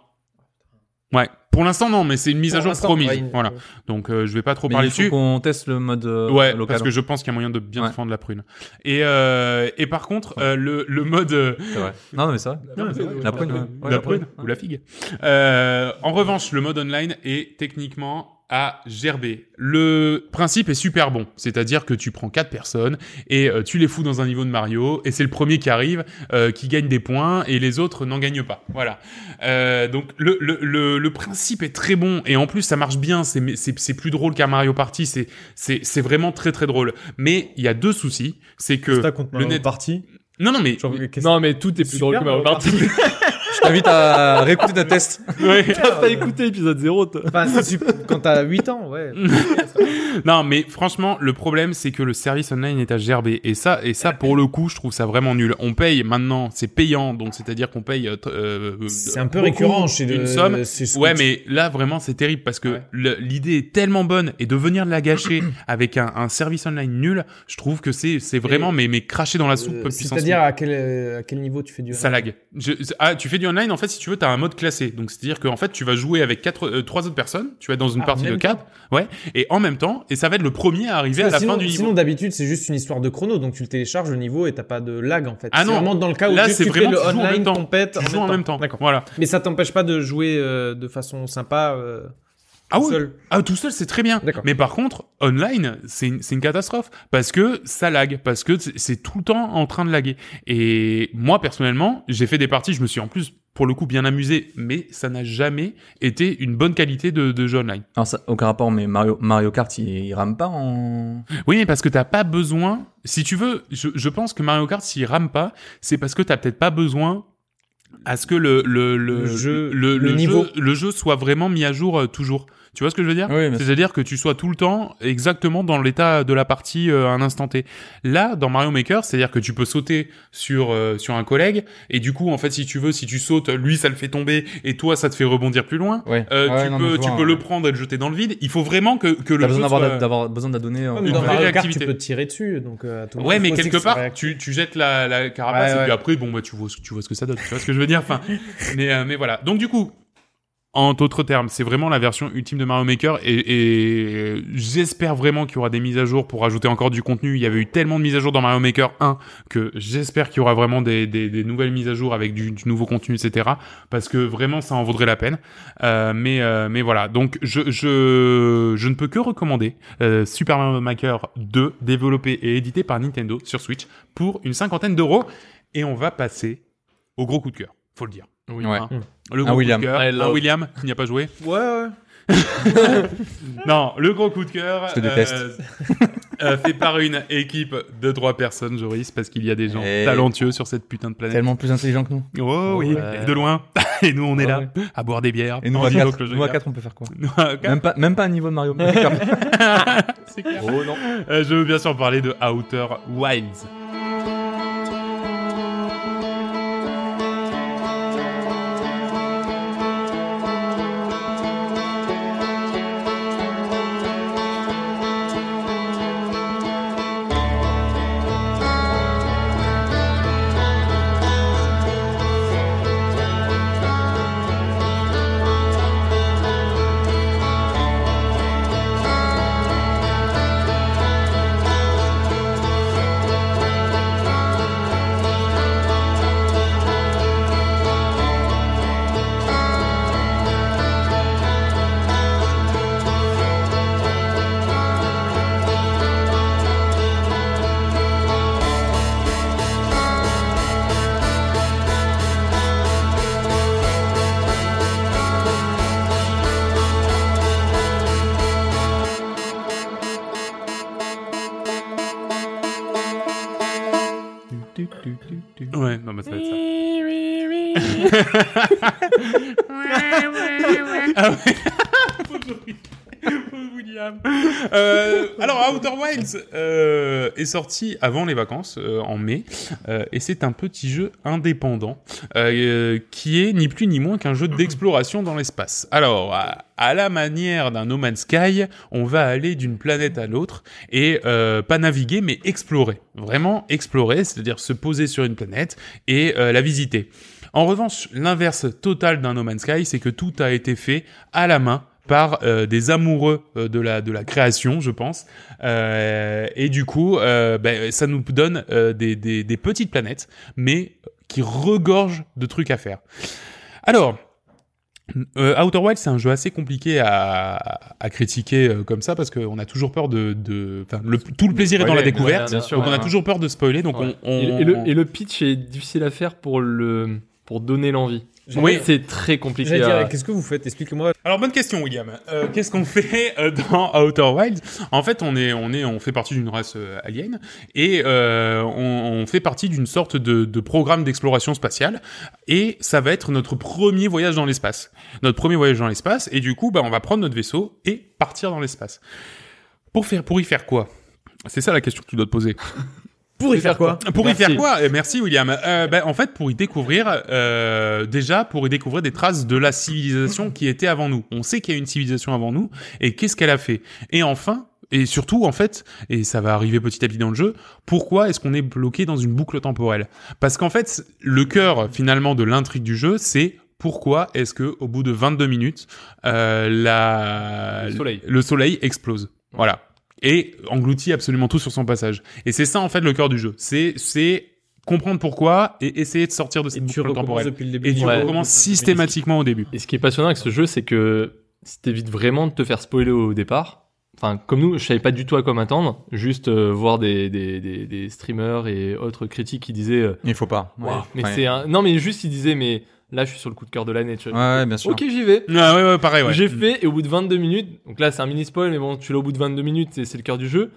Ouais. Pour l'instant, non, mais c'est une mise à
Pour
jour
l'instant,
promise.
ouais, une-
Voilà. Donc, euh, je vais pas trop
Mais
parler
il faut
dessus.
qu'on teste le mode euh,
Ouais,
local.
parce que je pense qu'il y a moyen de bien
Ouais.
défendre la prune. Et, euh, et par contre, euh, le, le mode euh,
C'est vrai. Non, non, mais ça.
Non, mais c'est-
La prune, ouais.
ou la
Ouais, la prune.
prune ou la figue. Euh, en revanche, le mode online est techniquement à gerber. Le principe est super bon, c'est-à-dire que tu prends quatre personnes et euh, tu les fous dans un niveau de Mario et c'est le premier qui arrive euh, qui gagne des points et les autres n'en gagnent pas. Voilà. Euh, donc le, le, le, le principe est très bon et en plus ça marche bien. C'est c'est c'est plus drôle qu'un Mario Party. C'est c'est c'est vraiment très très drôle. Mais il y a deux soucis, c'est que le net.
parti.
Non non mais
Non, mais tout est plus drôle que Mario
hein.
Party.
Je t'invite à réécouter notre test.
(laughs) Ouais.
T'as pas écouté épisode 0, toi.
Enfin, c'est sup- quand t'as 8 ans, ouais.
Non, mais franchement, le problème, c'est que le service online est à gerber. Et ça, et ça, pour le coup, je trouve ça vraiment nul. On paye maintenant, c'est payant, donc c'est-à-dire qu'on paye. euh, t- euh,
C'est un peu
beaucoup,
récurrent chez le-
Une somme.
c'est ce que
Ouais,
tu-
mais là, vraiment, c'est terrible parce que le- l'idée est tellement bonne et de venir la
(clears throat)
gâcher avec un, un service online nul, je trouve que c'est c'est vraiment mais mais cracher dans la soupe
Euh,
puissance.
C'est-à-dire à quel euh, à quel niveau tu fais du.
Ça lag. Je, ah, tu fais du online, en fait, si tu veux, t'as un mode classé. Donc, c'est-à-dire qu'en fait, tu vas jouer avec quatre, euh, trois autres personnes, tu vas être dans une
Ah,
partie
en
de
même
quatre, ouais, et en même temps, et ça va être le premier à arriver à
Parce que
la
sinon,
fin du niveau.
sinon, d'habitude, c'est juste une histoire de chrono, donc tu le télécharges le niveau et t'as pas de lag en fait.
Ah
C'est
non.
vraiment dans le cas où
Là,
juste
c'est
tu
vraiment
fais
tu
le
joues en
online,
même temps.
compète,
Tu joues en même temps.
D'accord.
Voilà.
Mais ça t'empêche pas de jouer euh, de façon sympa euh,
Ah
tout
oui.
seul.
Ah, tout seul, c'est très bien.
D'accord.
Mais par contre, online, c'est une, c'est une catastrophe. Parce que ça lag. Parce que c'est c'est tout le temps en train de laguer. Et moi, personnellement, j'ai fait des parties, je me suis en plus, pour le coup, bien amusé. Mais ça n'a jamais été une bonne qualité de, de jeu online.
Alors, ça, aucun rapport, mais Mario, Mario Kart, il, il rame pas en.
Oui, mais parce que t'as pas besoin. Si tu veux, je, je pense que Mario Kart, s'il rame pas, c'est parce que t'as peut-être pas besoin à ce que le, le, le,
Le jeu-
le,
le
jeu-
niveau.
le jeu soit vraiment mis à jour euh, toujours. Tu vois ce que je veux dire
Oui, mais
C'est-à-dire que tu sois tout le temps exactement dans l'état de la partie euh, à un instant T. Là, dans Mario Maker, c'est-à-dire que tu peux sauter sur euh, sur un collègue et du coup, en fait, si tu veux, si tu sautes, lui ça le fait tomber et toi ça te fait rebondir plus loin.
Ouais.
Euh,
Ouais,
tu
non, mais
peux
je
tu
vois,
peux
hein.
le prendre et le jeter dans le vide. Il faut vraiment que que
T'as
le euh, jeu
besoin d'avoir
soit-
la- d'avoir besoin de la donnée. en-
Mais dans
vraie
Mario Kart,
réactivité.
tu peux te tirer dessus, donc euh, à tout
Ouais,
moment,
mais
faut aussi
quelque
que ça
part,
réactive.
tu, tu jettes la, la carapace
Ouais,
et puis
ouais.
après, bon, bah, tu vois, ce- tu vois ce que ça donne. Tu vois ce que je veux dire
(laughs)
enfin, mais, euh, mais voilà. Donc, du coup, en d'autres termes, c'est vraiment la version ultime de Mario Maker et, et j'espère vraiment qu'il y aura des mises à jour pour ajouter encore du contenu. Il y avait eu tellement de mises à jour dans Mario Maker 1 que j'espère qu'il y aura vraiment des, des, des nouvelles mises à jour avec du, du nouveau contenu, etc. Parce que vraiment, ça en vaudrait la peine. Euh, mais, euh, mais voilà. Donc, je, je, je ne peux que recommander euh, Super Mario Maker 2, développé et édité par Nintendo sur Switch pour une cinquantaine d'euros. Et on va passer au gros coup de cœur, faut le dire.
Ouais. Mm.
Hein. Le gros
William.
coup de cœur,
I
un
love.
William qui n'y a pas
(laughs)
joué.
Ouais, ouais.
Non, le gros coup de cœur.
Je te déteste.
euh, fait par une équipe de trois personnes, Joris, parce qu'il y a des gens
Eh.
talentueux sur cette putain de planète.
Tellement plus intelligent que nous. Ah
Oh oui,
Ouais.
et de loin. (laughs) Et nous, on est là
Ouais.
à boire des bières.
Et nous,
en
à
disant
4,
que le jeu
nous, à
est
quatre, on peut faire quoi
Nous, à quatre.
même pas, même pas un niveau de
(laughs)
Mario Maker.
C'est clair.
Oh non.
(laughs) Euh, je veux bien sûr parler de Outer Wilds. Ouais, non, mais ça va être ça. (laughs) Ah ouais. Pauvre Joris. Pauvre William. Euh, alors, Outer Wilds euh, est sorti avant les vacances, euh, en mai, euh, et c'est un petit jeu indépendant euh, qui est ni plus ni moins qu'un jeu d'exploration dans l'espace. Alors, à, à la manière d'un No Man's Sky, on va aller d'une planète à l'autre et euh, pas naviguer, mais explorer. Vraiment explorer, c'est-à-dire se poser sur une planète et euh, la visiter. En revanche, l'inverse total d'un No Man's Sky, c'est que tout a été fait à la main par euh, des amoureux euh, de la de la création, je pense. Euh, et du coup, euh, ben, ça nous donne euh, des, des des petites planètes, mais qui regorgent de trucs à faire. Alors, euh, Outer Wilds, c'est un jeu assez compliqué à, à critiquer euh, comme ça parce qu'on a toujours peur de, de enfin, le- tout le plaisir est dans la
Spoiler,
découverte,
bien sûr,
donc
ouais,
on a
ouais.
toujours peur de spoiler, donc
Ouais.
on, on-
Et, et le, et le pitch est difficile à faire pour le pour donner l'envie.
Oui.
c'est très
J'allais
compliqué.
dire,
À...
qu'est-ce que vous faites Explique-moi.
Alors bonne question William. Euh, Qu'est-ce qu'on fait euh, dans Outer Wilds En fait, on est on est on fait partie d'une race euh, alien et euh, on, on fait partie d'une sorte de, de programme d'exploration spatiale et ça va être notre premier voyage dans l'espace. Notre premier voyage dans l'espace et du coup, bah on va prendre notre vaisseau et partir dans l'espace. Pour faire pour y faire quoi C'est ça la question que tu dois te poser.
Pour y faire quoi
Pour
Merci.
y faire quoi Euh, Merci William. Euh, ben, en fait, pour y découvrir, euh, déjà, pour y découvrir des traces de la civilisation qui était avant nous. On sait qu'il y a une civilisation avant nous, et qu'est-ce qu'elle a fait Et enfin, et surtout, en fait, et ça va arriver petit à petit dans le jeu, pourquoi est-ce qu'on est bloqué dans une boucle temporelle Parce qu'en fait, le cœur, finalement, de l'intrigue du jeu, c'est... Pourquoi est-ce que au bout de 22 minutes euh, la...
Le soleil.
le soleil explose Voilà et engloutit absolument tout sur son passage. Et c'est ça en fait le cœur du jeu. C'est c'est comprendre pourquoi et essayer de sortir de cette
Et tu
boucle
recommences
temporelle.
depuis le début.
Et tu
du
Ouais.
jeu.
recommences systématiquement au début.
Et ce qui est passionnant avec ce jeu, c'est que si t'évites vraiment de te faire spoiler au départ. Enfin, comme nous, je savais pas du tout à quoi m'attendre. Juste euh, voir des, des, des, des streamers et autres critiques qui disaient. euh,
Il faut pas.
Waouh, mais
Ouais.
c'est un... Non, mais juste ils disaient, mais là, je suis sur le coup de cœur de l'année. tu vois.
Ouais, ouais, bien sûr.
ok, j'y vais.
Ah, ouais, ouais, pareil, ouais.
J'ai fait, et au bout de 22 minutes, donc là, c'est un mini spoil, mais bon, tu l'as au bout de 22 minutes, et c'est le cœur du jeu.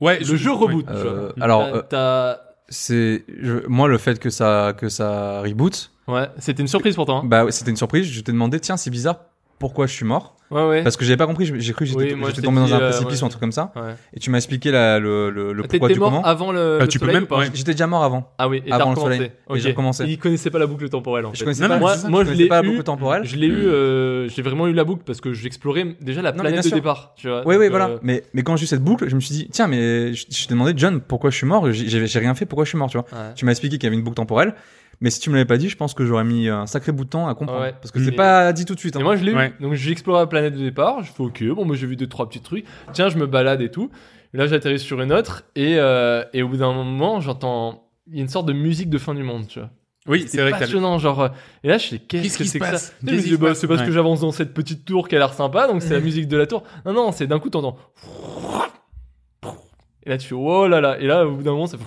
Ouais,
Le
je-
jeu
ouais.
reboot. tu
Euh,
vois.
alors,
T'as-
euh,
t'as-
C'est je- moi le fait que ça que ça reboot.
Ouais, c'était une surprise pour toi. hein.
Bah ouais, c'était une surprise. Je t'ai demandé tiens c'est bizarre pourquoi je suis mort
Ouais, ouais.
parce que j'avais pas compris. J'ai j'ai cru que
Oui,
j'étais
moi, je
j'étais
t'ai
tombé
dit,
dans un
euh,
précipice
ouais.
ou un truc comme ça.
ouais.
Et tu m'as expliqué la, le, le, le
Ah,
pourquoi
T'étais
du
mort
comment. Euh,
avant le.
Ah,
le
tu peux
soleil
même-
ou pas
ouais.
J'étais déjà mort avant.
Ah oui, et t'as
Avant le soleil.
recommencé.
Et j'ai
Ok.
recommencé.
Il connaissait pas la boucle temporelle en
Je
fait.
connaissais
Non,
pas.
mais
Bah, moi-
c'est ça,
moi,
je
je
connaissais
l'ai
pas la
eu.
boucle temporelle.
Je l'ai eu, euh, j'ai vraiment eu la boucle parce que j'explorais déjà la
Non, mais bien
planète de
sûr.
départ. Tu vois.
Oui,
Donc,
oui,
euh,
voilà. Mais, mais quand j'ai eu cette boucle, je me suis dit, tiens, mais je, je t'ai demandé, John, pourquoi je suis mort J'ai- J'ai j'ai rien fait, pourquoi je suis mort, tu vois
ouais.
Tu m'as expliqué qu'il y avait une boucle temporelle, mais si tu me l'avais pas dit, je pense que j'aurais mis un sacré bout de temps à comprendre.
Ouais.
Parce que c'est
Mm.
pas dit tout de suite. hein.
Et moi je l'ai
Ouais.
eu. Donc j'ai exploré la planète de départ. Je fais ok, bon, moi j'ai vu deux trois petits trucs. Tiens, je me balade et tout. Et là j'atterris sur une autre et, euh, et au bout d'un moment j'entends. Il y a une sorte de musique de fin du monde, tu vois.
Oui, c'est
C'est
vrai que t'as-
passionnant, genre. euh, Et là, je sais
Qu'est-ce
qu'est-ce que
qui
c'est
se
que
passe
ça Tu sais, je me
Qu'est-ce
dis,
qui se
bah,
passe
C'est parce
Ouais.
que j'avance dans cette petite tour qui a l'air sympa, donc c'est la musique de la tour. Non, non, c'est d'un coup t'entends. Et là, tu fais oh là là. Et là, au bout d'un moment, ça fait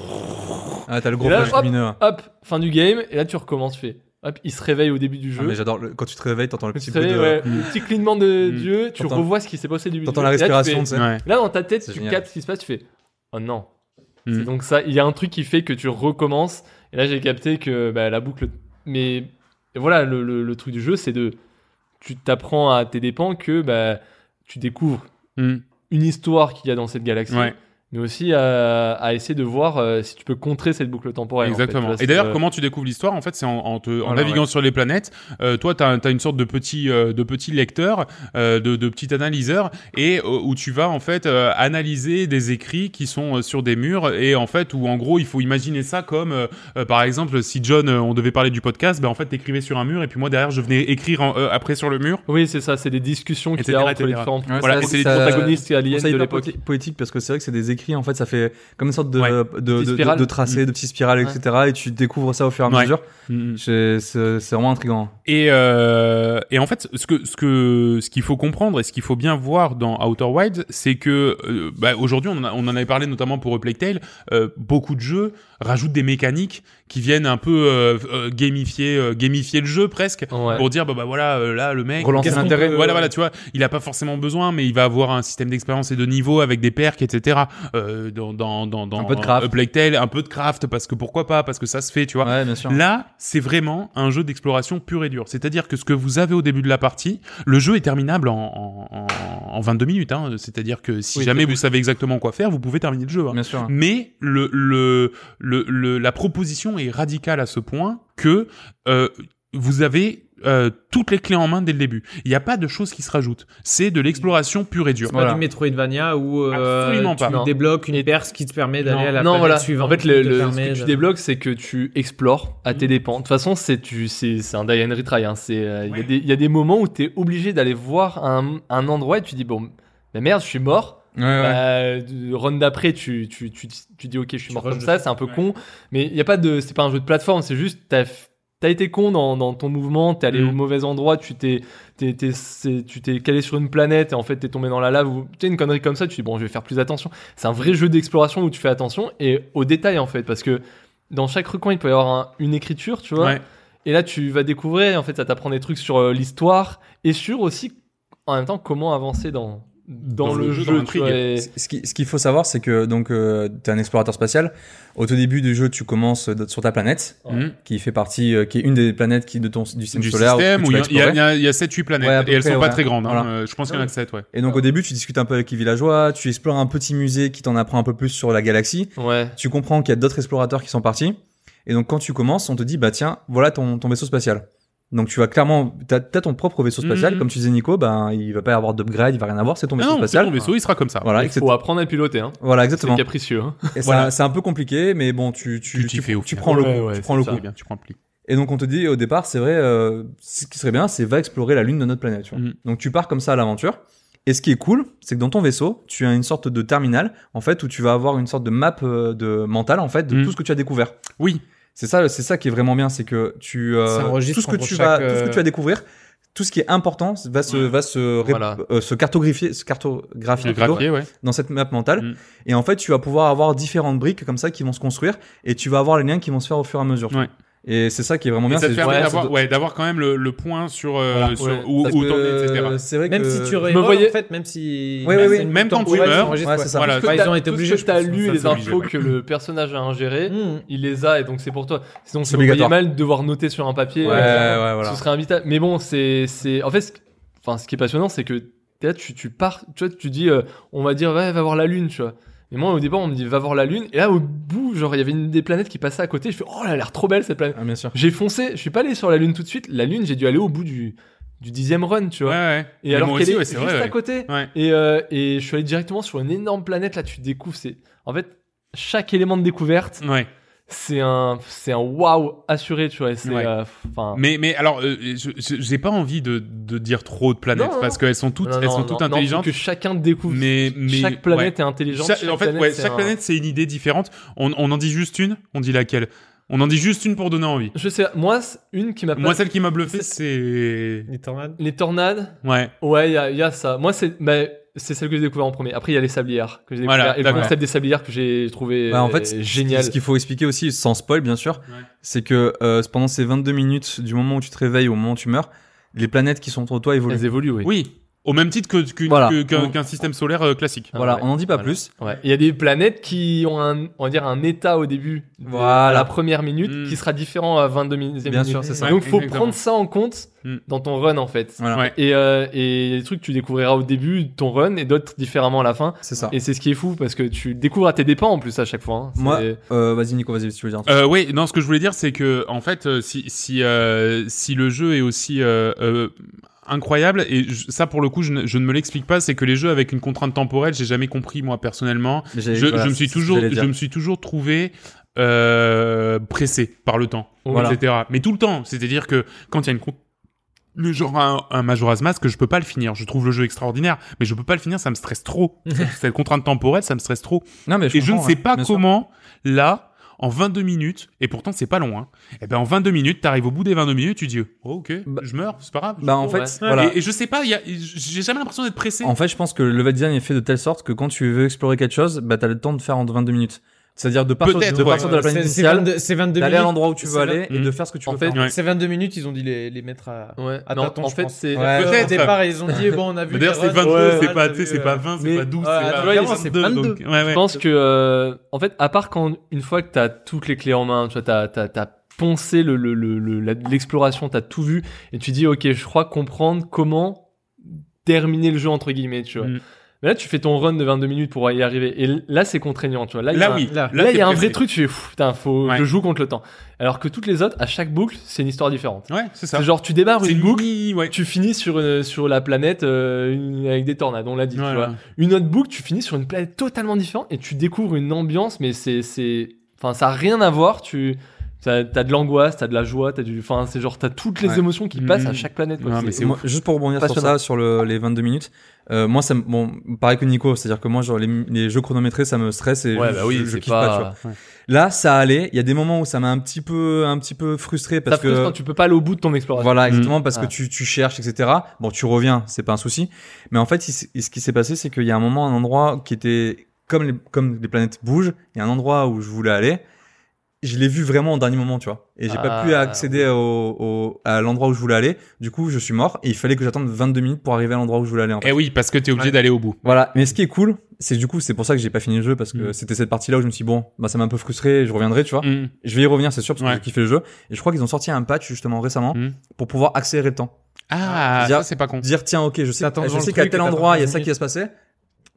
Ah, t'as le gros
Et là,
flash
hop.
lumineux.
hop, fin du game. Et là, tu recommences, tu fais hop, il se réveille au début du
Ah,
jeu.
mais j'adore, le- quand tu te réveilles, t'entends le
Tu
petit
te
bruit
réveilles,
de... Hmm.
ouais, le petit clignement de
Mm.
Dieu, tu
T'entends-
revois ce qui s'est passé au début du
(laughs) T'entends
jeu.
la
Et là, tu fais-
respiration, tu sais.
Ouais.
Là, dans ta tête,
C'est
tu
génial.
captes ce qui se passe, tu fais Oh non.
Mm.
C'est Donc, ça, il y a un truc qui fait que tu recommences. Et là, j'ai capté que bah, la boucle. Mais et voilà, le, le- le truc du jeu, c'est de. Tu t'apprends à tes dépens que bah, tu découvres
Mm.
une histoire qu'il y a dans cette galaxie.
Ouais.
Mais aussi à, à essayer de voir euh, si tu peux contrer cette boucle temporelle. en fait.
Exactement.
Parce
et d'ailleurs,
que-
comment tu découvres l'histoire En fait, c'est en, en, te- en
Voilà,
naviguant sur les planètes. Euh, toi, t'as as une sorte de petit, euh, de petit lecteur, euh, de, de petit analyseur, et euh, où tu vas en fait euh, analyser des écrits qui sont euh, sur des murs, et en fait, où en gros, il faut imaginer ça comme, euh, euh, par exemple, si John, euh, on devait parler du podcast, ben en fait, t'écrivais sur un mur, et puis moi derrière, je venais écrire en- euh, après sur le mur.
Oui, c'est ça, c'est des discussions qu'il y
Etc.,
a entre les
etc..
différents
Ouais,
Voilà,
ça-
et c'est les
ça-
protagonistes et aliens
Ça
de
hyper
l'époque.
poéti- poétique parce que c'est vrai que c'est des écrits en fait ça fait comme une sorte de
Ouais.
de, de,
Des
de-
spirales.
de tracés de petites spirales
Mm. Ouais.
etc et tu découvres ça au fur et à
Ouais.
mesure
Mm.
C'est- c'est c'est vraiment intrigant
Et, euh, et en fait, ce que ce que ce qu'il faut comprendre et ce qu'il faut bien voir dans Outer Wilds, c'est que euh, bah, aujourd'hui, on, en a- on en avait parlé notamment pour A Plague Tale, euh, beaucoup de jeux rajoutent des mécaniques qui viennent un peu euh, euh, gamifier euh, gamifier le jeu presque
Ouais.
pour dire bah, bah voilà euh, là le mec
Relancer
qu'est-ce qu'on
l'intérêt.
peut- voilà voilà tu vois il a pas forcément besoin mais il va avoir un système d'expérience et de niveau avec des perks etc euh, dans dans dans dans
peu de craft.
A Plague Tale un peu de craft parce que pourquoi pas parce que ça se fait tu vois
ouais bien sûr
Là, c'est vraiment un jeu d'exploration pur et dur. C'est-à-dire que ce que vous avez au début de la partie, le jeu est terminable en, en, en- en 22 minutes. hein. C'est-à-dire que si
Oui,
jamais
c'est
vous savez exactement quoi faire, vous pouvez terminer le jeu. hein.
bien sûr
Mais le, le, le, le- la proposition est radicale à ce point que euh, vous avez euh, toutes les clés en main dès le début. Il n'y a pas de choses qui se rajoutent. C'est de l'exploration pure et dure.
C'est pas du Metroidvania où euh,
Absolument
tu
pas.
débloques une perce qui te permet d'aller à la
non,
planète
voilà.
suivante.
En fait,
qui
le,
te
le-
permet
ce que tu
de- Mm.
débloques, c'est que tu explores à tes dépens. De toute façon, c'est tu, c'est c'est un die and retry. hein. C'est, euh, Il y a des- il y, a des moments où tu es obligé d'aller voir un, un endroit et tu dis bon, bah merde, je suis mort.
Ouais, ouais.
Bah, du- run d'après, tu, tu, tu, tu dis ok, je suis mort
rushes
comme ça,
dessus.
c'est un peu
Ouais.
con. Mais il y a pas de, c'est pas un jeu de plateforme, c'est juste t'as f- T'as été con dans, dans ton mouvement, t'es allé
Mm.
au mauvais endroit, tu t'es t'es- t'es- c'est- tu t'es calé sur une planète et en fait t'es tombé dans la lave ou tu sais, une connerie comme ça, tu dis bon je vais faire plus attention. C'est un vrai jeu d'exploration où tu fais attention et au détail en fait parce que dans chaque recoin il peut y avoir un- une écriture, tu vois.
Ouais.
Et là, tu vas découvrir, en fait, ça t'apprend des trucs sur euh, l'histoire et sur aussi, en même temps, comment avancer dans, dans, le, jeu.
dans
tu
l'intrigue.
vois, et-
Ce ce qui- ce qu'il faut savoir, c'est que donc euh, t'es un explorateur spatial. Au tout début du jeu, tu commences euh, sur ta planète,
Hmm. Ouais.
Mhm.
qui fait partie, euh, qui est une des planètes qui de ton du système
du
solaire.
système
que
où
tu
il y
vas
a- il y, a-
explorer.
il y a- il y a 7-8 planètes
Ouais, à peu
et elles
près,
sont pas
ouais.
très grandes. hein.
Voilà.
Euh, je pense qu'il y en a que 7, ouais.
Et donc au début, tu discutes un peu avec les villageois, tu explores un petit musée qui t'en apprend un peu plus sur la galaxie.
Ouais.
Tu comprends qu'il y a d'autres explorateurs qui sont partis. Et donc quand tu commences, on te dit bah tiens, voilà ton, ton vaisseau spatial. Donc tu vas clairement, t'as as ton propre vaisseau spatial,
Mhm.
comme tu disais Nico, ben il va pas y avoir d'upgrade, il va rien avoir, c'est ton
Non,
vaisseau
non, c'est
spatial.
ton vaisseau, il sera comme ça.
Voilà,
il
etc.
faut apprendre à piloter, hein.
Voilà,
C'est
exactement.
capricieux. hein.
Et ça-
Voilà.
c'est un peu compliqué, mais bon, tu tu
Tu t'y fais au
tu
final.
prends le coup,
Ouais, ouais,
tu prends le
c'est
coup.
ça.
C'est bien, tu prends le pli.
Et donc on te dit au départ, c'est vrai, euh, ce qui serait bien, c'est va explorer la lune de notre planète. tu vois.
Mhm.
Donc tu pars comme ça à l'aventure. Et ce qui est cool, c'est que dans ton vaisseau, tu as une sorte de terminal en fait où tu vas avoir une sorte de map euh, de mentale en fait de
Mhm.
tout ce que tu as découvert.
Oui,
C'est ça, c'est ça qui est vraiment bien, c'est que tu euh,
Ça enregistre
tout ce que
entre
tu
chaque,
vas, tout ce que tu vas découvrir, tout ce qui est important va se va se ré-
Voilà.
euh, se cartographier, se cartographier
le
plutôt,
graphier, ouais.
dans cette map mentale.
Mm.
Et en fait, tu vas pouvoir avoir différentes briques comme ça qui vont se construire et tu vas avoir les liens qui vont se faire au fur et à mesure.
Ouais.
Et c'est ça qui est vraiment bien.
ça te
c'est-
permet
ouais,
d'avoir
ça-
ouais, d'avoir quand même le, le point sur, euh,
Voilà,
sur
ouais.
où,
Parce
où t'en es,
que
etc.
C'est vrai
Même
que-
si tu
me
réévoques,
voyais-
en fait, même si
Oui, oui,
même
oui.
si une
Même quand
temporelle,
tu meurs,
ça enregistre,
ouais,
ouais.
c'est ça.
Voilà,
Enfin,
Tout
ils
t'as-
ont
tout
été
ce
obligés,
que
je
t'as
pense,
lu,
ça,
les
c'est obligé.
infos que le personnage a ingérées,
Mmh.
il les a et donc c'est pour toi. Sinon,
C'est
c'est voyez
obligatoire.
mal de devoir noter sur un papier. euh,
Ouais, ouais, ouais, voilà.
Ce serait invitable. Mais bon, c'est, c'est, en fait, ce- enfin, ce qui est passionnant, c'est que t'es là, tu, tu pars, tu vois, tu dis, euh, on va dire, ouais, va voir la lune, tu vois. Et moi, au départ, on me dit, va voir la lune. Et là, au bout, genre, il y avait une des planètes qui passait à côté. Je fais, oh, elle a l'air trop belle cette planète.
Ah, bien sûr.
J'ai foncé, je suis pas allé sur la lune tout de suite. La lune, j'ai dû aller au bout du, du dixième run, tu
Ouais,
vois.
ouais.
Et
Mais
alors
moi
qu'elle
aussi,
est
ouais, c'est
juste
vrai,
à
ouais.
côté.
Ouais.
Et, euh, et je suis allé directement sur une énorme planète. Là, tu découvres. C'est en fait chaque élément de découverte,
Ouais.
c'est un, c'est un waouh assuré, tu vois. et C'est,
Ouais.
euh, enfin,
Mais, mais alors, euh, je- je- j'ai pas envie de, de dire trop de planètes
Non, non,
parce qu'elles sont toutes,
non,
elles sont
non,
toutes
non, non,
intelligentes.
que chacun découvre.
mais, mais
chaque planète est intelligente.
Chaque- en fait, ouais,
c'est
chaque
un-
planète, c'est une idée différente. On, on en dit juste une, on dit laquelle On en dit juste une pour donner envie.
Je sais. Moi, c'est une qui m'a.
Moi,
pas-
celle qui m'a bluffé, c'est.
Les tornades.
Les tornades.
Ouais,
Ouais, il y, a- il y a ça. Moi, c'est. bah, c'est celle que j'ai découvert en premier. Après, il y a les sablières que j'ai découvert.
Voilà,
et le
d'accord.
concept des sablières que j'ai trouvé
Bah, en fait,
euh,
c'est-
génial.
Ce qu'il faut expliquer aussi, sans spoil bien sûr,
Ouais.
c'est que euh, pendant ces 22 minutes du moment où tu te réveilles au moment où tu meurs, les planètes qui sont autour de toi évoluent.
Elles évoluent, oui.
oui. Au même titre que- que-
Voilà.
que- qu'un
On-
qu'un système solaire euh, classique.
Ah,
Voilà,
ouais.
on n'en dit pas
Voilà.
plus.
Ouais, il y a des planètes qui ont un, on va dire un état au début, de-
Voilà. Hmm.
à la première minute,
Mm.
qui sera différent à 22 minutes.
Bien sûr, c'est ça. Hmm.
Donc faut
Exactement.
prendre ça en compte
Mm.
dans ton run en fait.
Voilà,
Ouais.
Et euh, et il y a des trucs que tu découvriras au début de ton run et d'autres différemment à la fin.
c'est ça.
Et c'est ce qui est fou parce que tu découvres à tes dépens en plus à chaque fois. hein. C'est-
Moi, Euh, vas-y Nico, vas-y, si tu veux dire. un truc.
Euh, oui, non, ce que je voulais dire, c'est que en fait, euh, si si euh, si le jeu est aussi euh, euh, incroyable et je- ça pour le coup je ne, je ne me l'explique pas c'est que les jeux avec une contrainte temporelle j'ai jamais compris moi personnellement
Mais
Euh, je,
j'ai- voilà,
je me suis
c'est ce que
toujours
j'allais
je
dire.
me suis toujours trouvé euh, pressé par le temps
Voilà.
etc mais tout le temps c'est à dire que quand il y a une con- le genre un, un Majora's Mask je peux pas le finir je trouve le jeu extraordinaire mais je peux pas le finir ça me stresse
(laughs)
trop Cette- cette contrainte temporelle ça me stresse trop
Non, mais
et je ne
comprends,
sais
ouais,
pas
bien sûr.
comment, là, en 22 minutes, et pourtant c'est pas long, hein, et ben en 22 minutes, t'arrives au bout des 22 minutes, tu dis, oh, ok,
Bah-
je meurs, c'est pas grave. je
Bah en
cours.
fait,
Ouais.
Ouais,
voilà.
et, et je sais pas, il y a- j'ai jamais l'impression d'être pressé.
En fait, je pense que le level design est fait de telle sorte que quand tu veux explorer quelque chose, bah t'as le temps de faire en 22 minutes. C'est-à-dire de partir,
Peut-être,
de,
ouais.
partir de la planète
C'est- c'est
initiale,
22 C'est 22
d'aller à
minutes.
l'endroit où tu veux
c'est
aller et
vingt-
de faire ce que tu
Mm. En
veux
fait,
faire.
Ouais.
C'est 22 minutes, ils ont dit les, les mettre à.
Ah,
ouais.
à
Non,
tâtons,
en
je
fait
pense.
c'est
Ouais.
Euh,
Peut-être.
Au départ, ils ont dit bon, on a vu.
Mais D'ailleurs,
les
c'est
runs,
22,
ouais,
c'est
on
pas,
a
tu
vu,
sais, c'est
euh,
pas 20, c'est
mais-
pas 12,
ouais,
c'est
attends,
pas
clairement, c'est
22, donc, ouais, ouais.
Je pense que, euh, en fait, à part quand une fois que t'as toutes les clés en main, tu vois, t'as, t'as, t'as poncé le, le, le- le- la- l'exploration, t'as tout vu, et tu dis, ok, je crois comprendre comment terminer le jeu entre guillemets, tu vois.
Mm.
Mais là, tu fais ton run de 22 minutes pour y arriver. Et là, c'est contraignant, tu vois. Là, il y a
Là
un-
oui,
là-
Là, il y
t'es
a un
pressé.
vrai truc, tu fais, Pff, putain, faut,
Ouais.
je joue contre le temps. Alors que toutes les autres, à chaque boucle, c'est une histoire différente.
Ouais, c'est ça.
C'est genre, tu débarres
C'est
une boucle,
mini- ouais.
tu finis sur, une- sur la planète euh, une- avec des tornades, on l'a dit. tu
Ouais,
vois.
ouais.
Une autre boucle, tu finis sur une planète totalement différente et tu découvres une ambiance, mais c'est. c'est- Enfin, ça n'a rien à voir. Tu as de l'angoisse, t'as de la joie, t'as du. Enfin, c'est genre, t'as toutes les
Ouais.
émotions qui passent à
Mhm.
chaque planète. quoi.
Non, mais c'est
Moi, juste pour rebondir sur
Passionnant.
ça, sur le- les 22 minutes, euh, moi, ça me, bon, pareil que Nico, c'est-à-dire que moi, genre, les, les jeux chronométrés, ça me stresse et
Ouais,
je,
bah oui,
je- je
c'est
kiffe pas, tu
pas.
vois. Là, ça allait. Il y a des moments où ça m'a un petit peu, un petit peu frustré parce
ça frustre
que.
quand tu peux pas aller au bout de ton exploration.
Mm.
Voilà, exactement, parce
Ah.
que tu, tu cherches, etc. Bon, tu reviens, c'est pas un souci. Mais en fait, il s- ce qui s'est passé, c'est qu'il y a un moment, un endroit qui était comme les, comme les planètes bougent, il y a un endroit où je voulais aller. Je l'ai vu vraiment au dernier moment, tu vois. Et j'ai
Ah,
pas pu accéder au, au- à l'endroit où je voulais aller. Du coup, je suis mort et il fallait que j'attende 22 minutes pour arriver à l'endroit où je voulais aller. En fait.
Eh oui, parce que t'es obligé d'aller au bout.
Voilà. Mais ce qui est cool, c'est du coup, c'est pour ça que j'ai pas fini le jeu parce que
Mm.
c'était cette partie-là où je me suis dit, bon, bah, ça m'a un peu frustré, je reviendrai, tu vois.
Mm.
Je vais y revenir, c'est sûr, parce que
Ouais.
j'ai kiffé le jeu. Et je crois qu'ils ont sorti un patch justement récemment
Mm.
pour pouvoir accélérer le temps
Ah,
Dire-
ça c'est pas con.
(laughs) dire tiens ok je sais,
T'attends
je
devant
sais
le
qu'à
truc
tel
et
endroit il y a
t'attends
ça qui va se passer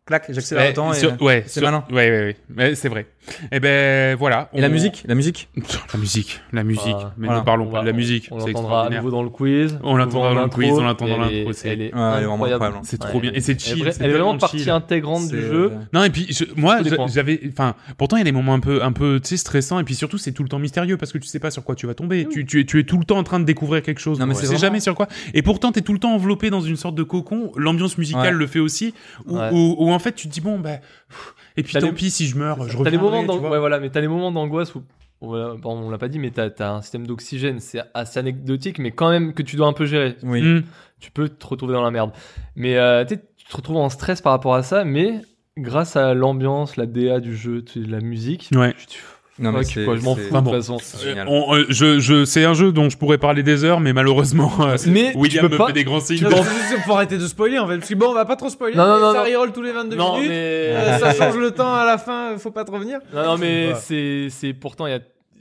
clac j'accélère le temps
Eh,
et,
sur- ouais,
c'est
sur-
malin.
Ouais, ouais, ouais. Mais c'est vrai. Eh ben voilà.
et la
on-
musique la musique
La musique, la musique.
Ah,
mais
voilà.
ne parlons
On
pas
va-
de la musique.
On
C'est
l'entendra à
extraordinaire.
nouveau dans le quiz.
On l'entendra
nouveau
dans le quiz, on l'entendra dans
mais
l'intro,
elle
c'est-
est- Elle est
Ouais, elle est vraiment
incroyable.
incroyable.
C'est trop
Ouais,
bien. Et c'est
elle est
chill,
vra-
c'est
Elle est vraiment
tellement
partie
chill.
intégrante
C'est,
du jeu.
euh,
Non et puis je- moi
Tous les
je-
points.
j'avais enfin pourtant il y a des moments un peu un peu tu sais stressants et puis surtout c'est tout le temps mystérieux parce que tu sais pas sur quoi tu vas tomber tu, tu es tu es tout le temps en train de découvrir quelque chose
Non, mais
tu
c'est
sais
vraiment-
jamais sur quoi et pourtant tu es tout le temps enveloppé dans une sorte de cocon l'ambiance musicale
Ouais.
le fait aussi où,
Ouais.
où- où en fait tu te dis bon bah pff, et puis
T'as
tant
les-
pis si je meurs je
T'as les
reviendrai
moments
tu
d'ang-
vois.
ouais, voilà, mais t'as les moments d'angoisse où voilà, bon, on l'a pas dit, mais t'as as un système d'oxygène, c'est assez anecdotique, mais quand même que tu dois un peu gérer.
oui
Mm.
Tu peux te retrouver dans la merde. Mais euh, tu sais, tu te retrouves en stress par rapport à ça, mais grâce à l'ambiance, la DA du jeu, tu- la musique,
Ouais.
tu- tu-
non mais
fuck,
c'est
quoi, je m'en
c'est-
fous
Ah
de
bon.
toute façon.
c'est génial.
On- euh, je, je, c'est un jeu dont je pourrais parler des heures, mais malheureusement,
(laughs)
euh,
Mais
William
tu
me
peux pas.
fait des grands signes.
tu
Non,
peux-
c'est juste pour arrêter de spoiler en fait. Parce que bon, on va pas trop spoiler.
Non, non,
mais
non,
ça
non.
reroll tous les 22
Non,
minutes.
mais
(laughs) Euh, ça change le temps à la fin, faut pas te revenir.
Non, non, mais
Ouais.
c'est, c'est pourtant, il y a,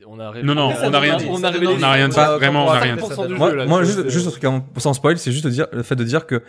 on a révélé-
Non, non,
on a rien dit.
On a révélé
On a rien
dit.
Bah,
Vraiment, on a rien dit.
100% du
moi,
jeu, là,
moi,
tu vois,
juste
c'est-
juste un truc avant- sans spoil c'est juste de dire le fait de dire que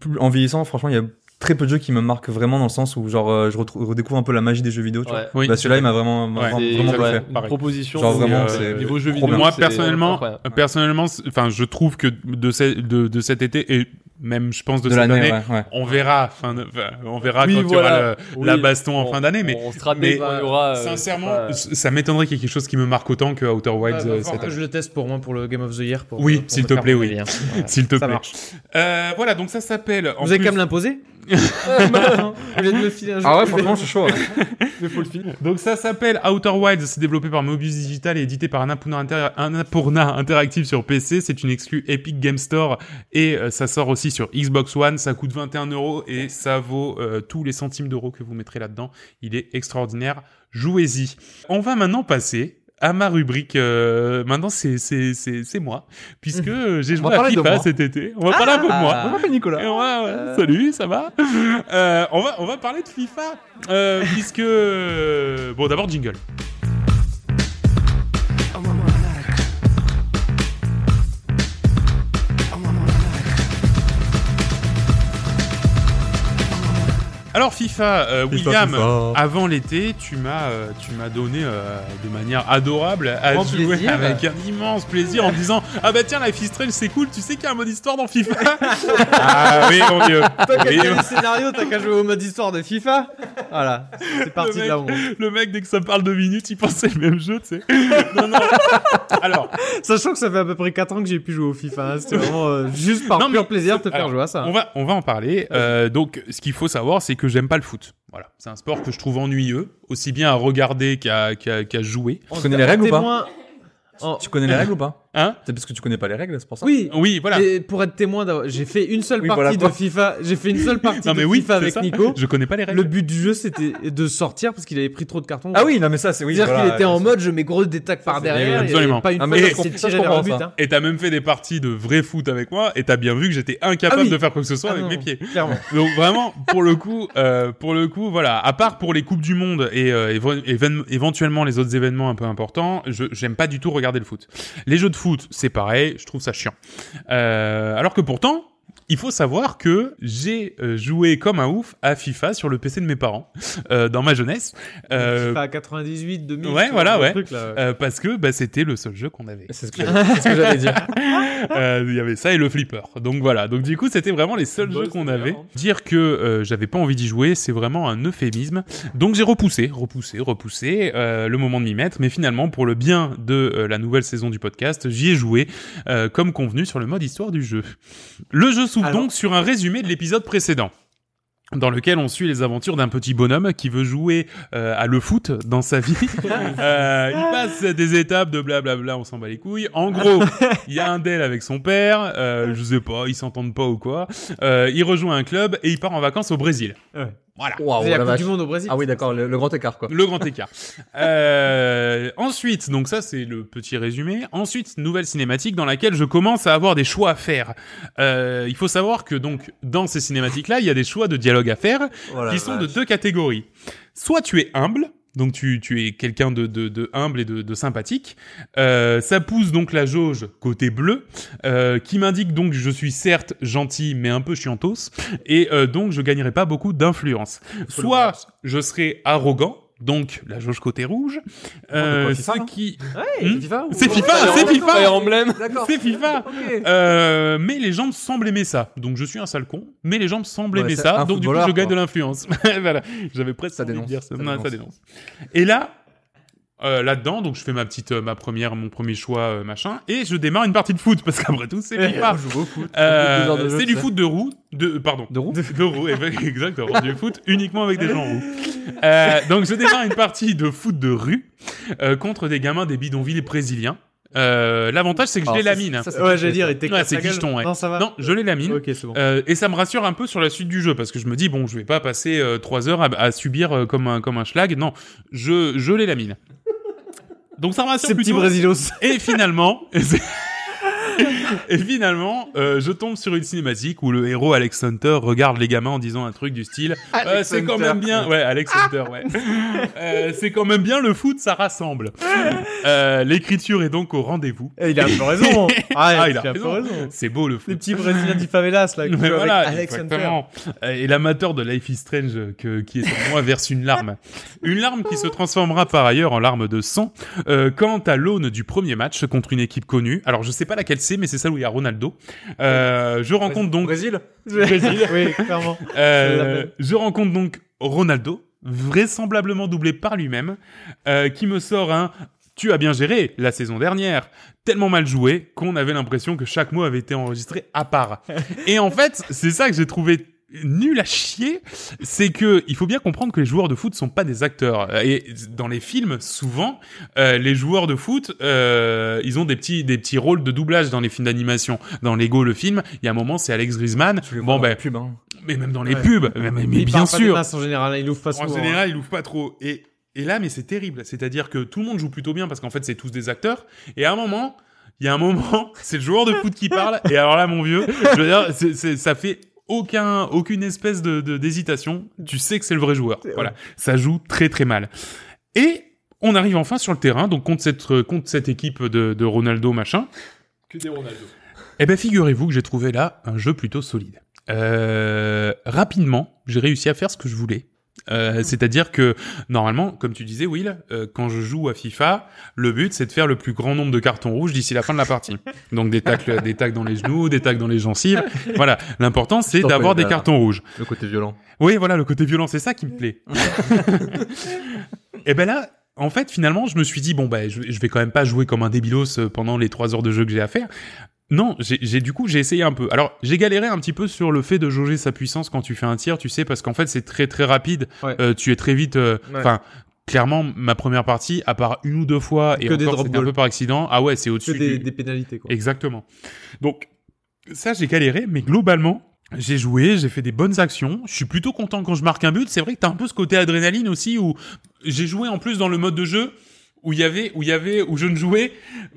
plus- en vieillissant franchement il y a très peu de jeux qui me marquent vraiment dans le sens où genre euh, je retrouve- redécouvre un peu la magie des jeux vidéo tu vois.
Ouais.
Oui.
bah celui-là il m'a vraiment m'a
Ouais.
vraiment,
C'est
vraiment
ouais,
bluffé.
une
pareil.
proposition.
Genre
c'est,
vraiment,
euh,
c'est-
niveau jeu
trop
vidéo.
bien.
moi
c'est
personnellement,
incroyable.
personnellement, c'est- enfin, je trouve que de, ce- de, de cet été et même, je pense, de,
de
cette année,
l'année ouais, ouais.
on verra. Fin de- enfin, on verra
Oui,
quand tu
voilà.
auras le- la
Oui,
baston en
on-
fin d'année, mais.
on se rappelle
mais,
quand il y aura. euh,
Sincèrement,
pas- bah,
c- ça m'étonnerait qu'il y ait quelque chose qui me marque autant que Outer Wilds euh, cette année.
je le teste pour moi pour le Game of the Year. Pour,
Oui,
pour
s'il
me
te
faire
plaît,
mon
oui.
avis, hein.
(laughs) S'il te
Ça
plaît.
marche.
Euh, voilà, donc ça s'appelle. en
Vous avez
plus-
qu'à me (laughs) l'imposer Vous venez de me filer un jeu
ah ouais
que je vais-
franchement je suis chaud ouais.
mais faut le finir.
Donc ça s'appelle Outer Wilds, c'est développé par Mobius Digital et édité par Annapurna, Inter- Annapurna Interactive sur PC. C'est une exclue Epic Game Store et euh, ça sort aussi sur Xbox One. Ça coûte 21 euros et ça vaut euh, tous les centimes d'euros que vous mettrez là-dedans. Il est extraordinaire. Jouez-y. On va maintenant passer à ma rubrique. euh, maintenant c'est c'est c'est c'est moi puisque euh, j'ai joué à
parler de
FIFA
moi.
cet été. On va parler un peu de moi.
Ah.
Et on va- ouais, Salut, ça va Euh, on, va, on va parler de FIFA, euh, puisque... Bon, d'abord, jingle. Alors FIFA, euh, William, avant l'été, tu m'as euh, tu m'as donné euh, de manière adorable à
Grand
jouer
plaisir.
avec un immense plaisir en me disant ah bah tiens Life is Strange c'est cool, tu sais qu'il y a un mode histoire dans FIFA. ah oui mon dieu.
Toi qui as
Oui,
fait les scénarios, t'as qu'à jouer au mode histoire de FIFA. Voilà, c'est parti
Le
de là où on-
Le mec dès que ça parle deux minutes, il pense que c'est le même jeu, tu sais. Non non. Alors,
Sachant que ça fait à peu près 4 ans que j'ai pu jouer au FIFA. hein. C'était vraiment euh, juste par
Non,
pur
mais-
plaisir de te faire
Alors,
jouer à ça.
on va on va en parler. Euh, donc ce qu'il faut savoir c'est que j'aime pas le foot. Voilà, c'est un sport que je trouve ennuyeux, aussi bien à regarder qu'à qu'à qu'à jouer.
tu connais les règles ou pas
Témoin- en-
tu connais les règles ou pas
Hein
c'est parce que tu connais pas les règles c'est pour ça
Oh. Oui,
Oui, voilà.
Et pour être témoin, d'avoir- j'ai fait une seule
Oui,
partie
voilà
de
quoi.
FIFA. J'ai fait une seule partie
Non mais
de
oui,
FIFA
c'est
avec
ça.
Nico.
Je connais pas les règles.
Le but du jeu, c'était de sortir parce qu'il avait pris trop de cartons.
ah oui non mais ça c'est oui
C'est-à-dire
voilà,
qu'il était en
c'est-
mode je mets gros des tacs par
c'est-
derrière. il y avait
Absolument.
Pas une
Ah,
fois
mais
qu'il s'est
ça, je
tiré vers
comprends
le but.
ça.
hein.
Et t'as même fait des parties de vrai foot avec moi, et t'as bien vu que j'étais incapable
Ah oui.
de faire quoi que ce soit
Ah
avec
non,
mes pieds.
Clairement.
Donc vraiment, pour le coup, euh, pour le coup, voilà. À part pour les coupes du monde et euh, évo- évén- éventuellement les autres événements un peu importants, je j'aime pas du tout regarder le foot. Les jeux de foot, c'est pareil, je trouve ça chiant. Euh, alors que pourtant. Il faut savoir que j'ai euh, joué comme un ouf à FIFA sur le PC de mes parents euh, dans ma jeunesse. Euh,
Pas 98, 2000.
Ouais,
tu
voilà,
vois, un
ouais.
truc, là.
euh, parce que bah, c'était le seul jeu qu'on avait.
C'est ce que j'allais c'est ce que j'allais dire.
Euh, Il y avait ça et le flipper. Donc voilà. Donc du coup, c'était vraiment les seuls
Bon,
jeux qu'on
c'est
avait.
bien, hein.
Dire que euh, j'avais pas envie d'y jouer, c'est vraiment un euphémisme. Donc j'ai repoussé, repoussé, repoussé euh, le moment de m'y mettre. Mais finalement, pour le bien de euh, la nouvelle saison du podcast, j'y ai joué euh, comme convenu sur le mode histoire du jeu. Le jeu s'ouvre
Alors-
donc sur un résumé de l'épisode précédent dans lequel on suit les aventures d'un petit bonhomme qui veut jouer euh, à le foot dans sa
(laughs)
vie. Euh, il passe des étapes de blablabla, on s'en bat les couilles. En gros, il y a un del avec son père, euh, je sais pas, ils s'entendent pas ou quoi. Euh, il rejoint un club et il part en vacances au Brésil.
Ouais.
Voilà.
Waouh,
C'est la
la
Coupe
vache.
du Monde au Brésil.
Ah oui, d'accord, le, le grand écart quoi.
Le grand écart. Euh, ensuite, donc ça c'est le petit résumé. Ensuite, nouvelle cinématique dans laquelle je commence à avoir des choix à faire. Euh, il faut savoir que donc dans ces cinématiques-là, il y a des choix de dialogue à faire qui
bah,
sont de deux catégories. Soit tu es humble, donc tu, tu es quelqu'un de, de, de humble et de, de sympathique. Euh, ça pousse donc la jauge côté bleu, euh, qui m'indique donc je suis certes gentil, mais un peu chiantos, et euh, donc je gagnerai pas beaucoup d'influence. Soit je serai arrogant. Donc la jauge côté rouge, euh,
quoi,
ce
FIFA, hein. non
qui
Ouais,
Hmm.
FIFA, ou-
c'est FIFA,
Ouais,
c'est
d'accord,
FIFA.
ouais,
Fire
on-
Emblem.
D'accord.
c'est FIFA.
Ok.
Euh, mais les gens me semblent aimer ça. Donc je suis un sale con, mais les gens me semblent
Ouais,
aimer
c'est
ça.
un
Donc du coup,
footballeur,
je gagne
quoi.
de l'influence. (laughs) voilà. J'avais presque
Ça
envie de
dénonce,
dire ça.
ça
Non, ça
dénonce.
dénonce. Et là, euh, là-dedans, donc je fais ma petite, euh, ma première, mon premier choix, euh, machin, et je démarre une partie de foot parce qu'après tout, c'est FIFA.
Eh, joue au foot.
Euh,
deux heures de jeu,
c'est du
ça.
foot de roue, de euh, pardon,
De roue
de, roue, eff- (laughs) exactement, du foot uniquement avec des gens
(laughs)
roux. Euh, donc je démarre une partie de foot de rue euh, contre des gamins des bidonvilles brésiliens. Euh, L'avantage, c'est que je
Alors,
l'ai la
ça,
mine.
ça, c'est-
Ouais, j'allais dire, il
Ouais,
t'éclate
c'est
la gueule.
Guicheton, ouais.
Non, ça va.
Non, je l'ai la mine.
Ok, c'est bon.
Euh, et ça me rassure un peu sur la suite du jeu parce que je me dis bon je vais pas passer euh, trois heures à, à subir euh, comme un comme un schlag non je je l'ai la mine donc ça me rassure
Ces petits
plutôt
Brésilos.
et finalement (laughs) et finalement euh, je tombe sur une cinématique où le héros Alex Hunter regarde les gamins en disant un truc du style euh, c'est quand même bien ouais Alex Hunter ouais Euh, c'est quand même bien le foot ça rassemble Euh, l'écriture est donc au rendez-vous
Eh, il a un peu raison.
Ah,
Ah,
il a
peu
raison.
raison.
c'est beau le foot
Les petits Brésiliens du favelas, là. qui
mais
jouent
voilà,
avec Alex Hunter.
exactement. Euh, Et l'amateur de Life is Strange euh, que, qui est en moi verse une larme. Une larme qui se transformera par ailleurs en larme de sang euh, quant à l'aune du premier match contre une équipe connue. Alors je sais pas laquelle c'est, mais c'est celle où il y a Ronaldo. Euh, je rencontre donc...
Brésil
Brésil.
oui, clairement.
Euh,
C'est la même.
je rencontre donc Ronaldo, vraisemblablement doublé par lui-même, euh, qui me sort un tu as bien géré la saison dernière, tellement mal joué qu'on avait l'impression que chaque mot avait été enregistré à part. Et en fait, c'est ça que j'ai trouvé nul à chier, c'est que il faut bien comprendre que les joueurs de foot sont pas des acteurs et dans les films souvent euh, les joueurs de foot euh, ils ont des petits des petits rôles de doublage dans les films d'animation dans Lego le film il y a un moment c'est Alex Griezmann
Tu les vois
bon
dans la
ben
pub, hein.
mais même dans les
Ouais.
pubs, mais, mais- mais
Il
bien
parle Pas des
sûr.
masses, en général, hein, il ouvre pas souvent.
En général, il ouvre pas trop. Et, et là, mais c'est terrible. C'est-à-dire que tout le monde joue plutôt bien parce qu'en fait, c'est tous des acteurs. Et à un moment, il y a un moment, (laughs) c'est le joueur de foot qui parle. Et alors là, mon vieux, je veux dire, c'est- c'est- ça fait aucun, aucune espèce de de- d'hésitation. tu sais que c'est le vrai joueur. Voilà. Ça joue très très mal. Et on arrive enfin sur le terrain, donc contre cette, contre cette équipe de, de Ronaldo machin.
Que des Ronaldo.
Eh ben, figurez-vous que j'ai trouvé là un jeu plutôt solide. Euh, rapidement, j'ai réussi à faire ce que je voulais.
Hmm.
Euh, C'est-à-dire que normalement, comme tu disais, Will, euh, quand je joue à FIFA, le but c'est de faire le plus grand nombre de cartons rouges d'ici la fin de la
(laughs)
partie. Donc des tacles, des tacles dans les genoux, des tacles dans les gencives. Voilà. L'important c'est
t'en
d'avoir des
prie, bah.
cartons rouges.
Le côté violent.
Oui, voilà, le côté violent, c'est ça qui me plaît. et ben là, en fait, finalement, je me suis dit, bon, ben, je, je vais quand même pas jouer comme un débilos euh, pendant les trois heures de jeu que j'ai à faire. Non, j'ai j'ai- du coup, j'ai essayé un peu. Alors, j'ai galéré un petit peu sur le fait de jauger sa puissance quand tu fais un tir, tu sais, parce qu'en fait, c'est très très rapide.
Ouais.
Euh, tu es très vite. euh,
Ouais.
Enfin. Clairement, ma première partie, à part une ou deux fois, et
Que des
encore
drop
c'était un
balls.
peu par accident, ah ouais, c'est
Que
au-dessus
des,
du-
des pénalités, quoi.
Exactement. Donc, ça, j'ai galéré, mais globalement, j'ai joué, j'ai fait des bonnes actions. Je suis plutôt content quand je marque un but. C'est vrai que t'as un peu ce côté adrénaline aussi où j'ai joué en plus dans le mode de jeu où il y avait, où il y avait, où je ne jouais,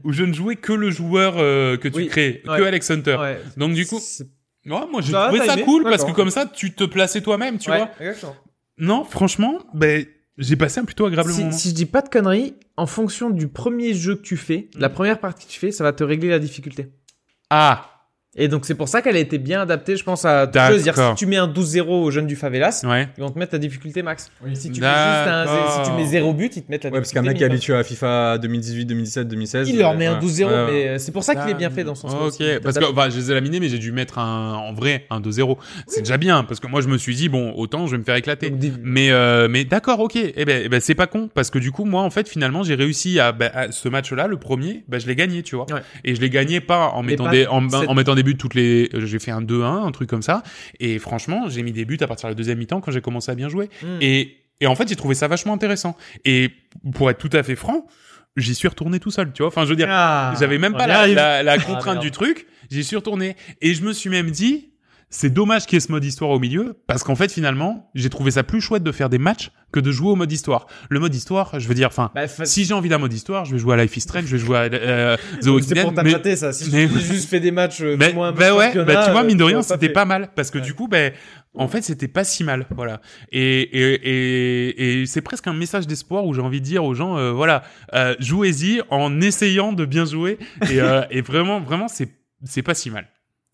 où je ne jouais que le joueur euh, que tu
Oui,
crées,
ouais.
que Alex Hunter.
Ouais.
Donc du coup,
C'est-
ouais, moi j'ai
Ça va,
trouvé
t'as
ça
aimé
cool parce que
D'accord.
comme ça tu te plaçais toi-même, tu
ouais,
vois.
exactement.
Non, franchement, ben j'ai passé un plutôt agréable
Si,
moment.
si je dis pas de conneries, en fonction du premier jeu que tu fais, la première partie que tu fais, ça va te régler la difficulté.
Ah,
Et donc c'est pour ça qu'elle a été bien adaptée, je pense, à tout
D'accord.
jeu. C'est-à-dire, si tu mets un 12-0 aux jeunes du favelas,
Ouais.
ils vont te mettre la difficulté max. Si, tu mets juste un,
D'accord.
zé- si tu mets 0 but, ils te mettent la
Ouais, parce
difficulté
qu'un mec qui est
minimum.
habitué à FIFA 2018, 2017, 2016.
Il leur
euh,
met un
ouais.
12-0,
Ouais, ouais.
mais euh, c'est pour ça qu'il est bien fait dans son sens.
Ok, parce que bah, je les ai laminés, mais j'ai dû mettre un, en vrai un 2-0. C'est déjà bien, parce que moi je me suis dit, bon, autant je vais me faire éclater. Mais, euh, mais d'accord, ok. Eh ben, eh ben c'est pas con parce que du coup, moi, en fait, finalement, j'ai réussi à, bah, à ce match-là, le premier, bah, je l'ai gagné, tu vois.
Ouais.
Et je l'ai gagné pas en
Mais
mettant
pas
des, en,
cette-
en mettant des buts toutes les. euh, J'ai fait un 2-1, un truc comme ça. Et franchement, j'ai mis des buts à partir de la deuxième mi-temps quand j'ai commencé à bien jouer.
Hmm. Mm.
Et, et en fait, j'ai trouvé ça vachement intéressant. Et pour être tout à fait franc, j'y suis retourné tout seul, tu vois. Enfin, je veux dire,
Ah.
j'avais même pas la, la- la contrainte
merde.
du truc. J'y suis retourné. Et je me suis même dit, c'est dommage qu'il y ait ce mode histoire au milieu, parce qu'en fait, finalement, j'ai trouvé ça plus chouette de faire des matchs que de jouer au mode histoire. Le mode histoire, je veux dire, enfin,
Bah, fa-
si j'ai envie d'un mode histoire, je vais jouer à Life is Strange, je vais jouer à euh, The Walking
c'est pour
Dead, mais-
t'amuser ça. Si
mais-
tu juste fait des matchs, euh,
mais,
fais-moi un
bah
match
ouais,
championnat,
bah tu vois,
euh,
mine de rien,
l'auras pas
c'était
fait.
pas mal. Parce que
Ouais.
du coup, ben, en fait, c'était pas si mal. Voilà. Et, et, et, et c'est presque un message d'espoir où j'ai envie de dire aux gens, euh, voilà, euh, jouez-y en essayant de bien jouer. Et,
(laughs)
euh, et vraiment, vraiment, c'est, c'est pas si mal.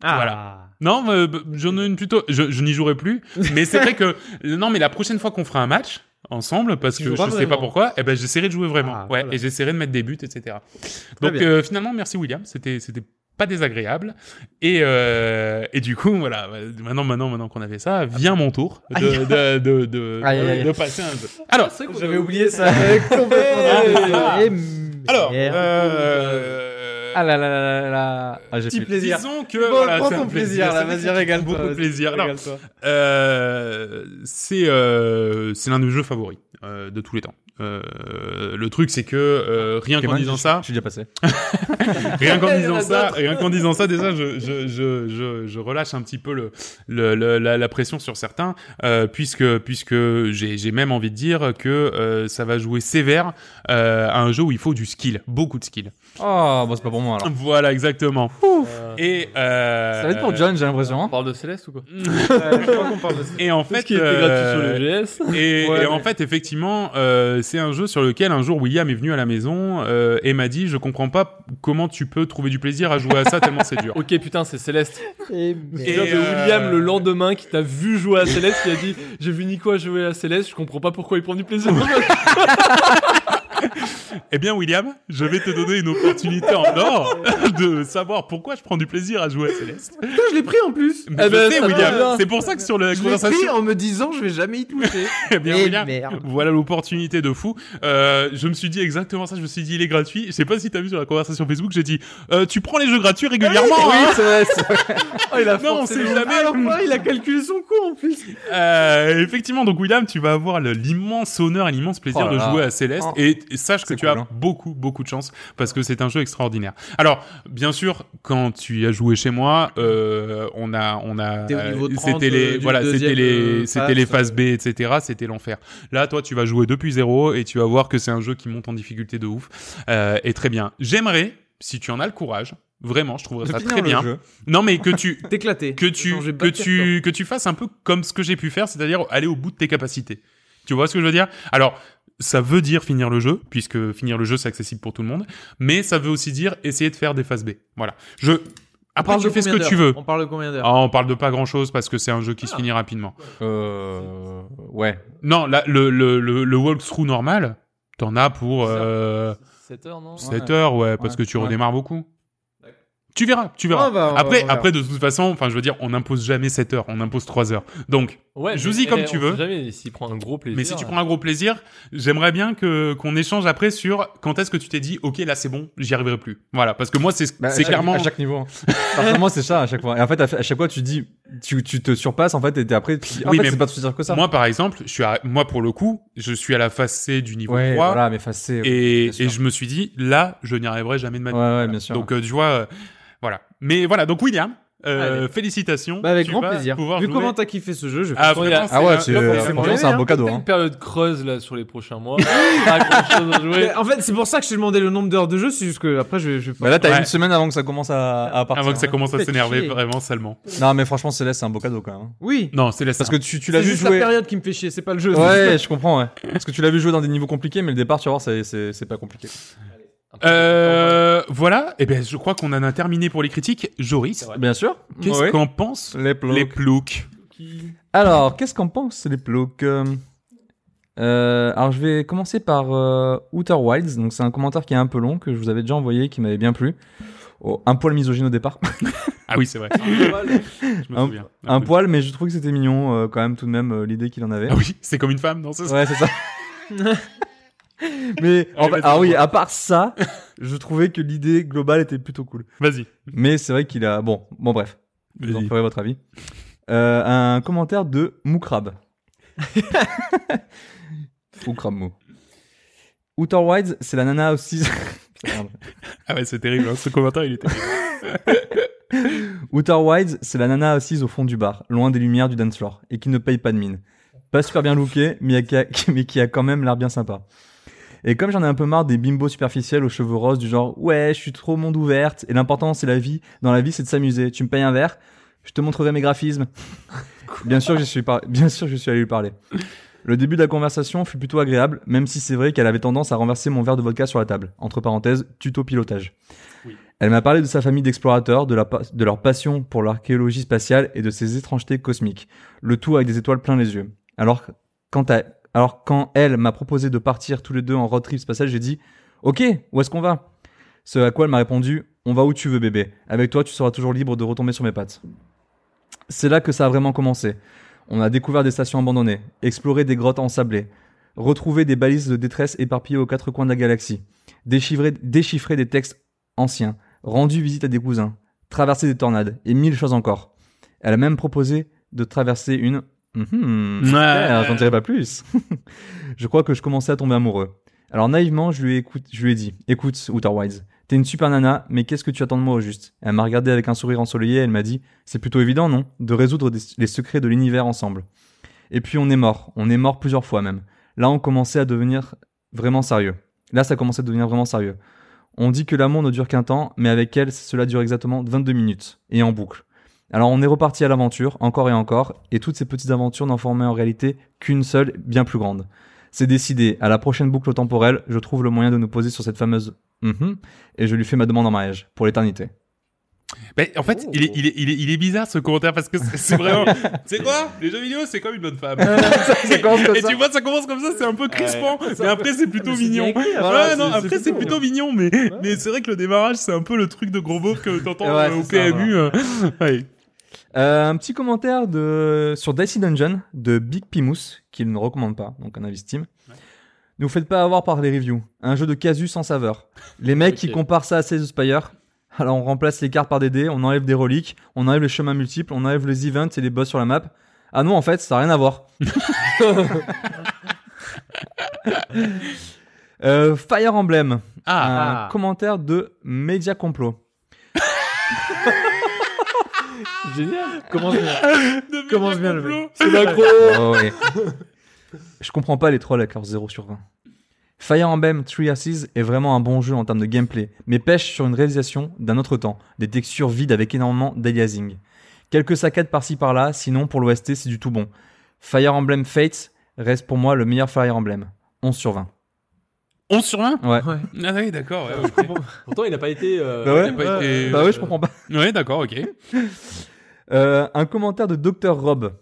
Ah.
Voilà. Non, mais, euh, j'en ai une plutôt. Je, je n'y jouerai plus. Mais c'est vrai que, (laughs) non, mais la prochaine fois qu'on fera un match, ensemble parce
Tu
que je sais
joueras
pas
vraiment.
pourquoi eh ben j'essaierai de jouer vraiment
Ah,
ouais
voilà.
et j'essaierai de mettre des buts etc donc
bien.
euh, finalement merci William c'était c'était pas désagréable et, euh, et du coup, voilà, maintenant, maintenant, maintenant qu'on avait ça, vient mon tour de, de, de, de-
Aïe, aïe,
de-
aïe.
de passer un peu. Alors,
J'avais oublié ça. (laughs) Ah,
Ah. alors,
Merde.
euh,
Ah là là là là là.
Ah, j'ai
Petit
fait-
plaisir.
disons que,
Prends-
voilà,
prends
c'est un
ton plaisir, là,
ça fait
vas-y, régale-toi,
Beaucoup de
vas-y,
plaisir. Alors,
Régale-toi.
euh, c'est euh, c'est l'un de mes jeux favoris euh, de tous les temps. Euh, le truc, c'est que euh, rien qu'en
Clément,
disant
je-
ça,
Je suis déjà passé.
rien qu'en
Il y en
disant
a
ça,
d'autres.
rien qu'en disant ça, déjà, je, je, je, je, je relâche un petit peu le, le, le- la, la pression sur certains, euh, puisque, puisque j'ai j'ai même envie de dire que euh, ça va jouer sévère euh, à un jeu où il faut du skill, beaucoup de skill.
Oh, bah c'est pas pour moi alors.
Voilà, exactement. Et euh,
Ça va être pour John, j'ai l'impression.
hein.
On parle de Céleste ou quoi
Et en fait,
Est-ce qu'il était gratuit
euh,
sur le GS
Et,
Ouais,
et en
mais-
fait, effectivement, euh, c'est un jeu sur lequel un jour William est venu à la maison euh, et m'a dit Je comprends pas comment tu peux trouver du plaisir à jouer à ça tellement c'est dur.
Ok, putain, c'est Céleste.
Et,
Et de
euh,
William le lendemain qui t'a vu jouer à Céleste, qui a dit J'ai vu Nico jouer à Céleste, je comprends pas pourquoi il prend du plaisir.
(laughs) Eh bien, William, je vais te donner une opportunité en or (laughs) de savoir pourquoi je prends du plaisir à jouer à Céleste.
Putain, (laughs) je l'ai pris en plus.
Mais
Eh
je
ben,
sais,
ça va
William,
bien.
c'est pour ça que sur la
Je l'ai pris
conversation,
en me disant je vais jamais y toucher.
(laughs) eh bien,
Eh
William,
merde.
voilà l'opportunité de fou. Euh, je me suis dit exactement ça. Je me suis dit, il est gratuit. Je sais pas si t'as vu sur la conversation Facebook, j'ai dit, euh, tu prends les jeux gratuits régulièrement. hein
c'est vrai, c'est
non, (laughs) on sait jamais.
Alors quoi, il a calculé son coût en plus.
Euh, effectivement, donc William, tu vas avoir le- l'immense honneur et l'immense plaisir
Oh là
de
là.
jouer à Céleste.
Oh.
Et, et sache que
C'est
tu
cool,
as
hein.
beaucoup, beaucoup de chance parce que c'est un jeu extraordinaire. Alors, bien sûr, quand tu y as joué chez moi, euh, on a, on a,
T'es au niveau
euh,
30,
c'était les,
euh, du
voilà, c'était
deuxième,
les,
euh,
c'était les
phase.
phases B, etc. C'était l'enfer. Là, toi, tu vas jouer depuis zéro et tu vas voir que c'est un jeu qui monte en difficulté de ouf. Euh, et très bien. J'aimerais, si tu en as le courage, vraiment, je trouverais ça très bien. hein. Non, mais que tu,
T'éclater.
que tu
Attends, je
que
vais bâtir toi.
tu que tu fasses un peu comme ce que j'ai pu faire, c'est-à-dire aller au bout de tes capacités. Tu vois ce que je veux dire Alors, ça veut dire finir le jeu puisque finir le jeu c'est accessible pour tout le monde, mais ça veut aussi dire essayer de faire des phases B. Voilà. Je
On
après
parle
tu
de
fais ce
combien
que tu
d'heures
veux.
On parle de combien d'heures
Ah, on parle de pas grand chose parce que c'est un jeu qui se finit rapidement.
Euh. Ouais.
Non, là, le, le, le, le walkthrough normal, t'en as pour euh,
7 heures, non
7 heures, ouais, parce que
Ouais.
tu redémarres beaucoup. Tu verras, tu verras.
Ah, bah, on va-
après,
on verra.
après, de toute façon, enfin, je veux dire, on n'impose jamais 7 heures, on impose 3 heures. Donc,
Ouais,
Joue-y
mais,
comme
eh,
tu
on
veux.
sait Jamais s'il prend un gros plaisir. hein.
Mais si tu prends un gros plaisir, j'aimerais bien que qu'on échange après sur quand est-ce que tu t'es dit ok là c'est bon j'y arriverai plus. Voilà parce que moi c'est
Bah, à
c'est
chaque-
clairement
à chaque niveau. Parce que moi, c'est ça à chaque fois. Et en fait, à, à chaque fois, tu dis, tu, tu te surpasses en fait, et t'es après, tu dis, en
Oui,
fait,
mais
c'est pas si dire que ça.
moi par exemple je suis à- moi pour le coup je suis à la phase C du niveau
ouais,
3
voilà, mais face c'est. Ouais,
et,
bien sûr.
et je me suis dit là je n'y arriverai jamais de ma vie.
ouais, bien sûr.
donc euh, tu vois euh, voilà mais voilà donc William euh, félicitations
Bah, avec
Tu
grand
vas
plaisir.
pouvoir
Vu
jouer.
comment t'as kiffé ce jeu, je vais
Ah,
Attends, il y
vraiment,
a-
c'est
ah ouais,
un-
c'est
là,
euh,
c'est
franchement,
vrai.
c'est un beau cadeau.
une
Hein.
période creuse là sur les prochains mois. pas grand chose à jouer.
Mais En fait, c'est pour ça que je t'ai demandé le nombre d'heures de jeu, c'est juste que après, je vais. je vais pas-
Bah là, t'as
Ouais.
une semaine avant que ça commence à, à partir. hein.
avant que ça commence à
Fais
s'énerver
chier.
vraiment salement
Non, mais franchement, Céleste, c'est un beau cadeau quand même.
Oui.
non c'est la
Parce que tu, tu l'as
C'est
vu
juste la
jouer.
période qui me fait chier, c'est pas le jeu.
Ouais, je comprends, ouais. Parce que tu l'as vu jouer dans des niveaux compliqués, mais le départ, tu vas voir, c'est- c'est c'est pas compliqué.
Euh, voilà, et ben je crois qu'on en a terminé pour les critiques. Joris,
Bien sûr.
qu'est-ce
Oui.
qu'en pensent
Les plots.
les ploucs
Alors, qu'est-ce qu'en pensent les ploucs euh, euh, Alors, je vais commencer par euh, Outer Wilds. Donc, c'est un commentaire qui est un peu long que je vous avais déjà envoyé, qui m'avait bien plu. Oh, un poil misogyne au (laughs) départ.
Ah oui, c'est vrai. Je me
Un-
souviens.
un poil, mais je trouve que c'était mignon euh, quand même tout de même euh, l'idée qu'il en avait.
Ah oui, c'est comme une femme, non c'est ça
Ouais, c'est ça. (laughs) mais en
Allez,
fait-
vas-y,
ah oui,
dis-moi.
à part ça, je trouvais que l'idée globale était plutôt cool.
Vas-y.
Mais c'est vrai qu'il a bon, bon bref, vous en
Vas-y.
ferez votre avis. Euh, un commentaire de (laughs) Moukrab. Moukrab Mou. Outer Wilds, c'est la nana aussi. Merde.
Ah ouais, c'est terrible. hein, Ce commentaire, il était.
Outer Wilds, c'est la nana assise au fond du bar, loin des lumières du dance floor, et qui ne paye pas de mine. Pas super bien lookée, mais, qui a- (laughs) mais qui a quand même l'air bien sympa. Et comme j'en ai un peu marre des bimbos superficiels aux cheveux roses du genre ouais, je suis trop monde ouverte, et l'important c'est la vie, dans la vie c'est de s'amuser, tu me payes un verre, je te montrerai mes graphismes. bien, sûr, je suis par- bien sûr, je suis allé lui parler. Le début de la conversation fut plutôt agréable, même si c'est vrai qu'elle avait tendance à renverser mon verre de vodka sur la table. Entre parenthèses, tuto pilotage. Elle m'a parlé de sa famille d'explorateurs, de, la pa- de leur passion pour l'archéologie spatiale et de ses étrangetés cosmiques, le tout avec des étoiles plein les yeux. Alors, quand, à- alors quand elle m'a proposé de partir tous les deux en road trip spatial, j'ai dit « Ok, où est-ce qu'on va ?» Ce à quoi elle m'a répondu « On va où tu veux bébé, avec toi tu seras toujours libre de retomber sur mes pattes. » C'est là que ça a vraiment commencé. On a découvert des stations abandonnées, exploré des grottes ensablées, retrouvé des balises de détresse éparpillées aux quatre coins de la galaxie, déchiffré, déchiffré des textes anciens, rendu visite à des cousins, traversé des tornades et mille choses encore. Elle a même proposé de traverser une. Mhm,
Ouais.
super, J'en dirai pas plus. (laughs) je crois que je commençais à tomber amoureux. Alors naïvement, je lui ai, écoute- je lui ai dit Écoute, Outer Wilds, t'es une super nana, mais qu'est-ce que tu attends de moi au juste Elle m'a regardé avec un sourire ensoleillé et elle m'a dit C'est plutôt évident, non De résoudre des- les secrets de l'univers ensemble. Et puis on est mort, on est mort plusieurs fois même. Là, on commençait à devenir vraiment sérieux. Là, ça commençait à devenir vraiment sérieux. On dit que l'amour ne dure qu'un temps, mais avec elle, cela dure exactement 22 minutes, et en boucle. Alors on est reparti à l'aventure, encore et encore, et toutes ces petites aventures n'en formaient en réalité qu'une seule, bien plus grande. C'est décidé, à la prochaine boucle temporelle, je trouve le moyen de nous poser sur cette fameuse... Mhm, et je lui fais ma demande en mariage, pour l'éternité.
Ben, en fait, il, est, il, est, il, est, il est bizarre ce commentaire parce que c'est c'est
(laughs)
vraiment. c'est quoi Les jeux vidéo, c'est comme une bonne femme.
Ça commence comme
Et
ça.
tu vois, ça commence comme ça, c'est un peu crispant, mais après c'est plutôt mignon.
voilà,
ouais, non,
c'est-
après
c'est
c'est plutôt mignon, mais, mais c'est vrai que le démarrage, c'est un peu le truc de gros beauf que t'entends
Ouais,
euh, au
c'est ça,
PMU. euh. (laughs) Ouais.
Euh, un petit commentaire de... sur Dicey Dungeon de Big Pimous, qu'il ne recommande pas, donc un avis Steam. Ne vous faites pas avoir par les reviews. Un jeu de casu sans saveur. Les mecs qui
Ok.
comparent ça à Sales of Spire. Alors on remplace les cartes par des dés, on enlève des reliques, on enlève les chemins multiples, on enlève les events et les boss sur la map. Ah non, en fait, ça n'a rien à voir. Euh, Fire Emblem.
Ah.
Un commentaire de Media Complot.
Génial.
Comment dire
De
Commence
Media
bien le
Complot.
C'est macro.
Oh, ouais. Je comprends pas les trolls à 0 sur 20. Fire Emblem Three Asses est vraiment un bon jeu en termes de gameplay, mais pêche sur une réalisation d'un autre temps, des textures vides avec énormément d'aliasing. Quelques saccades par-ci par-là, sinon pour l'OST c'est du tout bon. Fire Emblem Fates reste pour moi le meilleur Fire Emblem. 11 sur 20.
11 sur 20
Ouais.
Ah oui, d'accord. Ouais,
(laughs)
Pourtant, il a pas été. euh,
Bah ouais.
il a pas été-
Bah ouais,
euh,
je comprends pas.
ouais. Ouais, d'accord, ok.
Euh, un commentaire de Dr Rob.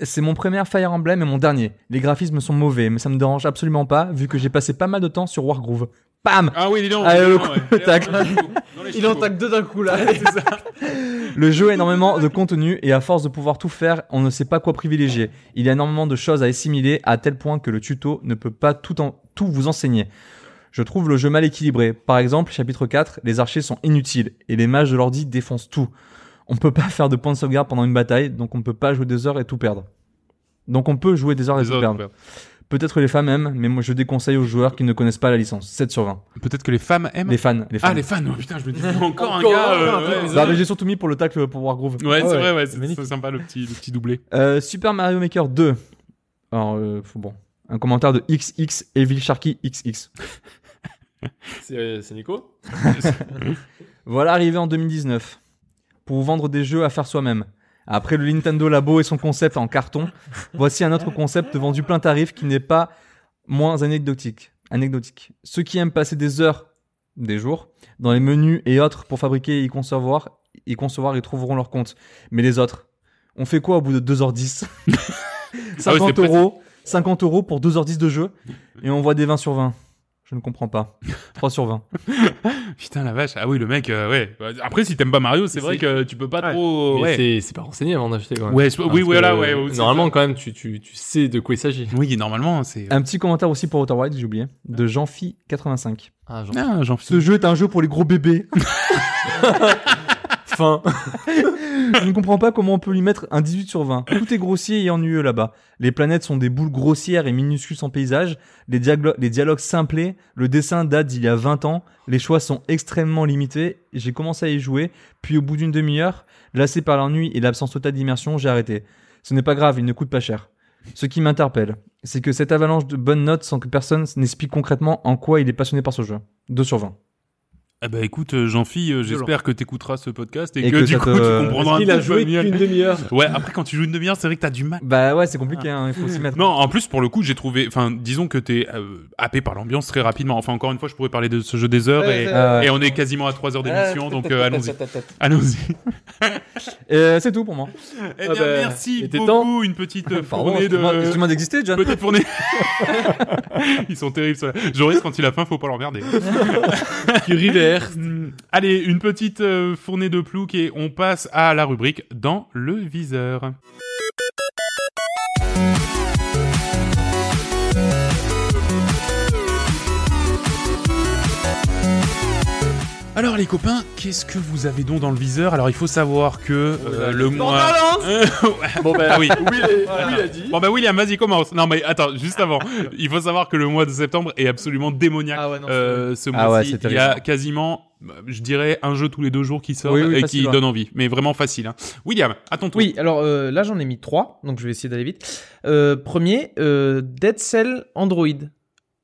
C'est mon premier Fire Emblem et mon dernier. Les graphismes sont mauvais, mais ça me dérange absolument pas vu que j'ai passé pas mal de temps sur Wargroove. Pam
Ah oui, il est long.
Ah,
il est
le
long,
coup-
ouais. Il est
tac.
long, il est long. Dans les
Il en
chevaux.
tac deux d'un coup là.
Le jeu a énormément de contenu et à force de pouvoir tout faire, on ne sait pas quoi privilégier. Il y a énormément de choses à assimiler à tel point que le tuto ne peut pas tout, en- tout vous enseigner. Je trouve le jeu mal équilibré. Par exemple, chapitre 4, les archers sont inutiles et les mages de l'ordi défoncent tout. On peut pas faire de points de sauvegarde pendant une bataille, donc on peut pas jouer des heures et tout perdre. Donc on peut jouer des heures et
Les
tout perdre.
autres, ouais.
Peut-être les femmes aiment, mais moi je déconseille aux joueurs qui ne connaissent pas la licence. 7 sur 20.
Peut-être que les femmes aiment.
Les fans, les fans.
Ah, les fans, oh, putain, je me dis encore un
Encore
gars.
un,
euh,
un,
ouais.
Non, mais j'ai surtout mis pour le tacle pour Wargroove.
Ah Ouais, c'est
Ouais,
vrai, ouais,
c'est
c'est
magnifique.
c'est sympa le petit, le petit doublé. Ah
Euh, Super Mario Maker 2. Alors, euh, faut- bon. Un commentaire de XX Evil Sharky XX.
C'est euh, c'est Nico.
Voilà arrivé en 2019. Pour vous vendre des jeux à faire soi-même. Après le Nintendo Labo et son concept en carton, voici un autre concept vendu plein tarif qui n'est pas moins anecdotique. anecdotique. Ceux qui aiment passer des heures des jours, dans les menus et autres pour fabriquer et y concevoir, y concevoir, ils trouveront leur compte. Mais les autres, on fait quoi au bout de 2h10
Ah ouais,
50
c'est
euros, 50 euros pour 2h10 de jeu et on voit des 20 sur 20. Je ne comprends pas. 3 sur 20.
Putain la vache. Ah oui, le mec, euh, ouais. Après, si t'aimes pas Mario, c'est vrai
C'est-
que tu peux pas
Oh, Ouais.
trop.
Mais
Ouais.
c'est- c'est pas renseigné avant d'acheter. quand même.
Ouais, je-
Parce
oui,
que,
voilà,
euh,
ouais. ouais, c'est
Normalement, quand même, tu, tu, tu sais de quoi il s'agit.
ça. Oui, normalement, c'est. euh,
Un petit commentaire aussi pour Outer Wilds, j'ai oublié, de Jeanfi85.
Ah, (laughs) genre.
Ah, j'en
Ce jeu est un jeu pour les gros bébés.
Fin.
Je ne comprends pas comment on peut lui mettre un 18 sur 20. Tout est grossier et ennuyeux là-bas. Les planètes sont des boules grossières et minuscules sans paysage. Les, diaglo- les dialogues simplés. Le dessin date d'il y a 20 ans. Les choix sont extrêmement limités. J'ai commencé à y jouer. Puis au bout d'une demi-heure, lassé par l'ennui et l'absence totale d'immersion, j'ai arrêté. Ce n'est pas grave, il ne coûte pas cher. Ce qui m'interpelle, c'est que cette avalanche de bonnes notes sans que personne n'explique concrètement en quoi il est passionné par ce jeu. 2 sur 20.
Ah bah écoute, euh, Jean-Phi, euh, j'espère que t'écouteras ce podcast et,
Et
que,
que
du
ça
coup,
te-
tu comprendras un
Il a
petit peu
joué
mieux.
qu'une demi-heure.
Ouais, après, quand tu joues une demi-heure, c'est vrai que t'as du mal.
Bah ouais, c'est compliqué, hein, il faut (laughs) s'y mettre.
Non, en plus, pour le coup, j'ai trouvé. Enfin, disons que t'es euh, happé par l'ambiance très rapidement. Enfin, encore une fois, je pourrais parler de ce jeu des heures et,
Euh,
et on est quasiment à 3 heures d'émission,
Ah,
donc euh, allons-y. Allons-y.
euh, c'est tout pour moi.
Eh
Ah
bien,
bah, il
merci
était
beaucoup. Une petite euh,
Pardon,
fournée
excuse-moi-
de.
excuse-moi d'exister, John.
Petite fournée. (laughs) Ils sont terribles, ceux-là. Joris, quand il a faim, faut pas l'emmerder.
Tu river.
Hmm, Allez, une petite euh, fournée de plouc et on passe à la rubrique dans le viseur. Alors les copains, qu'est-ce que vous avez donc dans le viseur Alors il faut savoir que euh, le (laughs) mois...
Bon, bah,
Ah oui,
oui, il a dit.
Bon bah William, vas-y commence. Non mais attends, juste avant, il faut savoir que le mois de septembre est absolument démoniaque.
Ah ouais, non, c'est
Euh, ce
Ah
mois-ci,
ouais, c'est
il y a quasiment, bah, je dirais, un jeu tous les deux jours qui sort
Oui, oui,
et
facile,
qui
ouais.
donne envie. Mais vraiment facile. hein. William, à ton tour.
Oui, alors euh, là j'en ai mis trois, donc je vais essayer d'aller vite. Euh, premier, euh, Dead Cell Android.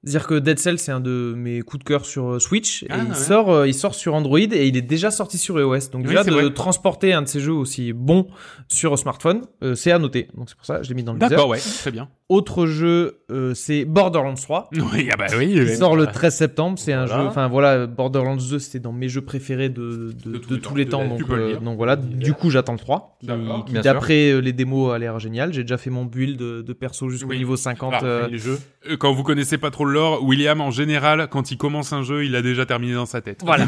C'est-à-dire que Dead Cell, c'est un de mes coups de cœur sur euh, Switch.
Ah,
et il,
ouais.
sort, euh, il sort sur Android et il est déjà sorti sur iOS. Donc
Oui,
déjà,
c'est
de
vrai.
transporter un de ces jeux aussi bon sur smartphone, euh, c'est à noter. Donc c'est pour ça que je l'ai mis dans le viseur.
D'accord, ouais, très bien. (laughs)
Autre jeu, euh, c'est Borderlands 3.
Oui, ah bah oui.
Qui
oui.
sort le 13 septembre, c'est un
Voilà.
jeu. Enfin voilà, Borderlands 2, c'était dans mes jeux préférés de, de,
De
de
tous
tous,
les temps,
les
de-
temps.
tu
donc,
peux le
euh,
dire.
donc voilà, du coup j'attends le 3
D'accord.
qui,
Bien
d'après euh, les démos a l'air génial. J'ai déjà fait mon build de, de perso jusqu'au
Oui.
niveau 50.
Ah, (laughs)
euh,
Les jeux.
Euh, Quand vous connaissez pas trop le lore, William, en général, quand il commence un jeu, il l'a déjà terminé dans sa tête. Voilà.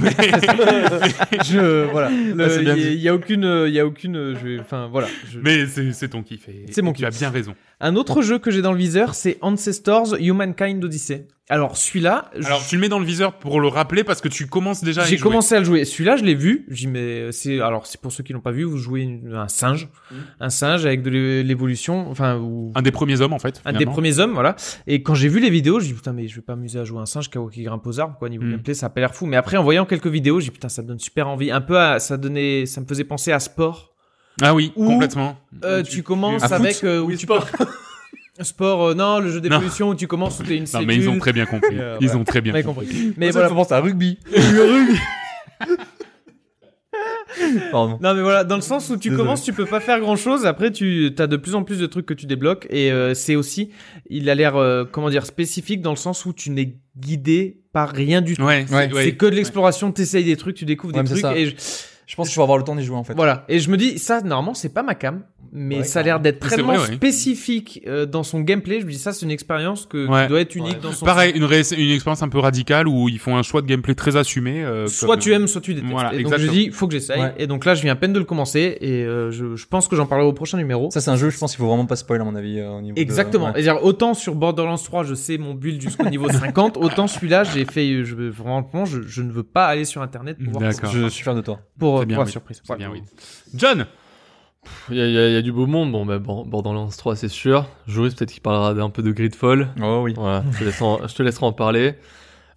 je voilà. Le-
Ah, c'est bien
Il y a-
dit.
il y a aucune, euh, il y a aucune. euh, je vais- Enfin voilà. je-
(laughs) Mais c'est c'est ton kiff. et-
C'est mon
Tu as bien raison.
Un autre jeu que j'ai dans le viseur, c'est Ancestors Humankind Odyssey. Alors celui-là, je-
Alors, tu le mets dans le viseur pour le rappeler parce que tu commences déjà à y
j'ai
jouer.
commencé à le jouer. Celui-là, je l'ai vu. J'ai dit, mais c'est alors c'est pour ceux qui l'ont pas vu, vous jouez une- un singe, un singe avec de l'é- l'évolution, enfin ou
Un des premiers hommes, en fait.
un des
finalement.
premiers hommes, voilà. Et quand j'ai vu les vidéos, j'ai dit putain, mais je vais pas m'amuser à jouer à un singe qui, qui grimpe aux arbres, quoi. Niveau
Mm.
gameplay, ça a pas l'air fou. Mais après, en voyant quelques vidéos, j'ai dit putain, ça me donne super envie. Un peu, à- ça donnait, ça me faisait penser à sport.
Ah oui,
Ou-
complètement.
Euh,
tu-
tu, commences
à foot
avec euh, où tu
sport.
(laughs) sport, euh, non, le jeu
Non.
d'évolution où tu commences où t'es une
Non, mais ils ont
cellule.
très bien compris.
(laughs) Euh,
Ils
voilà.
ont très bien
Ouais,
compris. (laughs)
compris. Mais
Ça
voilà.
commence à rugby. Pardon.
Non mais voilà, dans le sens où tu
Désolé.
commences, tu peux pas faire grand chose. Après, tu as de plus en plus de trucs que tu débloques et euh, c'est aussi, il a l'air euh, comment dire spécifique dans le sens où tu n'es guidé par rien du tout.
Ouais,
Ouais.
c'est-
C'est que de l'exploration, t'essayes des trucs, tu découvres
Ouais,
des
mais c'est
trucs.
ça.
Et je-
Je pense qu'il faut avoir le temps d'y jouer en fait.
voilà. Et je me dis, ça, normalement, c'est pas ma cam, mais
Ouais,
ça a l'air d'être
C'est
tellement
vrai, ouais.
spécifique euh, dans son gameplay. Je me dis, ça, c'est une expérience que, qui
Ouais.
doit être unique dans son.
Pareil, une, ré- une expérience un peu radicale où ils font un choix de gameplay très assumé. euh,
Soit
comme-
tu aimes, soit tu détestes.
Voilà,
et donc je
exactement.
dis, faut que j'essaye.
Ouais.
Et donc là, je viens à peine de le commencer et euh, je, je pense que j'en parlerai au prochain numéro.
Ça c'est un jeu, je pense qu'il faut vraiment pas spoiler à mon avis euh, au niveau. de-
Exactement.
ouais.
C'est-à-dire autant sur Borderlands 3, je sais mon build
(laughs)
jusqu'au niveau 50, autant celui-là, j'ai fait je vraiment je, je ne veux pas aller sur internet pour voir
D'accord.
Je suis fier de toi.
C'est
pour, pour
euh, bien,
la
oui.
surprise.
C'est bien, oui. John
Il y, a- il y a- il y a du beau monde. Bon, bah, bon, Borderlands 3, c'est sûr. Joris, peut-être qu'il parlera d'un peu de Gridfall.
Oh oui.
Voilà, je te laisserai en, je te laisserai en parler.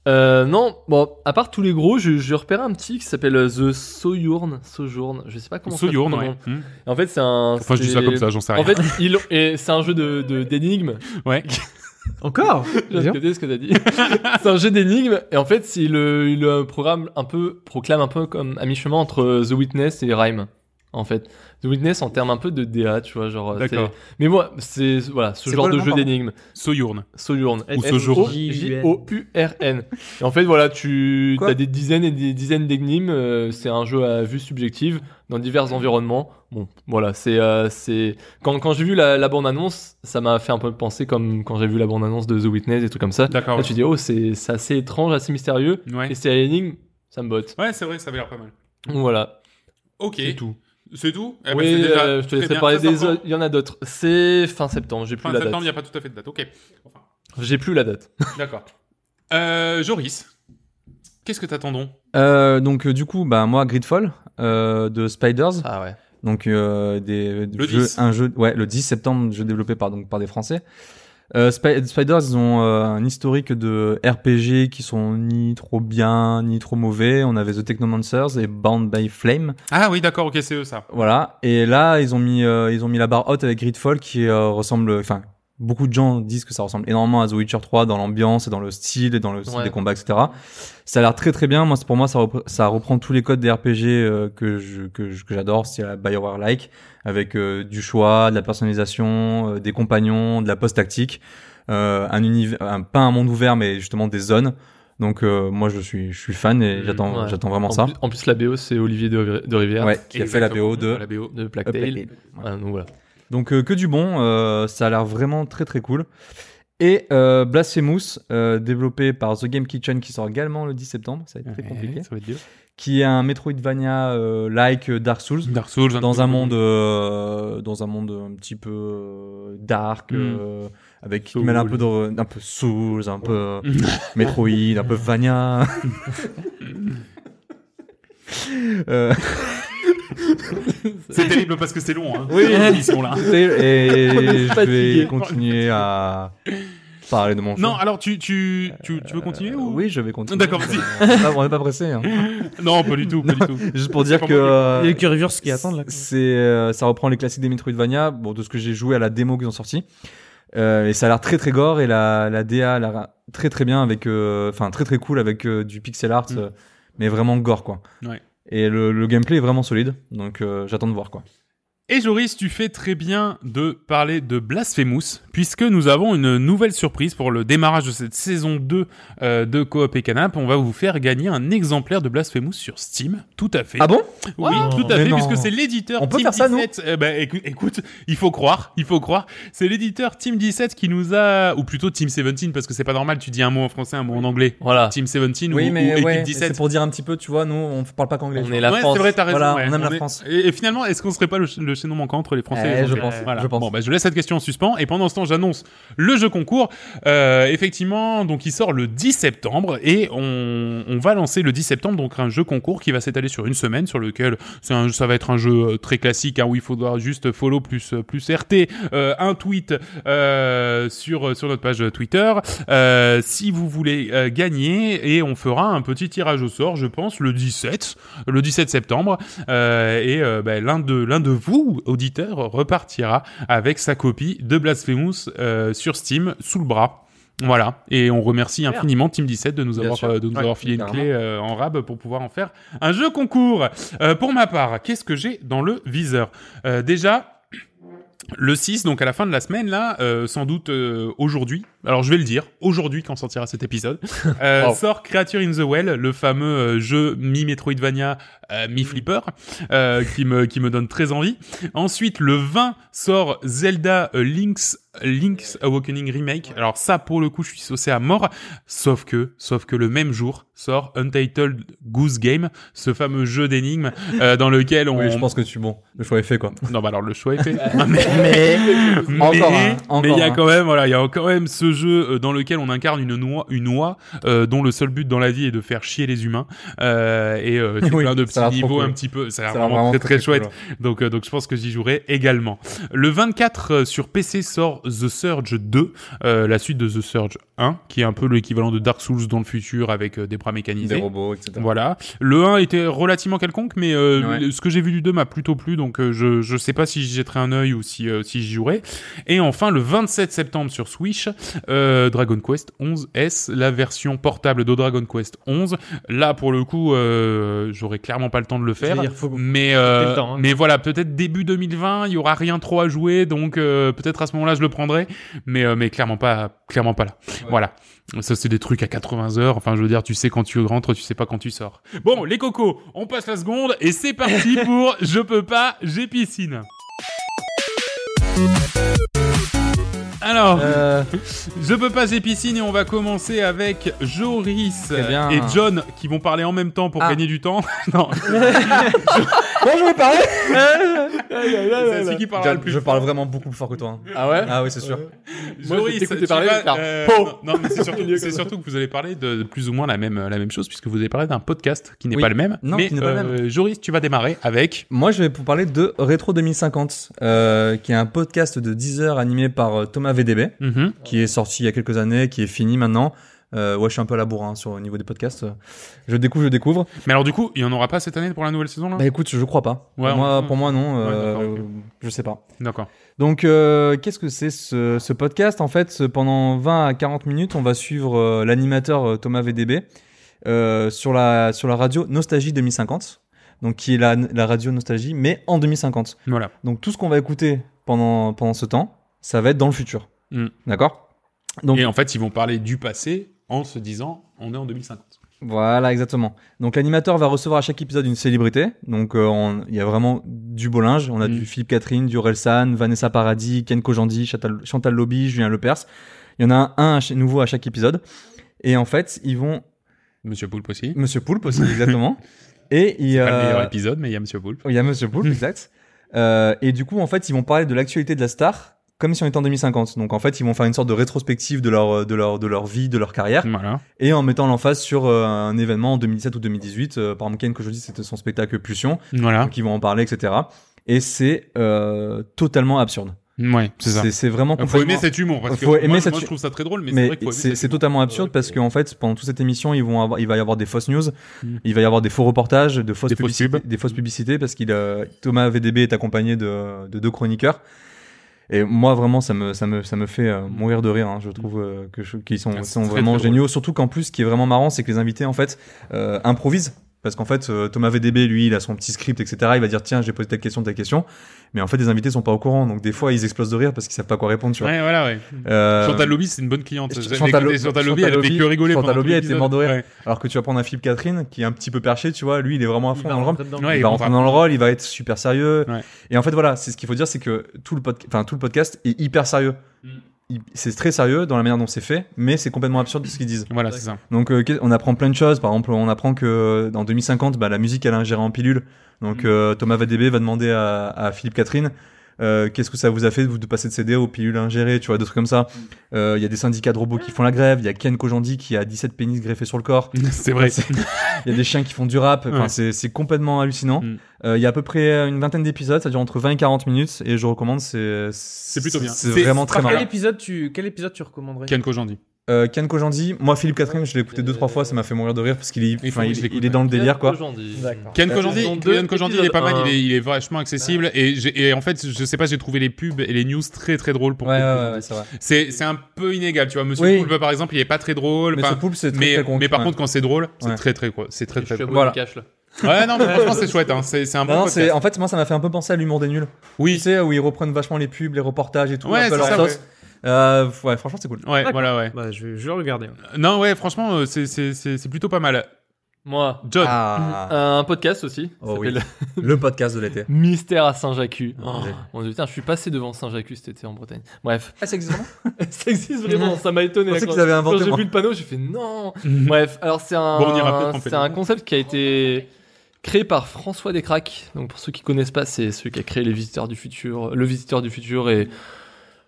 Euh, non, bon, à part tous les gros, j'ai j'ai repéré un petit qui s'appelle euh, The Sojourn. Sojourn, je sais pas comment ça se
Sojourn,
prononce.
ouais. Hmm.
En fait, c'est un.
Enfin, je dis ça
c'est-
comme ça, j'en sais rien.
En fait, ils l'ont- et c'est un jeu d'énigmes. De, d'énigmes.
ouais. (laughs)
Encore
J'ai noté ce que t'as dit. (laughs) c'est un jeu d'énigmes. Et en fait, il, euh, il, euh, programme un peu, proclame un peu comme à mi-chemin entre euh, The Witness et Rhyme. en fait. The Witness en termes un peu de DA, tu vois, genre. euh, c'est-
D'accord.
Mais moi, c'est voilà, ce
C'est
genre
quoi le
de
nom,
jeu
pardon
d'énigmes.
Sojourn.
Sojourn.
Ou ce jour.
J-O-U-R-N. Et en fait, voilà, tu
Quoi
as des dizaines et des dizaines d'énigmes. euh, c'est un jeu à vue subjective dans divers environnements. Bon, voilà, c'est. euh, c'est... Quand, quand j'ai vu la, la bande-annonce, ça m'a fait un peu penser comme quand j'ai vu la bande-annonce de The Witness et trucs comme ça.
D'accord.
Là, tu dis, oh, c'est, c'est assez étrange, assez mystérieux.
Ouais,
Et c'est à l'énigme, ça me botte.
ouais c'est vrai, ça avait l'air pas mal.
Donc, Voilà,
Ok.
c'est tout.
C'est tout Eh ben,
oui,
c'est déjà
euh, je te
très
laisserai
bien.
parler
Ça
des
sort
autres. Il y en a d'autres. C'est fin septembre, j'ai plus
Fin
la
septembre, il n'y a
date.
pas tout à fait de date. Ok. Enfin,
J'ai plus la date.
D'accord. Euh, Joris, qu'est-ce que t'attendons
Euh, donc euh, du coup, bah moi Gridfall euh, de Spiders,
Ah ouais.
donc euh, des
Le
jeux-
10.
un jeu ouais le 10 septembre, jeu développé par donc par des Français. Euh, Spi- Spiders, ils ont euh, un historique de RPG qui sont ni trop bien ni trop mauvais. On avait The Technomancers et Bound by Flame,
Ah oui, d'accord, ok, c'est eux ça.
voilà. Et là, ils ont mis euh, ils ont mis la barre haute avec Gridfall qui euh, ressemble, enfin beaucoup de gens disent que ça ressemble énormément à The Witcher 3 dans l'ambiance et dans le style et dans le style
Ouais.
des combats, etc. Ça a l'air très très bien. Moi, c'est- pour moi, ça, repre- ça reprend tous les codes des RPG euh, que je- que je- que j'adore, c'est la Bioware-like, avec euh, du choix, de la personnalisation, euh, des compagnons, de la post-tactique, euh, un univers, un- pas un monde ouvert, mais justement des zones. Donc euh, moi, je suis je suis fan et
Mm,
j'attends
Mmh, ouais.
j'attends vraiment
En
ça.
plus, en plus, la BO, c'est Olivier de, de Rivière.
Ouais, qui a fait la BO de
La BO.
De Plague
Up
Tale.
Hill.
Ah, donc voilà.
Donc euh, que du bon, euh, ça a l'air vraiment très très cool. Et euh, Blasphemous, euh, développé par The Game Kitchen, qui sort également le 10 septembre, ça va être très compliqué,
Ça va être dur.
qui est un Metroidvania euh, like Dark Souls,
Dark Souls.
dans un monde, euh, dans un monde un petit peu euh, dark, euh, avec qui
Soul.
mêle un peu de, un peu Souls, un peu euh, Metroid, un peu Vania. Euh,
C'est terrible parce que c'est long. Hein.
Oui.
Ces émissions-là.
et je
Fatigué.
vais continuer à parler de mon jeu.
Non, alors tu, tu, tu, tu veux continuer ou
Euh, Oui, je vais continuer.
D'accord, vas-y.
Ah, on n'est pas pressé. hein.
Non, pas du tout, pas du tout.
Juste (laughs) pour dire
Pas
que
moi.
Il y a
euh,
les Curvers qui attendent là.
c'est euh, ça reprend les classiques des Metroidvania, bon de ce que j'ai joué à la démo qu'ils ont sorti. Euh, et ça a l'air très très gore et la, la DA a l'air très très bien avec euh, enfin très très cool avec euh, du pixel art
Mm.
euh, mais vraiment gore quoi.
Ouais.
Et le, le gameplay est vraiment solide donc euh, j'attends de voir quoi.
Et Joris, tu fais très bien de parler de Blasphemous, puisque nous avons une nouvelle surprise pour le démarrage de cette saison 2 euh, de Coop et Canap. On va vous faire gagner un exemplaire de Blasphemous sur Steam, tout à fait.
Ah bon
Oui,
Wow.
tout à
Mais
fait,
non.
puisque c'est l'éditeur
On peut
Team
faire ça, nous
17. Eh ben, écou- écoute, il faut croire, il faut croire. C'est l'éditeur Team 17 qui nous a, ou plutôt Team 17, parce que c'est pas normal, tu dis un mot en français, un mot en anglais.
Voilà.
Team 17 ou,
Oui
ou
mais
équipe
ouais, c'est
17.
pour dire un petit peu tu vois nous on parle pas qu'anglais.
On est la
ouais,
France.
c'est vrai, t'as raison.
Voilà,
ouais.
on aime la
est-
France.
Et, et finalement, est-ce qu'on serait pas le, ch- le chaînon manquant entre les Français et les
Eh, je
Anglais
pense,
Voilà.
je pense.
Bon, bah, je laisse cette question en suspens. Et pendant ce temps, j'annonce le jeu concours. Euh, effectivement, donc il sort le 10 septembre et on, on va lancer le 10 septembre donc un jeu concours qui va s'étaler sur une semaine, sur lequel c'est un- ça va être un jeu euh, très classique hein, où il faudra juste follow plus plus RT, euh, un tweet euh, sur sur notre page Twitter. Euh, si vous voulez euh, gagner et on fera un petit tirage au sort, je pense le 17 le 17 septembre euh, et euh, bah, l'un de l'un de vous auditeurs repartira avec sa copie de Blasphemous euh, sur Steam sous le bras. Voilà, et on remercie infiniment Team 17 de nous
Bien
avoir
sûr.
euh, de nous
Ouais,
avoir filé une
carrément.
clé euh, en rab pour pouvoir en faire un jeu concours. Euh, pour ma part, qu'est-ce que j'ai dans le viseur Euh, Déjà. Le 6, donc à la fin de la semaine, là, euh, sans doute euh, aujourd'hui, alors je vais le dire, aujourd'hui quand sortira cet épisode, euh,
Wow.
sort Creature in the Well, le fameux euh, jeu mi-Metroidvania, euh, mi-Flipper, euh, qui, me, qui me donne très envie. Ensuite, le 20 sort Zelda euh, Link's, Link's Awakening Remake. Alors ça, pour le coup, je suis saucé à mort. Sauf que, sauf que le même jour sort Untitled Goose Game, ce fameux jeu d'énigmes euh, dans lequel on...
Oui, je pense que tu bon le choix est fait quoi.
Non, bah alors le choix est
(laughs)
fait. mais...
Mais (laughs) Encore un, encore
mais il y a
un.
quand même voilà, il y a quand même ce jeu euh, dans lequel on incarne une noix, une oie euh, dont le seul but dans la vie est de faire chier les humains euh, et euh, c'est
Oui,
plein de
ça
petits
a l'air trop
niveaux
cool.
un petit peu, ça a
Ça
l'air
a l'air
vraiment, très très,
cool,
chouette.
ouais.
Donc, euh, donc je pense que j'y jouerai également. Le 24 euh, sur PC sort The Surge 2, euh, la suite de The Surge 1, qui est un peu l'équivalent de Dark Souls dans le futur avec euh, des bras mécanisés.
Des robots etc.
Voilà. Le 1 était relativement quelconque, mais euh,
Ouais.
le- ce que j'ai vu du 2 m'a plutôt plu, donc euh, je, je sais pas si j'y jetterai un œil ou si, euh, si j'y jouerai. Et enfin, le 27 septembre sur Switch, Euh, Dragon Quest 11 S, la version portable de Dragon Quest 11. Là, pour le coup, euh, j'aurai clairement pas le temps de le faire.
C'est-à-dire, faut que-
Mais, euh,
J'ai le temps, hein.
mais voilà, peut-être début 2020, il y aura rien trop à jouer, donc euh, peut-être à ce moment-là je le prendrai, mais euh, mais clairement pas, clairement pas là. Voilà, ça c'est des trucs à 80 heures. Enfin, je veux dire, tu sais quand tu rentres, tu sais pas quand tu sors. Bon, les cocos, on passe la seconde et c'est
(laughs)
parti pour je peux pas, j'ai piscine. Alors,
Euh,
je peux pas, j'ai piscine et on va commencer avec Joris
Très bien.
et John qui vont parler en même temps pour
Ah.
gagner du temps. (laughs) non,
moi, je vais parler.
c'est celui qui parlera le
John,
plus
je parle vraiment beaucoup plus fort que toi. hein.
Ah ouais
Ah oui, c'est sûr.
Moi, je vais
Joris,
t'écouter
tu
parler,
vas,
je vais faire
euh,
Pau
non, non, mais c'est surtout,
Au milieu
c'est
comme ça.
surtout que vous allez parler de, de plus ou moins la même, euh, la même chose, puisque vous avez parlé d'un podcast qui n'est
Oui.
pas le même.
Non,
mais
qui n'est pas le
euh, Joris, tu vas démarrer avec.
Moi, je vais vous parler de Retro 2050, euh, qui est un podcast de 10 heures animé par euh, Thomas VDB.
Mhm.
qui est sorti il y a quelques années, qui est fini maintenant. Euh, ouais, je suis un peu à la bourre hein, sur au niveau des podcasts. Euh, Je découvre, je découvre.
Mais alors, du coup, il n'y en aura pas cette année pour la nouvelle saison, là
Bah écoute, je crois pas.
Ouais,
pour, moi,
on-
pour moi, non. euh,
d'accord, ok.
Je sais pas.
D'accord.
Donc, euh, qu'est-ce que c'est ce, ce podcast En fait, ce- pendant 20 à 40 minutes, on va suivre euh, l'animateur euh, Thomas VDB euh, sur, la, sur la radio Nostalgie 2050. Donc, qui est la, la radio Nostalgie, mais en 2050.
Voilà.
Donc, tout ce qu'on va écouter pendant, pendant ce temps, ça va être dans le futur.
Mm.
D'accord Donc,
Et en fait, ils vont parler du passé en se disant on est en 2050.
Voilà, exactement. Donc l'animateur va recevoir à chaque épisode une célébrité. Donc euh, on- il y a vraiment du beau linge. On a
Mm.
du Philippe Catherine, du Relsan, Vanessa Paradis, Ken Kojandi, Chantal, Chantal Lobby, Julien Lepers. Il y en a un à chaque- nouveau à chaque épisode. Et en fait, ils vont...
Monsieur Poulpe aussi.
Monsieur Poulpe
(laughs)
aussi, exactement. Et il,
Pas le
euh,
meilleur épisode, Mm. mais il y a Monsieur Poulpe.
il y a Monsieur Poulpe, exact. Euh, et du coup, en fait, ils vont parler de l'actualité de la star comme si on était en 2050. Donc en fait, ils vont faire une sorte de rétrospective de leur, de leur, de leur vie, de leur carrière
Voilà.
et en mettant l'emphase sur euh, un événement en 2017 ou 2018. euh, par exemple, Ken, que je dis, c'était son spectacle Pulsion,
Voilà.
donc ils vont en parler, etc. Et c'est euh, totalement absurde.
Ouais, c'est ça.
C'est vraiment
Faut aimer
complètement...
cet humour parce que
Faut
moi,
aimer
moi,
cet
je
hu-
trouve ça très drôle, mais, c'est
mais
vrai qu'il faut aimer
c'est
cet
c'est
humour.
totalement absurde parce qu'en fait pendant toute cette émission ils vont avoir, il va y avoir des fausses news
Mm.
il va y avoir des faux reportages de fausses
Des fausses
publicités
pubs.
des fausses publicités parce qu'il euh, Thomas VDB est accompagné de, de deux chroniqueurs et moi vraiment ça me ça me ça me fait euh, mourir de rire hein. je trouve euh, que je- qu'ils sont
Ah, c'est
sont
très,
vraiment
très drôle.
géniaux surtout qu'en plus ce qui est vraiment marrant c'est que les invités en fait euh, improvisent parce qu'en fait, euh, Thomas VDB, lui, il a son petit script, etc. Il va dire tiens, j'ai posé telle question, telle question. Mais en fait, les invités sont pas au courant, donc des fois, ils explosent de rire parce qu'ils savent pas quoi répondre. Tu vois.
Ouais, voilà, ouais.
Euh,
Chantal Lobby, c'est une bonne cliente.
Ch-
J'ai
Chantal
écouté
Lo-
Chantal Lobby, elle
Chantal
fait que
Lobby-
rigoler.
Chantal
pendant
Lobby
tout
était morte de rire.
l'épisode.
Alors que tu vas prendre un Philippe Catherine qui est un petit peu perché, tu vois, lui il est vraiment à fond dans le rôle.
Ouais. Ouais,
il
il
va
rentre
rentrer dans le rôle, il va être super sérieux.
Ouais.
Et en fait voilà, c'est ce qu'il faut dire, c'est que tout le, podca- enfin, tout le podcast est hyper sérieux.
Mm.
Il- C'est très sérieux dans la manière dont c'est fait, mais c'est complètement absurde ce qu'ils disent.
Voilà, c'est
(laughs)
ça.
Donc euh, qu'est- on apprend plein de choses. Par exemple, on apprend que euh, en 2050, bah, la musique elle est ingérée en pilule. Donc euh, Thomas Vadebe va demander à, à Philippe Catherine. euh, Qu'est-ce que ça vous a fait de vous de passer de CD aux pilules ingérées, tu vois, des trucs comme ça. Euh, Il y a des syndicats de robots qui font la grève, il y a Ken Kojandi qui a 17 pénis greffés sur le corps,
C'est vrai.
il y a des chiens qui font du rap, enfin,
Ouais.
c'est c'est complètement hallucinant. Euh,
Mm.
Il y a à peu près euh, une vingtaine d'épisodes, ça dure entre 20 et 40 minutes, et je recommande, c'est
C'est plutôt bien.
C'est
C'est-
vraiment
c'est
très
pas
marrant.
mal.
Quel épisode tu, quel épisode tu recommanderais
Ken Kojandi.
Euh, Ken Kojandi, moi Philippe Catherine, je l'ai écouté deux trois fois, ça m'a fait mourir de rire parce qu'il est,
Il faut
enfin,
que
il,
je l'écoute,
il est dans le délire quoi.
D'accord.
Ken
Euh,
Kojandi,
saison deux,
Ken Kojandi, il est pas mal,
épisode
il est, il est vachement accessible
Bah
et, j'ai- et en fait, je sais pas, j'ai trouvé les pubs et les news très très drôles pour
Ouais, ouais,
Ken
ouais,
Kojandi.
c'est vrai.
C'est c'est un peu inégal, tu vois. Monsieur
Oui.
Poulpe, par exemple, il est pas très drôle.
Mais
enfin,
ce poulpe, c'est très,
mais,
très con,
mais par
ouais.
contre, quand c'est drôle, c'est
Ouais.
très très quoi. C'est très
Je
très.
suis abonné
Voilà.
au cash là.
Ouais, non, mais franchement, c'est chouette. Hein. C'est c'est un bon
Non, non, c'est,
podcast.
en fait, moi, ça m'a fait un peu penser à l'humour des nuls. Tu
Oui.
sais, où ils reprennent vachement les pubs, les reportages et tout,
Ouais,
un peu
c'est
leur
ça.
sauce. Euh, ouais, franchement, c'est cool.
Ouais, Ouais, voilà, ouais.
Bah, je, vais- je vais regarder.
Non, ouais, franchement, euh, c'est- c'est c'est- c'est plutôt pas mal.
Moi,
John,
Ah,
un podcast aussi.
oh
ça
oui.
s'appelle (laughs)
Le podcast de l'été.
Mystère à Saint-Jacques. Oh,
Ouais.
mon Dieu, putain, je suis passé devant Saint-Jacques cet été en Bretagne.
(laughs)
Bref,
Ah, c'est exactement
ça existe vraiment, ça m'a étonné.
Je pensais
Quand-
qu'ils avaient inventé,
Quand j'ai
moi.
vu le panneau, j'ai
(laughs)
fait non. Bref, alors c'est un,
Bon, on ira peut-être en
c'est
pédalo.
un concept qui a été créé par François Descraques. Donc pour ceux qui connaissent pas, c'est celui qui a créé les visiteurs du futur, le visiteur du futur et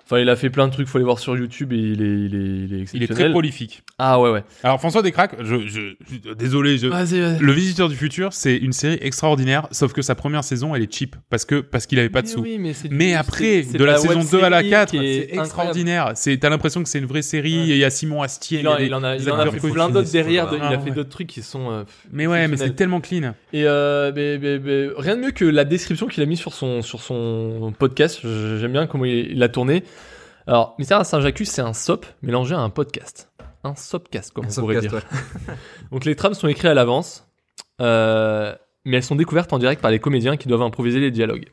enfin il a fait plein de trucs, faut aller voir sur YouTube et il est il est il est
il est
exceptionnel.
très prolifique.
ah ouais ouais.
Alors, François Descraques, je, je, je- désolé, je,
Vas-y vas-y.
Le Visiteur du Futur, c'est une série extraordinaire, sauf que sa première saison, elle est cheap, parce que parce qu'il avait pas de
Mais
sous.
oui, mais, c'est-
Mais
c'est-
après,
c'est
de la,
web
saison 2 à la
série
4,
qui est
c'est
incroyable.
extraordinaire. C'est, t'as l'impression que c'est une vraie série,
Ouais.
il y a Simon Astier,
Il en,
y a
il en a,
des
il en a
acteurs
fait
qui font-
plein d'autres
finissent,
derrière. de-
voilà.
il a
Ah,
fait
ouais.
d'autres trucs qui sont. euh, pff,
Mais ouais, mais
exceptionnels.
c'est tellement clean.
Et euh, mais- mais- mais rien de mieux que la description qu'il a mis sur son sur son podcast. Je- J'aime bien comment il, il a tourné.
Alors, Mystère à Saint-Jacques, c'est un SOP mélangé à un podcast. Un SOPcast, comme
Un
on pourrait
Sopcast,
dire.
ouais.
(laughs) Donc les trames sont écrites à l'avance, euh, mais elles sont découvertes en direct par les comédiens qui doivent improviser les dialogues.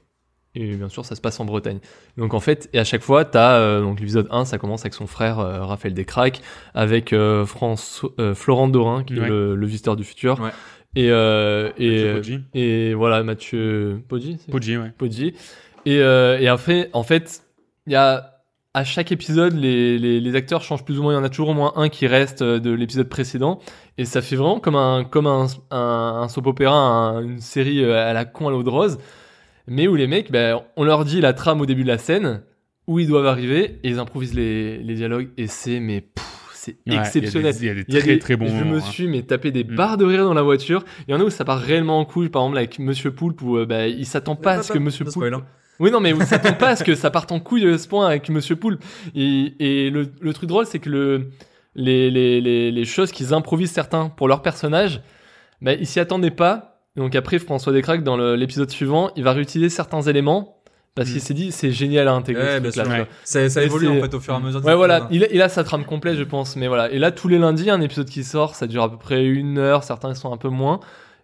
Et bien sûr, ça se passe en Bretagne. Donc en fait, et à chaque fois, t'as euh, donc l'épisode 1, ça commence avec son frère euh, Raphaël Descraques, avec euh, François- euh, Florent Dorin, qui est
Ouais.
le, le visiteur du futur,
Ouais.
et, euh, et,
Mathieu Poggi.
et voilà Mathieu Poggi, c'est-
Poggi, ouais.
Poggi. Et, euh, et après, en fait, il y a à chaque épisode, les, les, les acteurs changent plus ou moins. Il y en a toujours au moins un qui reste euh, de l'épisode précédent. Et ça fait vraiment comme un, comme un, un, un soap opéra, un- une série euh, à la con à l'eau de rose. Mais où les mecs, ben, on leur dit la trame au début de la scène, où ils doivent arriver, et ils improvisent les, les dialogues. Et c'est, mais pff, c'est
Ouais,
exceptionnel.
Il y a des, il
Il
y
y
a des
a
très
des-
très bons
Je
moments,
me
hein.
suis mais tapé des
Mm.
barres de rire dans la voiture. Il y en a où ça part réellement en couille, par exemple avec Monsieur Poulpe où euh, bah, il s'attend pas à ce que Monsieur
Pas
Poulpe.
spoilant.
Oui non mais où il s'attend pas à ce que ça
(laughs)
parte en couille de ce point avec Monsieur Poulpe. Et, et le, le truc drôle c'est que le les, les, les, les choses qu'ils improvisent certains pour leur personnage, bah, ils s'y attendaient pas. Donc après François Descraques dans le- l'épisode suivant, il va réutiliser certains éléments parce
Mm.
qu'il s'est dit c'est génial à intégrer.
Ouais,
ce
bien
truc-là,
sûr,
tu
ouais.
vois.
Ça, ça
Et
évolue
c'est-
en fait au fur et à mesure. des
Ouais, voilà,
épisodes, hein.
il a, il a sa trame complète, je pense. Mais voilà, et là, tous les lundis, il y a un épisode qui sort, ça dure à peu près une heure, certains sont un peu moins.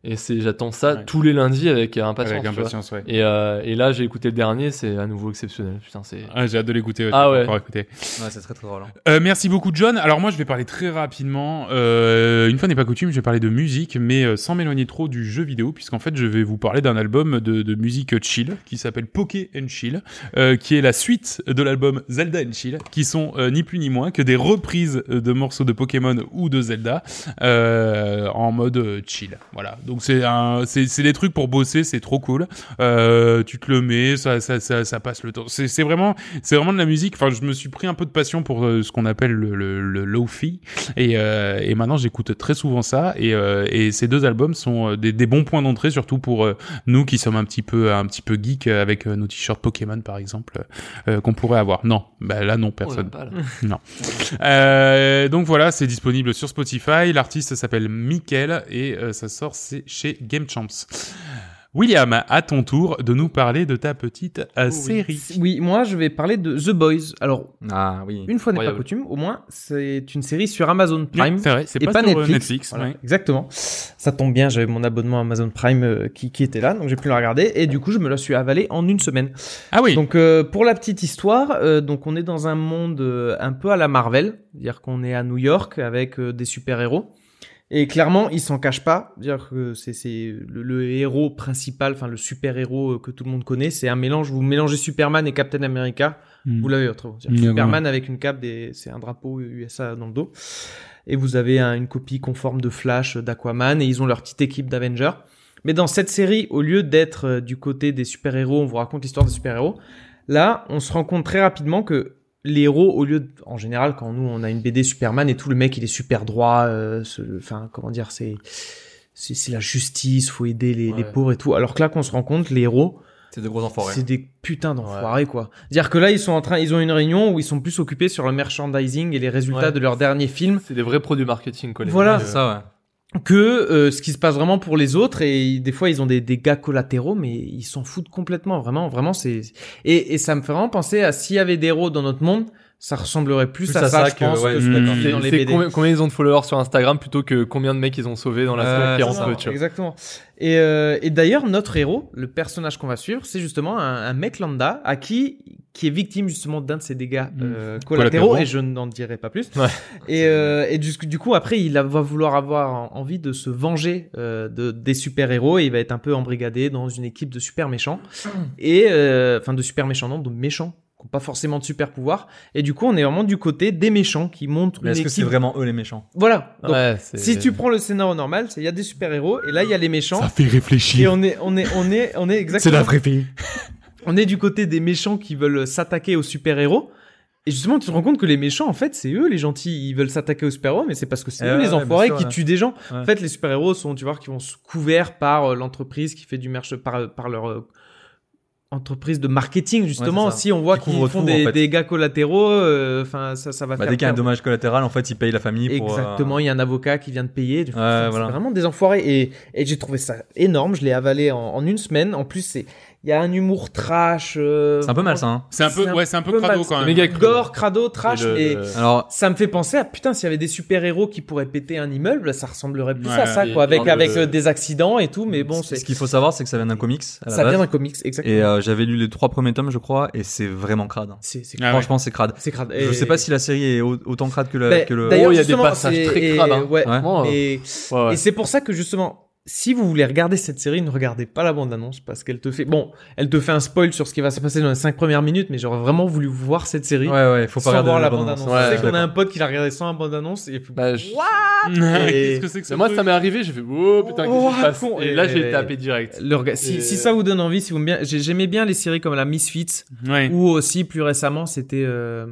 Et c'est, j'attends ça
Ouais.
tous les lundis avec euh, impatience.
Avec
tu vois.
impatience, ouais.
Et, euh, et là, j'ai écouté le dernier, c'est à nouveau exceptionnel. Putain, c'est.
Ah, j'ai hâte de l'écouter. ouais,
Ah
j'ai pas
ouais.
encore écouté.
Ouais, c'est très très drôle. hein.
Euh, merci beaucoup, John. Alors, moi, je vais parler très rapidement. Euh, une fois n'est pas coutume, je vais parler de musique, mais euh, sans m'éloigner trop du jeu vidéo, puisqu'en fait, je vais vous parler d'un album de, de musique chill qui s'appelle Poké and Chill, euh, qui est la suite de l'album Zelda and Chill, qui sont euh, ni plus ni moins que des reprises de morceaux de Pokémon ou de Zelda euh, en mode euh, chill. Voilà. Donc, c'est un- c'est c'est des trucs pour bosser, c'est trop cool. Euh, tu te le mets, ça, ça, ça, ça passe le temps. C'est c'est vraiment c'est vraiment de la musique. Enfin, je me suis pris un peu de passion pour euh, ce qu'on appelle le, le, le lofi. Et, euh, et maintenant, j'écoute très souvent ça. Et, euh, et ces deux albums sont euh, des, des bons points d'entrée, surtout pour euh, nous qui sommes un petit peu, un petit peu geek euh, avec euh, nos t-shirts Pokémon, par exemple, euh, qu'on pourrait avoir. Non, bah, là, non,
Oh,
personne.
j'aime pas, là.
Euh, donc voilà, c'est disponible sur Spotify. L'artiste s'appelle Mickel et euh, ça sort c'est chez Game Champs. William, à ton tour de nous parler de ta petite euh, série.
Oh Oui, moi je vais parler de The Boys. Alors,
Ah oui.
une fois n'est pas
Incroyable.
coutume, au moins c'est une série sur Amazon
Oui,
Prime.
c'est vrai, c'est
et
pas,
pas
sur euh,
Netflix.
ouais.
Voilà, Exactement. Ça tombe bien, j'avais mon abonnement Amazon Prime euh, qui, qui était là, donc j'ai pu le regarder et du coup je me la suis avalée en une semaine.
Ah oui.
Donc euh, pour la petite histoire, euh, donc on est dans un monde euh, un peu à la Marvel, c'est-à-dire qu'on est à New York avec euh, des super-héros. Et clairement, ils s'en cachent pas, c'est-à-dire que c'est c'est le, le héros principal, enfin le super-héros euh, que tout le monde connaît, c'est un mélange, vous mélangez Superman et Captain America,
Mm.
vous l'avez retrouvé. C'est-à-dire
Bien,
Superman avec une cape, des... c'est un drapeau USA dans le dos. Et vous avez un- une copie conforme de Flash, euh, d'Aquaman, et ils ont leur petite équipe d'Avengers. Mais dans cette série, au lieu d'être euh, du côté des super-héros, on vous raconte l'histoire des super-héros, là, on se rend compte très rapidement que les héros, au lieu de... En général, quand nous, on a une BD Superman et tout, le mec, il est super droit, euh, ce- enfin, comment dire, c'est... C'est c'est la justice, faut aider les, les
Ouais.
pauvres et tout. Alors que là, qu'on se rend compte, les héros,
C'est des gros enfoirés.
c'est des putains d'enfoirés, quoi. Dire que là, ils sont en train, ils ont une réunion où ils sont plus occupés sur le merchandising et les résultats
Ouais.
de leur dernier film
C'est des vrais produits marketing, quoi. les
Voilà.
mecs,
Ah, C'est
euh,
ça, ouais.
que euh, ce qui se passe vraiment pour les autres. Et des fois, ils ont des dégâts collatéraux, mais ils s'en foutent complètement. Vraiment, vraiment, c'est. Et, et ça me fait vraiment penser à s'il y avait des héros dans notre monde, ça ressemblerait plus,
Plus
à, ça, je pense,
ouais,
que
je
ce
suis
qu'on
d'accord.
vit
C'est,
dans les
c'est
BD.
combien, combien ils ont de followers sur Instagram plutôt que combien de mecs ils ont sauvés dans la
Euh,
semaine qui
c'est
en
ça,
peut,
ouais.
tu vois.
Exactement. Et, euh, et d'ailleurs, notre héros, le personnage qu'on va suivre, c'est justement un, un mec lambda à qui qui est victime justement d'un de ces dégâts euh, collatéraux.
Collatéraux.
Et je n'en dirai pas plus.
Ouais.
Et, euh, et du, du coup, après, il va vouloir avoir en- envie de se venger euh, de, des super héros. Et il va être un peu embrigadé dans une équipe de super méchants et euh, enfin de super méchants, non, de méchants qui n'ont pas forcément de super pouvoirs. Et du coup, on est vraiment du côté des méchants qui montrent
Mais
une
est-ce que c'est
équipe.
vraiment eux les méchants
Voilà. Donc,
Ouais, c'est-
si tu prends le scénario normal, c'est il y a des super-héros et là il y a les méchants.
Ça fait
Et
réfléchir.
on est, on est, on est, on est
C'est
exactement.
la vraie vie.
On est du côté des méchants qui veulent s'attaquer aux super héros. Et justement, tu te rends compte que les méchants, en fait, c'est eux les gentils. Ils veulent s'attaquer aux super héros, mais c'est parce que c'est
Eh
eux
ouais,
les
ouais,
enfoirés
bien sûr,
qui
ouais.
tuent des gens.
Ouais.
En fait, les super héros sont, tu vois, qui vont se couverts par euh, l'entreprise qui fait du merch, par, euh, par leur euh, entreprise de marketing justement.
Ouais, c'est ça.
si on voit
Qui
qu'ils
couvre
font
tout,
des
en fait.
dégâts collatéraux, euh, enfin ça, ça va
bah,
faire.
Dès qu'il y a un
perdre.
dommage collatéral, en fait, ils payent la famille pour. euh,
Exactement, il y a un avocat qui vient de payer. Du coup,
Ouais,
c'est
voilà.
vraiment des enfoirés. Et, et j'ai trouvé ça énorme. Je l'ai avalé en, en une semaine. En plus, c'est- Il y a un humour trash. euh,
C'est un peu mal ça. hein.
C'est un peu,
C'est un
ouais, c'est un peu
peu
crado
mal.
quand même.
Méga
Gore, crado, trash.
le-
Et,
le-
Alors,
ça me fait penser à putain, s'il y avait des super-héros qui pourraient péter un immeuble, ça ressemblerait plus
Ouais,
à ça,
et-
quoi. Avec,
et-
avec euh, des accidents et tout, mais bon, c'est.
ce qu'il faut savoir, c'est que ça vient d'un comics. À la
Ça
base.
vient d'un comics, exactement.
Et euh, j'avais lu les trois premiers tomes, je crois, et c'est vraiment crade. hein.
C'est c'est
Ah ouais.
Franchement, c'est crade.
c'est crade.
Je
Et-
sais pas si la série est au- autant crade que, la-
Ben,
que le.
D'ailleurs,
Oh, il y a des
justement,
passages
c'est-
très
et-
crades, hein.
ouais.
Ouais.
Oh,
Et,
ouais, ouais.
et c'est pour ça que justement, si vous voulez regarder cette série, ne regardez pas la bande-annonce parce qu'elle te fait. Bon, elle te fait un spoil sur ce qui va se passer dans les cinq premières minutes, mais j'aurais vraiment voulu voir cette série.
Ouais, ouais, faut pas
sans
regarder
voir la
bande-annonce.
bande-annonce.
Ouais,
je sais qu'on a
d'accord.
un pote qui l'a regardé sans la bande-annonce et puis-
Bah, je-
(laughs) Qu'est-ce que c'est que
Mais
ça
moi, ça m'est arrivé, j'ai fait oh putain, qu'est-ce
Oh,
qui se passe
con.
Et là, j'ai
Et-
tapé direct.
le rega- si,
Et-
si ça vous donne envie, si vous aimez bien, j'ai- j'aimais bien les séries comme la Misfits
Ouais.
ou aussi plus récemment c'était euh,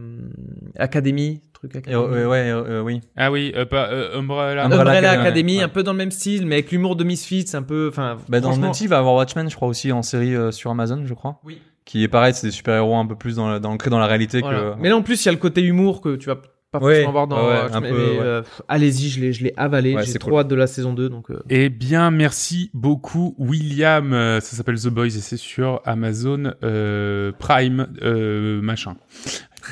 Academy, truc
Et,
Academy.
euh, ouais, ouais, euh, euh, oui.
Ah oui, euh, pas, euh, Umbrella.
Umbrella
Umbrella
Academy,
Academy,
ouais.
un peu dans le même style, mais avec l'humour de Misfits, un peu. Enfin,
Bah, dans le
franchement,
même style, il va y avoir Watchmen, je crois, aussi en série euh, sur Amazon, je crois.
Oui.
Qui est pareil, c'est des super-héros un peu plus dans la- dans- ancrés dans, la réalité
voilà.
que.
Mais là en plus, il y a le côté humour que tu vas pas
Ouais,
forcément voir dans.
ouais,
euh,
un
mais,
peu,
mais,
ouais.
euh, pff, Allez-y, je l'ai, je l'ai avalé.
Ouais,
J'ai
c'est
trop
cool.
hâte de la saison 2, donc. euh,
Eh bien, merci beaucoup, William. Euh, Ça s'appelle The Boys et c'est sur Amazon euh, Prime, euh, machin.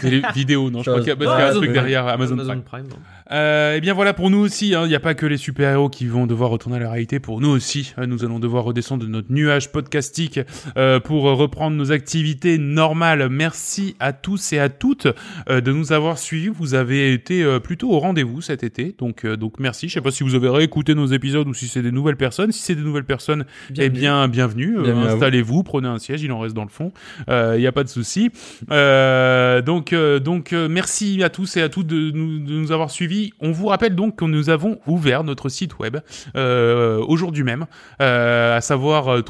Télé- vidéo, non, je crois qu'il y a, parce qu'il y a un
Amazon
truc
Prime.
derrière Amazon, Prime.
Prime. donc.
Euh, eh bien voilà pour nous aussi, hein. il n'y a pas que les super-héros qui vont devoir retourner à la réalité, pour nous aussi, hein, nous allons devoir redescendre de notre nuage podcastique euh, pour euh, reprendre nos activités normales. Merci à tous et à toutes euh, de nous avoir suivis, vous avez été euh, plutôt au rendez-vous cet été, donc, euh, donc merci, je sais pas si vous avez réécouté nos épisodes ou si c'est des nouvelles personnes, si c'est des nouvelles personnes, eh bien bienvenue, Euh,
Bienvenue à vous.
installez-vous, prenez un siège, il en reste dans le fond, Euh, il n'y a pas de souci. Euh, donc, euh, donc euh, merci à tous et à toutes de nous, de nous avoir suivis. On vous rappelle donc que nous avons ouvert notre site web euh, aujourd'hui même, euh, à savoir euh,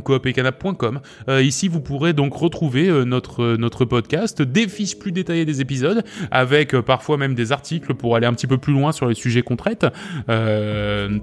www.coopetcanap.com. Euh, ici, vous pourrez donc retrouver euh, notre euh, notre podcast, des fiches plus détaillées des épisodes, avec euh, parfois même des articles pour aller un petit peu plus loin sur les sujets qu'on traite. Euh,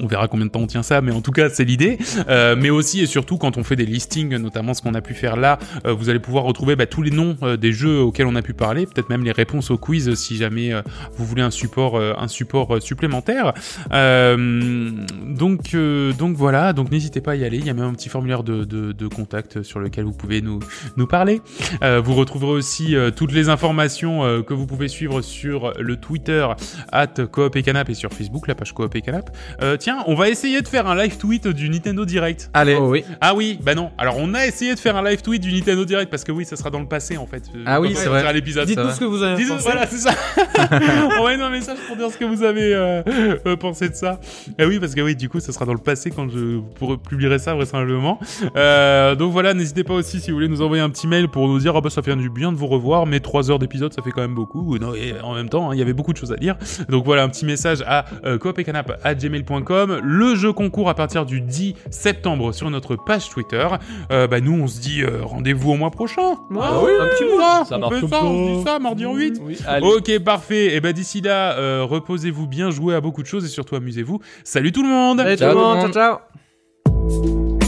on verra combien de temps on tient ça, mais en tout cas, c'est l'idée. Euh, mais aussi et surtout, quand on fait des listings, notamment ce qu'on a pu faire là, euh, vous allez pouvoir retrouver bah, tous les noms euh, des jeux auxquels on a pu parler, peut-être même les réponses aux quiz euh, si jamais euh, vous voulez un support, euh, un support euh, supplémentaire. Euh, donc, euh, donc voilà, donc n'hésitez pas à y aller. Il y a même un petit formulaire de, de- de contact sur lequel vous pouvez nous, nous parler. Euh, vous retrouverez aussi euh, toutes les informations euh, que vous pouvez suivre sur le Twitter at Coop et Canap et sur Facebook, la page Coop et Canap. Euh, tiens, on va essayer de faire un live tweet du Nintendo Direct.
Allez.
Oh oui.
Ah oui, bah non. Alors on a essayé de faire un live tweet du Nintendo Direct parce que oui, ça sera dans le passé en fait. Euh,
Ah oui,
quand
c'est
on
vrai.
fera l'épisode.
Dites-
Dites-nous
va.
ce que vous avez
Dis-nous,
pensé.
voilà, c'est ça. (laughs) Envoyez-nous un message pour dire ce que vous avez euh, euh, pensé de ça. Ah oui, parce que oui, du coup, ça sera dans le passé quand je pour- publierai ça vraisemblablement. Euh, donc voilà, n'hésitez pas aussi si vous voulez nous envoyer un petit mail pour nous dire, ah bah ça fait du bien de vous revoir, mais 3 heures d'épisode, ça fait quand même beaucoup. Non, et en même temps, hein, il y avait beaucoup de choses à lire. Donc voilà, un petit message à euh, coopetcanap@gmail.com. Le jeu concours à partir du 10 septembre sur notre page Twitter. Euh, bah nous, on se dit euh, rendez-vous au mois prochain.
Ah oui, un petit
mot.
Ça
on
marche
fait
comme
ça, on
ça.
se dit ça, mardi en 8.
Oui, allez.
Mmh. Ok, parfait. Et ben d'ici là, euh, reposez-vous bien, jouez à beaucoup de choses et surtout amusez-vous. Salut tout le monde
Allez, tout
Ciao
le
tout le
monde,
monde.
ciao, ciao.